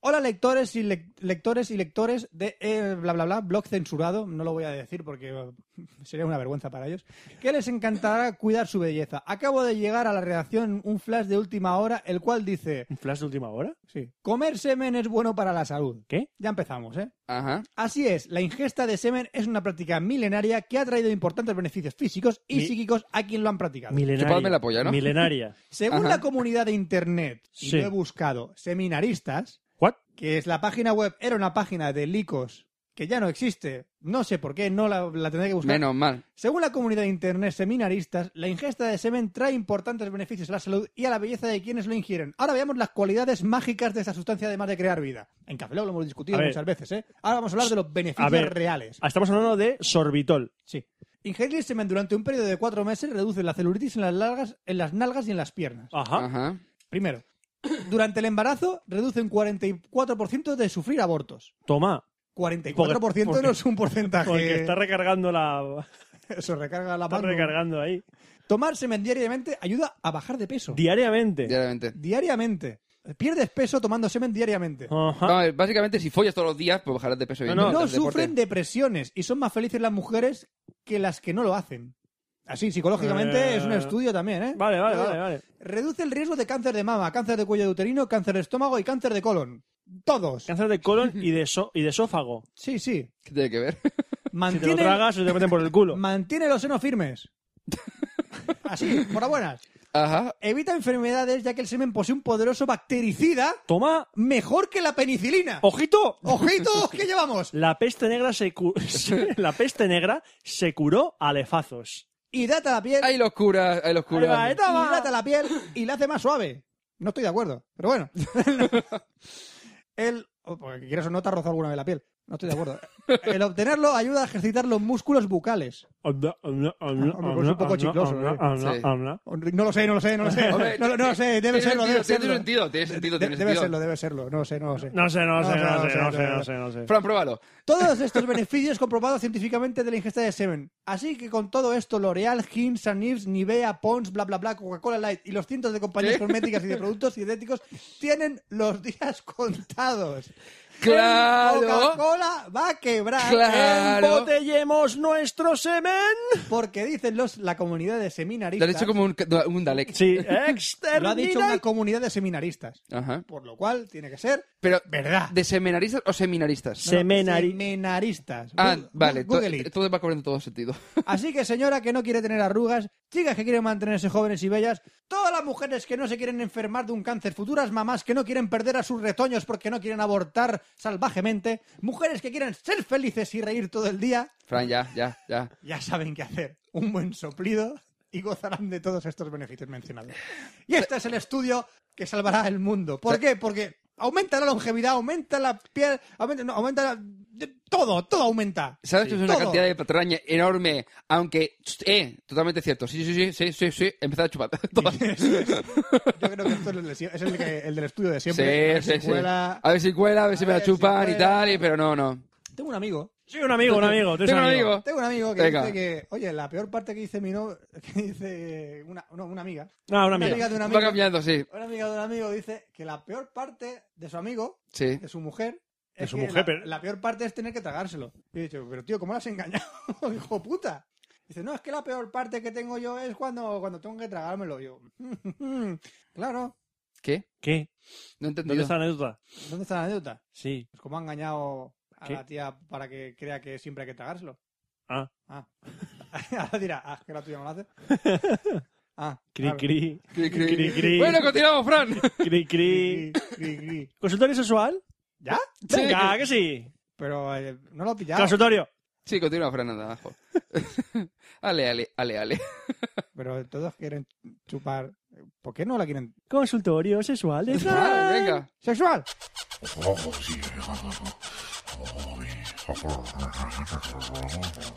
[SPEAKER 1] Hola lectores y lec- lectores y lectores de eh, bla bla bla, blog censurado, no lo voy a decir porque (laughs) eh, sería una vergüenza para ellos, que les encantará cuidar su belleza. Acabo de llegar a la redacción un flash de última hora, el cual dice,
[SPEAKER 2] ¿Un flash de última hora?
[SPEAKER 1] sí, comer semen es bueno para la salud.
[SPEAKER 2] ¿Qué?
[SPEAKER 1] Ya empezamos, ¿eh?
[SPEAKER 3] Ajá.
[SPEAKER 1] Así es, la ingesta de semen es una práctica milenaria que ha traído importantes beneficios físicos y
[SPEAKER 2] Mi-
[SPEAKER 1] psíquicos a quien lo han practicado.
[SPEAKER 2] Milenaria.
[SPEAKER 3] Chupadme la polla, ¿no? (laughs)
[SPEAKER 2] Milenaria.
[SPEAKER 1] Según
[SPEAKER 3] Ajá.
[SPEAKER 1] la comunidad de internet, y
[SPEAKER 2] Sí.
[SPEAKER 1] yo he buscado seminaristas,
[SPEAKER 2] ¿What?
[SPEAKER 1] que es la página web, era una página de licos que ya no existe, no sé por qué, no la, la tendré que buscar.
[SPEAKER 3] Menos mal.
[SPEAKER 1] Según la comunidad de internet seminaristas, la ingesta de semen trae importantes beneficios a la salud y a la belleza de quienes lo ingieren. Ahora veamos las cualidades mágicas de esta sustancia, además de crear vida. En Café Lock lo hemos discutido
[SPEAKER 2] A ver.
[SPEAKER 1] muchas veces, ¿eh? Ahora vamos a hablar de los beneficios
[SPEAKER 2] ver.
[SPEAKER 1] reales.
[SPEAKER 2] Ah, Estamos hablando de sorbitol.
[SPEAKER 1] Sí. Ingerir semen durante un periodo de cuatro meses reduce la celulitis en las, largas, en las nalgas y en las piernas.
[SPEAKER 2] Ajá.
[SPEAKER 3] Ajá.
[SPEAKER 1] Primero, durante el embarazo reduce un 44% de sufrir abortos.
[SPEAKER 2] Toma.
[SPEAKER 1] 44%
[SPEAKER 2] Porque-
[SPEAKER 1] no es un porcentaje.
[SPEAKER 2] Porque está recargando la.
[SPEAKER 1] Se recarga la
[SPEAKER 2] Está
[SPEAKER 1] mano.
[SPEAKER 2] recargando ahí.
[SPEAKER 1] Tomar semen diariamente ayuda a bajar de peso.
[SPEAKER 2] Diariamente.
[SPEAKER 3] Diariamente.
[SPEAKER 1] diariamente. Pierdes peso tomando semen diariamente.
[SPEAKER 2] Ajá.
[SPEAKER 3] No, básicamente, si follas todos los días, pues bajarás de peso.
[SPEAKER 2] ¿Ah? No,
[SPEAKER 1] No,
[SPEAKER 3] evidentemente, haces deporte.
[SPEAKER 1] sufren depresiones y son más felices las mujeres que las que no lo hacen. Así, psicológicamente
[SPEAKER 2] Eh,
[SPEAKER 1] es un estudio también, ¿eh?
[SPEAKER 2] Vale, vale,
[SPEAKER 1] Claro.
[SPEAKER 2] vale, vale.
[SPEAKER 1] Reduce el riesgo de cáncer de mama, cáncer de cuello de uterino, cáncer de estómago y cáncer de colon. Todos.
[SPEAKER 2] Cáncer de colon y de, so- y de esófago.
[SPEAKER 1] Sí, sí.
[SPEAKER 3] ¿Qué tiene que ver? (laughs)
[SPEAKER 2] Si te lo
[SPEAKER 1] Mantiene,
[SPEAKER 2] tragas, se te meten por el culo.
[SPEAKER 1] mantiene los senos
[SPEAKER 3] (laughs)
[SPEAKER 1] firmes. Así, por las buenas.
[SPEAKER 3] Ajá.
[SPEAKER 1] Evita enfermedades ya que el semen posee un poderoso bactericida
[SPEAKER 2] Toma.
[SPEAKER 1] mejor que la penicilina.
[SPEAKER 3] Oh.
[SPEAKER 2] ¡Ojito!
[SPEAKER 1] ¡Ojitos! ¿Qué llevamos?
[SPEAKER 2] La peste negra se cu- (laughs) la peste negra se curó a lefazos.
[SPEAKER 1] Hidrata la piel.
[SPEAKER 3] Hay los curas, hay los curas.
[SPEAKER 2] Ahí va, toma.
[SPEAKER 1] Hidrata la piel y la hace más suave. No estoy de acuerdo, pero bueno. (laughs) El, oh, porque quieras o no, te ha rozado alguna vez la piel. No estoy de
[SPEAKER 3] (laughs)
[SPEAKER 1] acuerdo. El obtenerlo ayuda a ejercitar los músculos bucales.
[SPEAKER 2] Hombre,
[SPEAKER 1] pues es un poco chicloso, ¿eh?
[SPEAKER 3] Sí.
[SPEAKER 1] Oh, No lo sé, no lo sé, no lo
[SPEAKER 3] (laughs)
[SPEAKER 1] sé.
[SPEAKER 3] Hombre,
[SPEAKER 1] No, lo- no lo sé, debe
[SPEAKER 3] tiene
[SPEAKER 1] serlo,
[SPEAKER 3] sentido,
[SPEAKER 1] debe serlo.
[SPEAKER 3] Tiene sentido, tiene sentido,
[SPEAKER 1] De-
[SPEAKER 3] tiene
[SPEAKER 1] debe
[SPEAKER 3] sentido.
[SPEAKER 1] serlo, debe serlo. No lo sé, no lo sé.
[SPEAKER 2] No sé, no sé, no sé, no sé,
[SPEAKER 1] no
[SPEAKER 2] no
[SPEAKER 1] sé,
[SPEAKER 2] sé, no sé.
[SPEAKER 3] Fran, pruébalo.
[SPEAKER 1] Todos estos beneficios comprobados científicamente de la ingesta de semen. Así que con todo esto, L'Oreal, Hims, Sanifs, Nivea, Pons, bla, bla, bla, Coca-Cola Light y los cientos de compañías cosméticas y de productos dietéticos tienen los días
[SPEAKER 3] (laughs)
[SPEAKER 1] contados.
[SPEAKER 3] ¡Claro!
[SPEAKER 1] Coca-Cola va a quebrar ¿eh?
[SPEAKER 3] ¡Claro!
[SPEAKER 2] ¡Embotellemos nuestro semen!
[SPEAKER 1] porque dicen los, la comunidad de
[SPEAKER 3] Lo
[SPEAKER 1] seminaristas.
[SPEAKER 3] has dicho como un, un Dalek.
[SPEAKER 2] Sí,
[SPEAKER 1] (laughs) lo ha dicho
[SPEAKER 2] extermina.
[SPEAKER 1] una comunidad de seminaristas.
[SPEAKER 3] Ajá.
[SPEAKER 1] Por lo cual tiene que ser
[SPEAKER 3] Pero,
[SPEAKER 1] verdad.
[SPEAKER 3] ¿de seminaristas o seminaristas?
[SPEAKER 2] Sí. Seminari-
[SPEAKER 1] Seminaristas.
[SPEAKER 3] Ah,
[SPEAKER 1] Gu-
[SPEAKER 3] vale.
[SPEAKER 1] Google it.
[SPEAKER 3] to- Todo va cobrando todo sentido. (laughs)
[SPEAKER 1] Así que, señora que no quiere tener arrugas, chicas que quieren mantenerse jóvenes y bellas, todas las mujeres que no se quieren enfermar de un cáncer, futuras mamás que no quieren perder a sus retoños porque no quieren abortar salvajemente, mujeres que quieren ser felices y reír todo el día,
[SPEAKER 3] Fran, ya, ya, ya.
[SPEAKER 1] ya saben qué hacer. Un buen soplido y gozarán de todos estos beneficios mencionados. Y este es el estudio que salvará el mundo. ¿Por qué? Porque aumenta la longevidad, aumenta la piel, aumenta, no, aumenta la- de- todo, todo aumenta.
[SPEAKER 3] ¿Sabes que es una
[SPEAKER 1] todo.
[SPEAKER 3] cantidad de patraña enorme? Aunque, eh, totalmente cierto. Sí, sí, sí, sí, sí, sí. Empezad a chupar. (laughs) Toma.
[SPEAKER 1] Yo creo que esto es el, de sie- es el, que- el del estudio de
[SPEAKER 3] Sí,
[SPEAKER 1] siempre. La
[SPEAKER 3] sí, Ah. sí.
[SPEAKER 1] secuela-
[SPEAKER 3] A ver si cuela, a ver si
[SPEAKER 1] A
[SPEAKER 3] me la
[SPEAKER 1] ver si
[SPEAKER 3] chupan y
[SPEAKER 1] cuela.
[SPEAKER 3] tal, y- pero no, no.
[SPEAKER 1] Tengo un amigo.
[SPEAKER 2] Sí, un amigo, un amigo. tú eres
[SPEAKER 3] Tengo un amigo.
[SPEAKER 1] Tengo un amigo que
[SPEAKER 3] Venga.
[SPEAKER 1] dice que, oye, la peor parte que dice mi novio, (laughs) que dice una, no, una amiga.
[SPEAKER 2] No, Ah,
[SPEAKER 1] Una
[SPEAKER 2] un amigo.
[SPEAKER 1] amiga de un
[SPEAKER 3] Va
[SPEAKER 1] amigo.
[SPEAKER 3] cambiando, sí.
[SPEAKER 1] Una amiga de un amigo dice que la peor parte de su amigo,
[SPEAKER 3] Sí.
[SPEAKER 1] de su mujer,
[SPEAKER 2] De
[SPEAKER 1] es
[SPEAKER 2] su
[SPEAKER 1] que
[SPEAKER 2] mujer,
[SPEAKER 1] la,
[SPEAKER 2] pero-
[SPEAKER 1] la peor parte es tener que tragárselo. Y he dicho, pero tío, ¿cómo la has engañado? (laughs) Hijo puta. Dice, no, es que la peor parte que tengo yo es cuando, cuando tengo que tragármelo. Yo, "Mm, claro,
[SPEAKER 3] ¿Qué?
[SPEAKER 2] ¿Qué?
[SPEAKER 3] No he entendido.
[SPEAKER 2] ¿Dónde está la anécdota?
[SPEAKER 1] ¿dónde está la anécdota?
[SPEAKER 2] Sí.
[SPEAKER 1] Pues cómo ha engañado a
[SPEAKER 2] ¿Qué?
[SPEAKER 1] la tía para que crea que siempre hay que tragárselo. (laughs)
[SPEAKER 2] Ah.
[SPEAKER 1] Ah. Ahora dirá, ah, que la tuya no lo hace. Ah,
[SPEAKER 2] Cri,
[SPEAKER 1] claro.
[SPEAKER 2] cri.
[SPEAKER 3] Cri, cri.
[SPEAKER 2] Cri, cri.
[SPEAKER 3] Bueno, continuamos, Fran.
[SPEAKER 1] (laughs)
[SPEAKER 2] Cri,
[SPEAKER 1] Cri,
[SPEAKER 2] cri.
[SPEAKER 1] cri, cri.
[SPEAKER 2] ¿Consultorio sexual?
[SPEAKER 1] ¿Ya?
[SPEAKER 2] Venga, que sí.
[SPEAKER 1] Pero eh, no lo ha pillado.
[SPEAKER 2] Consultorio.
[SPEAKER 3] Sí, continúa, Fran, anda, abajo. (laughs) Ale, ale, ale, ale.
[SPEAKER 1] Pero todos quieren chupar. ¿Por qué no la quieren?
[SPEAKER 2] Consultorio sexual de
[SPEAKER 3] Ah,
[SPEAKER 2] Fran.
[SPEAKER 3] venga.
[SPEAKER 1] ¡Sexual!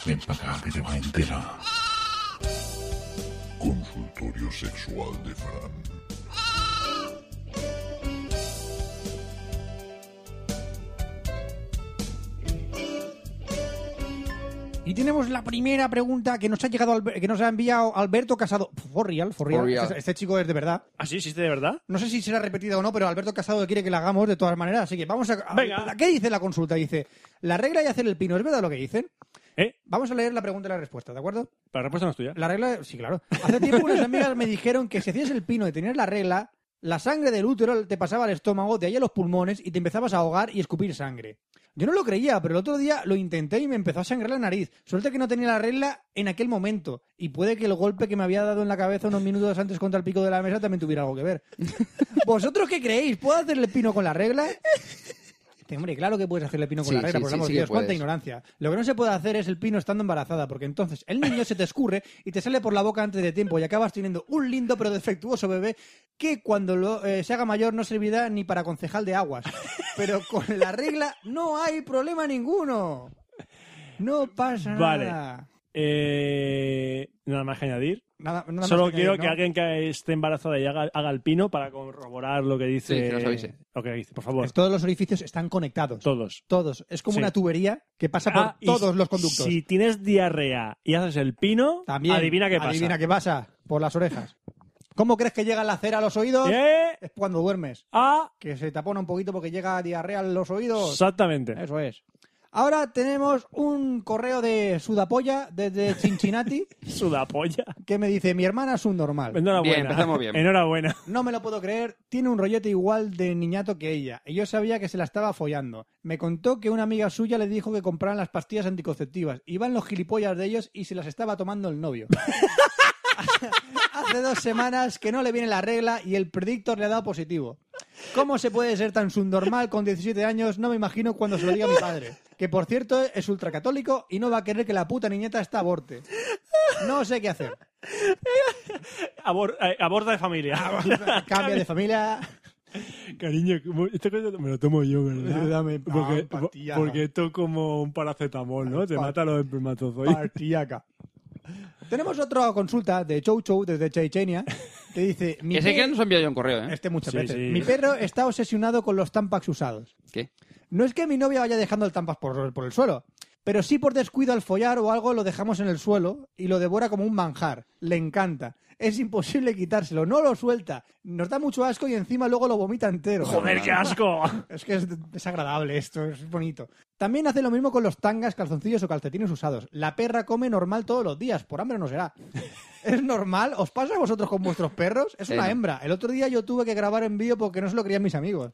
[SPEAKER 11] Ven para acá, que te va a enterar. Consultorio sexual de Fran.
[SPEAKER 1] Y tenemos la primera pregunta que nos ha llegado Alber- que nos ha enviado Alberto Casado. For real, for real.
[SPEAKER 3] For real.
[SPEAKER 1] Este, este chico es de verdad.
[SPEAKER 2] ¿Ah, sí? ¿Existe de verdad?
[SPEAKER 1] No sé si será repetida o no, pero Alberto Casado quiere que la hagamos de todas maneras, así que vamos a... a-
[SPEAKER 2] Venga.
[SPEAKER 1] ¿Qué dice la consulta? Dice, la regla de hacer el pino, ¿es verdad lo que dicen?
[SPEAKER 2] ¿Eh?
[SPEAKER 1] Vamos a leer la pregunta y la respuesta, ¿de acuerdo?
[SPEAKER 2] La respuesta no es tuya.
[SPEAKER 1] La regla, sí, claro. Hace tiempo unas amigas me dijeron que si hacías el pino de tener la regla, la sangre del útero te pasaba al estómago, de ahí a los pulmones y te empezabas a ahogar y escupir sangre. Yo no lo creía, pero el otro día lo intenté y me empezó a sangrar la nariz. Suerte que no tenía la regla en aquel momento. Y puede que el golpe que me había dado en la cabeza unos minutos antes contra el pico de la mesa también tuviera algo que ver. ¿Vosotros qué creéis? ¿Puedo hacerle pino con la regla? Este, hombre, claro que puedes hacerle pino con
[SPEAKER 3] Sí,
[SPEAKER 1] la regla,
[SPEAKER 3] sí,
[SPEAKER 1] por el
[SPEAKER 3] sí,
[SPEAKER 1] amor de
[SPEAKER 3] sí que
[SPEAKER 1] Dios, cuánta
[SPEAKER 3] puedes.
[SPEAKER 1] ignorancia. Lo que no se puede hacer es el pino estando embarazada, porque entonces el niño se te escurre y te sale por la boca antes de tiempo y acabas teniendo un lindo pero defectuoso bebé que cuando lo, eh, se haga mayor no servirá ni para concejal de aguas. Pero con la regla no hay problema ninguno. No pasa
[SPEAKER 2] Vale.
[SPEAKER 1] nada.
[SPEAKER 2] Eh, nada más que añadir.
[SPEAKER 1] Nada, nada más
[SPEAKER 2] Solo
[SPEAKER 1] que
[SPEAKER 2] quiero
[SPEAKER 1] añadir,
[SPEAKER 2] que
[SPEAKER 1] ¿no?
[SPEAKER 2] alguien que esté embarazada y haga, haga el pino para corroborar lo que dice.
[SPEAKER 3] Sí, que nos avise.
[SPEAKER 2] Lo que dice, por favor.
[SPEAKER 1] Todos los orificios están conectados.
[SPEAKER 2] Todos.
[SPEAKER 1] Todos. Es como
[SPEAKER 2] Sí.
[SPEAKER 1] una tubería que pasa por
[SPEAKER 2] Ah, y
[SPEAKER 1] todos
[SPEAKER 2] si-
[SPEAKER 1] los conductos.
[SPEAKER 2] Si tienes diarrea y haces el pino,
[SPEAKER 1] También.
[SPEAKER 2] adivina qué pasa.
[SPEAKER 1] Adivina qué pasa. Por las orejas. ¿Cómo crees que llega la cera a los oídos?
[SPEAKER 2] Eh,
[SPEAKER 1] Es cuando duermes.
[SPEAKER 2] ah,
[SPEAKER 1] Que se tapona un poquito porque llega diarrea a los oídos.
[SPEAKER 2] exactamente.
[SPEAKER 1] Eso es. Ahora tenemos un correo de Sudapolla desde Cincinnati
[SPEAKER 2] Sudapolla.
[SPEAKER 1] que me dice, mi hermana es un normal.
[SPEAKER 2] Enhorabuena.
[SPEAKER 3] Bien, empezamos bien.
[SPEAKER 2] Enhorabuena.
[SPEAKER 1] No me lo puedo creer, tiene un rollete igual de niñato que ella. Y yo sabía que se la estaba follando. Me contó que una amiga suya le dijo que compraran las pastillas anticonceptivas. Iban los gilipollas de ellos y se las estaba tomando el novio. Hace dos semanas que no le viene la regla y el predictor le ha dado positivo. ¿Cómo se puede ser tan subnormal con 17 años? No me imagino cuando se lo diga mi padre. Que por cierto es ultracatólico y no va a querer que la puta niñeta está aborte. No sé qué hacer.
[SPEAKER 2] Abor- eh, aborta de familia.
[SPEAKER 1] Cambia de familia.
[SPEAKER 2] Cariño, como- esta cosa me lo tomo yo, ¿verdad?
[SPEAKER 1] Eh, Dame ah, pan,
[SPEAKER 2] porque,
[SPEAKER 1] pastilla.
[SPEAKER 2] porque esto es como un paracetamol, ¿no? Te
[SPEAKER 1] Pa-
[SPEAKER 2] mata los espermatozoides.
[SPEAKER 1] Partiaca. Tenemos otra consulta de Chow Chow desde Chechenia que dice: mi
[SPEAKER 3] Ese que
[SPEAKER 1] per-
[SPEAKER 3] nos ha enviado yo un correo, ¿eh?
[SPEAKER 1] Este muchas
[SPEAKER 2] Sí,
[SPEAKER 1] veces.
[SPEAKER 2] sí.
[SPEAKER 1] Mi perro está obsesionado con los tampax usados.
[SPEAKER 3] ¿Qué?
[SPEAKER 1] No es que mi novia vaya dejando el tampax por, por el suelo, pero sí por descuido al follar o algo lo dejamos en el suelo y lo devora como un manjar. Le encanta. Es imposible quitárselo. No lo suelta. Nos da mucho asco y encima luego lo vomita entero.
[SPEAKER 2] ¡Joder, qué asco!
[SPEAKER 1] Es que es desagradable esto, es bonito. También hace lo mismo con los tangas, calzoncillos o calcetines usados. La perra come normal todos los días, por hambre no será. (laughs) ¿Es normal? ¿Os pasa a vosotros con vuestros perros? Es
[SPEAKER 3] Sí,
[SPEAKER 1] una
[SPEAKER 3] no.
[SPEAKER 1] hembra. El otro día yo tuve que grabar en vídeo porque no se lo creían mis amigos.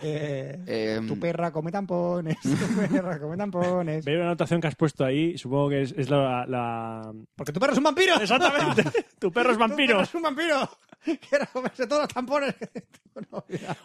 [SPEAKER 1] Eh,
[SPEAKER 3] Eh,
[SPEAKER 1] tu perra come tampones, tu (laughs) perra come tampones.
[SPEAKER 2] Veo una anotación que has puesto ahí, supongo que es, es la, la-
[SPEAKER 1] Porque tu perro es un vampiro.
[SPEAKER 2] Exactamente. (laughs) tu perro
[SPEAKER 1] Tu perro
[SPEAKER 2] es vampiro.
[SPEAKER 1] es un vampiro. Quiere comerse todos los tampones. No, mira.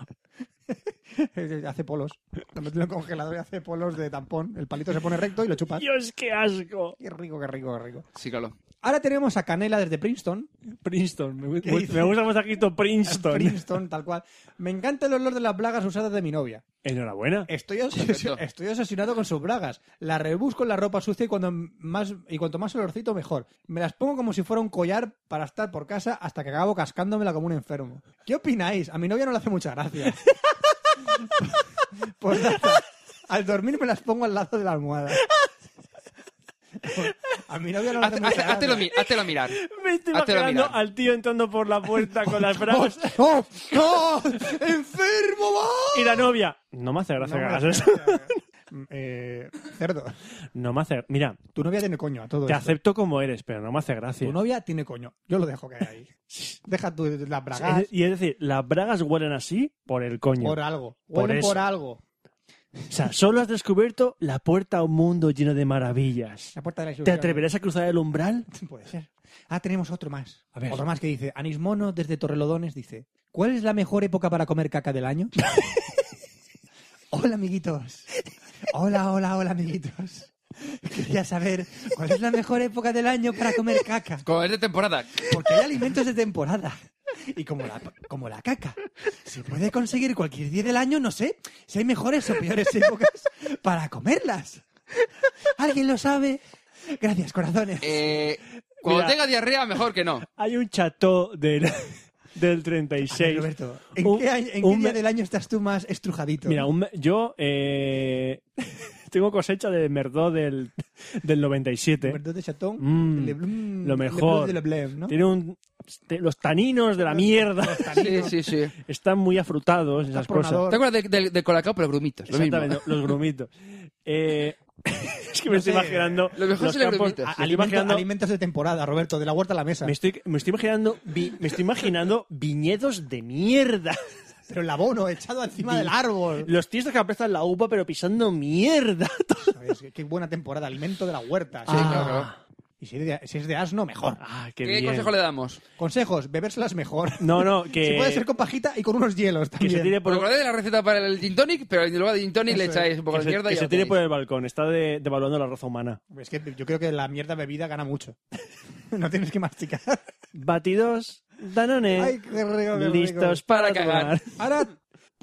[SPEAKER 1] (laughs) hace polos. Lo metes en el congelador y hace polos de tampón. El palito se pone recto y lo chupas.
[SPEAKER 2] Dios, qué asco.
[SPEAKER 1] Qué rico, qué rico, qué rico.
[SPEAKER 3] Sí, claro.
[SPEAKER 1] Ahora tenemos a Canela desde Princeton.
[SPEAKER 2] Princeton. Me,
[SPEAKER 1] ¿Qué
[SPEAKER 2] me-
[SPEAKER 1] dices?
[SPEAKER 2] me gusta más aquí todo Princeton.
[SPEAKER 1] Princeton, tal cual. Me encanta el olor de las blagas usadas de mi novia.
[SPEAKER 2] Enhorabuena.
[SPEAKER 3] (laughs)
[SPEAKER 1] Estoy, obses-
[SPEAKER 3] Perfecto.
[SPEAKER 1] estoy obsesionado con sus bragas. Las rebusco en la ropa sucia y, cuando más, y cuanto más olorcito, mejor. Me las pongo como si fuera un collar para estar por casa hasta que acabo cascándomela como un enfermo. ¿Qué opináis? A mi novia no le hace mucha gracia. (laughs) Pues nada, al dormir me las pongo al lado de la almohada. A mi novia no le hace
[SPEAKER 3] Haz-
[SPEAKER 1] mucha
[SPEAKER 3] haz-
[SPEAKER 1] gracia.
[SPEAKER 3] Háztelo mi- háztelo mirar.
[SPEAKER 2] Me estoy
[SPEAKER 3] Háztelo
[SPEAKER 2] imaginando
[SPEAKER 3] mirar.
[SPEAKER 2] al tío entrando por la puerta
[SPEAKER 1] (laughs)
[SPEAKER 2] con las bragas
[SPEAKER 1] ¡No! ¡No! ¡Enfermo! va!
[SPEAKER 2] y la novia. No me hace gracia que
[SPEAKER 1] No me
[SPEAKER 2] hagas
[SPEAKER 1] hace
[SPEAKER 2] eso.
[SPEAKER 1] gracia. Eh, cerdo,
[SPEAKER 2] No me hace. Mira,
[SPEAKER 1] tu novia tiene coño a todo
[SPEAKER 2] te
[SPEAKER 1] esto.
[SPEAKER 2] acepto como eres, pero no me hace gracia.
[SPEAKER 1] Tu novia tiene coño. Yo lo dejo caer
[SPEAKER 2] (laughs)
[SPEAKER 1] ahí. Deja tu, las bragas
[SPEAKER 2] Es- y es decir, las bragas huelen así por el coño.
[SPEAKER 1] Ah, por algo.
[SPEAKER 2] Por
[SPEAKER 1] Huelen
[SPEAKER 2] eso.
[SPEAKER 1] por algo.
[SPEAKER 2] O sea, solo has descubierto la puerta a un mundo lleno de maravillas.
[SPEAKER 1] (laughs) La puerta de la
[SPEAKER 2] ¿Te
[SPEAKER 1] ilusión.
[SPEAKER 2] atreverás a cruzar el umbral?
[SPEAKER 1] Puede ser. Ah, tenemos otro más.
[SPEAKER 2] A ver.
[SPEAKER 1] Otro más que dice, Anismono desde Torrelodones dice, ¿cuál es la mejor época para comer caca del
[SPEAKER 2] (laughs)
[SPEAKER 1] año? hola, amiguitos. Hola, hola, hola, amiguitos. (laughs) Quería saber cuál es la mejor época del año para comer caca.
[SPEAKER 3] Como es de temporada.
[SPEAKER 1] Porque hay alimentos de temporada. Y como la, como la caca. Se puede conseguir cualquier día del año, no sé si hay mejores o peores (laughs) épocas para comerlas. ¿Alguien lo sabe? Gracias, corazones.
[SPEAKER 2] (laughs)
[SPEAKER 3] Eh, cuando
[SPEAKER 2] Mira.
[SPEAKER 3] tenga diarrea, mejor que no.
[SPEAKER 2] Hay un chateau del, (laughs) del
[SPEAKER 1] A
[SPEAKER 2] 36.
[SPEAKER 1] ver, Roberto, ¿en,
[SPEAKER 2] Un-
[SPEAKER 1] qué, año- en qué
[SPEAKER 2] un
[SPEAKER 1] día
[SPEAKER 2] me-
[SPEAKER 1] del año estás tú más estrujadito?
[SPEAKER 2] Mira, un me- yo eh, (laughs) tengo cosecha de merdó del, del 97.
[SPEAKER 1] Verdot de chatón,
[SPEAKER 2] Mm,
[SPEAKER 1] le blum, le
[SPEAKER 2] lo
[SPEAKER 1] blum
[SPEAKER 2] mejor.
[SPEAKER 1] de le blem, ¿no?
[SPEAKER 2] Tiene un, te- los taninos de la mierda. (laughs)
[SPEAKER 3] Sí, sí, sí. ¿Te
[SPEAKER 2] Están muy afrutados esas cosas.
[SPEAKER 1] Apronador.
[SPEAKER 3] acuerdas del de, del colacao pero grumitos? Lo mismo. (laughs)
[SPEAKER 2] Exactamente, los grumitos. Eh, (laughs) es que me estoy
[SPEAKER 1] sé,
[SPEAKER 2] imaginando.
[SPEAKER 3] lo mejor
[SPEAKER 2] los
[SPEAKER 3] son los
[SPEAKER 2] campos-
[SPEAKER 3] grumitos, sí.
[SPEAKER 2] a- me estoy
[SPEAKER 1] Alimento-
[SPEAKER 2] imaginando-
[SPEAKER 1] alimentos de temporada, Roberto, de la huerta a la mesa.
[SPEAKER 2] Me estoy, me estoy imaginando, vi- me estoy imaginando viñedos de mierda.
[SPEAKER 1] Pero el abono echado encima del árbol.
[SPEAKER 2] Los tíos que apestan la uva pero pisando mierda. (laughs)
[SPEAKER 1] Sabes, Qué buena temporada, alimento de la huerta.
[SPEAKER 3] Sí, claro, claro.
[SPEAKER 1] Y si es, de, si es de asno, mejor.
[SPEAKER 2] Ah, qué,
[SPEAKER 3] ¿Qué,
[SPEAKER 2] bien.
[SPEAKER 3] consejo le damos?
[SPEAKER 1] Consejos, bebérselas mejor.
[SPEAKER 2] No, no, que,
[SPEAKER 1] Si puede ser con pajita y con unos hielos
[SPEAKER 2] que se
[SPEAKER 1] también.
[SPEAKER 2] tire por,
[SPEAKER 3] Por... de la receta para el gin tonic, pero en lugar de gin tonic le echáis un poco
[SPEAKER 2] que
[SPEAKER 3] de
[SPEAKER 2] se-
[SPEAKER 3] mierda
[SPEAKER 2] que
[SPEAKER 3] y ya
[SPEAKER 2] se
[SPEAKER 3] lo
[SPEAKER 2] tire por
[SPEAKER 3] tenéis.
[SPEAKER 2] el balcón. Está de- devaluando la raza humana.
[SPEAKER 1] Es que yo creo que la mierda bebida gana mucho. (laughs) no tienes que masticar.
[SPEAKER 2] Batidos, Danone,
[SPEAKER 1] Ay, qué rico, qué rico.
[SPEAKER 2] Eh, listos para,
[SPEAKER 3] Para
[SPEAKER 1] (laughs)
[SPEAKER 3] cagar.
[SPEAKER 2] tomar.
[SPEAKER 1] Ahora,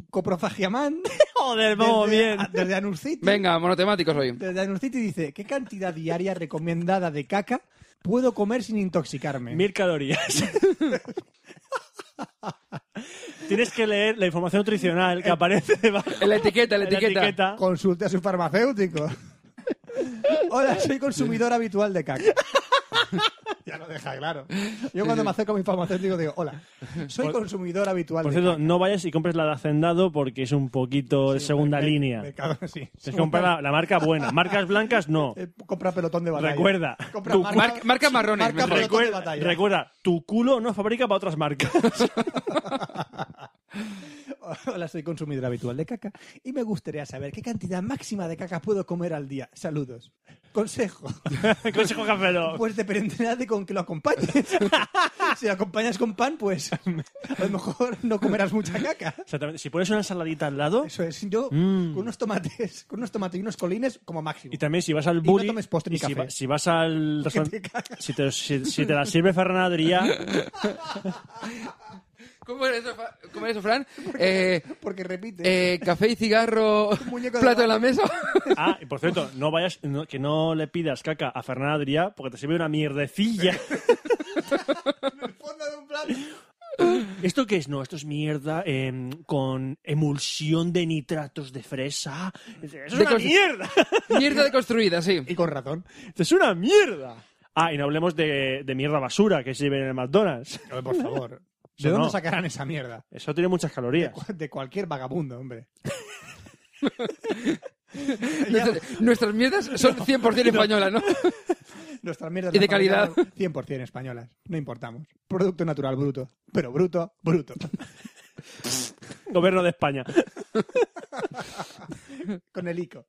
[SPEAKER 1] coprofagiamán.
[SPEAKER 2] Joder, (laughs) vamos
[SPEAKER 1] desde-
[SPEAKER 2] bien.
[SPEAKER 1] a- Desde Anunciti.
[SPEAKER 3] Venga, monotemáticos
[SPEAKER 2] (laughs)
[SPEAKER 3] hoy.
[SPEAKER 1] Desde Anunciti dice, ¿qué cantidad diaria recomendada de caca puedo comer sin intoxicarme? (laughs)
[SPEAKER 2] Mil calorías. Tienes que leer la información nutricional que aparece debajo.
[SPEAKER 3] En la etiqueta, en la
[SPEAKER 2] en la
[SPEAKER 3] etiqueta.
[SPEAKER 2] etiqueta.
[SPEAKER 1] Consulte a su farmacéutico. (laughs) Hola, soy consumidor habitual de caca. (laughs) ya lo deja claro. Yo cuando me acerco a mi farmacéutico digo, hola, soy consumidor habitual
[SPEAKER 2] Por
[SPEAKER 1] de
[SPEAKER 2] cierto, no vayas y compres la de Hacendado porque es un poquito de segunda línea.
[SPEAKER 1] caca. Mercado, (laughs) sí.
[SPEAKER 2] Tienes que comprar la, la
[SPEAKER 1] (laughs)
[SPEAKER 2] marca buena. Marcas blancas, no.
[SPEAKER 1] Eh, compra pelotón de batalla.
[SPEAKER 2] Recuerda,
[SPEAKER 1] Compra
[SPEAKER 2] tu-
[SPEAKER 3] mar- marcas marrones,
[SPEAKER 1] Marca
[SPEAKER 3] mejor.
[SPEAKER 1] pelotón de
[SPEAKER 2] Recuerda,
[SPEAKER 1] batalla.
[SPEAKER 2] recuerda, tu culo no fabrica para otras marcas.
[SPEAKER 1] (laughs)
[SPEAKER 2] (laughs)
[SPEAKER 1] Hola, soy consumidor habitual de caca y me gustaría saber qué cantidad máxima de caca puedo comer al día. Saludos. Consejo.
[SPEAKER 2] Consejo Cafelo.
[SPEAKER 1] Pues dependerá de con que lo
[SPEAKER 3] (laughs)
[SPEAKER 1] acompañes. si lo acompañas con pan, pues a lo mejor no comerás mucha caca.
[SPEAKER 2] Exactamente. Si pones una saladita al lado
[SPEAKER 1] Eso es. Yo
[SPEAKER 2] Mm.
[SPEAKER 1] con unos tomates, con unos tomates y unos colines como máximo.
[SPEAKER 2] y también si vas al
[SPEAKER 1] no
[SPEAKER 2] bully,
[SPEAKER 1] tomes postre ni
[SPEAKER 2] y si,
[SPEAKER 1] café.
[SPEAKER 2] va- si
[SPEAKER 1] (laughs)
[SPEAKER 2] vas al
[SPEAKER 1] te
[SPEAKER 2] restaurante,
[SPEAKER 1] cagas.
[SPEAKER 2] si te, si- si te la sirve Ferran Adrià,
[SPEAKER 1] (laughs)
[SPEAKER 3] ¿Cómo era eso, Fa- cómo era eso,
[SPEAKER 2] (laughs)
[SPEAKER 3] Fran? Eh,
[SPEAKER 1] Porque repite.
[SPEAKER 3] eh, café y cigarro,
[SPEAKER 1] muñeco de
[SPEAKER 3] plato en la mesa.
[SPEAKER 2] ah, y por cierto, no vayas, no- que no le pidas caca a Ferran Adrià porque te sirve
[SPEAKER 1] (laughs)
[SPEAKER 2] una mierdecilla.
[SPEAKER 1] Fondo de un plato.
[SPEAKER 2] ¿Esto qué es? No, esto es mierda eh, con emulsión de nitratos de fresa. ¡Eso es
[SPEAKER 3] De
[SPEAKER 2] una
[SPEAKER 3] cosas-
[SPEAKER 2] mierda!
[SPEAKER 3] Mierda deconstruida, sí.
[SPEAKER 1] Y con razón.
[SPEAKER 2] ¡Esto (laughs) es una mierda! Ah, y no hablemos de, de mierda basura que sirven en el McDonald's.
[SPEAKER 1] Oye, Por favor. ¿De
[SPEAKER 2] Eso
[SPEAKER 1] dónde
[SPEAKER 2] no.
[SPEAKER 1] sacarán esa mierda?
[SPEAKER 2] Eso tiene muchas calorías.
[SPEAKER 1] De cualquier vagabundo, hombre.
[SPEAKER 3] Nuestras, nuestras mierdas son 100% españolas, ¿no?
[SPEAKER 1] Nuestras mierdas
[SPEAKER 3] Y de
[SPEAKER 1] fabrican
[SPEAKER 3] calidad.
[SPEAKER 1] 100% españolas. No importamos. Producto natural bruto. Pero bruto, bruto.
[SPEAKER 2] Gobierno de España.
[SPEAKER 1] con el (laughs) ICO.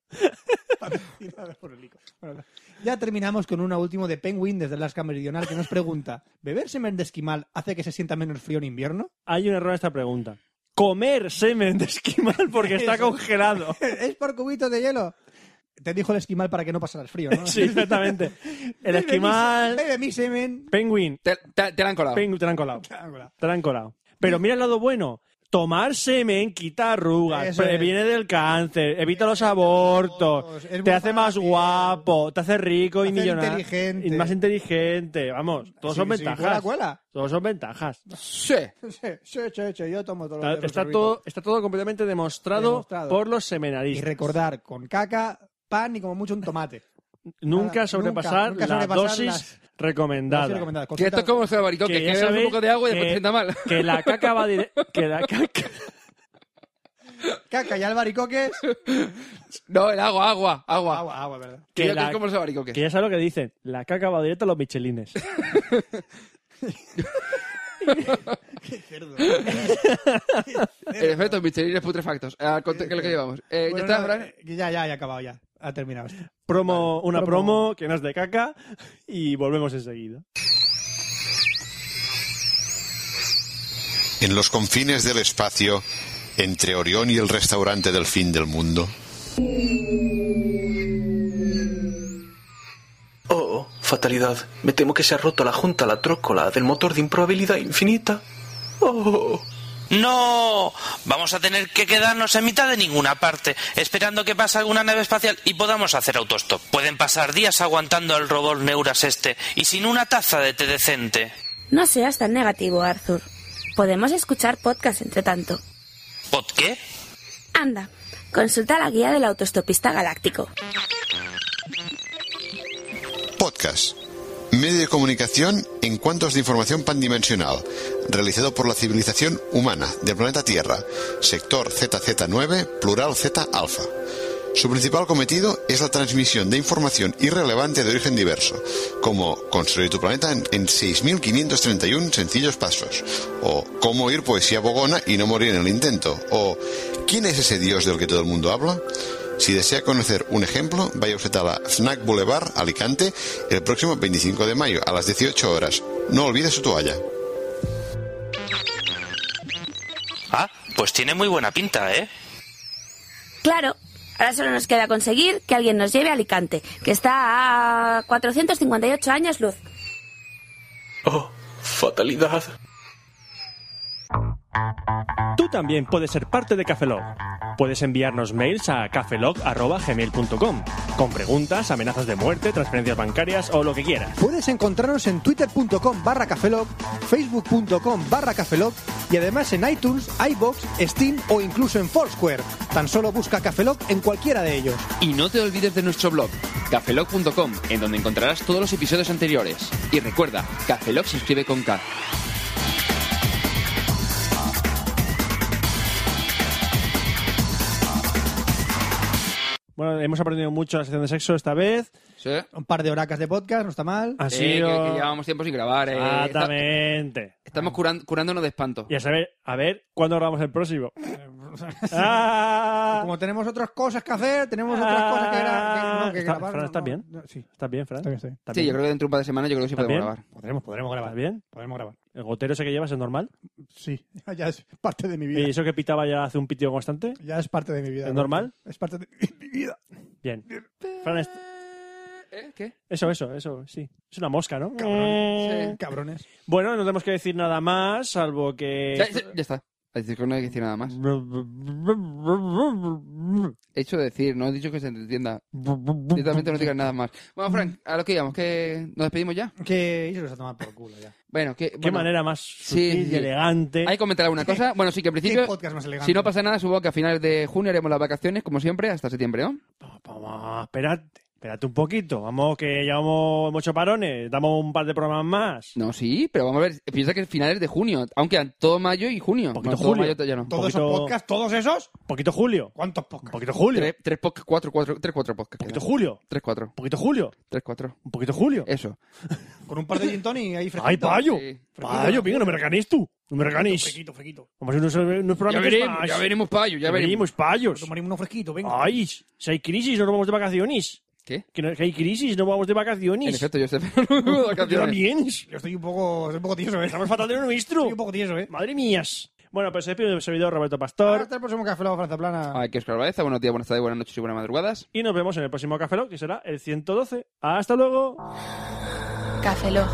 [SPEAKER 1] Patrocinado por el ICO. Bueno, ya terminamos con una última de Penguin desde Alaska Meridional que nos pregunta: ¿Beber semen de esquimal hace que se sienta menos frío en invierno?
[SPEAKER 2] Hay un error en esta pregunta. Comer semen de esquimal porque está congelado.
[SPEAKER 1] Eh, ¿Es por cubitos de hielo? Te dijo el esquimal para que no pasaras frío, ¿no?
[SPEAKER 2] (laughs) Sí, exactamente. El
[SPEAKER 1] Bebe mi se-
[SPEAKER 2] esquimal.
[SPEAKER 1] Bebe mi semen.
[SPEAKER 2] Penguin.
[SPEAKER 3] Te, te- te la han colado.
[SPEAKER 2] Penguin, te la han colado. Te la han colado. Pero mira el lado bueno. Tomar semen quita arrugas,
[SPEAKER 1] Eso
[SPEAKER 2] previene del cáncer, evita los abortos,
[SPEAKER 1] abortos, es
[SPEAKER 2] te
[SPEAKER 1] bueno
[SPEAKER 2] hace
[SPEAKER 1] para la
[SPEAKER 2] más
[SPEAKER 1] piel.
[SPEAKER 2] guapo, te hace rico y
[SPEAKER 1] Hace
[SPEAKER 2] millonario.
[SPEAKER 1] inteligente.
[SPEAKER 2] Y más inteligente. Vamos, todos
[SPEAKER 1] Sí,
[SPEAKER 2] son
[SPEAKER 1] sí,
[SPEAKER 2] ventajas.
[SPEAKER 1] cuela, cuela.
[SPEAKER 2] Todos son ventajas.
[SPEAKER 3] Sí.
[SPEAKER 1] Sí, sí, sí, sí, yo tomo todo lo
[SPEAKER 2] Está,
[SPEAKER 1] que
[SPEAKER 2] está
[SPEAKER 1] los
[SPEAKER 2] todo, está todo completamente demostrado,
[SPEAKER 1] Demostrado.
[SPEAKER 2] por los
[SPEAKER 1] Y
[SPEAKER 2] seminaristas.
[SPEAKER 1] recordar con caca, pan y como mucho un tomate.
[SPEAKER 2] Nunca
[SPEAKER 1] nada,
[SPEAKER 2] sobrepasar
[SPEAKER 1] nunca- nunca
[SPEAKER 2] la
[SPEAKER 1] sobrepasar
[SPEAKER 2] dosis
[SPEAKER 1] las-
[SPEAKER 2] recomendada.
[SPEAKER 1] Así recomendado.
[SPEAKER 3] Que esto
[SPEAKER 1] Consulta-
[SPEAKER 3] es como el jabarito, que,
[SPEAKER 2] Que ya
[SPEAKER 3] que bebes un
[SPEAKER 2] sabéis
[SPEAKER 3] poco de agua y después
[SPEAKER 2] que-
[SPEAKER 3] te sienta mal.
[SPEAKER 2] (laughs) Que la caca va dire- que la caca
[SPEAKER 1] Caca y albaricoques.
[SPEAKER 3] (laughs) No, el agua, agua, agua.
[SPEAKER 1] agua, agua, verdad.
[SPEAKER 2] que
[SPEAKER 3] Que, yo
[SPEAKER 2] la-
[SPEAKER 3] que es como el sabaricoque.
[SPEAKER 2] que ya sabes lo que dicen, la caca va directa a los michelines.
[SPEAKER 3] El efecto Michelin es putrefactos. Ah, conte- ¿Qué es lo que llevamos? Eh,
[SPEAKER 1] Bueno,
[SPEAKER 3] ya está,
[SPEAKER 1] no,
[SPEAKER 3] Fran?
[SPEAKER 1] eh, ya, ya, ya, acabado, ya. Ha terminado esto.
[SPEAKER 2] Promo, una
[SPEAKER 1] promo.
[SPEAKER 2] promo. que no es de caca y volvemos enseguida.
[SPEAKER 12] En los confines del espacio, entre Orión y el restaurante del fin del mundo.
[SPEAKER 13] Oh, fatalidad. Me temo que se ha roto la junta, la trócola del motor de improbabilidad infinita. Oh.
[SPEAKER 14] No, vamos a tener que quedarnos en mitad de ninguna parte, esperando que pase alguna nave espacial y podamos hacer autostop. Pueden pasar días aguantando al robot Neuras este y sin una taza de té decente.
[SPEAKER 7] No seas tan negativo, Arthur. Podemos escuchar podcast entre tanto.
[SPEAKER 14] ¿Pod qué?
[SPEAKER 7] Anda, consulta la guía del autostopista galáctico.
[SPEAKER 12] Podcast. Medio de comunicación en cuantos de información pandimensional, realizado por la civilización humana del planeta Tierra, sector ZZ9, plural Z alfa. Su principal cometido es la transmisión de información irrelevante de origen diverso, como construir tu planeta en, en 6.531 sencillos pasos, o cómo ir poesía bogona y no morir en el intento, o ¿quién es ese dios del que todo el mundo habla? Si desea conocer un ejemplo, vaya usted a la FNAC Boulevard, Alicante, el próximo 25 de mayo a las 18 horas. No olvide su toalla.
[SPEAKER 14] Ah, pues tiene muy buena pinta, ¿eh?
[SPEAKER 7] Claro, ahora solo nos queda conseguir que alguien nos lleve a Alicante, que está a 458 años luz.
[SPEAKER 13] Oh, fatalidad.
[SPEAKER 2] Tú también puedes ser parte de Cafelog. Puedes enviarnos mails a cafelog@gmail.com con preguntas, amenazas de muerte, transferencias bancarias o lo que quieras.
[SPEAKER 1] Puedes encontrarnos en twitter.com barra cafelog, facebook.com barra cafelog y además en iTunes, iBox, Steam o incluso en Foursquare. Tan solo busca cafelog en cualquiera de ellos.
[SPEAKER 3] Y no te olvides de nuestro blog, cafelog.com, en donde encontrarás todos los episodios anteriores. Y recuerda, Cafelog se escribe con K.
[SPEAKER 2] Bueno, hemos aprendido mucho la sección de sexo esta vez.
[SPEAKER 3] ¿Sí? Eh,
[SPEAKER 1] Un par de horacas de podcast, no está mal.
[SPEAKER 2] Ha
[SPEAKER 3] que,
[SPEAKER 2] sido-
[SPEAKER 3] que llevábamos tiempo sin grabar. eh. Está-
[SPEAKER 2] Exactamente.
[SPEAKER 3] estamos curan- curándonos de espanto.
[SPEAKER 2] Y a saber, a ver, ¿cuándo grabamos
[SPEAKER 3] (laughs)
[SPEAKER 2] el próximo? ah,
[SPEAKER 1] Como tenemos otras cosas que hacer, tenemos otras cosas que, gra- que- no, que
[SPEAKER 2] Está-
[SPEAKER 1] grabar.
[SPEAKER 2] Fran,
[SPEAKER 1] no,
[SPEAKER 2] ¿estás
[SPEAKER 1] no,
[SPEAKER 2] bien?
[SPEAKER 1] no, sí.
[SPEAKER 2] ¿Estás bien, Fran?
[SPEAKER 1] Está bien, está bien.
[SPEAKER 2] ¿Estás
[SPEAKER 3] Sí,
[SPEAKER 2] bien?
[SPEAKER 3] yo creo que dentro de un par de semanas yo creo que sí podemos
[SPEAKER 2] ¿También?
[SPEAKER 3] grabar.
[SPEAKER 1] Podremos, podremos
[SPEAKER 2] ¿Estás
[SPEAKER 1] grabar.
[SPEAKER 2] bien?
[SPEAKER 1] Podremos grabar.
[SPEAKER 2] ¿El gotero ese que llevas es normal?
[SPEAKER 1] Sí, (laughs) ya es parte de mi vida.
[SPEAKER 2] ¿Y eso que pitaba ya hace un pitido constante?
[SPEAKER 1] Ya es parte de mi vida.
[SPEAKER 2] ¿Es normal?
[SPEAKER 1] Es parte de mi (laughs) vida.
[SPEAKER 2] Bien. Fran, est-
[SPEAKER 3] ¿Eh? ¿Qué?
[SPEAKER 2] eso, eso, eso, sí. Es una mosca, ¿no?
[SPEAKER 1] Eh,
[SPEAKER 3] Cabrón.
[SPEAKER 1] Cabrones.
[SPEAKER 2] Bueno, no tenemos que decir nada más, salvo que...
[SPEAKER 3] Ya, ya- ya está. Es decir, que no hay que decir nada más. He hecho decir, no he dicho que se entienda. Directamente no digas nada más. Bueno, Frank, a lo que íbamos, que nos despedimos ya.
[SPEAKER 1] Que y se los a tomar por culo ya.
[SPEAKER 3] Bueno, que.
[SPEAKER 2] Qué manera más sutil
[SPEAKER 3] sí.
[SPEAKER 2] y elegante.
[SPEAKER 3] Hay que comentar alguna cosa. Bueno, sí, que al
[SPEAKER 1] ¿Qué
[SPEAKER 3] principio.
[SPEAKER 1] podcast más elegante?
[SPEAKER 3] Si no pasa nada, supongo que a finales de junio haremos las vacaciones, como siempre, hasta septiembre, ¿no?
[SPEAKER 2] Pa, pa, pa, Esperad. Espérate un poquito, vamos que llevamos muchos parones, damos un par de programas más.
[SPEAKER 3] No, sí, pero vamos a ver, piensa que finales de junio, aunque todo mayo y junio.
[SPEAKER 2] Poquito
[SPEAKER 3] No, todo
[SPEAKER 2] julio.
[SPEAKER 3] mayo ya no.
[SPEAKER 2] Todos esos Poquito- podcasts,
[SPEAKER 1] todos esos.
[SPEAKER 2] Poquito julio.
[SPEAKER 1] ¿Cuántos podcasts?
[SPEAKER 2] Poquito julio.
[SPEAKER 3] Tres, tres podcasts, cuatro, cuatro, tres, cuatro podcasts. Poquito
[SPEAKER 2] julio.
[SPEAKER 3] Tres, cuatro.
[SPEAKER 2] Poquito julio.
[SPEAKER 3] Tres, cuatro.
[SPEAKER 2] Un poquito julio.
[SPEAKER 3] Eso.
[SPEAKER 1] Con un par de gin tonic ahí fresquito.
[SPEAKER 2] ¡Ay, payo!
[SPEAKER 1] Sí.
[SPEAKER 2] ¡Payo, venga, no me recanís tú! ¡No me recanís!
[SPEAKER 1] Fresquito, fresquito.
[SPEAKER 2] Vamos a hacer unos, unos programas
[SPEAKER 3] Ya
[SPEAKER 2] que
[SPEAKER 3] veremos,
[SPEAKER 2] estás-
[SPEAKER 3] ya veremos, payo, ya veremos.
[SPEAKER 2] payos.
[SPEAKER 1] Tomaremos uno fresquito, venga.
[SPEAKER 2] ¡Ay! Si hay crisis, no nos vamos de vacaciones.
[SPEAKER 3] ¿Qué?
[SPEAKER 2] Que, no- que hay crisis, no vamos de vacaciones.
[SPEAKER 3] En efecto, yo (laughs) sé, pero no me voy de
[SPEAKER 2] Yo
[SPEAKER 3] vacaciones.
[SPEAKER 2] también.
[SPEAKER 1] Yo estoy un poco, estoy un poco tieso, ¿eh?
[SPEAKER 2] Estamos fatal de lo nuestro.
[SPEAKER 1] Estoy un poco tieso, ¿eh?
[SPEAKER 2] Madre mías. Bueno, pues se despide el servidor Roberto Pastor.
[SPEAKER 1] Hasta el próximo Café Lago Franza Plana.
[SPEAKER 3] Aquí Oscar Baeza, buenos días, buenas tardes, buenas noches y buenas madrugadas.
[SPEAKER 2] Y nos vemos en el próximo Café Lock, que será el 112. ¡Hasta luego!
[SPEAKER 8] Café Lock.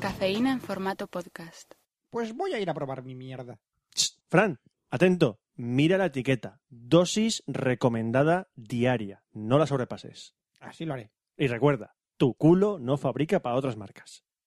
[SPEAKER 15] Cafeína en formato podcast.
[SPEAKER 1] Pues voy a ir a probar mi mierda.
[SPEAKER 2] Fran, atento. Mira la etiqueta. Dosis recomendada diaria. No la sobrepases.
[SPEAKER 1] Así lo haré.
[SPEAKER 2] Y recuerda, tu culo no fabrica para otras marcas.